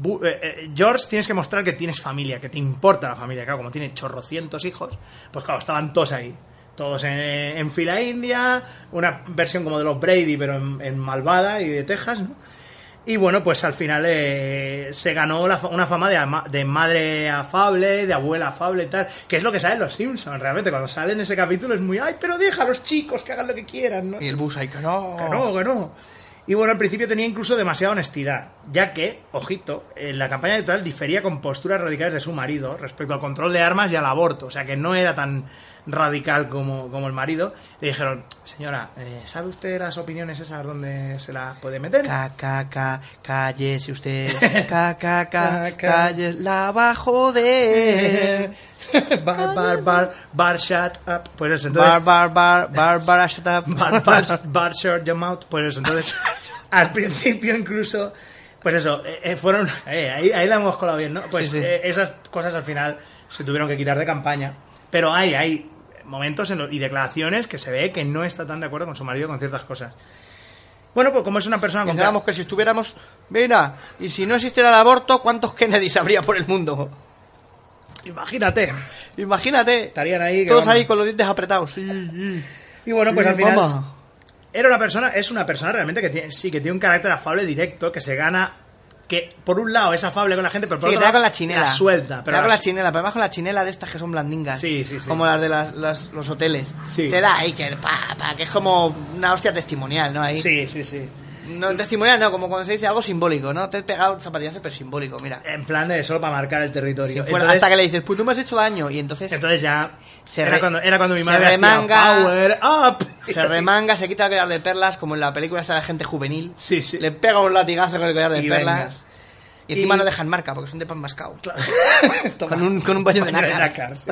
G: bu- eh, eh, George, tienes que mostrar que tienes familia, que te importa la familia. Claro, como tiene chorrocientos hijos, pues claro, estaban todos ahí. Todos en, en fila india, una versión como de los Brady, pero en, en malvada y de Texas, ¿no? Y bueno, pues al final eh, se ganó la fa- una fama de, ama- de madre afable, de abuela afable y tal, que es lo que salen los Simpsons, realmente. Cuando salen ese capítulo es muy, ay, pero deja a los chicos que hagan lo que quieran, ¿no?
H: Y el bus ahí que no.
G: Que no, que no. Y bueno, al principio tenía incluso demasiada honestidad, ya que, ojito, en la campaña electoral difería con posturas radicales de su marido respecto al control de armas y al aborto, o sea que no era tan radical como, como el marido. Le dijeron, señora, eh, ¿sabe usted las opiniones esas donde se las puede meter?
H: Ca, ca, ca, cállese usted. Ca, ca,
G: Ca, ca.
H: ca, calle, la bajo de.
G: bar, bar, bar, bar, shut up. Pues eso, entonces.
H: Bar, bar, bar, Bárbara, shut up.
G: Bar, bar, bar, shut your mouth. Pues eso, entonces. al principio, incluso. Pues eso, eh, eh, fueron. eh, ahí, ahí la hemos colado bien, ¿no? Pues
H: Sí, sí.
G: eh, esas cosas al final se tuvieron que quitar de campaña. Pero hay, hay momentos en los- y declaraciones que se ve que no está tan de acuerdo con su marido con ciertas cosas. Bueno, pues como es una persona con.
H: Pensábamos que si estuviéramos. Mira, y si no existiera el aborto, ¿cuántos Kennedy habría por el mundo?
G: Imagínate.
H: Imagínate.
G: Estarían ahí, que
H: Todos
G: vamos.
H: ahí con los dientes apretados. Sí, sí.
G: Y bueno, pues
H: Sí,
G: al final.
H: mamá.
G: Era una persona, es una persona realmente que tiene, sí, que tiene un carácter afable directo, que se gana, que por un lado es afable con la gente, pero
H: Sí,
G: por
H: que
G: otro
H: te da
G: lado
H: con la chinela.
G: la suelta.
H: Te
G: Pero
H: da con
G: la-
H: la chinela, pero además con la chinela de estas que son blandingas.
G: Sí, sí, sí.
H: Como las de las, las- los hoteles.
G: Sí.
H: Te da ahí que, pa, pa, que es como una hostia testimonial, ¿no? Ahí.
G: Sí, sí, sí.
H: No, testimonial no, como cuando se dice algo simbólico, ¿no? Te he pegado zapatillas, pero simbólico, mira.
G: En plan de solo para marcar el territorio.
H: Si fuera-
G: Eh, Entonces-
H: hasta que le dices, pues no me has hecho daño, y entonces
G: Entonces ya.
H: Se
G: era,
H: re-
G: cuando, era cuando mi
H: se
G: madre hacía
H: remanga.
G: Power Up.
H: se remanga, se quita el collar de perlas, como en la película está la gente juvenil.
G: Sí, sí.
H: Le pega un latigazo con el collar de
G: Y
H: perlas.
G: venga.
H: Y encima
G: Y-
H: no dejan marca, porque son de pan mascao.
G: Toma.
H: Con un- con un baño de nácar.
G: sí.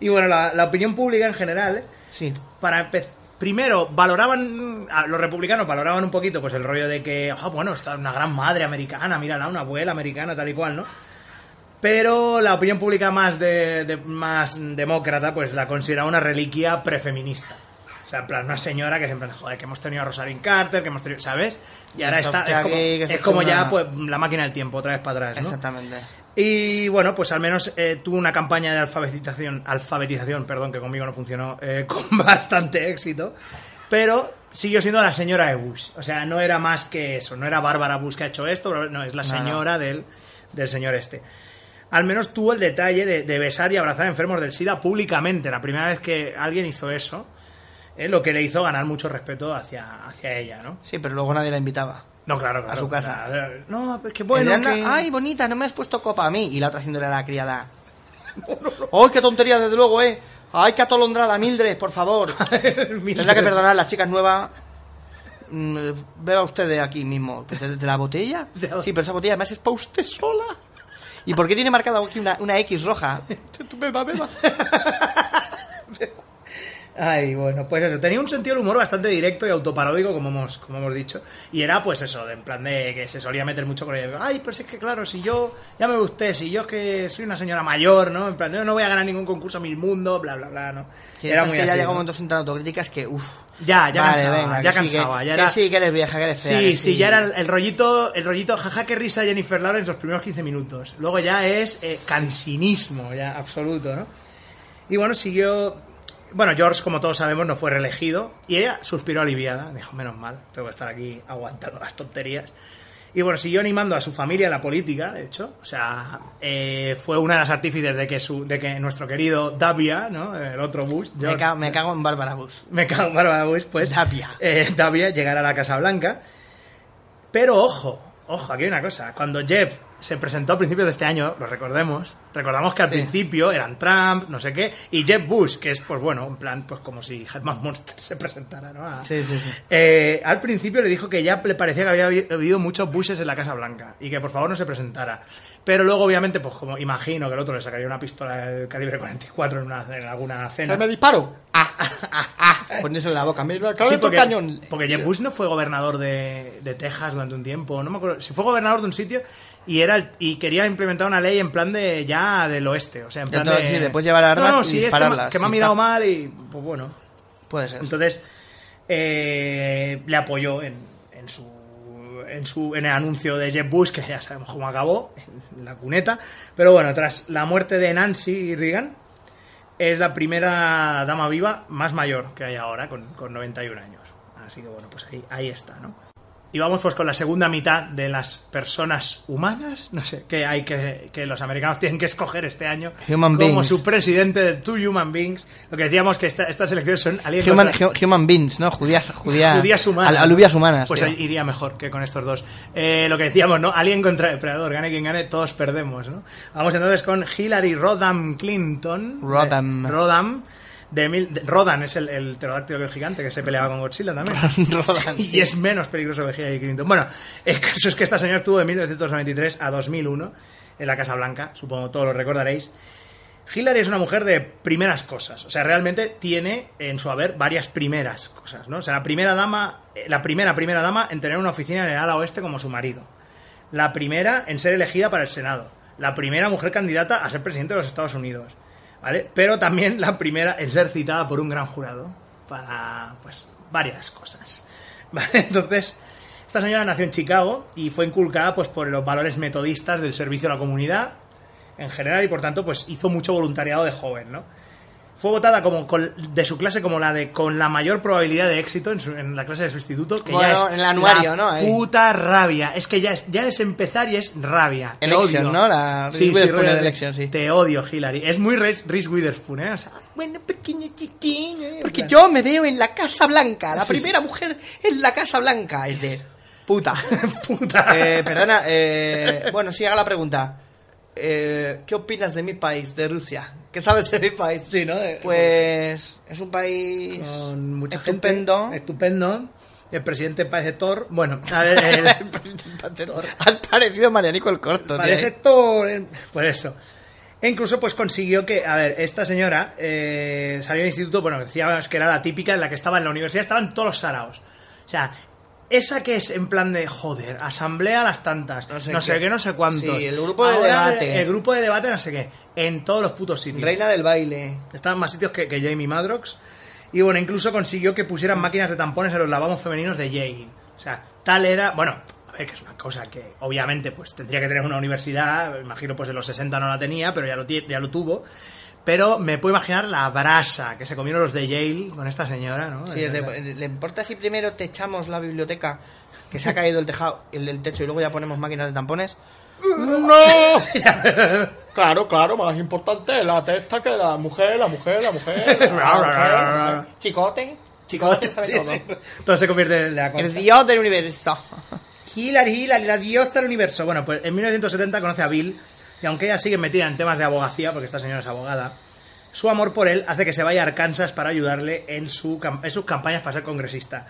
G: Y bueno, la, la opinión pública en general,
H: Sí.
G: para empe- Primero, valoraban, a los republicanos valoraban un poquito pues el rollo de que, ah, bueno, está una gran madre americana, mírala, una abuela americana, tal y cual, ¿no? Pero la opinión pública más, de, de- más demócrata, pues la consideraba una reliquia prefeminista. O sea, en plan, una señora que siempre, joder, que hemos tenido a Rosalind Carter, que hemos tenido, ¿sabes? Y ahora
H: Esto
G: está,
H: que
G: es como,
H: aquí, que
G: es
H: esto es
G: como ya
H: una-
G: pues, la máquina del tiempo, otra vez para atrás, ¿no?
H: Exactamente.
G: Y bueno, pues al menos eh, tuvo una campaña de alfabetización, alfabetización, perdón, que conmigo no funcionó, eh, con bastante éxito. Pero siguió siendo la señora de Bush. O sea, no era más que eso. No era Bárbara Bush que ha hecho esto, no, es la
H: No, no.
G: señora Del, del señor este. Al menos tuvo el detalle de, de besar y abrazar a enfermos del SIDA públicamente. La primera vez que alguien hizo eso, eh, lo que le hizo ganar mucho respeto hacia, hacia ella, ¿no?
H: Sí, pero luego nadie la invitaba.
G: No, claro, claro.
H: su casa.
G: Claro. No, es que bueno.
H: Elena,
G: que-
H: Ay, bonita, no me has puesto copa a mí. Y la otra haciéndole a la criada. Ay, qué tontería, desde luego, eh. Ay, qué atolondrada, Mildred, por favor. Tendrá que perdonar, la chica es nueva. Mm, Beba usted de aquí mismo. Pues, ¿De, de la botella?
G: De la-
H: Sí, pero esa botella además es para usted sola. ¿Y por qué tiene marcada aquí una, una X roja?
G: Este
H: Tú beba, beba.
G: Ay, bueno, pues eso, tenía un sentido del humor bastante directo y autoparódico, como hemos, como hemos dicho. Y era pues eso, de, en plan de que se solía meter mucho con el... Ay, pues es que claro, si yo, ya me usted, si yo es que soy una señora mayor, ¿no? En plan, yo no voy a ganar ningún concurso a mi mundo, bla, bla, bla, ¿no?
H: Que era que ya
G: así,
H: llega un
G: ¿no?
H: momento sin tan autocríticas que, uff.
G: Ya, ya cansaba, ya
H: que sí,
G: cansaba,
H: que-
G: ya
H: que
G: era-
H: sí, que eres vieja, que eres fea.
G: Sí,
H: que
G: sí, ya era el, el rollito, el rollito, jaja, qué risa Jennifer Lawrence los primeros 15 minutos. Luego ya es eh, cansinismo, ya absoluto, ¿no? Y bueno, siguió. Bueno, George, como todos sabemos, no fue reelegido y ella suspiró aliviada. Dijo, menos mal, tengo que estar aquí aguantando las tonterías. Y bueno, siguió animando a su familia a la política, de hecho. O sea, eh, fue una de las artífices de que, su, de que nuestro querido Davia, ¿no? El otro Bush,
H: Me
G: George,
H: cago, me cago en Bárbara Bush.
G: me cago en Bárbara Bush, pues.
H: Tapia.
G: eh, Tapia llegar a la Casa Blanca. Pero ojo, ojo, aquí hay una cosa. Cuando Jeff se presentó a principios de este año, lo recordemos, recordamos que al
H: Sí.
G: principio eran Trump, no sé qué, y Jeff Bush, que es, pues bueno, en plan, pues como si Headman Monster se presentara, ¿no? A-
H: Sí, sí, sí.
G: eh, al principio le dijo que ya le parecía que había habi- habido muchos bushes en la Casa Blanca y que por favor no se presentara. Pero luego, obviamente, pues como imagino que el otro le sacaría una pistola del calibre 44 en, una- en alguna cena.
H: me disparo? Ah, ah, ah, ah. Pon eso en la boca. Me acabo
G: Sí,
H: de porque, cañón.
G: porque Jeb Bush no fue gobernador de, de Texas durante un tiempo, no me acuerdo, si fue gobernador de un sitio y era el- y quería implementar una ley en plan de ya del oeste, o sea, en
H: Ya
G: plan
H: todo-
G: de
H: sí, de puedes llevar armas y
G: es que me-
H: dispararlas,
G: que me, ha
H: y
G: mirado
H: está.
G: mal y pues bueno,
H: Puede ser.
G: entonces eh, le apoyó en, en su en su en el anuncio de Jeb Bush que ya sabemos cómo acabó en la cuneta, pero bueno, tras la muerte de Nancy Reagan es la primera dama viva más mayor que hay ahora, con, con 91 años. Así que bueno, pues ahí, ahí está, ¿no? Y vamos pues con la segunda mitad de las personas humanas, no sé, que hay que, que los americanos tienen que escoger este año
H: Human
G: como
H: beings.
G: su presidente de Two Human Beings. Lo que decíamos que esta- estas elecciones son alguien
H: Human,
G: contra-
H: hu- human beings, ¿no? Judías, judía-
G: Judías humanas.
H: al- alubias humanas.
G: Pues
H: tío.
G: ahí iría mejor que con estos dos. Eh, lo que decíamos, ¿no? Alien contra depredador, gane quien gane, todos perdemos, ¿no? Vamos entonces con Hillary Rodham Clinton. de-
H: Rodham.
G: Rodham. De mil- de- Rodan es el, el pterodáctilo que es gigante que se peleaba con Godzilla también.
H: Rodan,
G: Sí,
H: sí.
G: Y es menos peligroso que Hillary Clinton. Bueno, el caso es que esta señora estuvo de 1993 a 2001 en la Casa Blanca, supongo todos lo recordaréis. Hillary es una mujer de primeras cosas, o sea, realmente tiene en su haber varias primeras cosas, ¿no? O sea, la primera dama, eh, la primera primera dama en tener una oficina en el ala oeste como su marido, la primera en ser elegida para el Senado, la primera mujer candidata a ser presidente de los Estados Unidos, ¿vale? Pero también la primera en ser citada por un gran jurado para, pues, varias cosas, ¿vale? Entonces, esta señora nació en Chicago y fue inculcada, pues, por los valores metodistas del servicio a la comunidad en general y por tanto pues hizo mucho voluntariado de joven, ¿no? Fue votada como con- de su clase como la de con la mayor probabilidad de éxito en, su- en la clase de su instituto, que ya
H: Bueno,
G: es
H: en el anuario,
G: la
H: ¿no? Ahí.
G: puta rabia, es que ya es ya es empezar y es rabia. Te
H: Election,
G: odio.
H: ¿no? La
G: sí,
H: Reese
G: sí,
H: Witherspoon
G: rollo
H: en
G: de-
H: Election, sí.
G: Te odio, Hillary. Es muy Reese Reese Witherspoon, ¿eh? O sea, bueno, pequeño chiquillo. ¿eh?
H: Porque yo me veo en la Casa Blanca, la
G: Sí,
H: primera mujer en la Casa Blanca. Es de. Puta.
G: Puta.
H: Eh, perdona, eh, bueno, sí, haga la pregunta. Eh, ¿Qué opinas de mi país, de Rusia? ¿Qué sabes de mi país?
G: Sí, ¿no? Eh,
H: Pues es un país
G: Con mucha gente.
H: estupendo.
G: Estupendo. El presidente parece Thor. Bueno, a ver, el-
H: Has parecido Marianico el corto, tío.
G: parece Thor. eh, Por eso. E incluso pues consiguió que, a ver, esta señora eh, salió del instituto, bueno, decíamos que era la típica en la que estaba en la universidad, estaban todos los saraos. O sea, esa que es en plan de, joder, asamblea a las tantas, no sé, qué. no sé cuántos.
H: Sí, el grupo de debate.
G: El grupo de debate no sé qué, en todos los putos sitios.
H: Reina del baile.
G: Estaban más sitios que, que Jamie Madrox. Y bueno, incluso consiguió que pusieran máquinas de tampones en los lavabos femeninos de Yale. O sea, tal era. Bueno, a ver, que es una cosa que obviamente pues tendría que tener una universidad. me Imagino pues en los 60 no la tenía, pero ya lo, tie- ya lo tuvo. Pero me puedo imaginar la brasa que se comieron los de Yale con esta señora, ¿no?
H: Sí, le, le importa si primero te echamos la biblioteca que se ha caído el tejado, el del techo y luego ya ponemos máquinas de tampones?
F: Claro, claro, más importante la testa que la mujer, la mujer, la mujer. la mujer, la mujer.
H: Chicote,
G: Chicos,
H: chicote sabe
G: sí,
H: todo.
G: sí. Todo se convierte en la concha.
H: El dios del universo.
G: Hillary, Hillary, la diosa del universo. Bueno, pues en 1970 conoce a Bill, y aunque ella sigue metida en temas de abogacía, porque esta señora es abogada, su amor por él hace que se vaya a Arkansas para ayudarle en, su, cam- en sus campañas para ser congresista.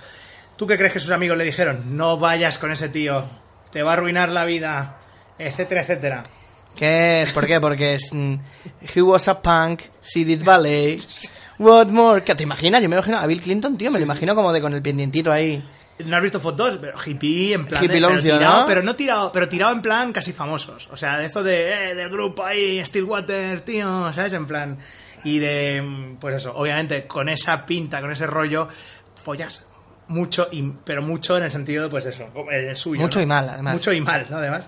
G: ¿Tú qué crees que sus amigos le dijeron? No vayas con ese tío, te va a arruinar la vida, etcétera, etcétera.
H: ¿Qué? ¿Por qué? Porque es, mm, he was a punk, she did ballet. What more? ¿Qué ¿Te imaginas? Yo me imagino a Bill Clinton, tío, me lo imagino como de con el pendientito ahí.
G: No has visto fotos, pero hippie en plan. de-
H: Hippiloncio,
G: pero tirado,
H: ¿no?
G: Pero no tirado, pero tirado en plan casi famosos. O sea, de esto de, eh, del grupo ahí, Stillwater, tío, ¿sabes? En plan. Y de. mm, Pues eso, obviamente, con esa pinta, con ese rollo, follas mucho, y, pero mucho en el sentido, pues eso, como el, el suyo.
H: Mucho
G: ¿no?
H: y mal, además.
G: Mucho y mal, ¿no? Además.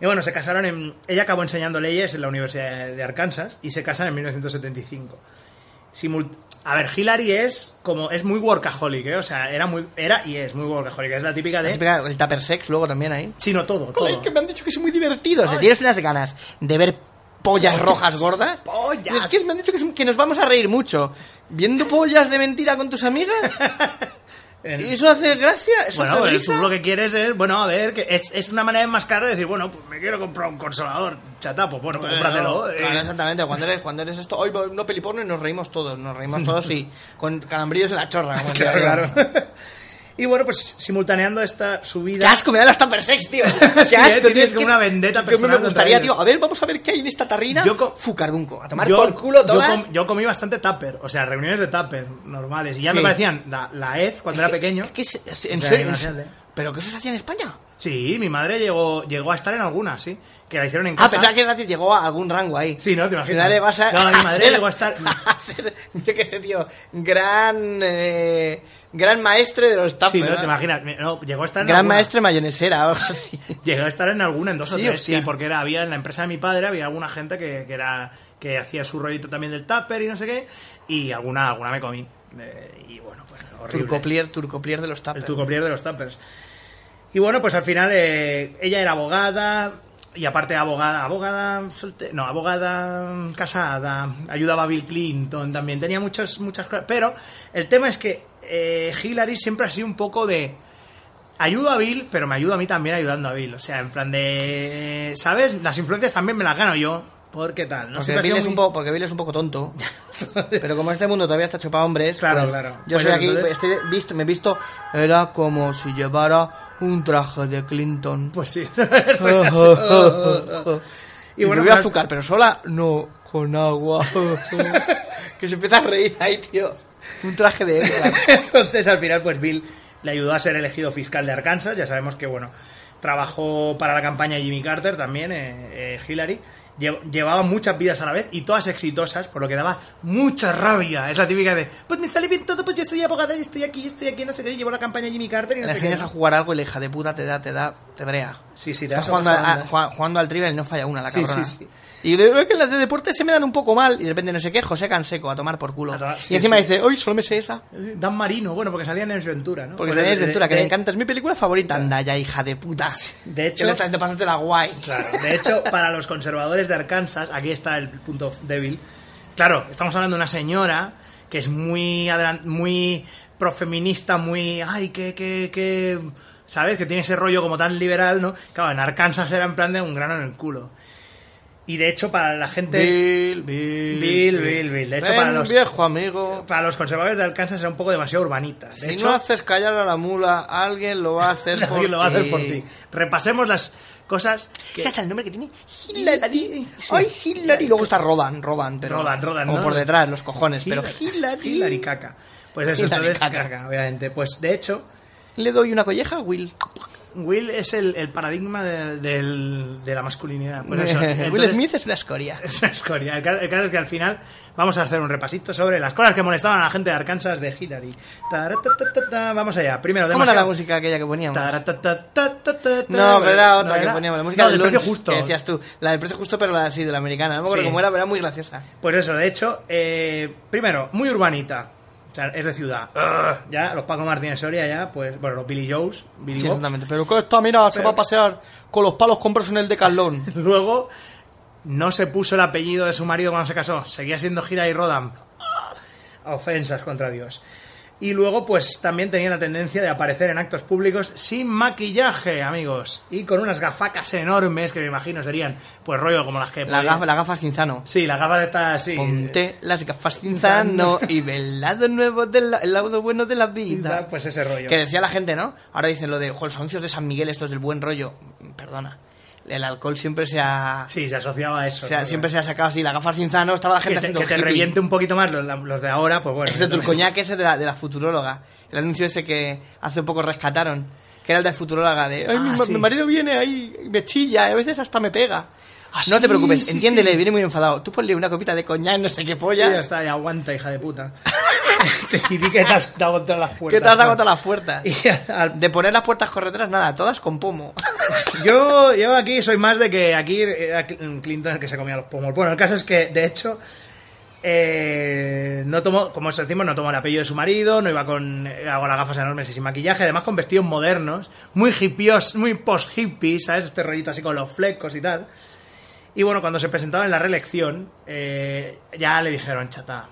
G: Y bueno, se casaron en. Ella acabó enseñando leyes en la Universidad de Arkansas y se casan en 1975 simul- a ver, Hillary es como es muy workaholic, ¿eh? o sea, era muy era y es muy workaholic, es la típica de
H: Espera, El tupper sex luego también ahí.
G: sino todo, todo.
H: Joder, que me han dicho que es muy divertido. O sea, tienes unas ganas de ver pollas rojas gordas.
G: pollas.
H: Es que me han dicho que, es- que nos vamos a reír mucho. Viendo pollas de mentira con tus amigas.
G: En-
H: ¿Y eso hace gracia? ¿Eso
G: bueno,
H: hace
G: pero
H: risa?
G: tú lo que quieres es, bueno, a ver, que es, es una manera más cara de decir, bueno, pues me quiero comprar un consolador chatapo, bueno,
H: Bueno,
G: cómpratelo. eh.
H: claro, exactamente. Cuando eres, cuando eres esto, hoy no peliporno y nos reímos todos. Nos reímos todos y con calambrillos en la chorra. como decía
G: Claro,
H: yo.
G: claro. y bueno, pues simultaneando esta
H: ¡Qué
G: subida
H: asco! Me dan los tupper sex, tío. ¡Qué
G: Sí,
H: asco,
G: eh, tú
H: tío,
G: tienes
H: es
G: como
H: que
G: una vendetta
H: Yo me
G: personal contra
H: gustaría,
G: ellos.
H: tío. A ver, vamos a ver qué hay en esta tarrina.
G: Yo co-
H: Fucarbunco. A tomar por culo todas.
G: Yo, com- yo comí bastante tupper, o sea, reuniones de tupper normales. Y ya
H: Sí.
G: me parecían la, la EF cuando era pequeño.
H: ¿Qué es- es- en
G: O sea,
H: serio, en se-
G: imagínate.
H: ¿Pero qué eso se hacía en España?
G: Sí, mi madre llegó, llegó a estar en algunas, sí. Que la hicieron en casa.
H: Ah, pensaba que es decir, llegó a algún rango ahí.
G: Sí, ¿no? Te imaginas.
H: Al final vas a,
G: No, mi madre
H: ser-
G: llegó a estar-
H: a ser, yo qué sé, tío, gran, eh, gran maestre de los tapas.
G: Sí, no, te imaginas. Me- no, llegó a estar en
H: Gran
G: alguna.
H: maestre mayonesera, o algo así.
G: Llegó a estar en alguna, en dos o
H: Sí,
G: tres,
H: hostia.
G: sí, porque era, había en la empresa de mi padre había alguna gente que, que era que hacía su rollito también del tupper y no sé qué, y alguna alguna me comí. Eh, y bueno, pues horrible.
H: Turcoplier, turcoplier de los tapas.
G: El turcoplier de los tuppers. Y bueno, pues al final eh, ella era abogada y aparte abogada, abogada, solte- no, abogada mm, casada, ayudaba a Bill Clinton también, tenía muchas, muchas cosas, pero el tema es que eh, Hillary siempre ha sido un poco de ayudo a Bill, pero me ayudo a mí también ayudando a Bill, o sea, en plan de, ¿sabes? Las influencias también me las gano yo, porque tal, ¿no?
H: Porque
G: Siempre ha
H: Bill,
G: sido
H: es
G: muy-
H: un poco, porque Bill es un poco tonto. Pero como este mundo todavía está chupado hombres,
G: Claro,
H: pues,
G: claro.
H: yo
G: Pues
H: soy aquí,
G: entonces-
H: estoy visto, me he visto, era como si llevara un traje de Clinton.
G: Pues sí.
H: Y bueno, voy
G: pues,
H: a azúcar, pero sola no, con agua. que se empieza a reír ahí, tío. Un traje de época.
G: Entonces, al final, pues Bill le ayudó a ser elegido fiscal de Arkansas. Ya sabemos que, bueno, trabajó para la campaña de Jimmy Carter también, eh, eh, Hillary. Lle- Llevaba muchas vidas a la vez y todas exitosas, por lo que daba mucha rabia. Es la típica de, pues me sale bien todo, pues yo estoy abogada y estoy aquí, estoy aquí, no sé qué, y llevo la campaña de Jimmy Carter y no
H: Le
G: sé qué.
H: enseñas a jugar algo y la hija de puta te da, te da, te brea.
G: Sí, sí, te
H: Está
G: das
H: jugando,
G: otras
H: a-
G: bandas.
H: jua- jugando al trivial y no falla una, la
G: Sí,
H: cabrona.
G: sí, sí.
H: Y le digo, "Es que las de deporte se me dan un poco mal. Y de repente no sé qué, José Canseco, a tomar por culo.
G: A tomar- sí,
H: y encima
G: sí.
H: dice, hoy solo me sé esa.
G: Eh, Dan Marino, bueno, porque salía en Ace Ventura, ¿no?
H: Porque
G: Pues,
H: se
G: de-
H: Ventura, que
G: de-
H: me encanta, es mi película favorita. Anda ya, hija de puta.
G: De hecho-
H: Que le está haciendo pasártela guay.
G: Claro, de hecho, para los conservadores de Arkansas, aquí está el punto débil. Claro, estamos hablando de una señora que es muy adelan- muy profeminista, muy ay, que que que ¿sabes? Que tiene ese rollo como tan liberal, ¿no? Claro, en Arkansas era en plan de un grano en el culo. Y de hecho, para la
H: Este-
G: gente.
F: Bill, Bill.
G: Bill, Bill, Bill. De hecho,
H: Ven,
G: para los-
H: viejo amigo.
G: Para los conservadores de Arkansas era un poco demasiado urbanita. De
H: Si
G: hecho,
H: no haces callar a la mula, alguien lo va a hacer por
G: alguien lo va a hacer
H: ti.
G: por ti. Repasemos las cosas que.
H: ¿Qué? hasta el nombre que tiene? Hillary. Ay, Hillary. Y luego está Rodan, Rodan. Pero
G: Rodan, Rodan,
H: Como
G: ¿no?
H: por detrás, los cojones. pero
G: Hillary.
H: Hillary.
G: Hillary caca. Pues eso,
H: Hillary
G: entonces,
H: caca.
G: caca, obviamente. Pues de hecho,
H: ¿Le doy una colleja a Will?
G: Will es el, el paradigma de, del- de la masculinidad. Pues eso.
H: Will
G: entonces-
H: Smith es una escoria.
G: Es una escoria. El ca- el caso es que al final vamos a hacer un repasito sobre las cosas que molestaban a la gente de Arkansas de Hillary. Taratatata, Vamos allá. Primero,
H: ¿Cómo era la
G: demasiado-
H: música aquella que poníamos?
G: Taratatata,
H: No, pero era otra
G: no
H: que
G: era-
H: poníamos. La música
G: no,
H: del
G: del precio
H: lunch,
G: justo.
H: Que decías tú. La del precio justo, pero la así, de la americana. No me acuerdo
G: Sí.
H: cómo era, pero era muy graciosa.
G: Pues eso, de hecho, eh, primero, muy urbanita. O sea, es de ciudad. Ugh, ya, los Paco Martínez Soria, ya, pues, bueno, los Billy Joes, Billy
H: Sí,
G: Bobs.
H: exactamente. Pero que esta, mira, se va a pasear con los palos compros en el decalón.
G: Luego, no se puso el apellido de su marido cuando se casó. Seguía siendo Gira y Rodam. Ofensas contra Dios. Y luego, pues también tenía la tendencia de aparecer en actos públicos sin maquillaje, amigos. Y con unas gafacas enormes que me imagino serían, pues rollo como las que.
H: La
G: podía-
H: gafa, la gafa cinzano.
G: Sí, eh, la gafa de esta así.
H: Ponte las gafas cinzano y ve el lado nuevo del la- el lado bueno de la vida.
G: Pues ese rollo.
H: Que decía la gente, ¿no? Ahora dicen lo de, ojo, los socios de San Miguel, estos del buen rollo. Mm, Perdona. El alcohol siempre se ha...
G: Sí, se asociaba a eso.
H: se ha-
G: ¿no?
H: siempre se ha sacado así, la gafa cinzano, estaba la
G: que
H: gente
G: te,
H: haciendo
G: que te
H: hippie. Este
G: reviente un poquito más los, los de ahora, pues bueno.
H: Excepto el
G: también.
H: coñac ese de la, de la futuróloga. El anuncio ese que hace poco rescataron. Que era el de futuróloga de... Ay, mi,
G: Ah,
H: ma-
G: sí.
H: mi marido viene ahí, me chilla, y a veces hasta me pega.
G: Ah,
H: no
G: sí,
H: te preocupes,
G: sí,
H: entiéndele,
G: sí.
H: viene muy enfadado. Tú ponle una copita de coñac, no sé qué
G: Ya
H: pollas.
G: está, ya aguanta, hija de puta. te di que te has dado contra las puertas.
H: que te has
G: ¿no?
H: dado contra las puertas.
G: Y al-
H: De poner las puertas correteras, nada, todas con pomo.
G: yo, yo aquí soy más de que aquí era Clinton el que se comía los pomos. Bueno, el caso es que, de hecho, eh, no tomó, como os decimos, no tomó el apellido de su marido, no iba con, eh, con las gafas enormes y sin maquillaje, además con vestidos modernos, muy hippios, muy post-hippies, ¿sabes? Este rollito así con los flecos y tal. Y bueno, cuando se presentaba en la reelección, eh, ya le dijeron, chata,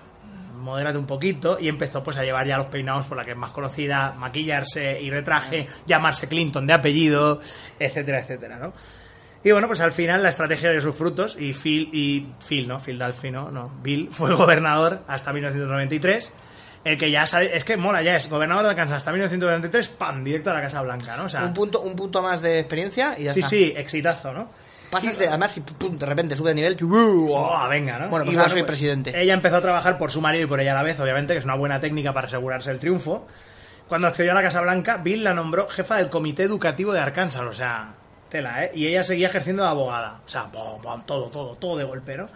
G: modérate un poquito. Y empezó pues a llevar ya los peinados por la que es más conocida, maquillarse, ir de traje, llamarse Clinton de apellido, etcétera, etcétera, ¿no? Y bueno, pues al final la estrategia dio sus frutos y Phil, y Phil, ¿no? Phil Dalfino, no, Bill fue gobernador hasta 1993. El que ya sabe, es que mola, ya es gobernador de Kansas hasta 1993, ¡pam! directo a la Casa Blanca, ¿no? O sea,
H: un punto un punto más de experiencia y ya
G: sí,
H: está.
G: sí, exitazo, ¿no?
H: Pasas de, además, si pum, de repente sube de nivel.
G: Buah, ah, venga, ¿no?
H: Bueno, pues
G: Y
H: ahora soy presidente.
G: Ella empezó a trabajar por su marido y por ella a la vez, obviamente, que es una buena técnica para asegurarse el triunfo. Cuando accedió a la Casa Blanca, Bill la nombró jefa del Comité Educativo de Arkansas, o sea, tela, ¿eh? Y ella seguía ejerciendo de abogada. O sea, bom, bom, todo, todo, todo de golpe, ¿no?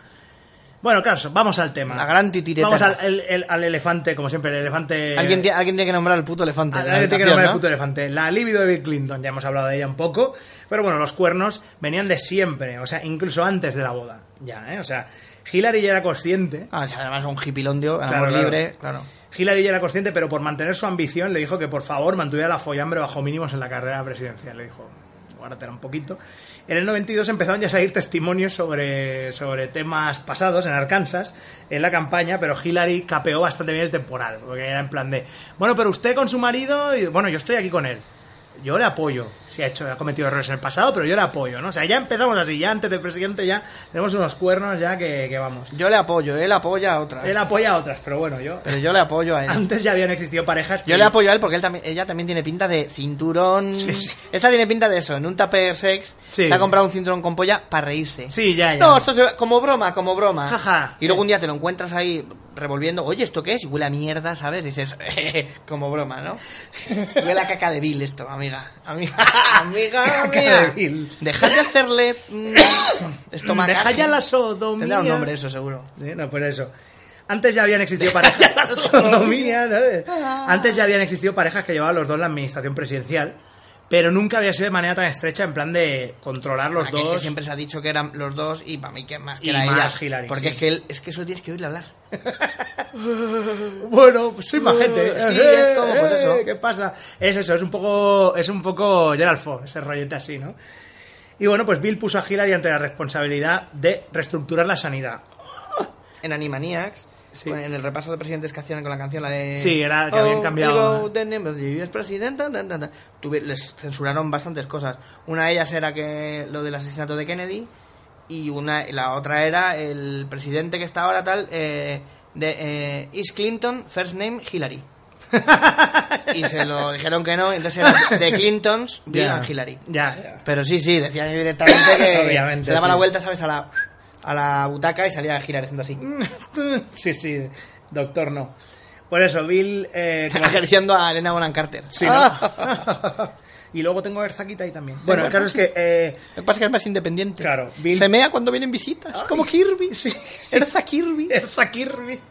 G: Bueno, Carlos, vamos al tema.
H: La gran titiretera.
G: Vamos al, el- el- al elefante, como siempre, el elefante...
H: Alguien, tie- alguien tiene que nombrar al puto elefante.
G: Ah,
H: de la
G: Nadie te quiere
H: habitación,
G: nombrar el
H: ¿no?
G: puto elefante. La libido de Bill Clinton, ya hemos hablado de ella un poco. Pero bueno, los cuernos venían de siempre, o sea, incluso antes de la boda. Ya, ¿eh? O sea, Hillary ya era consciente.
H: Ah, o sea, además un hipilondio,
G: Claro,
H: amor
G: claro.
H: libre, claro.
G: Hillary ya era consciente, pero por mantener su ambición le dijo que por favor mantuviera la follambre bajo mínimos en la carrera presidencial. Le dijo, guárdatela un poquito. En el 92 empezaron ya a salir testimonios sobre, sobre temas pasados en Arkansas, en la campaña, pero Hillary capeó bastante bien el temporal, porque era en plan de, bueno, pero usted con su marido, y, bueno, yo estoy aquí con él. Yo le apoyo, si ha hecho, ha cometido errores en el pasado, pero yo le apoyo, ¿no? O sea, ya empezamos así, ya antes del presidente ya tenemos unos cuernos ya que, que vamos.
H: Yo le apoyo, él apoya a otras.
G: Él apoya a otras, pero bueno, yo...
H: Pero yo le apoyo a él.
G: Antes ya habían existido parejas. que-
H: Yo le apoyo a él porque él también, ella también tiene pinta de cinturón.
G: Sí, sí.
H: Esta tiene pinta de eso. En un tupper sex
G: Sí.
H: se ha comprado un cinturón con polla para reírse.
G: Sí, ya, ya.
H: No, esto se- como broma, como broma.
G: Ja, ja.
H: Y luego un día te lo encuentras ahí revolviendo, oye, ¿esto qué es? Y huele a mierda, ¿sabes? Dices, como broma, ¿no? Huele a caca de Bill esto, amiga. Amiga, amiga,
G: Caca
H: amiga.
G: de Bill.
H: Dejad de hacerle mm, estomacaje.
G: Deja ya la sodomía.
H: Tendrá un nombre eso, seguro.
G: Sí, no, pues eso. Antes ya habían existido parejas. Sodomía, ¿sabes?
H: Ah.
G: Antes ya habían existido parejas que llevaban los dos la administración presidencial, pero nunca había sido de manera tan estrecha en plan de controlar los
H: Aquel Ah, que
G: dos.
H: siempre se ha dicho que eran los dos y para mí que más que
G: Y
H: era
G: más
H: ella.
G: Hillary,
H: porque
G: sí.
H: es que él, es que eso tienes que oírle hablar.
G: Bueno, pues soy más gente.
H: Uh,
G: Eh,
H: Sí, es como, pues eso.
G: ¿Qué pasa? Es eso, es un poco, es un poco Gerald Ford, ese rollete así, ¿no? Y bueno, pues Bill puso a Hillary ante la responsabilidad de reestructurar la sanidad.
H: En Animaniacs
G: Sí.
H: con- en el repaso de presidentes que hacían con la canción, la de...
G: Sí, era que habían cambiado.
H: we go, the name of the US president, tan, tan, tan, tan. Tuve- les censuraron bastantes cosas. Una de ellas era que lo del asesinato de Kennedy y una la otra era el presidente que está ahora tal, eh, de, eh, is Clinton, first name Hillary. y se lo dijeron que no, entonces era de Clintons, Bill
G: Ya.
H: Hillary.
G: Ya.
H: Pero sí, sí, decían directamente que
G: Obviamente,
H: se daba
G: sí.
H: la vuelta, ¿sabes? A la, a la butaca y salía a girar haciendo así.
G: Sí, sí, doctor no. Por eso, Bill... eh, como-
H: Acariciando a Elena Bonham Carter. Ah,
G: Sí, ¿no? y luego tengo a Erzaquita ahí también. Bueno, el caso es que... eh,
H: Lo que pasa es que es más independiente.
G: Claro, Bill-
H: Se mea cuando vienen visitas. Como Kirby.
G: sí, sí.
H: Erza Kirby.
G: Erza Kirby.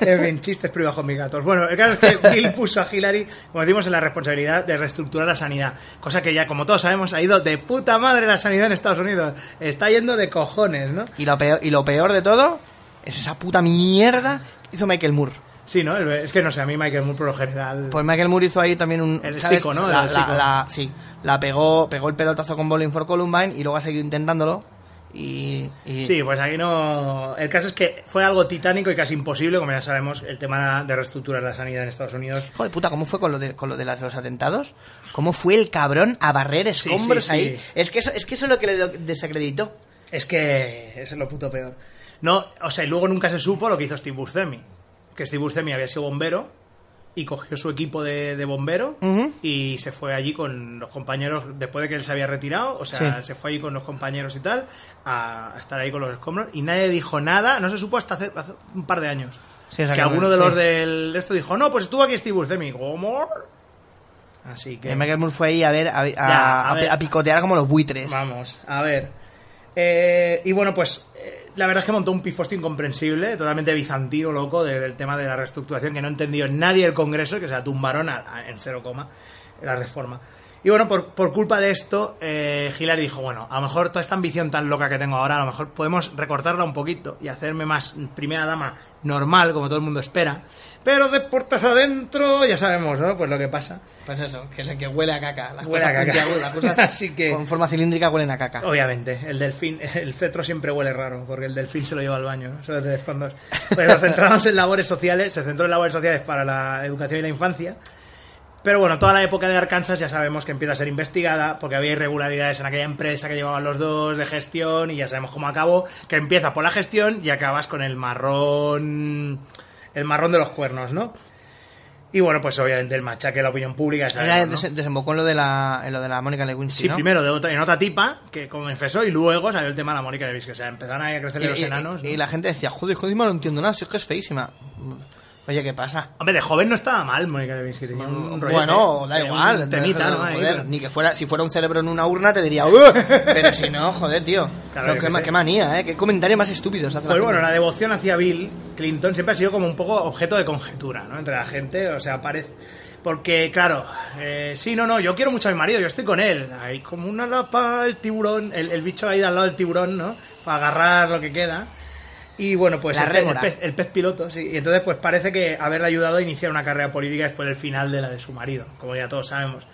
G: En fin, chistes privados con mis gatos. Bueno, el caso es que Bill puso a Hillary, como decimos, en la responsabilidad de reestructurar la sanidad. Cosa que ya, como todos sabemos, ha ido de puta madre la sanidad en Estados Unidos. Está yendo de cojones, ¿no?
H: Y lo, peor, y lo peor de todo es esa puta mierda que hizo Michael Moore.
G: Sí, ¿no? Es que no sé, a mí Michael Moore por lo general...
H: Pues Michael Moore hizo ahí también un...
G: El
H: ¿sabes?
G: psico, ¿no?
H: La,
G: El
H: la-
G: psico.
H: la- sí. La pegó, pegó el pelotazo con Bowling for Columbine y luego ha seguido intentándolo. Y... y-
G: Sí, pues aquí no. El caso es que fue algo titánico y casi imposible, como ya sabemos, el tema de reestructurar la sanidad en Estados Unidos.
H: Joder, puta, ¿cómo fue con lo de, con lo de las- los atentados? ¿Cómo fue el cabrón a barrer
G: sí,
H: escombros
G: sí.
H: ahí? Es, que eso, es que eso es lo que le desacreditó.
G: Es que eso es lo puto peor. No, o sea, y luego nunca se supo lo que hizo Steve Buscemi. Que Steve Buscemi había sido bombero y cogió su equipo de, de bombero
H: Ujú.
G: y se fue allí con los compañeros, después de que él se había retirado, o sea,
H: Sí.
G: se fue allí con los compañeros y tal, a, a estar ahí con los escombros y nadie dijo nada, no se supo hasta hace, hace un par de años.
H: Sí, o sea,
G: que
H: que no-
G: alguno de
H: sí.
G: los del, de esto dijo, no, pues estuvo aquí Steve Buscemi. ¿Cómo? Así que...
H: Y Michael Moore fue ahí a ver, a, a-
G: Ya, a
H: a-
G: ver.
H: a picotear como los buitres.
G: Vamos, a ver. Eh, y bueno, pues eh, la verdad es que montó un pifosto incomprensible, totalmente bizantino, loco, de- del tema de la reestructuración, que no entendió nadie el Congreso, que se la tumbaron a- a- en cero coma la reforma. Y bueno, por, por culpa de esto, eh, Hillary dijo, bueno, a lo mejor toda esta ambición tan loca que tengo ahora, a lo mejor podemos recortarla un poquito y hacerme más primera dama normal, como todo el mundo espera. Pero de puertas adentro, ya sabemos, ¿no? Pues lo que pasa.
H: Pues eso, que, que huele a caca. Las
G: Huele
H: cosas
G: a caca.
H: puntiagudas, las cosas
G: Así que-
H: Con forma cilíndrica huelen a caca.
G: Obviamente, el delfín, el cetro siempre huele raro, porque el delfín se lo lleva al baño, ¿no? Eso es de escondos. Pero nos centramos en labores sociales, se centró en labores sociales para la educación y la infancia. Pero bueno, toda la época de Arkansas ya sabemos que empieza a ser investigada, porque había irregularidades en aquella empresa que llevaban los dos de gestión, y ya sabemos cómo acabó, que empieza por la gestión y acabas con el marrón. el marrón de los cuernos, ¿no? Y bueno, pues obviamente el machaque de la opinión pública.
H: Era-
G: sabemos, ¿no?
H: des- desembocó en lo de la, en lo de la Mónica Lewinsky,
G: Sí,
H: ¿no?
G: primero de otra, en otra tipa que confesó y luego salió el tema de la Mónica Lewinsky. O sea, empezaron ahí a crecer
H: Y,
G: los
H: y-
G: enanos.
H: y
G: ¿no?
H: la gente decía, joder, joder, no entiendo nada, si es que es feísima. Oye, ¿qué pasa? Mm,
G: Hombre, de joven no estaba mal Mónica Lewinsky. Tenía un rollete,
H: bueno, da
G: tenía un
H: igual.
G: Temita,
H: entonces,
G: ¿no? Ahí,
H: joder,
G: pero-
H: ni que fuera, si fuera un cerebro en una urna te diría, "Uh", pero si no, joder, tío.
G: Claro,
H: No,
G: yo
H: qué,
G: qué
H: ma-
G: sé.
H: qué manía, ¿eh? Qué comentario más estúpido se hace la
G: Pues
H: gente.
G: bueno, la devoción hacia Bill Clinton siempre ha sido como un poco objeto de conjetura, ¿no? Entre la gente, o sea, parece... Porque, claro, eh, sí, no, no, yo quiero mucho a mi marido, yo estoy con él. Hay como una lapa, el tiburón, el, el bicho ahí al lado del tiburón, ¿no? Para agarrar lo que queda. Y bueno, pues
H: La
G: el, pe- el
H: rémora.
G: pez, el pez piloto, sí. Y entonces, pues parece que haberle ayudado a iniciar una carrera política después del final de la de su marido, como ya todos sabemos.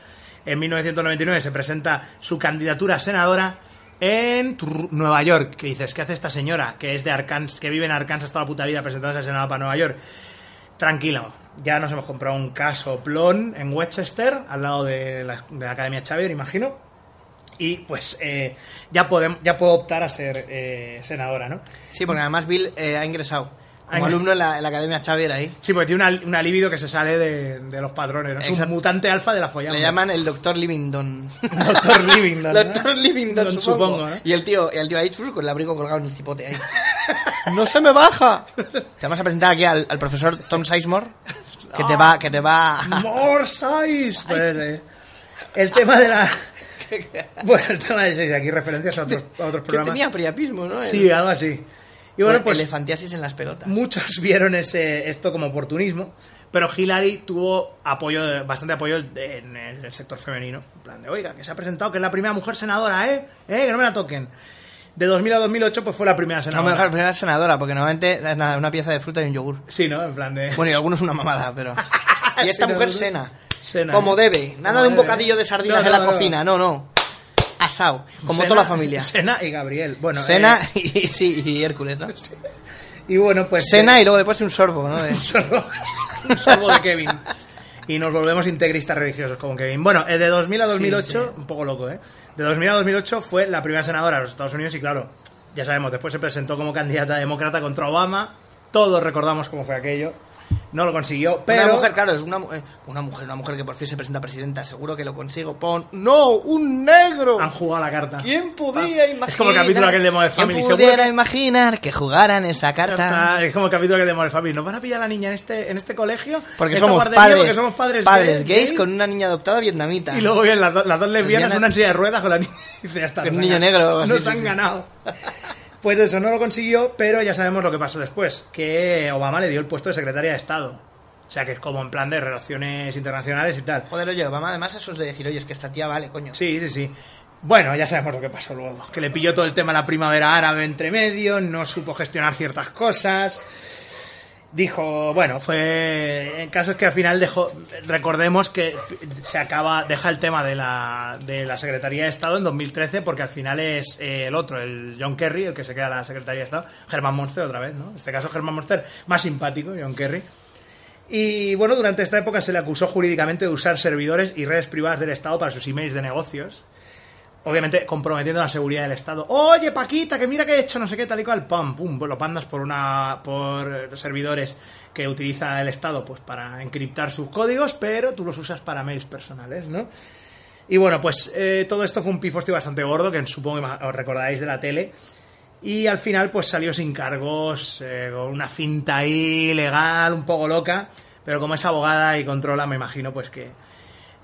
G: En 1999 se presenta su candidatura a senadora en Tru- Nueva York. Que dices, ¿qué hace esta señora? Que es de Arkansas, que vive en Arkansas toda la puta vida presentándose a senadora para Nueva York. Tranquilo, ya nos hemos comprado un caso plon en Westchester, al lado de la, de la Academia Xavier, imagino. Y pues eh, ya, podem- ya puedo optar a ser eh, senadora, ¿no?
H: Sí, porque además Bill eh, ha ingresado
G: Ha
H: como
G: ingres-
H: alumno en la, en la Academia Xavier ahí.
G: Sí, porque tiene una, una libido que se sale de, de los patrones, ¿no? Es un
H: Exacto.
G: mutante alfa de la follada.
H: Le llaman el Doctor Livington.
G: Doctor Livington. ¿no?
H: Doctor Livington,
G: Don,
H: supongo.
G: ¿no?
H: Y el tío, y el tío ahí uf, con el abrigo colgado en el cipote ahí. ¡No se me baja! Te vamos a presentar aquí al, al profesor Tom Sizemore, que
G: Ah.
H: te va, que te va...
G: More size. Pues, eh, el tema de la. Bueno, el tema de. sí, Aquí referencias a otros, a otros
H: Que
G: programas.
H: tenía priapismo, ¿no?
G: Sí, algo así. Y bueno, pues.
H: Elefantiasis en las pelotas.
G: Muchos vieron ese, esto como oportunismo, pero Hillary tuvo apoyo, bastante apoyo de- en el, sector femenino. En plan de, oiga, que se ha presentado, que es la primera mujer senadora, ¿eh? ¿Eh? Que no me la toquen. De 2000 a 2008, pues fue la primera
H: No, mejor,
G: senadora.
H: primera senadora, porque normalmente es nada, una pieza de fruta y un yogur.
G: Sí, ¿no? En plan de...
H: Bueno, y algunos una mamada, pero... Y esta
G: Sí, no,
H: mujer
G: no.
H: cena.
G: Cena.
H: Como debe. Nada
G: Como
H: de un
G: debe.
H: bocadillo de sardinas
G: No,
H: en
G: no,
H: la
G: no.
H: cocina, no, no. Asado, como
G: Sena- eh.
H: toda la familia.
G: Sena y Gabriel. Bueno,
H: Cena
G: eh,
H: y, sí, y Hércules, ¿no?
G: Y bueno, pues...
H: Cena y luego después un sorbo, ¿no? De-
G: Solo- solo de Kevin. Y nos volvemos integristas religiosos como Kevin. Bueno, eh, de 2000 a 2008, un poco loco, ¿eh? De 2000 a 2008 fue la primera senadora de los Estados Unidos y claro, ya sabemos, después se presentó como candidata demócrata contra Obama. Todos recordamos cómo fue aquello. No lo consiguió, pero...
H: Una mujer, claro, es una, mu- eh, una mujer, una mujer que por fin se presenta presidenta, seguro que lo consigo. Pon, no, un negro.
G: han jugado la carta.
H: ¿Quién podía imaginar?
G: Es como el capítulo aquel de Modern Family,
H: ¿Quién
G: seguro.
H: pudiera imaginar que jugaran esa carta?
G: Está- Es como el capítulo que tenemos de Fabi. ¿Nos van a pillar a la niña en este, en este colegio?
H: Porque
G: ¿Esta
H: somos,
G: guardería?
H: padres,
G: Porque somos padres,
H: padres
G: gay,
H: gays
G: gay.
H: con una niña adoptada vietnamita.
G: Y luego vienen las, do- las dos lesbianas,
H: Lesbiana-
G: una en silla de ruedas con la niña. y dice, ya está,
H: Con un
G: nos
H: niño
G: han-
H: negro o algo así,
G: Nos
H: sí,
G: han
H: sí.
G: ganado. Pues eso, no lo consiguió, pero ya sabemos lo que pasó después. Que Obama le dio el puesto de secretaria de Estado. O sea, que es como en plan de relaciones internacionales y tal.
H: Joder, oye, Obama, además eso es de decir, oye, es que esta tía vale, coño.
G: Sí, sí, sí. Bueno, ya sabemos lo que pasó luego. Que le pilló todo el tema de la primavera árabe entre medio, no supo gestionar ciertas cosas. Dijo, bueno, fue. El caso es que al final dejó. Recordemos que se acaba. Deja el tema de la, de la Secretaría de Estado en 2013, porque al final es eh, el otro, el John Kerry, el que se queda en la Secretaría de Estado. Germán Monster otra vez, ¿no? En este caso, Germán Monster, más simpático, John Kerry. Y bueno, durante esta época se le acusó jurídicamente de usar servidores y redes privadas del Estado para sus emails de negocios. Obviamente comprometiendo la seguridad del Estado. Oye, Paquita, que mira que he hecho no sé qué, tal y cual. Pam, pum, pues lo pandas por una. por eh, servidores que utiliza el Estado, pues para encriptar sus códigos, pero tú los usas para mails personales, ¿no? Y bueno, pues eh, todo esto fue un pifostio bastante gordo, que supongo que ima- os recordáis de la tele. Y al final, pues salió sin cargos, eh, con una finta ahí legal, un poco loca. Pero como es abogada y controla, me imagino, pues que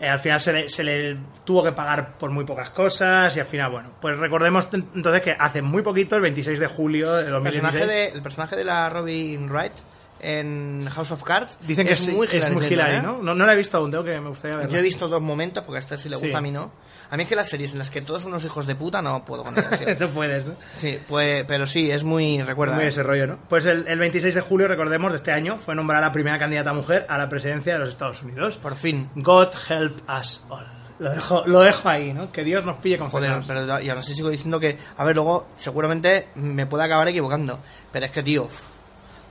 G: eh, al final se le, se le tuvo que pagar por muy pocas cosas. Y al final, bueno, pues recordemos t- entonces que hace muy poquito, el 26 de julio de
H: El personaje
G: 2016.
H: de, el personaje de la Robin Wright en House of Cards
G: Dicen que
H: es, muy Hillary Clinton,
G: Hillary,
H: ¿eh?
G: ¿no? ¿no? No la he visto aún, tengo que me gustaría verla.
H: Yo he visto dos momentos, porque a Esther sí le gusta,
G: Sí.
H: a mí no. A mí es que las series en las que todos son unos hijos de puta no puedo con ellas, tío.
G: Tú puedes, ¿no?
H: Sí, pues, pero sí, es muy, recuerda.
G: Muy
H: ¿eh?
G: ese rollo, ¿no? Pues el, el 26 de julio, recordemos, de este año, fue nombrada la primera candidata mujer a la presidencia de los Estados Unidos.
H: Por fin.
G: God help us all. Lo dejo, lo dejo ahí, ¿no? Que Dios nos pille con
H: Joder, pero y aún así sigo diciendo que, a ver, luego seguramente me pueda acabar equivocando. Pero es que, tío, uf,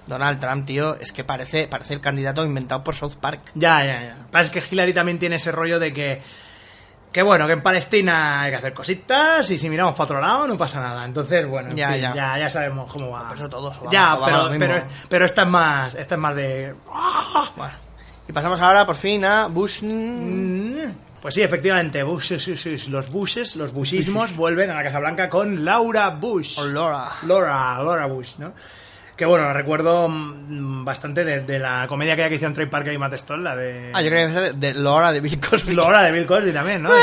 H: Donald Trump, tío, es que parece, parece el candidato inventado por South Park.
G: Ya, ya, ya. Lo que Pasa es que Hillary también tiene ese rollo de que. Que bueno, que en Palestina hay que hacer cositas y si miramos para otro lado no pasa nada. Entonces, bueno, en
H: Ya,
G: fin,
H: ya.
G: ya, ya sabemos cómo va.
H: Pero eso todos, Obama-
G: ya,
H: Obama
G: pero,
H: lo mismo.
G: pero, pero esta es más, esta es más de.
H: Bueno. Y pasamos ahora, por fin, a Bush. mm,
G: Pues sí, efectivamente, Bush, sí, sí, sí, los Bushes, los Bushismos vuelven a la Casa Blanca con Laura Bush.
H: O Laura.
G: Laura, Laura Bush, ¿no? Que bueno, la recuerdo mm, bastante de, de la comedia que que hicieron Trey Parker y Matt Stone, la de...
H: Ah, yo creo que es de, de Laura de Bill Cosby.
G: Laura de Bill Cosby también, ¿no?
H: Eh.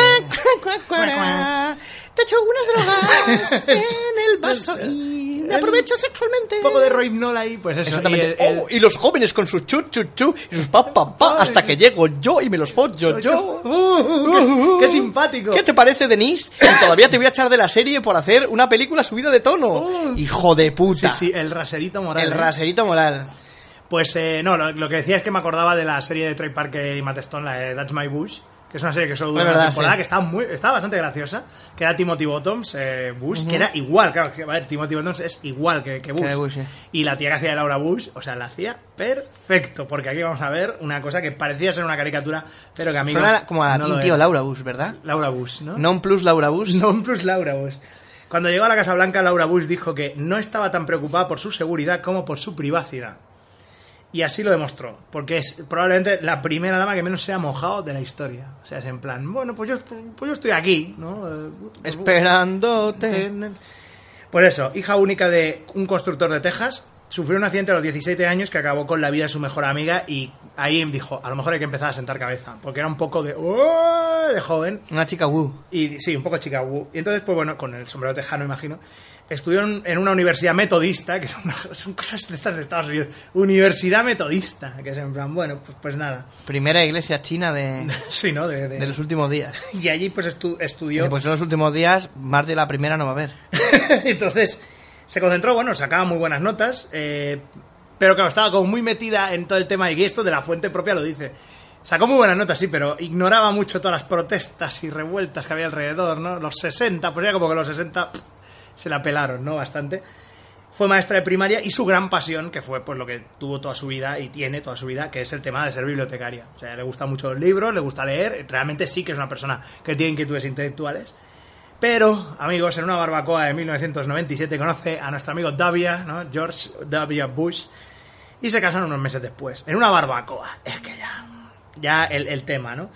H: Te echo algunas drogas en el vaso y me aprovecho sexualmente.
G: Un poco de Roy Nola ahí, pues eso. Y
H: Exactamente.
G: el- el-
H: Oh, y los jóvenes con sus chu chu chu y sus pa pa pa hasta que llego yo y me los follo yo.
G: Oh, qué- qué simpático.
H: ¿Qué te parece, Denise? Y todavía te voy a echar de la serie por hacer una película subida de tono. Hijo de
G: Sí,
H: puta.
G: sí, el raserito moral.
H: El
G: ¿eh?
H: raserito moral.
G: Pues eh, no, lo, lo que decía es que me acordaba de la serie de Trey Parker y Matt Stone, la de That's My Bush, que es una serie que solo dura
H: Es
G: una
H: verdad,
G: temporada,
H: sí.
G: que estaba, muy, estaba bastante graciosa, que era Timothy Bottoms, eh, Bush, que era igual, claro, que, a ver, Timothy Bottoms es igual que, que Bush.
H: Que Bush, sí.
G: Y la tía que hacía de Laura Bush, o sea, la hacía perfecto, porque aquí vamos a ver una cosa que parecía ser una caricatura, pero que a mí
H: Suena como a
G: no
H: un
G: lo
H: tío
G: era.
H: Laura Bush, ¿verdad?
G: Laura Bush, ¿no?
H: Non plus Laura Bush.
G: Non plus Laura Bush. Cuando llegó a la Casa Blanca, Laura Bush dijo que no estaba tan preocupada por su seguridad como por su privacidad. Y así lo demostró, porque es probablemente la primera dama que menos se ha mojado de la historia. O sea, es en plan, bueno, pues yo, pues yo estoy aquí, ¿no? Eh,
H: Esperándote.
G: Por eso, hija única de un constructor de Texas, sufrió un accidente a los 17 años que acabó con la vida de su mejor amiga y ahí dijo, a lo mejor hay que empezar a sentar cabeza, porque era un poco de, "Oh", de joven
H: Una chica uh, woo.
G: y sí, un poco chica Wu. Y entonces, pues bueno, con el sombrero tejano, imagino. Estudió en, en una universidad metodista, que son, son cosas de estas de Estados Unidos. Universidad metodista, que es en plan, bueno, pues, pues nada.
H: Primera iglesia china de,
G: Sí, ¿no? De, de-
H: de los últimos días.
G: Y allí, pues estu- estudió.
H: Y pues en los últimos días, más de la primera no va a haber.
G: Entonces, se concentró, bueno, sacaba muy buenas notas, eh, pero claro, estaba como muy metida en todo el tema y esto de la fuente propia lo dice. Sacó muy buenas notas, sí, pero ignoraba mucho todas las protestas y revueltas que había alrededor, ¿no? Los 60, pues ya como que los 60 pff, se la pelaron, ¿no? Bastante. fue maestra de primaria y su gran pasión, que fue pues lo que tuvo toda su vida y tiene toda su vida, que es el tema de ser bibliotecaria. O sea, le gusta mucho los libros, le gusta leer, realmente sí que es una persona que tiene inquietudes intelectuales. Pero, amigos, en una barbacoa de 1997 conoce a nuestro amigo Davia, ¿no? George Davia Bush, y se casan unos meses después, en una barbacoa. Es que ya, ya el, el tema, ¿no?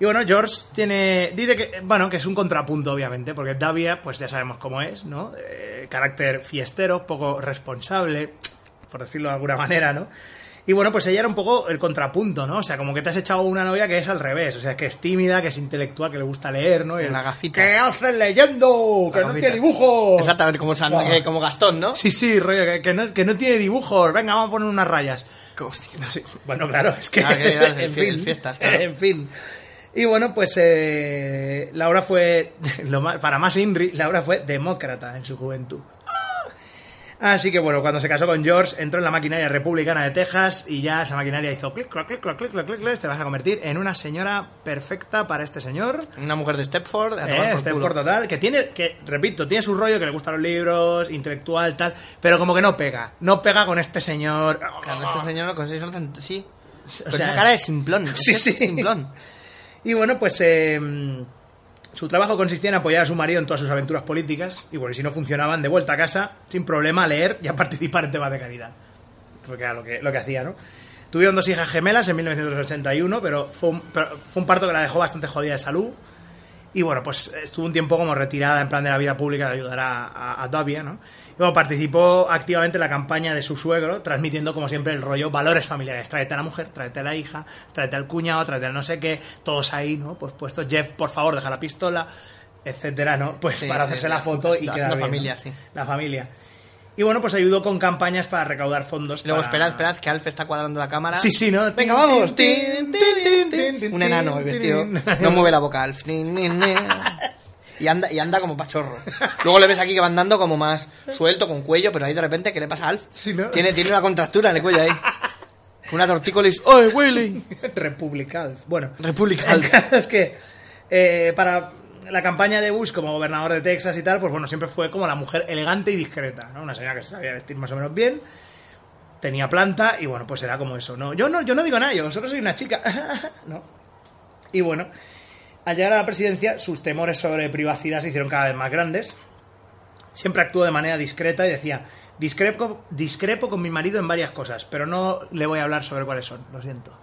G: Y bueno, George tiene, dice que, bueno, que es un contrapunto, obviamente, porque Davia, pues ya sabemos cómo es, ¿no? Eh, carácter fiestero, poco responsable, por decirlo de alguna manera, ¿no? Y bueno, pues ella era un poco el contrapunto, ¿no? O sea, como que te has echado una novia que es al revés, o sea, que es tímida, que es intelectual, que le gusta leer, ¿no? Y
H: Con
G: el,
H: la gafita.
G: ¿Qué haces leyendo?
H: La
G: ¡Que no
H: gafita.
G: tiene dibujos!
H: Exactamente, como, San-
G: Buah.
H: eh, como Gastón, ¿no?
G: Sí, sí, rollo, que, que no, que no tiene dibujos. Venga, vamos a poner unas rayas.
H: Hostia.
G: Sí, Bueno, claro, es que.
H: Claro, que era el
G: en
H: fie- el fiestas, claro.
G: En fin. Y bueno, pues eh, Laura fue. lo más- para más Inri, Laura fue demócrata en su juventud. Así que bueno, cuando se casó con George, entró en la maquinaria republicana de Texas y ya esa maquinaria hizo clic, clac, clic, clac, clic, clac, clic, clic, te vas a convertir en una señora perfecta para este señor.
H: Una mujer de Stepford. A tomar
G: Eh,
H: por
G: Stepford
H: culo.
G: total, que tiene, que repito, tiene su rollo, que le gustan los libros, intelectual, tal, pero como que no pega, no pega con este señor.
H: Claro, este señor lo consigue solo tanto- Sí.
G: O
H: Pero
G: sea-
H: esa cara de simplón. es
G: Sí,
H: que es
G: sí.
H: Simplón.
G: Y bueno, pues eh, su trabajo consistía en apoyar a su marido en todas sus aventuras políticas. Y bueno, y si no funcionaban, de vuelta a casa, sin problema, a leer y a participar en temas de caridad. Porque era lo que, lo que hacía, ¿no? Tuvieron dos hijas gemelas en 1981, pero fue, un, pero fue un parto que la dejó bastante jodida de salud. Y bueno, pues estuvo un tiempo como retirada en plan de la vida pública de ayudar a, a, a Davia, ¿no? Y bueno, participó activamente en la campaña de su suegro, transmitiendo como siempre el rollo valores familiares. Tráete a la mujer, tráete a la hija, tráete al cuñado, tráete al no sé qué, todos ahí, ¿no? Pues puestos, Jeff, por favor, deja la pistola, etcétera, ¿no? Pues
H: Sí,
G: para
H: sí,
G: hacerse
H: sí,
G: la
H: la-
G: foto y
H: la-
G: quedar
H: la
G: bien, ¿no?
H: familia, sí.
G: La familia. Y bueno, pues ayudó con campañas para recaudar fondos.
H: Luego,
G: para-
H: esperad, esperad, que Alf está cuadrando la cámara.
G: Sí, sí, ¿no?
H: Venga, vamos.
G: Tin, tin, tin, tin, tin,
H: Un enano el
G: tin,
H: vestido.
G: tin.
H: No mueve la boca, Alf. Nin, nin, nin. Y anda, y anda como pachorro. Luego le ves aquí que va andando como más suelto, con cuello, pero ahí de repente, ¿qué le pasa a Alf?
G: Sí, ¿no?
H: tiene, tiene una contractura en el cuello ahí. Una tortícolis. ¡Oye, Willy!
G: Republical. Bueno.
H: Republical.
G: El caso es que eh, para la campaña de Bush como gobernador de Texas y tal, pues bueno, siempre fue como la mujer elegante y discreta, ¿no? Una señora que sabía vestir más o menos bien, tenía planta y bueno, pues era como eso, ¿no? Yo no, yo no digo nada, yo solo soy una chica, ¿no? Y bueno, al llegar a la presidencia, sus temores sobre privacidad se hicieron cada vez más grandes. Siempre actuó de manera discreta y decía, discrepo, discrepo con mi marido en varias cosas, pero no le voy a hablar sobre cuáles son, lo siento.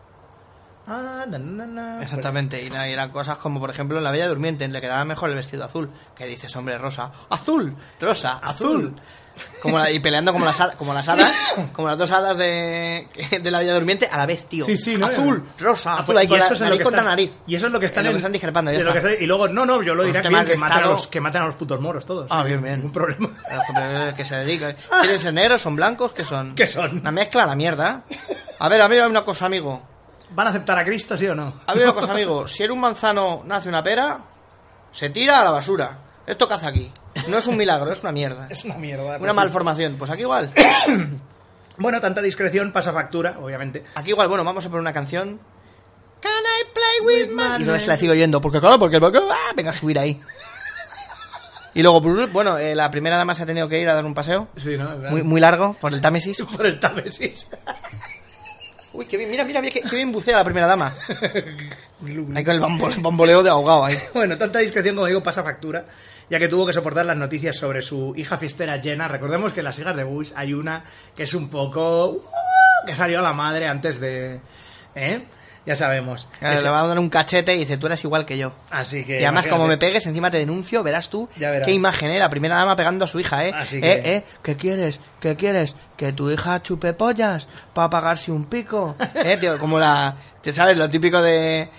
G: Ah, na, na, na.
H: Exactamente, y, la- y eran cosas como, por ejemplo, en La Bella Durmiente le quedaba mejor el vestido azul, que dices, hombre, rosa, azul, rosa, azul. Como la- y peleando como las, ha- como las hadas, como las dos hadas de, de La Bella Durmiente a la vez, tío.
G: Sí, sí, ¿no?
H: Azul, rosa,
G: Ah,
H: azul,
G: pues, pues
H: ahí con la-
G: eso es en lo
H: nariz
G: que
H: contra
G: están-
H: nariz.
G: Y eso es lo que están,
H: En lo
G: en-
H: que están discrepando, ya
G: de lo
H: está.
G: que está- y luego, no, no, yo lo
H: Los
G: diré aquí,
H: temas
G: que,
H: de
G: matan a
H: Estado.
G: los, que matan a los putos moros todos.
H: Ah, bien, bien.
G: Ningún problema.
H: Los que se dedican. ¿Quieren ser negros? ¿Son blancos? ¿Qué son?
G: ¿Qué son?
H: Una mezcla a la mierda. A ver, a ver, una cosa, amigo.
G: ¿Van a aceptar a Cristo, sí o no?
H: A ver una cosa, amigo. Si en un manzano nace una pera, se tira a la basura. Esto caza aquí. No es un milagro, es una mierda.
G: Es una mierda.
H: Una
G: pues, sí.
H: malformación. Pues aquí igual.
G: Bueno, tanta discreción pasa factura, obviamente.
H: Aquí igual, bueno, vamos a poner una canción. Can I play with my... Y no se la sigo yendo, porque claro, porque el balcón... ah, venga a subir ahí. Y luego, bueno, eh, la primera dama se ha tenido que ir a dar un paseo.
G: Sí, ¿no? En plan,
H: Muy, muy largo, por el Támesis.
G: Por el Támesis.
H: Uy, qué bien, mira, mira, mira, qué, qué bien bucea la primera dama. Ahí con el bambole- bamboleo de ahogado ahí.
G: Bueno, tanta discreción, como digo, pasa factura, ya que tuvo que soportar las noticias sobre su hija fiestera Jenna. Recordemos que en las hijas de Bush hay una que es un poco... ¡uh! que salió a la madre antes de... ¿Eh? Ya sabemos.
H: Claro,
G: Eso.
H: le va a dar un cachete y dice, tú eres igual que yo.
G: Así que...
H: y además, como me
G: imagínate.
H: pegues, encima te denuncio, verás tú
G: Ya verás.
H: qué imagen, ¿eh? La primera dama pegando a su hija, ¿eh?
G: Así
H: Eh,
G: que-
H: eh, ¿Qué quieres? ¿Qué quieres? ¿Que tu hija chupe pollas para pagarse un pico? ¿Eh, tío? Como la... ¿Te sabes? Lo típico de...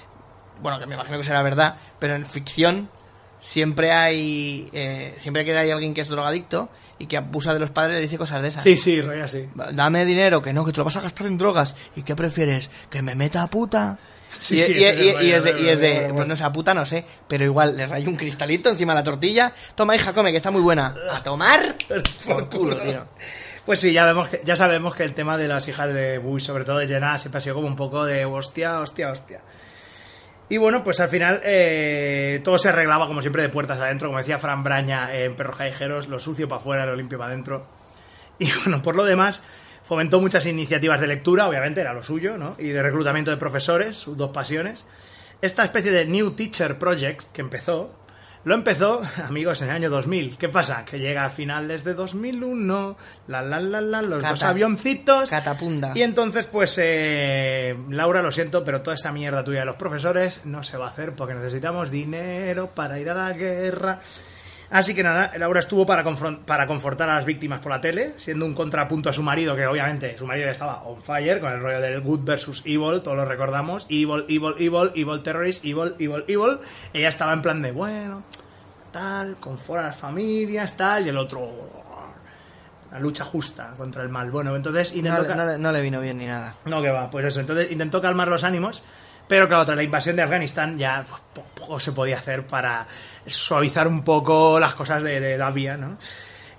H: Bueno, que me imagino que será verdad, pero en ficción siempre hay... eh, siempre que hay alguien que es drogadicto y que abusa de los padres le dice cosas de esas.
G: Sí, sí, rollo así.
H: Dame dinero, que no, que te lo vas a gastar en drogas. ¿Y qué prefieres? ¿Que me meta a puta?
G: Sí,
H: y,
G: sí,
H: y-
G: ese es el
H: y-
G: rollo,
H: y es de,
G: rollo,
H: y es de-
G: rollo, rollo.
H: pues no sé, a puta no sé, pero igual le rayo un cristalito encima de la tortilla. Toma, hija, come, que está muy buena. A tomar por culo, tío.
G: Pues sí, ya, vemos que, ya sabemos que el tema de las hijas de Bush, sobre todo de Jenna, siempre ha sido como un poco de hostia, hostia, hostia. Y bueno, pues al final eh, todo se arreglaba como eh, siempre de puertas adentro, como decía Fran Braña en Perros Callejeros, lo sucio para afuera, lo limpio para adentro. Y bueno, por lo demás, fomentó muchas iniciativas de lectura, obviamente era lo suyo, ¿no? Y de reclutamiento de profesores, sus dos pasiones. Esta especie de New Teacher Project que empezó, lo empezó, amigos, en el año 2000. ¿Qué pasa? Que llega a finales de 2001, la, la, la, la, los dos
H: Cata.
G: avioncitos.
H: Catapunda.
G: Y entonces, pues, eh, Laura, lo siento, pero toda esta mierda tuya de los profesores no se va a hacer porque necesitamos dinero para ir a la guerra. Así que nada, Laura estuvo para, confron- para confortar a las víctimas por la tele, siendo un contrapunto a su marido, que obviamente su marido ya estaba on fire con el rollo del good versus evil, todos lo recordamos, evil, evil, evil, evil terrorist, evil, evil, evil. Ella estaba en plan de, bueno, tal, confort a las familias, tal, y el otro, la lucha justa contra el mal. Bueno, entonces...
H: No,
G: intentó
H: le-
G: ca-
H: no le- no le vino bien ni nada.
G: no, que va, pues eso. Entonces intentó calmar los ánimos, pero claro, tras la invasión de Afganistán ya pues, po- poco se podía hacer para suavizar un poco las cosas de, de Davia, ¿no?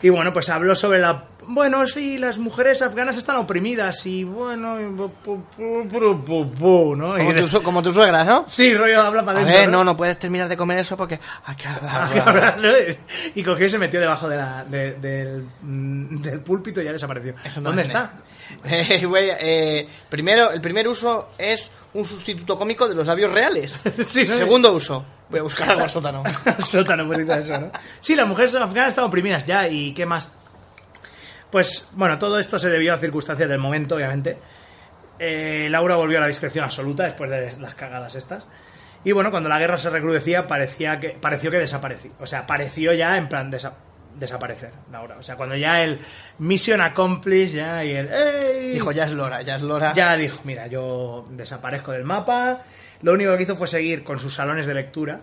G: Y bueno, pues habló sobre la... Bueno, sí, las mujeres afganas están oprimidas y bueno... y bu- bu- bu- bu- bu- bu, ¿no? Y
H: Como tu,
G: de-
H: su- como tu suegra, ¿no?
G: Sí, Ah, rollo habla para
H: A
G: dentro.
H: ver, no, no puedes terminar de comer eso porque... Ay, qué barbaridad.
G: ¿no? Y cogió y se metió debajo de la, de- del, mm, del púlpito y ya desapareció.
H: Eso no
G: ¿Dónde
H: es
G: está?
H: Eh, güey, eh, primero, el primer uso es un sustituto cómico de los labios reales.
G: Sí, ¿no?
H: Segundo uso, voy a buscar algo al sótano.
G: Al sótano, pues, y todo eso, ¿no? Sí, las mujeres afganas están oprimidas ya, ¿y qué más? Pues, bueno, todo esto se debió a circunstancias del momento, obviamente. Eh, Laura volvió a la discreción absoluta después de las cagadas estas. Y bueno, cuando la guerra se recrudecía, parecía que, pareció que desapareció. O sea, pareció ya en plan desa- desaparecer, Laura. O sea, cuando ya el mission accomplished, ya, y el... ¡Ey!
H: Dijo, ya es Lora, ya es Lora.
G: Ya dijo, mira, yo desaparezco del mapa. Lo único que hizo fue seguir con sus salones de lectura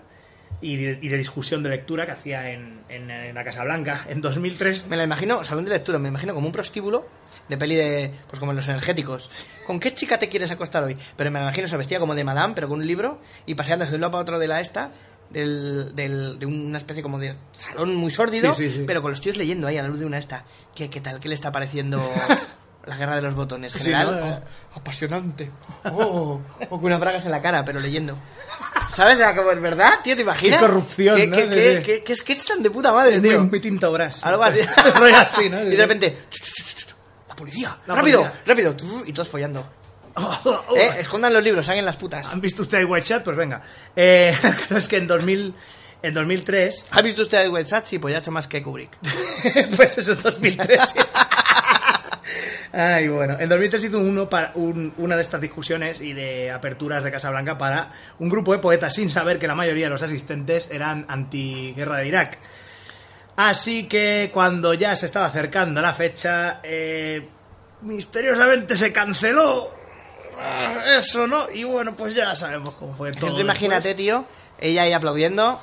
G: y de, y de discusión de lectura que hacía en, en- en la Casa Blanca. En 2003...
H: Me la imagino, salón de lectura, me imagino como un prostíbulo de peli de. Pues como en los energéticos. ¿Con qué chica te quieres acostar hoy? Pero me la imagino, se vestía como de madame, pero con un libro y paseando de un lado para otro de la esta, del, del- de una especie como de salón muy sórdido,
G: Sí, sí, sí.
H: pero con los tíos leyendo ahí a la luz de una esta. ¿Qué, qué tal? ¿Qué le está pareciendo la guerra de los botones?
G: Sí,
H: General.
G: ¿no? Eh.
H: Oh, apasionante. Oh, o con unas bragas en la cara, pero leyendo. ¿Sabes? Era como, ¿verdad, tío? ¿Te imaginas?
G: Qué corrupción,
H: ¿Qué,
G: ¿no?
H: qué-
G: Sí,
H: qué-
G: sí.
H: qué- qué es que es tan de puta madre, tío?
G: Muy, muy tinto brás.
H: Algo así.
G: Rollo así, ¿no?
H: Y de repente. ¡La policía!
G: La
H: ¡Rápido!
G: policía. Oh,
H: ¡Rápido! tú, Y todos follando. Eh, escondan los libros, salen las putas.
G: ¿Han visto ustedes White Chat? Pues venga. Eh, claro, es que en, 2000, en 2003...
H: ¿Has visto usted el WhatsApp? Sí, pues ya ha hecho más que Kubrick.
G: pues eso, 2003. Ay, bueno. En 2003 hizo uno para un- una de estas discusiones y de aperturas de Casablanca para un grupo de poetas sin saber que la mayoría de los asistentes eran antiguerra de Irak. Así que cuando ya se estaba acercando la fecha, eh, misteriosamente se canceló. Ah, Eso, ¿no? Y bueno, pues ya sabemos cómo fue todo.
H: Tú imagínate, tío, ella ahí aplaudiendo.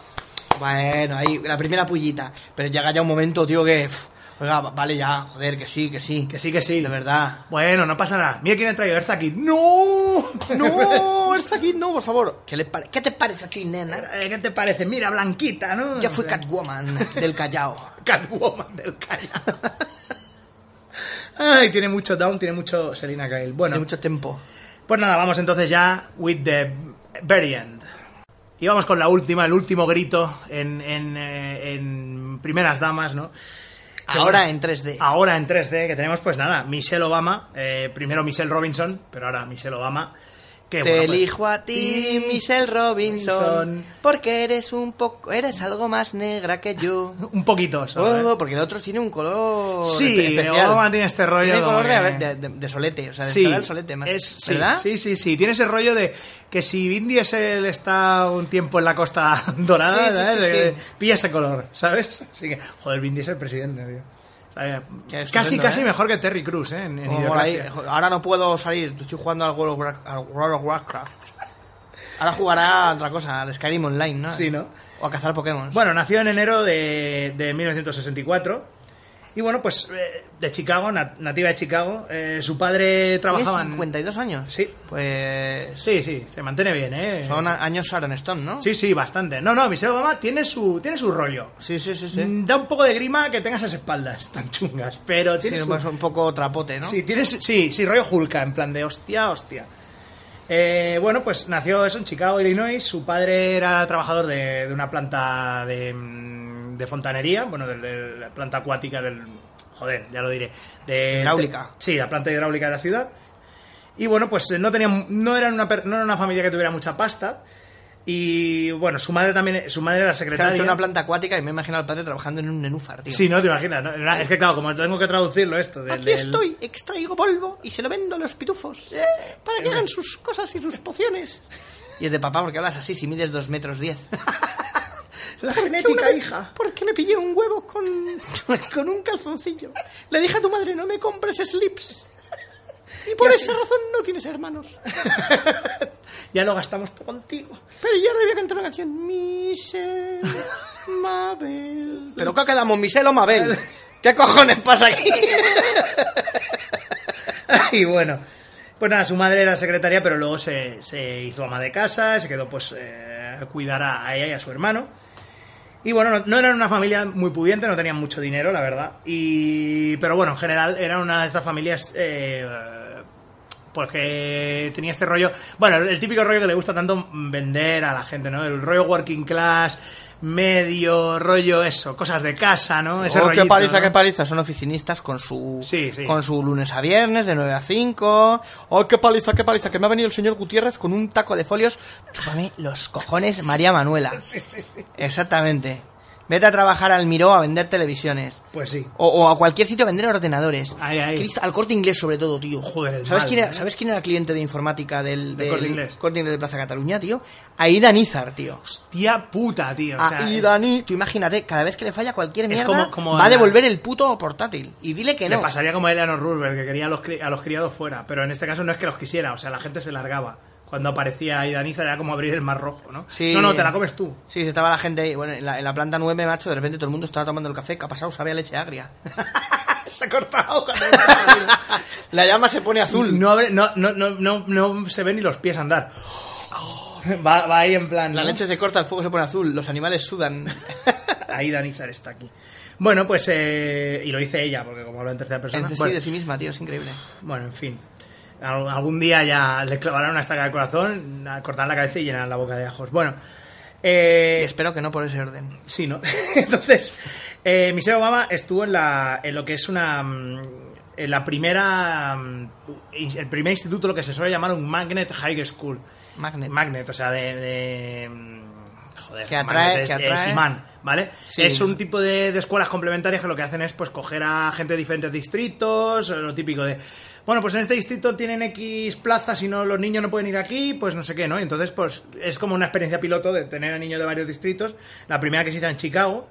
H: Bueno, ahí la primera pullita. Pero llega ya un momento, tío, que. pf, Oiga, va- vale ya, joder, que sí, que sí.
G: Que sí, que sí.
H: De verdad.
G: Bueno, no pasa nada. Mira quién ha traído está aquí. ¡No!
H: No, está aquí, no, por favor. ¿Qué, le pare- ¿Qué te parece a ti, nena?
G: Eh, ¿Qué te parece? Mira, Blanquita, ¿no?
H: Ya fui
G: O sea,
H: Catwoman del Callao.
G: Catwoman del Callao. Ay, tiene mucho down, tiene mucho Selena Kyle. Bueno,
H: Tiene mucho tiempo.
G: pues nada, vamos entonces ya with the very end. Y vamos con la última, el último grito en, en, eh, en Primeras Damas, ¿no?
H: Ahora en 3D.
G: Ahora en 3D, que tenemos pues nada, Michelle Obama, eh, primero Michelle Robinson, pero ahora Michelle Obama. Que,
H: Te
G: bueno, pues-
H: elijo a ti, Michelle Robinson,
G: Robinson.
H: porque eres un poco, eres algo más negra que yo.
G: Un poquito, ¿eh? ¿sabes?
H: Oh, porque el otro tiene un color
G: Sí,
H: espe- especial.
G: Obama tiene este rollo
H: Tiene color
G: como que-
H: de, de, de- de solete, o sea, de
G: Sí,
H: estar al solete más,
G: es- sí,
H: ¿verdad?
G: sí, sí, sí. Tiene ese rollo de que si Vin Diesel está un tiempo en la costa dorada,
H: Sí, sí,
G: ¿sabes?
H: sí,
G: Le-
H: sí.
G: pilla ese color, ¿sabes? Así que, joder, Vin Diesel presidente, tío. Está bien.
H: Qué estupendo,
G: Casi, casi
H: ¿eh?
G: mejor que Terry Cruz, ¿eh? En, en
H: Como
G: idiocracia.
H: Oh, ahí, jo- ahora no puedo salir, estoy jugando al World of, Warcraft- al World of Warcraft. Ahora jugará a otra cosa, al Skyrim Online, ¿no?
G: Sí, ¿no?
H: O a cazar Pokémon.
G: Bueno, nació en enero de, de 1964. Y bueno, pues eh, de Chicago, nat- nativa de Chicago. Eh, su padre trabajaba en...
H: ¿Tiene 52 años.
G: Sí.
H: Pues
G: Sí, sí, se mantiene bien, ¿eh?
H: son a- años Sharon Stone, ¿no?
G: Sí, sí, bastante. No, no, Michelle Obama tiene su, tiene su rollo.
H: sí, sí, sí. sí.
G: Mm, Da un poco de grima que tengas esas espaldas tan chungas, pero
H: Sí,
G: tienes...
H: pues un poco trapote, ¿no?
G: Sí, tienes, sí, sí, rollo Hulka, en plan de hostia, hostia. Eh, bueno, pues nació eso en Chicago, Illinois. Su padre era trabajador de, de una planta de, mm, de fontanería, bueno, de, de la planta acuática del joder, ya lo diré. De,
H: Hidráulica.
G: de- sí, la planta hidráulica de la ciudad. Y bueno, pues eh, no tenían, no eran una, per- no era una familia que tuviera mucha pasta. Y bueno, su madre también, su madre era
H: Es que han
G: secretaria.
H: hecho una planta acuática y me imagino al padre trabajando en un nenúfar, tío.
G: Sí, no te imaginas. ¿no? Era- Es que claro, como tengo que traducirlo esto. del-
H: Aquí
G: del-
H: estoy, extraigo polvo y se lo vendo a los pitufos
G: Eh,
H: para que hagan sus cosas y sus pociones. Y es de papá, porque hablas así si mides dos metros diez.
G: La
H: ¿Por qué una
G: genética,
H: vez-
G: hija.
H: ¿Por qué me pillé un huevo con, con un calzoncillo? Le dije a tu madre, no me compres slips. Y por
G: Ya
H: esa razón no tienes hermanos.
G: Ya lo gastamos todo contigo.
H: Pero yo ahora voy a cantar una canción. Michelle, Mabel. ¿Pero qué quedamos, Michelle o Mabel? ¿Qué cojones pasa aquí?
G: y bueno, pues nada, su madre era secretaria, pero luego se, se hizo ama de casa, se quedó pues eh, a cuidar a, a ella y a su hermano. Y bueno, no, no eran una familia muy pudiente, no tenían mucho dinero, la verdad. Y, pero bueno, en general era una de estas familias eh, pues que tenía este rollo, bueno, el típico rollo que le gusta tanto vender a la gente, ¿no? El rollo working class, medio, rollo eso, cosas de casa, ¿no? Ese
H: Oh, qué
G: rollito,
H: paliza,
G: ¿no?
H: qué paliza. Son oficinistas con su,
G: Sí, sí.
H: con su lunes a viernes de 9 a 5. Oh, qué paliza, qué paliza. Que me ha venido el señor Gutiérrez con un taco de folios. Chúpame los cojones, María Manuela. Exactamente. Vete a trabajar al Miró a vender televisiones.
G: Pues sí.
H: O, o a cualquier sitio a vender ordenadores.
G: Ay, ay.
H: Cristo, al corte inglés, sobre todo, tío.
G: Joder, el
H: ¿Sabes,
G: mal,
H: quién era,
G: ¿eh?
H: ¿Sabes quién era cliente de informática
G: Del
H: del, del
G: Corte Inglés.
H: Corte Inglés de Plaza Cataluña, tío? Aida Nizar, tío.
G: Tía puta, tío. o sea,
H: Ahí, Ah, Dani, tú imagínate, cada vez que le falla cualquier
G: Es
H: mierda,
G: como- como
H: va a
G: la-
H: devolver el puto portátil. Y dile que
G: Le
H: no.
G: pasaría como a Eleanor Roosevelt, que quería a los, cri- a los criados fuera, pero en este caso no es que los quisiera, o sea, la gente se largaba. Cuando aparecía ahí Daniza era como abrir el mar rojo, ¿no?
H: Sí.
G: No, no, te la comes tú.
H: Sí, sí, estaba la gente ahí, bueno, en la, en la planta 9, macho, de repente todo el mundo estaba tomando el café, ¿qué ha pasado? Sabe a leche agria.
G: se ha cortado.
H: la llama se pone azul.
G: No, abre- no, no, no, no, no se ven ni los pies andar. Va, va ahí en plan.
H: La
G: ¿no?
H: leche se corta, el fuego se pone azul, los animales sudan.
G: Ahí Danizar está aquí. Bueno, pues. eh, y lo dice ella, porque como habla en tercera persona.
H: Entre sí,
G: bueno,
H: de sí misma, tío, es increíble.
G: Bueno, en fin. Al- Algún día ya le clavarán una estaca al corazón, a cortar la cabeza y llenar la boca de ajos. Bueno.
H: Y
G: Eh,
H: espero que no por ese orden.
G: Sí, ¿no? Entonces, eh, Michelle Obama estuvo en, la, en lo que es una... mm, En la primera... mm, in- El primer instituto, lo que se suele llamar un Magnet High School.
H: Magnet.
G: Magnet, o sea, de... de, mm, joder,
H: Que atrae,
G: magnet es,
H: que atrae.
G: es imán, ¿vale?
H: Sí.
G: Es un tipo de, de escuelas complementarias que lo que hacen es pues coger a gente de diferentes distritos, lo típico de... Bueno, pues en este distrito tienen X plazas y no, los niños no pueden ir aquí, pues no sé qué, ¿no? Entonces, pues es como una experiencia piloto de tener a niños de varios distritos. La primera que se hizo en Chicago.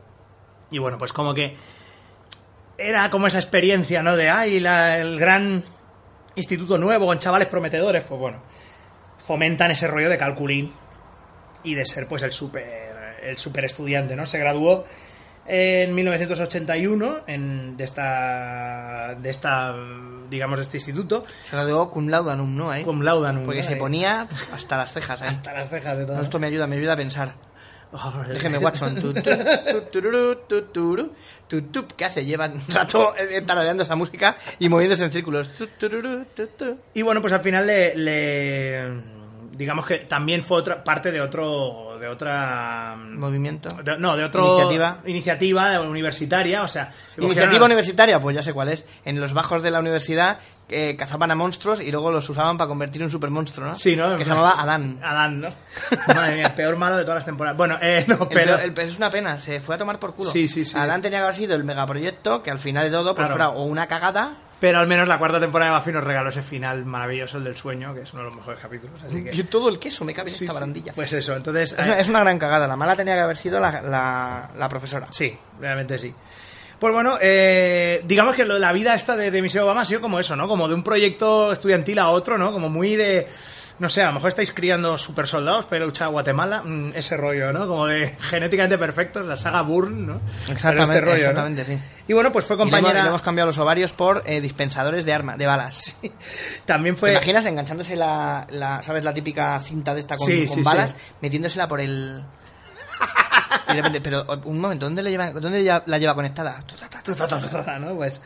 G: Y bueno, pues como que era como esa experiencia, ¿no? De, ay, la- el gran instituto nuevo con chavales prometedores, pues bueno, fomentan ese rollo de calculín y de ser pues el super, el super estudiante, ¿no? Se graduó en 1981 en, de esta, de esta, digamos, de este instituto,
H: Se la dio cum laudanum, ¿no? Eh?
G: con laudanum.
H: Porque
G: ¿no?
H: se
G: Eh,
H: ponía hasta las cejas, ¿eh?
G: hasta las cejas de todo.
H: No, esto me ayuda, me ayuda a pensar.
G: Oh,
H: Déjeme Watson. Tu, tu, tu, tururú, tu, turú, tu, tu. ¿Qué hace? Lleva un rato eh, tarareando esa música y moviéndose en círculos. Tu, tururú, tu, tu.
G: Y bueno, pues al final le, le- digamos que también fue otra parte de otro de otra
H: Movimiento.
G: de- no, de otro
H: Iniciativa.
G: iniciativa universitaria, o sea, que
H: Iniciativa
G: cogieron a-
H: universitaria, pues ya sé cuál es. En los bajos de la universidad eh, cazaban a monstruos y luego los usaban para convertir en un supermonstruo, ¿no?
G: Sí, ¿no? Ah,
H: Que se llamaba Adán.
G: Adán, ¿no? Madre mía, el peor malo de todas las temporadas. Bueno, eh, no,
H: El
G: pero
H: peor- el peor- es una pena, se fue a tomar por culo.
G: Sí, sí, sí.
H: Adán tenía que haber sido el megaproyecto que al final de todo pues
G: Claro.
H: fuera o una cagada.
G: pero al menos la cuarta temporada de Buffy nos regaló ese final maravilloso el del sueño, que es uno de los mejores capítulos, así que
H: Y todo el queso me cabe en
G: Sí,
H: esta
G: sí.
H: barandilla.
G: Pues eso, entonces
H: Es
G: eh,
H: una, es una gran cagada. La mala tenía que haber sido la, la- la profesora.
G: Sí, realmente sí. Pues bueno, eh, digamos que lo- la vida esta de, de Michelle Obama ha sido como eso, ¿no? Como de un proyecto estudiantil a otro, ¿no? Como muy de... No sé, a lo mejor estáis criando super soldados, pero lucha Guatemala, mm, ese rollo, ¿no? Como de genéticamente perfectos, la saga Burn, ¿no? Pero
H: Exactamente,
G: este rollo, ¿no?
H: exactamente, sí.
G: Y bueno, pues fue
H: Y le hemos-
G: compañera.
H: le hemos cambiado los ovarios por eh, dispensadores de armas, de balas.
G: También
H: ¿Te
G: fue.
H: imaginas enganchándose la, la- ¿sabes? La típica cinta de esta con,
G: Sí,
H: con
G: sí,
H: balas,
G: sí.
H: metiéndosela por el... Y de repente, pero un momento, ¿dónde, le lleva, dónde ya la lleva conectada?
G: ¿no? Pues,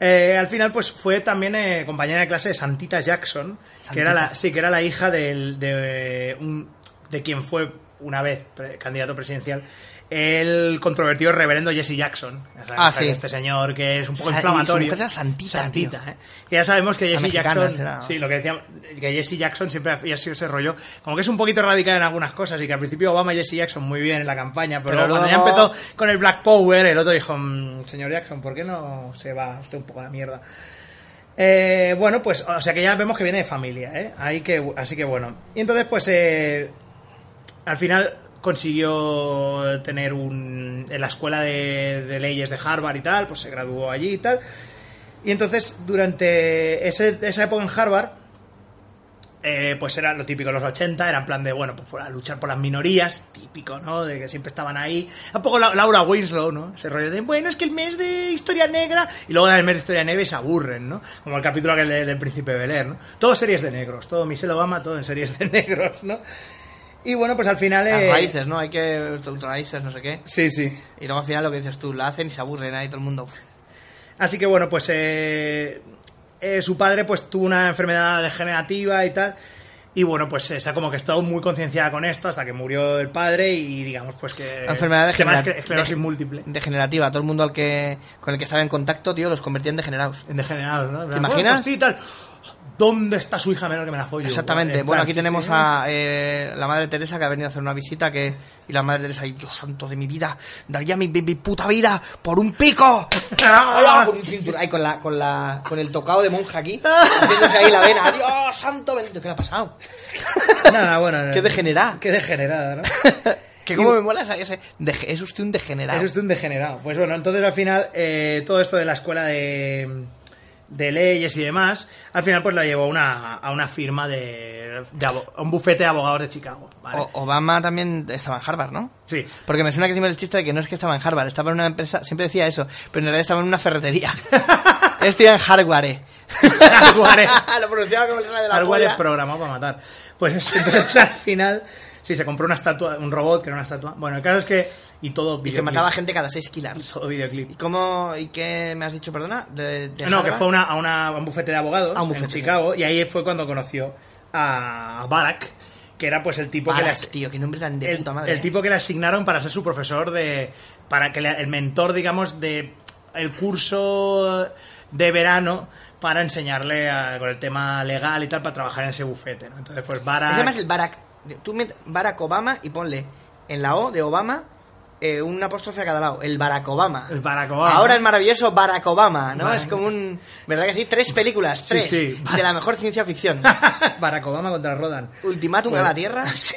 G: eh, al final, pues fue también eh, compañera de clase de Santita Jackson, que era la, sí, que era la hija del- de, un- de quien fue una vez pre- candidato presidencial el controvertido reverendo Jesse Jackson. Ya sabes,
H: Ah, sí.
G: Este señor que es un poco
H: Sa- y su
G: inflamatorio.
H: mujer era santita, tío.
G: Que Ya sabemos que
H: La
G: Jesse
H: mexicana
G: Jackson.
H: será.
G: Sí, lo que decíamos, que Jesse Jackson siempre había sido ese rollo. Como que es un poquito radical en algunas cosas y que al principio Obama y Jesse Jackson muy bien en la campaña, pero,
H: Pero
G: cuando ya
H: luego-
G: empezó con el Black Power, el otro dijo, "Mm, señor Jackson, ¿por qué no se va usted un poco a la mierda? Eh, bueno, pues, o sea que ya vemos que viene de familia, ¿eh? Ahí que, así que bueno. Y entonces, pues, eh, al final consiguió tener un. en la escuela de, de leyes de Harvard y tal, pues se graduó allí y tal. Y entonces, durante ese- esa época en Harvard, eh, pues era lo típico de los 80, era en plan de, bueno, pues por- a luchar por las minorías, típico, ¿no? De que siempre estaban ahí. Un poco la- Laura Winslow, ¿no? Ese rollo de, bueno, es que el mes de historia negra, y luego dan el mes de historia negra y se aburren, ¿no? Como el capítulo aquel de- del Príncipe Beler, ¿no? Todo series de negros, todo Michelle Obama, todo en series de negros, ¿no? Y bueno, pues al final.
H: Las
G: eh,
H: raíces, ¿no? Hay que... Raíces, no sé qué.
G: Sí, sí.
H: Y luego al final lo que dices tú, la hacen y se aburren ahí todo el mundo.
G: Así que bueno, pues eh, eh, su padre pues tuvo una enfermedad degenerativa y tal. Y bueno, pues esa como que estaba muy concienciada con esto hasta que murió el padre y digamos pues que...
H: La enfermedad
G: se llama
H: degenera-
G: escle- esclerosis
H: de-
G: múltiple.
H: Degenerativa. Todo el mundo al que con el que estaba en contacto, tío, los convertía en degenerados.
G: En degenerados, ¿no? En plan,
H: ¿Te imaginas?
G: "Bueno, pues sí, tal. ¿Dónde está su hija menor que me la follo?
H: Exactamente.
G: En
H: Bueno,
G: plan,
H: aquí
G: sí,
H: tenemos
G: sí.
H: a eh, la madre Teresa que ha venido a hacer una visita que y la madre Teresa, y Dios santo de mi vida, daría mi, mi- mi puta vida por un pico. ¡Ah! Con un cinturón. Ay, con la, con la, con el tocado de monja aquí, haciéndose ahí la vena. Dios santo bendito, ¿qué le ha pasado?
G: Nada, bueno, no.
H: Qué degenerada.
G: Qué degenerada, ¿no?
H: Que cómo me mola esa- ese, deje- es usted un degenerado.
G: Es usted un degenerado. Pues bueno, entonces al final eh, todo esto de la escuela de, de leyes y demás, al final pues la llevó a una, a una firma de, de abo- a un bufete de abogados de Chicago. ¿vale?
H: O- Obama también estaba en Harvard, ¿no?
G: Sí.
H: Porque me suena que siempre el chiste de que no es que estaba en Harvard, estaba en una empresa, siempre decía eso, pero en realidad estaba en una ferretería. Estoy en Hardware.
G: Hardware.
H: Lo pronunciaba como el rey de la
G: Algo es
H: polla.
G: programado para matar. Pues entonces al final, sí, se compró una estatua, un robot que era una estatua. Bueno, el caso es que. Y todo
H: Y que
G: videoclip.
H: mataba gente cada 6
G: Y
H: kilos.
G: todo videoclip.
H: ¿Y cómo? ¿Y qué me has dicho, perdona? De- de
G: no,
H: Harvard.
G: que fue a una, a, una- a un bufete de abogados
H: A un bufete,
G: en Chicago y ahí fue cuando conoció a Barack, que era pues el tipo que
H: Barack,
G: le, as-
H: tío, qué nombre tan de
G: el,
H: puta madre.
G: el
H: ¿eh?
G: tipo que le asignaron para ser su profesor de. para que le- el mentor, digamos, de el curso de verano para enseñarle a- con el tema legal y tal para trabajar en ese bufete, ¿no? Entonces, pues
H: Es
G: Barack.
H: además el Barack. Tú met Barack Obama y ponle en la O de Obama eh, un apóstrofe a cada lado. El Barack Obama.
G: El Barack Obama.
H: Ahora el maravilloso Barack Obama, ¿no?
G: Barack-
H: Es como un... ¿Verdad que sí? Tres películas,
G: Sí,
H: tres.
G: sí.
H: De la mejor ciencia ficción.
G: Barack Obama contra Rodan.
H: Ultimátum
G: Bueno,
H: a la Tierra.
G: sí.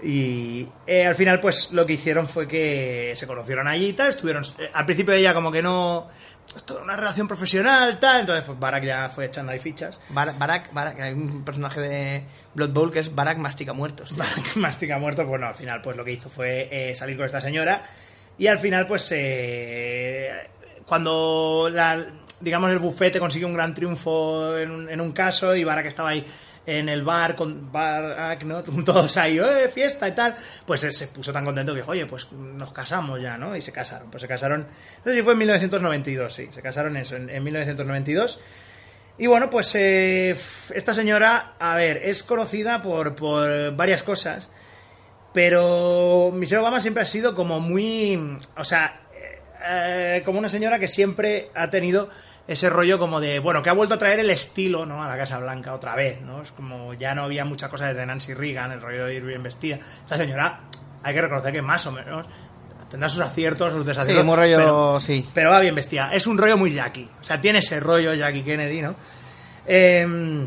G: Y eh, al final, pues lo que hicieron fue que se conocieron allí y tal. Estuvieron. eh, al principio ella, como que no. Esto una relación profesional, tal. Entonces, pues Barack ya fue echando ahí fichas.
H: Bar- Barack, Barack, hay un personaje de Blood Bowl que es Barack Mastica Muertos. tío.
G: Barack Mastica muerto, bueno, al final pues lo que hizo fue eh, salir con esta señora y al final pues eh, cuando la, digamos el bufete consiguió un gran triunfo en un, en un caso y Barack estaba ahí en el bar con Barack, ¿no? todos ahí, "Eh, fiesta y tal, pues eh, se puso tan contento que dijo, oye, pues nos casamos ya, ¿no? Y se casaron, pues se casaron, no sé si fue en 1992, sí, se casaron eso, en- en 1992. Y bueno, pues eh, f- esta señora, a ver, es conocida por, por varias cosas, pero Michelle Obama siempre ha sido como muy, o sea, eh, eh, como una señora que siempre ha tenido ese rollo como de, bueno, que ha vuelto a traer el estilo, ¿no? A la Casa Blanca otra vez, ¿no? Es como ya no había mucha cosa desde Nancy Reagan, el rollo de ir bien vestida. Esta señora, hay que reconocer que más o menos tendrá sus aciertos, sus
H: Sí,
G: desaciertos.
H: como rollo,
G: pero-
H: sí.
G: pero va bien vestida. Es un rollo muy Jackie. O sea, tiene ese rollo Jackie Kennedy, ¿no? Eh,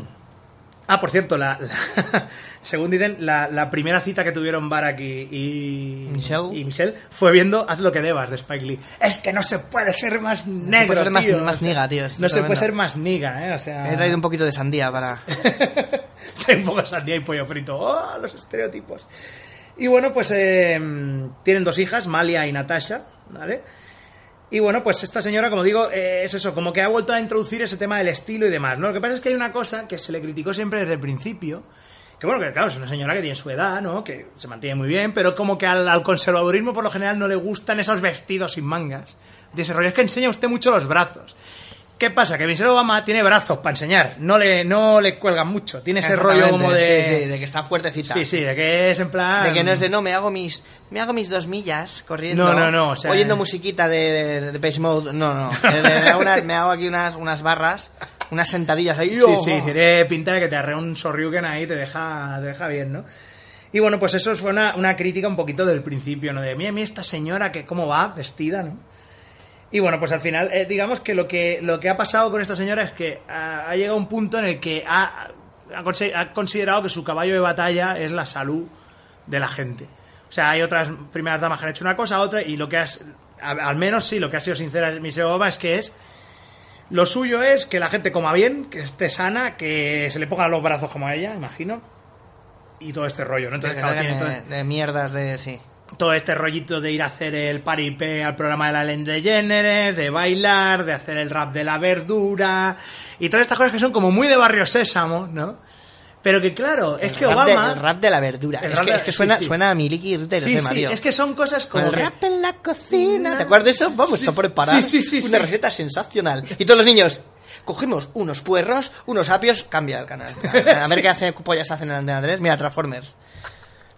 G: ah, por cierto, la, la- según dicen, la, la primera cita que tuvieron Barack y, y,
H: Michelle.
G: y Michelle fue viendo Haz lo que debas de Spike Lee. Es que no se puede ser más negro.
H: puede ser más-
G: tío.
H: más niga, tío, es
G: No se
H: tremendo.
G: puede ser más niga, ¿eh? O sea.
H: Me he traído un poquito de sandía para...
G: Trae un poco de sandía y pollo frito. ¡Oh, los estereotipos! Y bueno, pues eh, tienen dos hijas, Malia y Natasha, ¿vale? Y bueno, pues esta señora, como digo, eh, es eso, como que ha vuelto a introducir ese tema del estilo y demás, ¿no? Lo que pasa es que hay una cosa que se le criticó siempre desde el principio, que bueno, que claro, es una señora que tiene su edad, ¿no? Que se mantiene muy bien, pero como que al, al conservadurismo por lo general no le gustan esos vestidos sin mangas. De ese rollo, es que enseña usted mucho los brazos. ¿Qué pasa? Que Michelle Obama tiene brazos para enseñar. No le, no le cuelgan mucho. Tiene ese rollo como de.
H: Sí, sí, de que está fuertecita.
G: Sí, sí, de que es en plan.
H: De que no es de no, me hago mis, me hago mis dos millas corriendo.
G: No, no, no, o sea- eh.
H: oyendo musiquita de, de, de Depeche Mode. No, no. Es de- me hago unas- me hago aquí unas, unas barras, unas sentadillas ahí.
G: Sí, sí, tiene pinta de que te arrea un Sorryuken ahí, te deja, te deja bien, ¿no? Y bueno, pues eso fue una, una crítica un poquito del principio, ¿no? De, mira, mira esta señora, que cómo va vestida, ¿no? Y bueno, pues al final, eh, digamos que lo, que lo que ha pasado con esta señora es que ah, ha llegado un punto en el que ha, ha conse- ha considerado que su caballo de batalla es la salud de la gente. O sea, hay otras primeras damas que han hecho una cosa, otra, y lo que has, al al menos sí, lo que ha sido sincera Michelle Obama es que es lo suyo es que la gente coma bien, que esté sana, que se le pongan los brazos como a ella, imagino. Y todo este rollo, ¿no?
H: De,
G: Entonces, claro, tiene todo,
H: de- de mierdas de. Sí.
G: todo este rollito de ir a hacer el paripé al programa de la Lende DeGeneres, de bailar, de hacer el rap de la verdura. Y todas estas cosas que son como muy de barrio sésamo, ¿no? Pero que claro, es
H: El
G: que
H: rap
G: Obama.
H: de- el rap de la verdura.
G: El
H: Es
G: rap
H: que,
G: de-
H: es que
G: sí,
H: suena,
G: sí.
H: suena a Miliki Ritter
G: Sí,
H: ese
G: sí,
H: Mario.
G: es que son cosas
H: Con
G: como.
H: el
G: que- Mm,
H: rap en la cocina. ¿Te acuerdas de eso? Vamos
G: Sí,
H: a preparar
G: sí, sí, sí,
H: una
G: sí.
H: receta sensacional. Y todos los niños, cogemos unos puerros, unos apios, cambia el canal. A ver qué hacen, pollas hacen en la Antena 3. Mira, Transformers.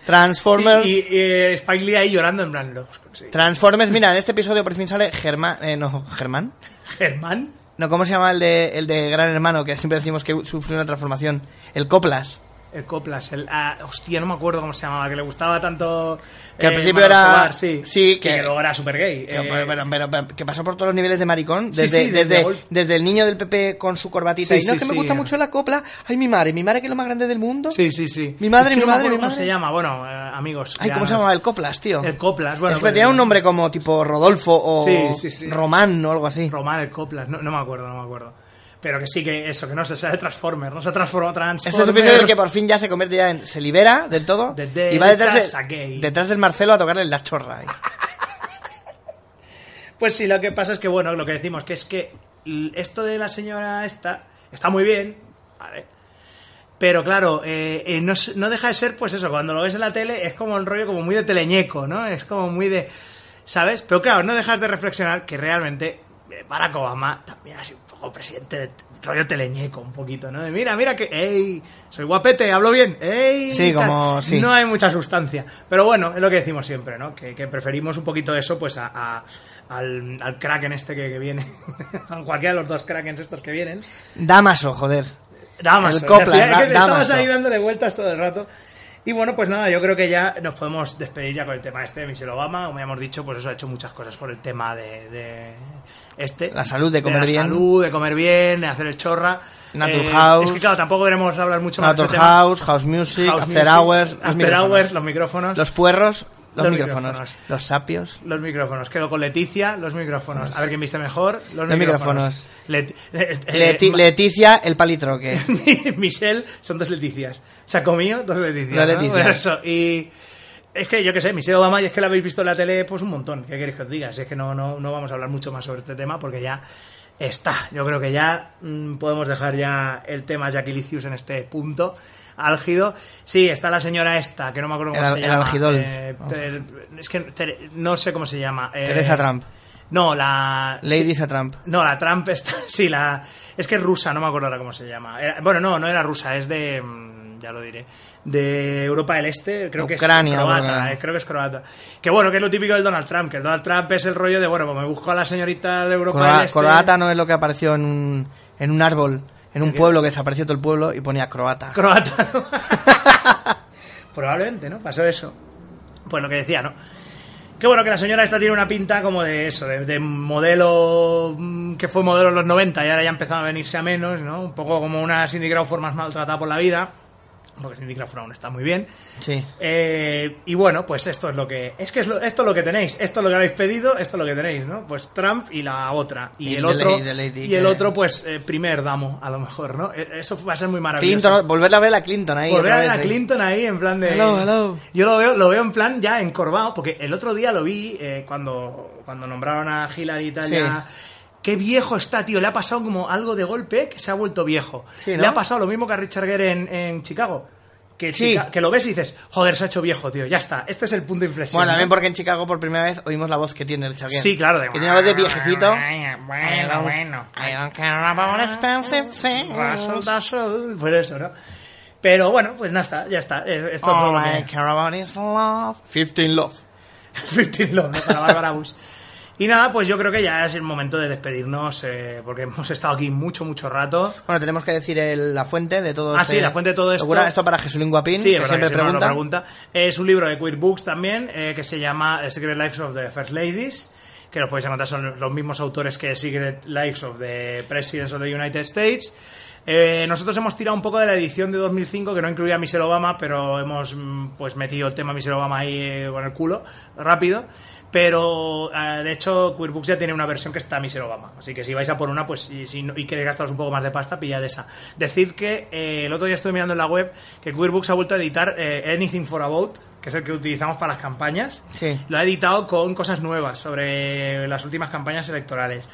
H: Transformers.
G: Y, y, eh, Spike Lee ahí llorando en plan, los conseguí.
H: Transformers, mira, en este episodio por fin sale Germán. eh, no, Germán.
G: Germán.
H: No, ¿cómo se llama el de, el de Gran Hermano? Que siempre decimos que sufrió una transformación. El Coplas.
G: El Coplas, el. ah, hostia, no me acuerdo cómo se llamaba, que le gustaba tanto.
H: Que al
G: eh,
H: principio
G: Manolo
H: era-
G: Escobar, sí.
H: sí,
G: Y
H: que-
G: que, luego era eh, super gay.
H: Que, Eh, pero- pero- pero- pero- que pasó por todos los niveles de maricón,
G: Sí,
H: desde,
G: sí, desde
H: desde,
G: gol-
H: desde el niño del PP con su
G: Sí,
H: corbatita y no,
G: sí,
H: que me
G: sí.
H: gusta mucho la copla, ay mi madre, mi madre que es lo más grande del mundo.
G: sí, sí, sí.
H: Mi madre,
G: Es que
H: mi
G: no me
H: madre,
G: acuerdo
H: mi
G: ¿Cómo
H: madre.
G: se llama? Bueno, eh, amigos.
H: Ay,
G: ya-
H: ¿cómo se llamaba el Coplas, tío?
G: El Coplas, bueno. pues
H: es que
G: pero-
H: tenía un nombre como tipo Rodolfo o
G: Sí, sí, sí.
H: Román o algo así.
G: Román, el Coplas, no, no me acuerdo, no me acuerdo. Pero que sí, que eso, que no se sabe Transformer, no se ha transformado
H: Este es
G: Transformer.
H: el episodio del que por fin ya se convierte ya en... Se libera del todo
G: Desde
H: y va detrás,
G: casa
H: de-
G: gay.
H: detrás del Marcelo a tocarle la chorra. ahí.
G: Pues sí, lo que pasa es que, bueno, lo que decimos, que es que l- esto de la señora esta está muy bien, ¿vale? Pero claro, eh, eh, no, s- no deja de ser, pues eso, cuando lo ves en la tele es como un rollo como muy de teleñeco, ¿no? Es como muy de... ¿Sabes? Pero claro, no dejas de reflexionar que realmente eh, Barack Obama también ha sido un poco presidente de t- rollo teleñeco, un poquito, ¿no? De mira, mira que... ¡Ey! Soy guapete, hablo bien. ¡Ey!
H: Sí,
G: tal".
H: como- sí.
G: No hay mucha sustancia. Pero bueno, es lo que decimos siempre, ¿no? Que, que preferimos un poquito eso, pues, a, a- al, al Kraken este que, que viene. a cualquiera de los dos Krakens estos que vienen.
H: Damaso, joder.
G: Damas,
H: El Copland,
G: es que
H: da-
G: estamos
H: Damaso.
G: ahí dándole vueltas todo el rato. Y bueno, pues nada, yo creo que ya nos podemos despedir ya con el tema este de Michelle Obama. Como ya hemos dicho, pues eso ha hecho muchas cosas por el tema de, de este.
H: La salud, de comer
G: la
H: bien.
G: salud, de comer bien, de hacer el chorra. Eh,
H: Natural House.
G: Es que claro, tampoco queremos hablar mucho más de
H: Natural
G: ese tema.
H: House, House Music,
G: House
H: After
G: music,
H: Hours, los
G: After
H: micrófonos.
G: Hours, los micrófonos.
H: Los puerros, los,
G: Los
H: micrófonos,
G: micrófonos.
H: los sapios.
G: Los micrófonos. Quedo con Leticia, los micrófonos. A ver quién viste mejor. Los,
H: Los
G: micrófonos.
H: micrófonos.
G: Leti- eh, eh,
H: Leti-
G: Ma-
H: Leticia, el palitroque.
G: Michelle son dos Leticias. Se ha comido dos Leticias. ¿no?
H: Dos Leticias.
G: Bueno, eso. Y es que yo que sé, Michelle Obama, y es que la habéis visto en la tele pues un montón. ¿Qué queréis que os diga? Si es que no, no, no vamos a hablar mucho más sobre este tema porque ya está. Yo creo que ya mm, podemos dejar ya el tema Jackie Licious en este punto álgido. Sí, está la señora esta, que no me acuerdo cómo
H: El al-
G: se
H: el
G: llama.
H: algidol.
G: Eh, Ter- es que Ter- no sé cómo se llama. Eh,
H: Teresa Trump.
G: No, la...
H: Ladies a Trump.
G: No, la Trump está. Sí, la. Es que es rusa, no me acuerdo ahora cómo se llama. Era- bueno, no, no era rusa, es de. mm, Ya lo diré. De Europa del Este, creo que
H: Ucrania,
G: es croata.
H: Ucrania.
G: eh, creo que es croata. Que bueno, que es lo típico del Donald Trump. Que el Donald Trump es el rollo de, bueno, pues me busco a la señorita de Europa
H: Croa-
G: del Este.
H: Croata no es lo que apareció en un, en un árbol, en un pueblo que desapareció todo el pueblo y ponía croata.
G: Croata. ¿no? Probablemente, ¿no? Pasó eso. Pues lo que decía, ¿no? Qué bueno que la señora esta tiene una pinta como de eso, de, de modelo mm, que fue modelo en los 90 y ahora ya ha empezado a venirse a menos, ¿no? Un poco como una Cindy Crawford más maltratada por la vida, porque Cindy Crawford aún está muy bien.
H: Sí.
G: Eh, y bueno, pues esto es lo que. Es que es lo- esto es lo que tenéis. Esto es lo que habéis pedido. Esto es lo que tenéis, ¿no? Pues Trump y la otra. Y,
H: Y
G: el
H: the
G: otro.
H: lady- the lady
G: y el
H: que-
G: otro, pues, eh, primer damo, a lo mejor, ¿no? Eh, Eso va a ser muy maravilloso.
H: Clinton, volverla a ver a Clinton ahí.
G: Volver
H: otra
G: a ver a
H: vez, ahí.
G: Clinton ahí en plan de.
H: Hello, hello.
G: Yo lo veo, lo veo en plan ya encorvado, porque el otro día lo vi eh, cuando, cuando nombraron a Hillary y tal.
H: Sí.
G: ya, Qué viejo está, tío. Le ha pasado como algo de golpe que se ha vuelto viejo.
H: Sí, ¿no?
G: Le ha pasado lo mismo que a Richard Gere en, en Chicago. que,
H: Sí.
G: chica- que lo ves y dices, joder, se ha hecho viejo, tío, ya está. Este es el punto de inflexión.
H: Bueno, también porque en Chicago por primera vez oímos la voz que tiene el Chaguer.
G: Sí, claro, de-
H: Que tiene una voz de viejecito.
G: Bueno, bueno.
H: I don't care about expensive things.
G: Russell, Russell, pues eso, ¿no? Pero bueno, pues nada, está, ya está. Es- Esto es todo
H: All
G: lo que
H: I
G: hay.
H: care about is love. 15 love.
G: 15 Love, ¿no? para Bárbara Bush. Y nada, pues yo creo que ya es el momento de despedirnos, eh, porque hemos estado aquí mucho, mucho rato.
H: Bueno, tenemos que decir el- la fuente de todo
G: Ah,
H: este-
G: sí, la fuente de todo esto.
H: Locura, esto para Jesulín Guapín,
G: Sí, es
H: que
G: verdad
H: siempre
G: que siempre nos
H: pregunta.
G: lo pregunta. Es un libro de Queer Books también, eh, que se llama eh, Secret Lives of the First Ladies, que los podéis encontrar, son los mismos autores que Secret Lives of the Presidents of the United States. Eh, nosotros hemos tirado un poco de la edición de 2005 que no incluía a Michelle Obama, pero hemos mm, pues metido el tema Michelle Obama ahí eh, con el culo rápido. Pero eh, de hecho, Queer Books ya tiene una versión que está Michelle Obama. Así que si vais a por una, pues y, si no- y queréis gastaros un poco más de pasta, pillad esa. Decir que eh, el otro día estuve mirando en la web que Queer Books ha vuelto a editar eh, Anything for a Vote, que es el que utilizamos para las campañas.
H: Sí.
G: Lo ha editado con cosas nuevas sobre las últimas campañas electorales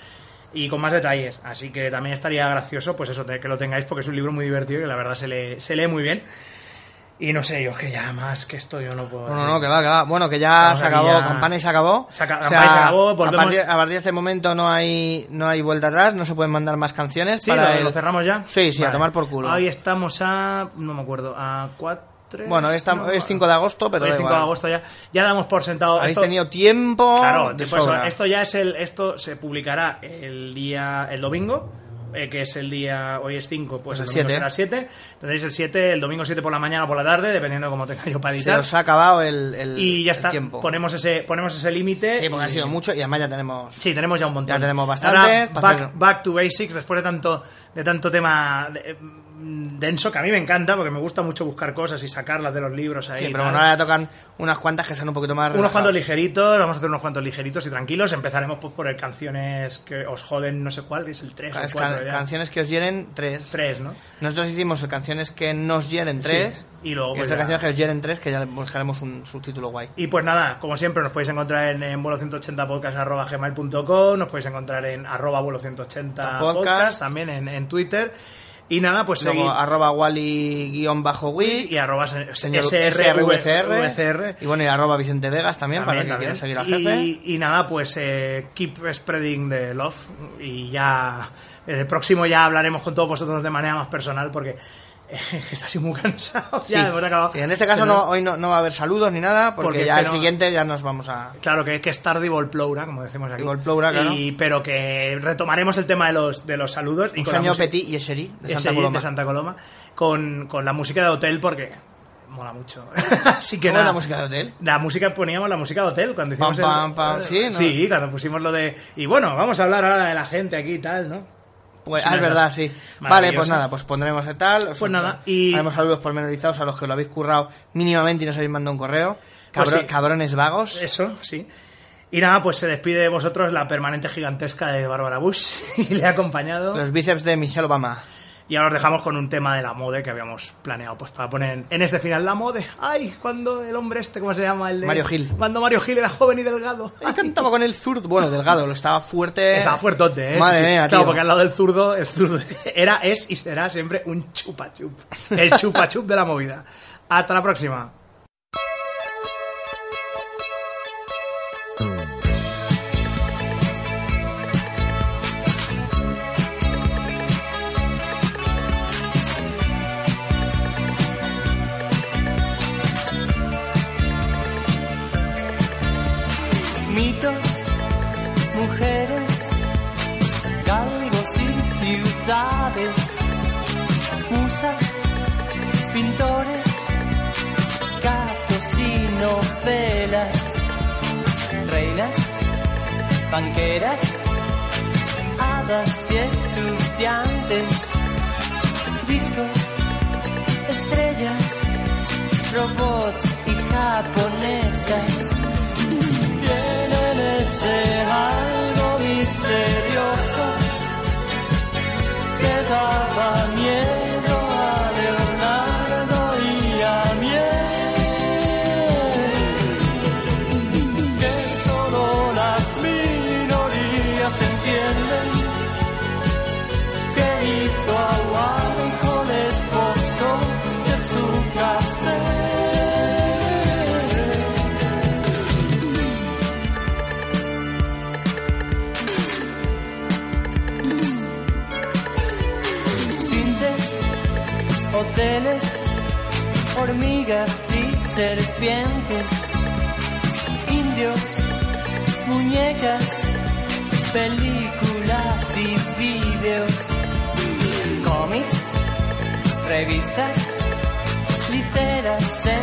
G: y con más detalles. Así que también estaría gracioso, pues eso, te- que lo tengáis porque es un libro muy divertido y que la verdad se lee, se lee muy bien. Y no sé, yo es que ya más que esto yo no puedo.
H: No, no,
G: decir.
H: no, que va, que va. Bueno, que ya
G: Vamos
H: se
G: aquí
H: acabó,
G: ya.
H: campana y se acabó.
G: Se aca- campana y se acabó,
H: a,
G: volvemos.
H: partir, a partir de este momento no hay, no hay vuelta atrás, no se pueden mandar más canciones.
G: Sí,
H: para
G: lo,
H: el-
G: lo cerramos ya.
H: Sí, sí, a
G: Vale.
H: tomar por culo.
G: Hoy estamos a. No me acuerdo, a 4.
H: Bueno, es tam- hoy es 5 de agosto, pero
G: Hoy es
H: da
G: 5
H: igual.
G: de agosto ya. Ya damos por sentado.
H: Habéis
G: esto-
H: tenido tiempo
G: Claro,
H: de
G: por eso,
H: sobra.
G: esto ya es el. Esto se publicará el día. El domingo. eh, que es el día, hoy es 5, pues,
H: Pues el
G: el domingo
H: siete.
G: será 7. Tendréis el 7, el domingo 7 por la mañana o por la tarde, dependiendo de cómo tenga yo para
H: Se
G: editar.
H: os ha acabado el, el-
G: y ya
H: el
G: está,
H: tiempo.
G: ponemos ese, ponemos ese límite.
H: Sí, porque ha
G: y-
H: sido mucho y además ya tenemos...
G: Sí, tenemos ya un montón.
H: Ya tenemos bastantes,
G: Ahora,
H: para hacer-
G: back, back to basics, después de tanto, de tanto tema eh, denso que a mí me encanta, porque me gusta mucho buscar cosas y sacarlas de los libros ahí.
H: Sí,
G: y
H: pero
G: tal.
H: bueno, ahora ya tocan unas cuantas que sean un poquito más
G: unos
H: relajadas.
G: cuantos ligeritos, vamos a hacer unos cuantos ligeritos y tranquilos. Empezaremos pues, por el canciones que os joden, no sé cuál, que es el 3
H: Can-
G: o 4. ya.
H: Canciones que os hieren, tres.
G: 3, ¿no?
H: Nosotros hicimos el canciones que nos hieren, tres.
G: Y luego, pues,
H: estas
G: ya.
H: canciones que os hieren, tres, que ya le buscaremos un subtítulo guay.
G: Y pues nada, como siempre, nos podéis encontrar en, en vuelo180podcast.gmail.com, nos podéis encontrar en arroba
H: Podcast.
G: vuelo180podcast, también en, en Twitter. Y nada, pues
H: Luego,
G: seguid-
H: arroba wally guión bajo
G: y
H: wi
G: arroba se-
H: señor
G: SRV-
H: SRVCR
G: VCR.
H: y bueno y arroba Vicente Vegas también, para
G: También,
H: que
G: también.
H: quieran seguir al
G: Y-
H: jefe
G: Y, nada, pues eh, keep spreading the love y ya en el próximo ya hablaremos con todos vosotros de manera más personal porque eh, estoy muy cansado.
H: Sí.
G: ya hemos acabado.
H: Sí, en este caso
G: Pero-
H: no, hoy no, no va a haber saludos ni nada porque,
G: Porque
H: ya el
G: espero-
H: siguiente ya nos vamos a
G: Claro, que, que es tarde y volploura, como decimos aquí.
H: Y volploura, claro.
G: Y- pero que retomaremos el tema de los, de los saludos. y
H: un
G: con la
H: sueño
G: música-
H: petit y eseri de
G: ese
H: Santa Coloma
G: de Santa Coloma, con, con la música de hotel porque mola mucho. Así que
H: ¿Cómo es
G: nada.
H: la música de hotel?
G: La música, poníamos la música de hotel cuando
H: Pam,
G: hicimos
H: pam,
G: el... Eh,
H: pam. Sí, ¿no?
G: cuando pusimos lo de... Y bueno, vamos a hablar ahora de la gente aquí y tal, ¿no?
H: Pues,
G: Sí,
H: ah, es
G: verdad.
H: verdad, sí. Vale,
G: Maravilloso.
H: pues nada, pues pondremos el tal. os-
G: Pues nada, y-
H: Haremos saludos pormenorizados a los que lo habéis currado mínimamente y nos habéis mandado un correo.
G: Pues
H: Cabro-
G: sí.
H: Cabrones vagos.
G: Eso, sí. Y nada, pues se despide de vosotros la permanente gigantesca de Bárbara Bush y le ha acompañado.
H: Los bíceps de Michelle Obama.
G: Y ahora os dejamos con un tema de la mode que habíamos planeado, pues para poner en este final la mode. Ay, cuando el hombre este, ¿cómo se llama? El de...
H: Mario Gil.
G: Cuando Mario Gil era joven y delgado.
H: Ah, cantaba con el zurdo. Bueno, delgado, lo estaba fuerte.
G: Estaba fuertote, ¿eh?
H: Madre
G: Sí, sí.
H: mía,
G: Claro,
H: tío.
G: porque al lado del zurdo, el zurdo era, es y será siempre un chupa chup. El chupa chup de la movida. Hasta la próxima.
I: mitos, mujeres, galgos y ciudades, musas, pintores, gatos y novelas, reinas, banqueras, hadas y estudiantes, discos, estrellas, robots y japonesas. Tienen ese algo misterioso que daba miedo a Leonardo y a Miel. Que solo las minorías entienden que hizo a Guay con esposo de su casa.
H: pasteles, hormigas y serpientes, indios, muñecas, películas y vídeos, cómics, revistas, literas en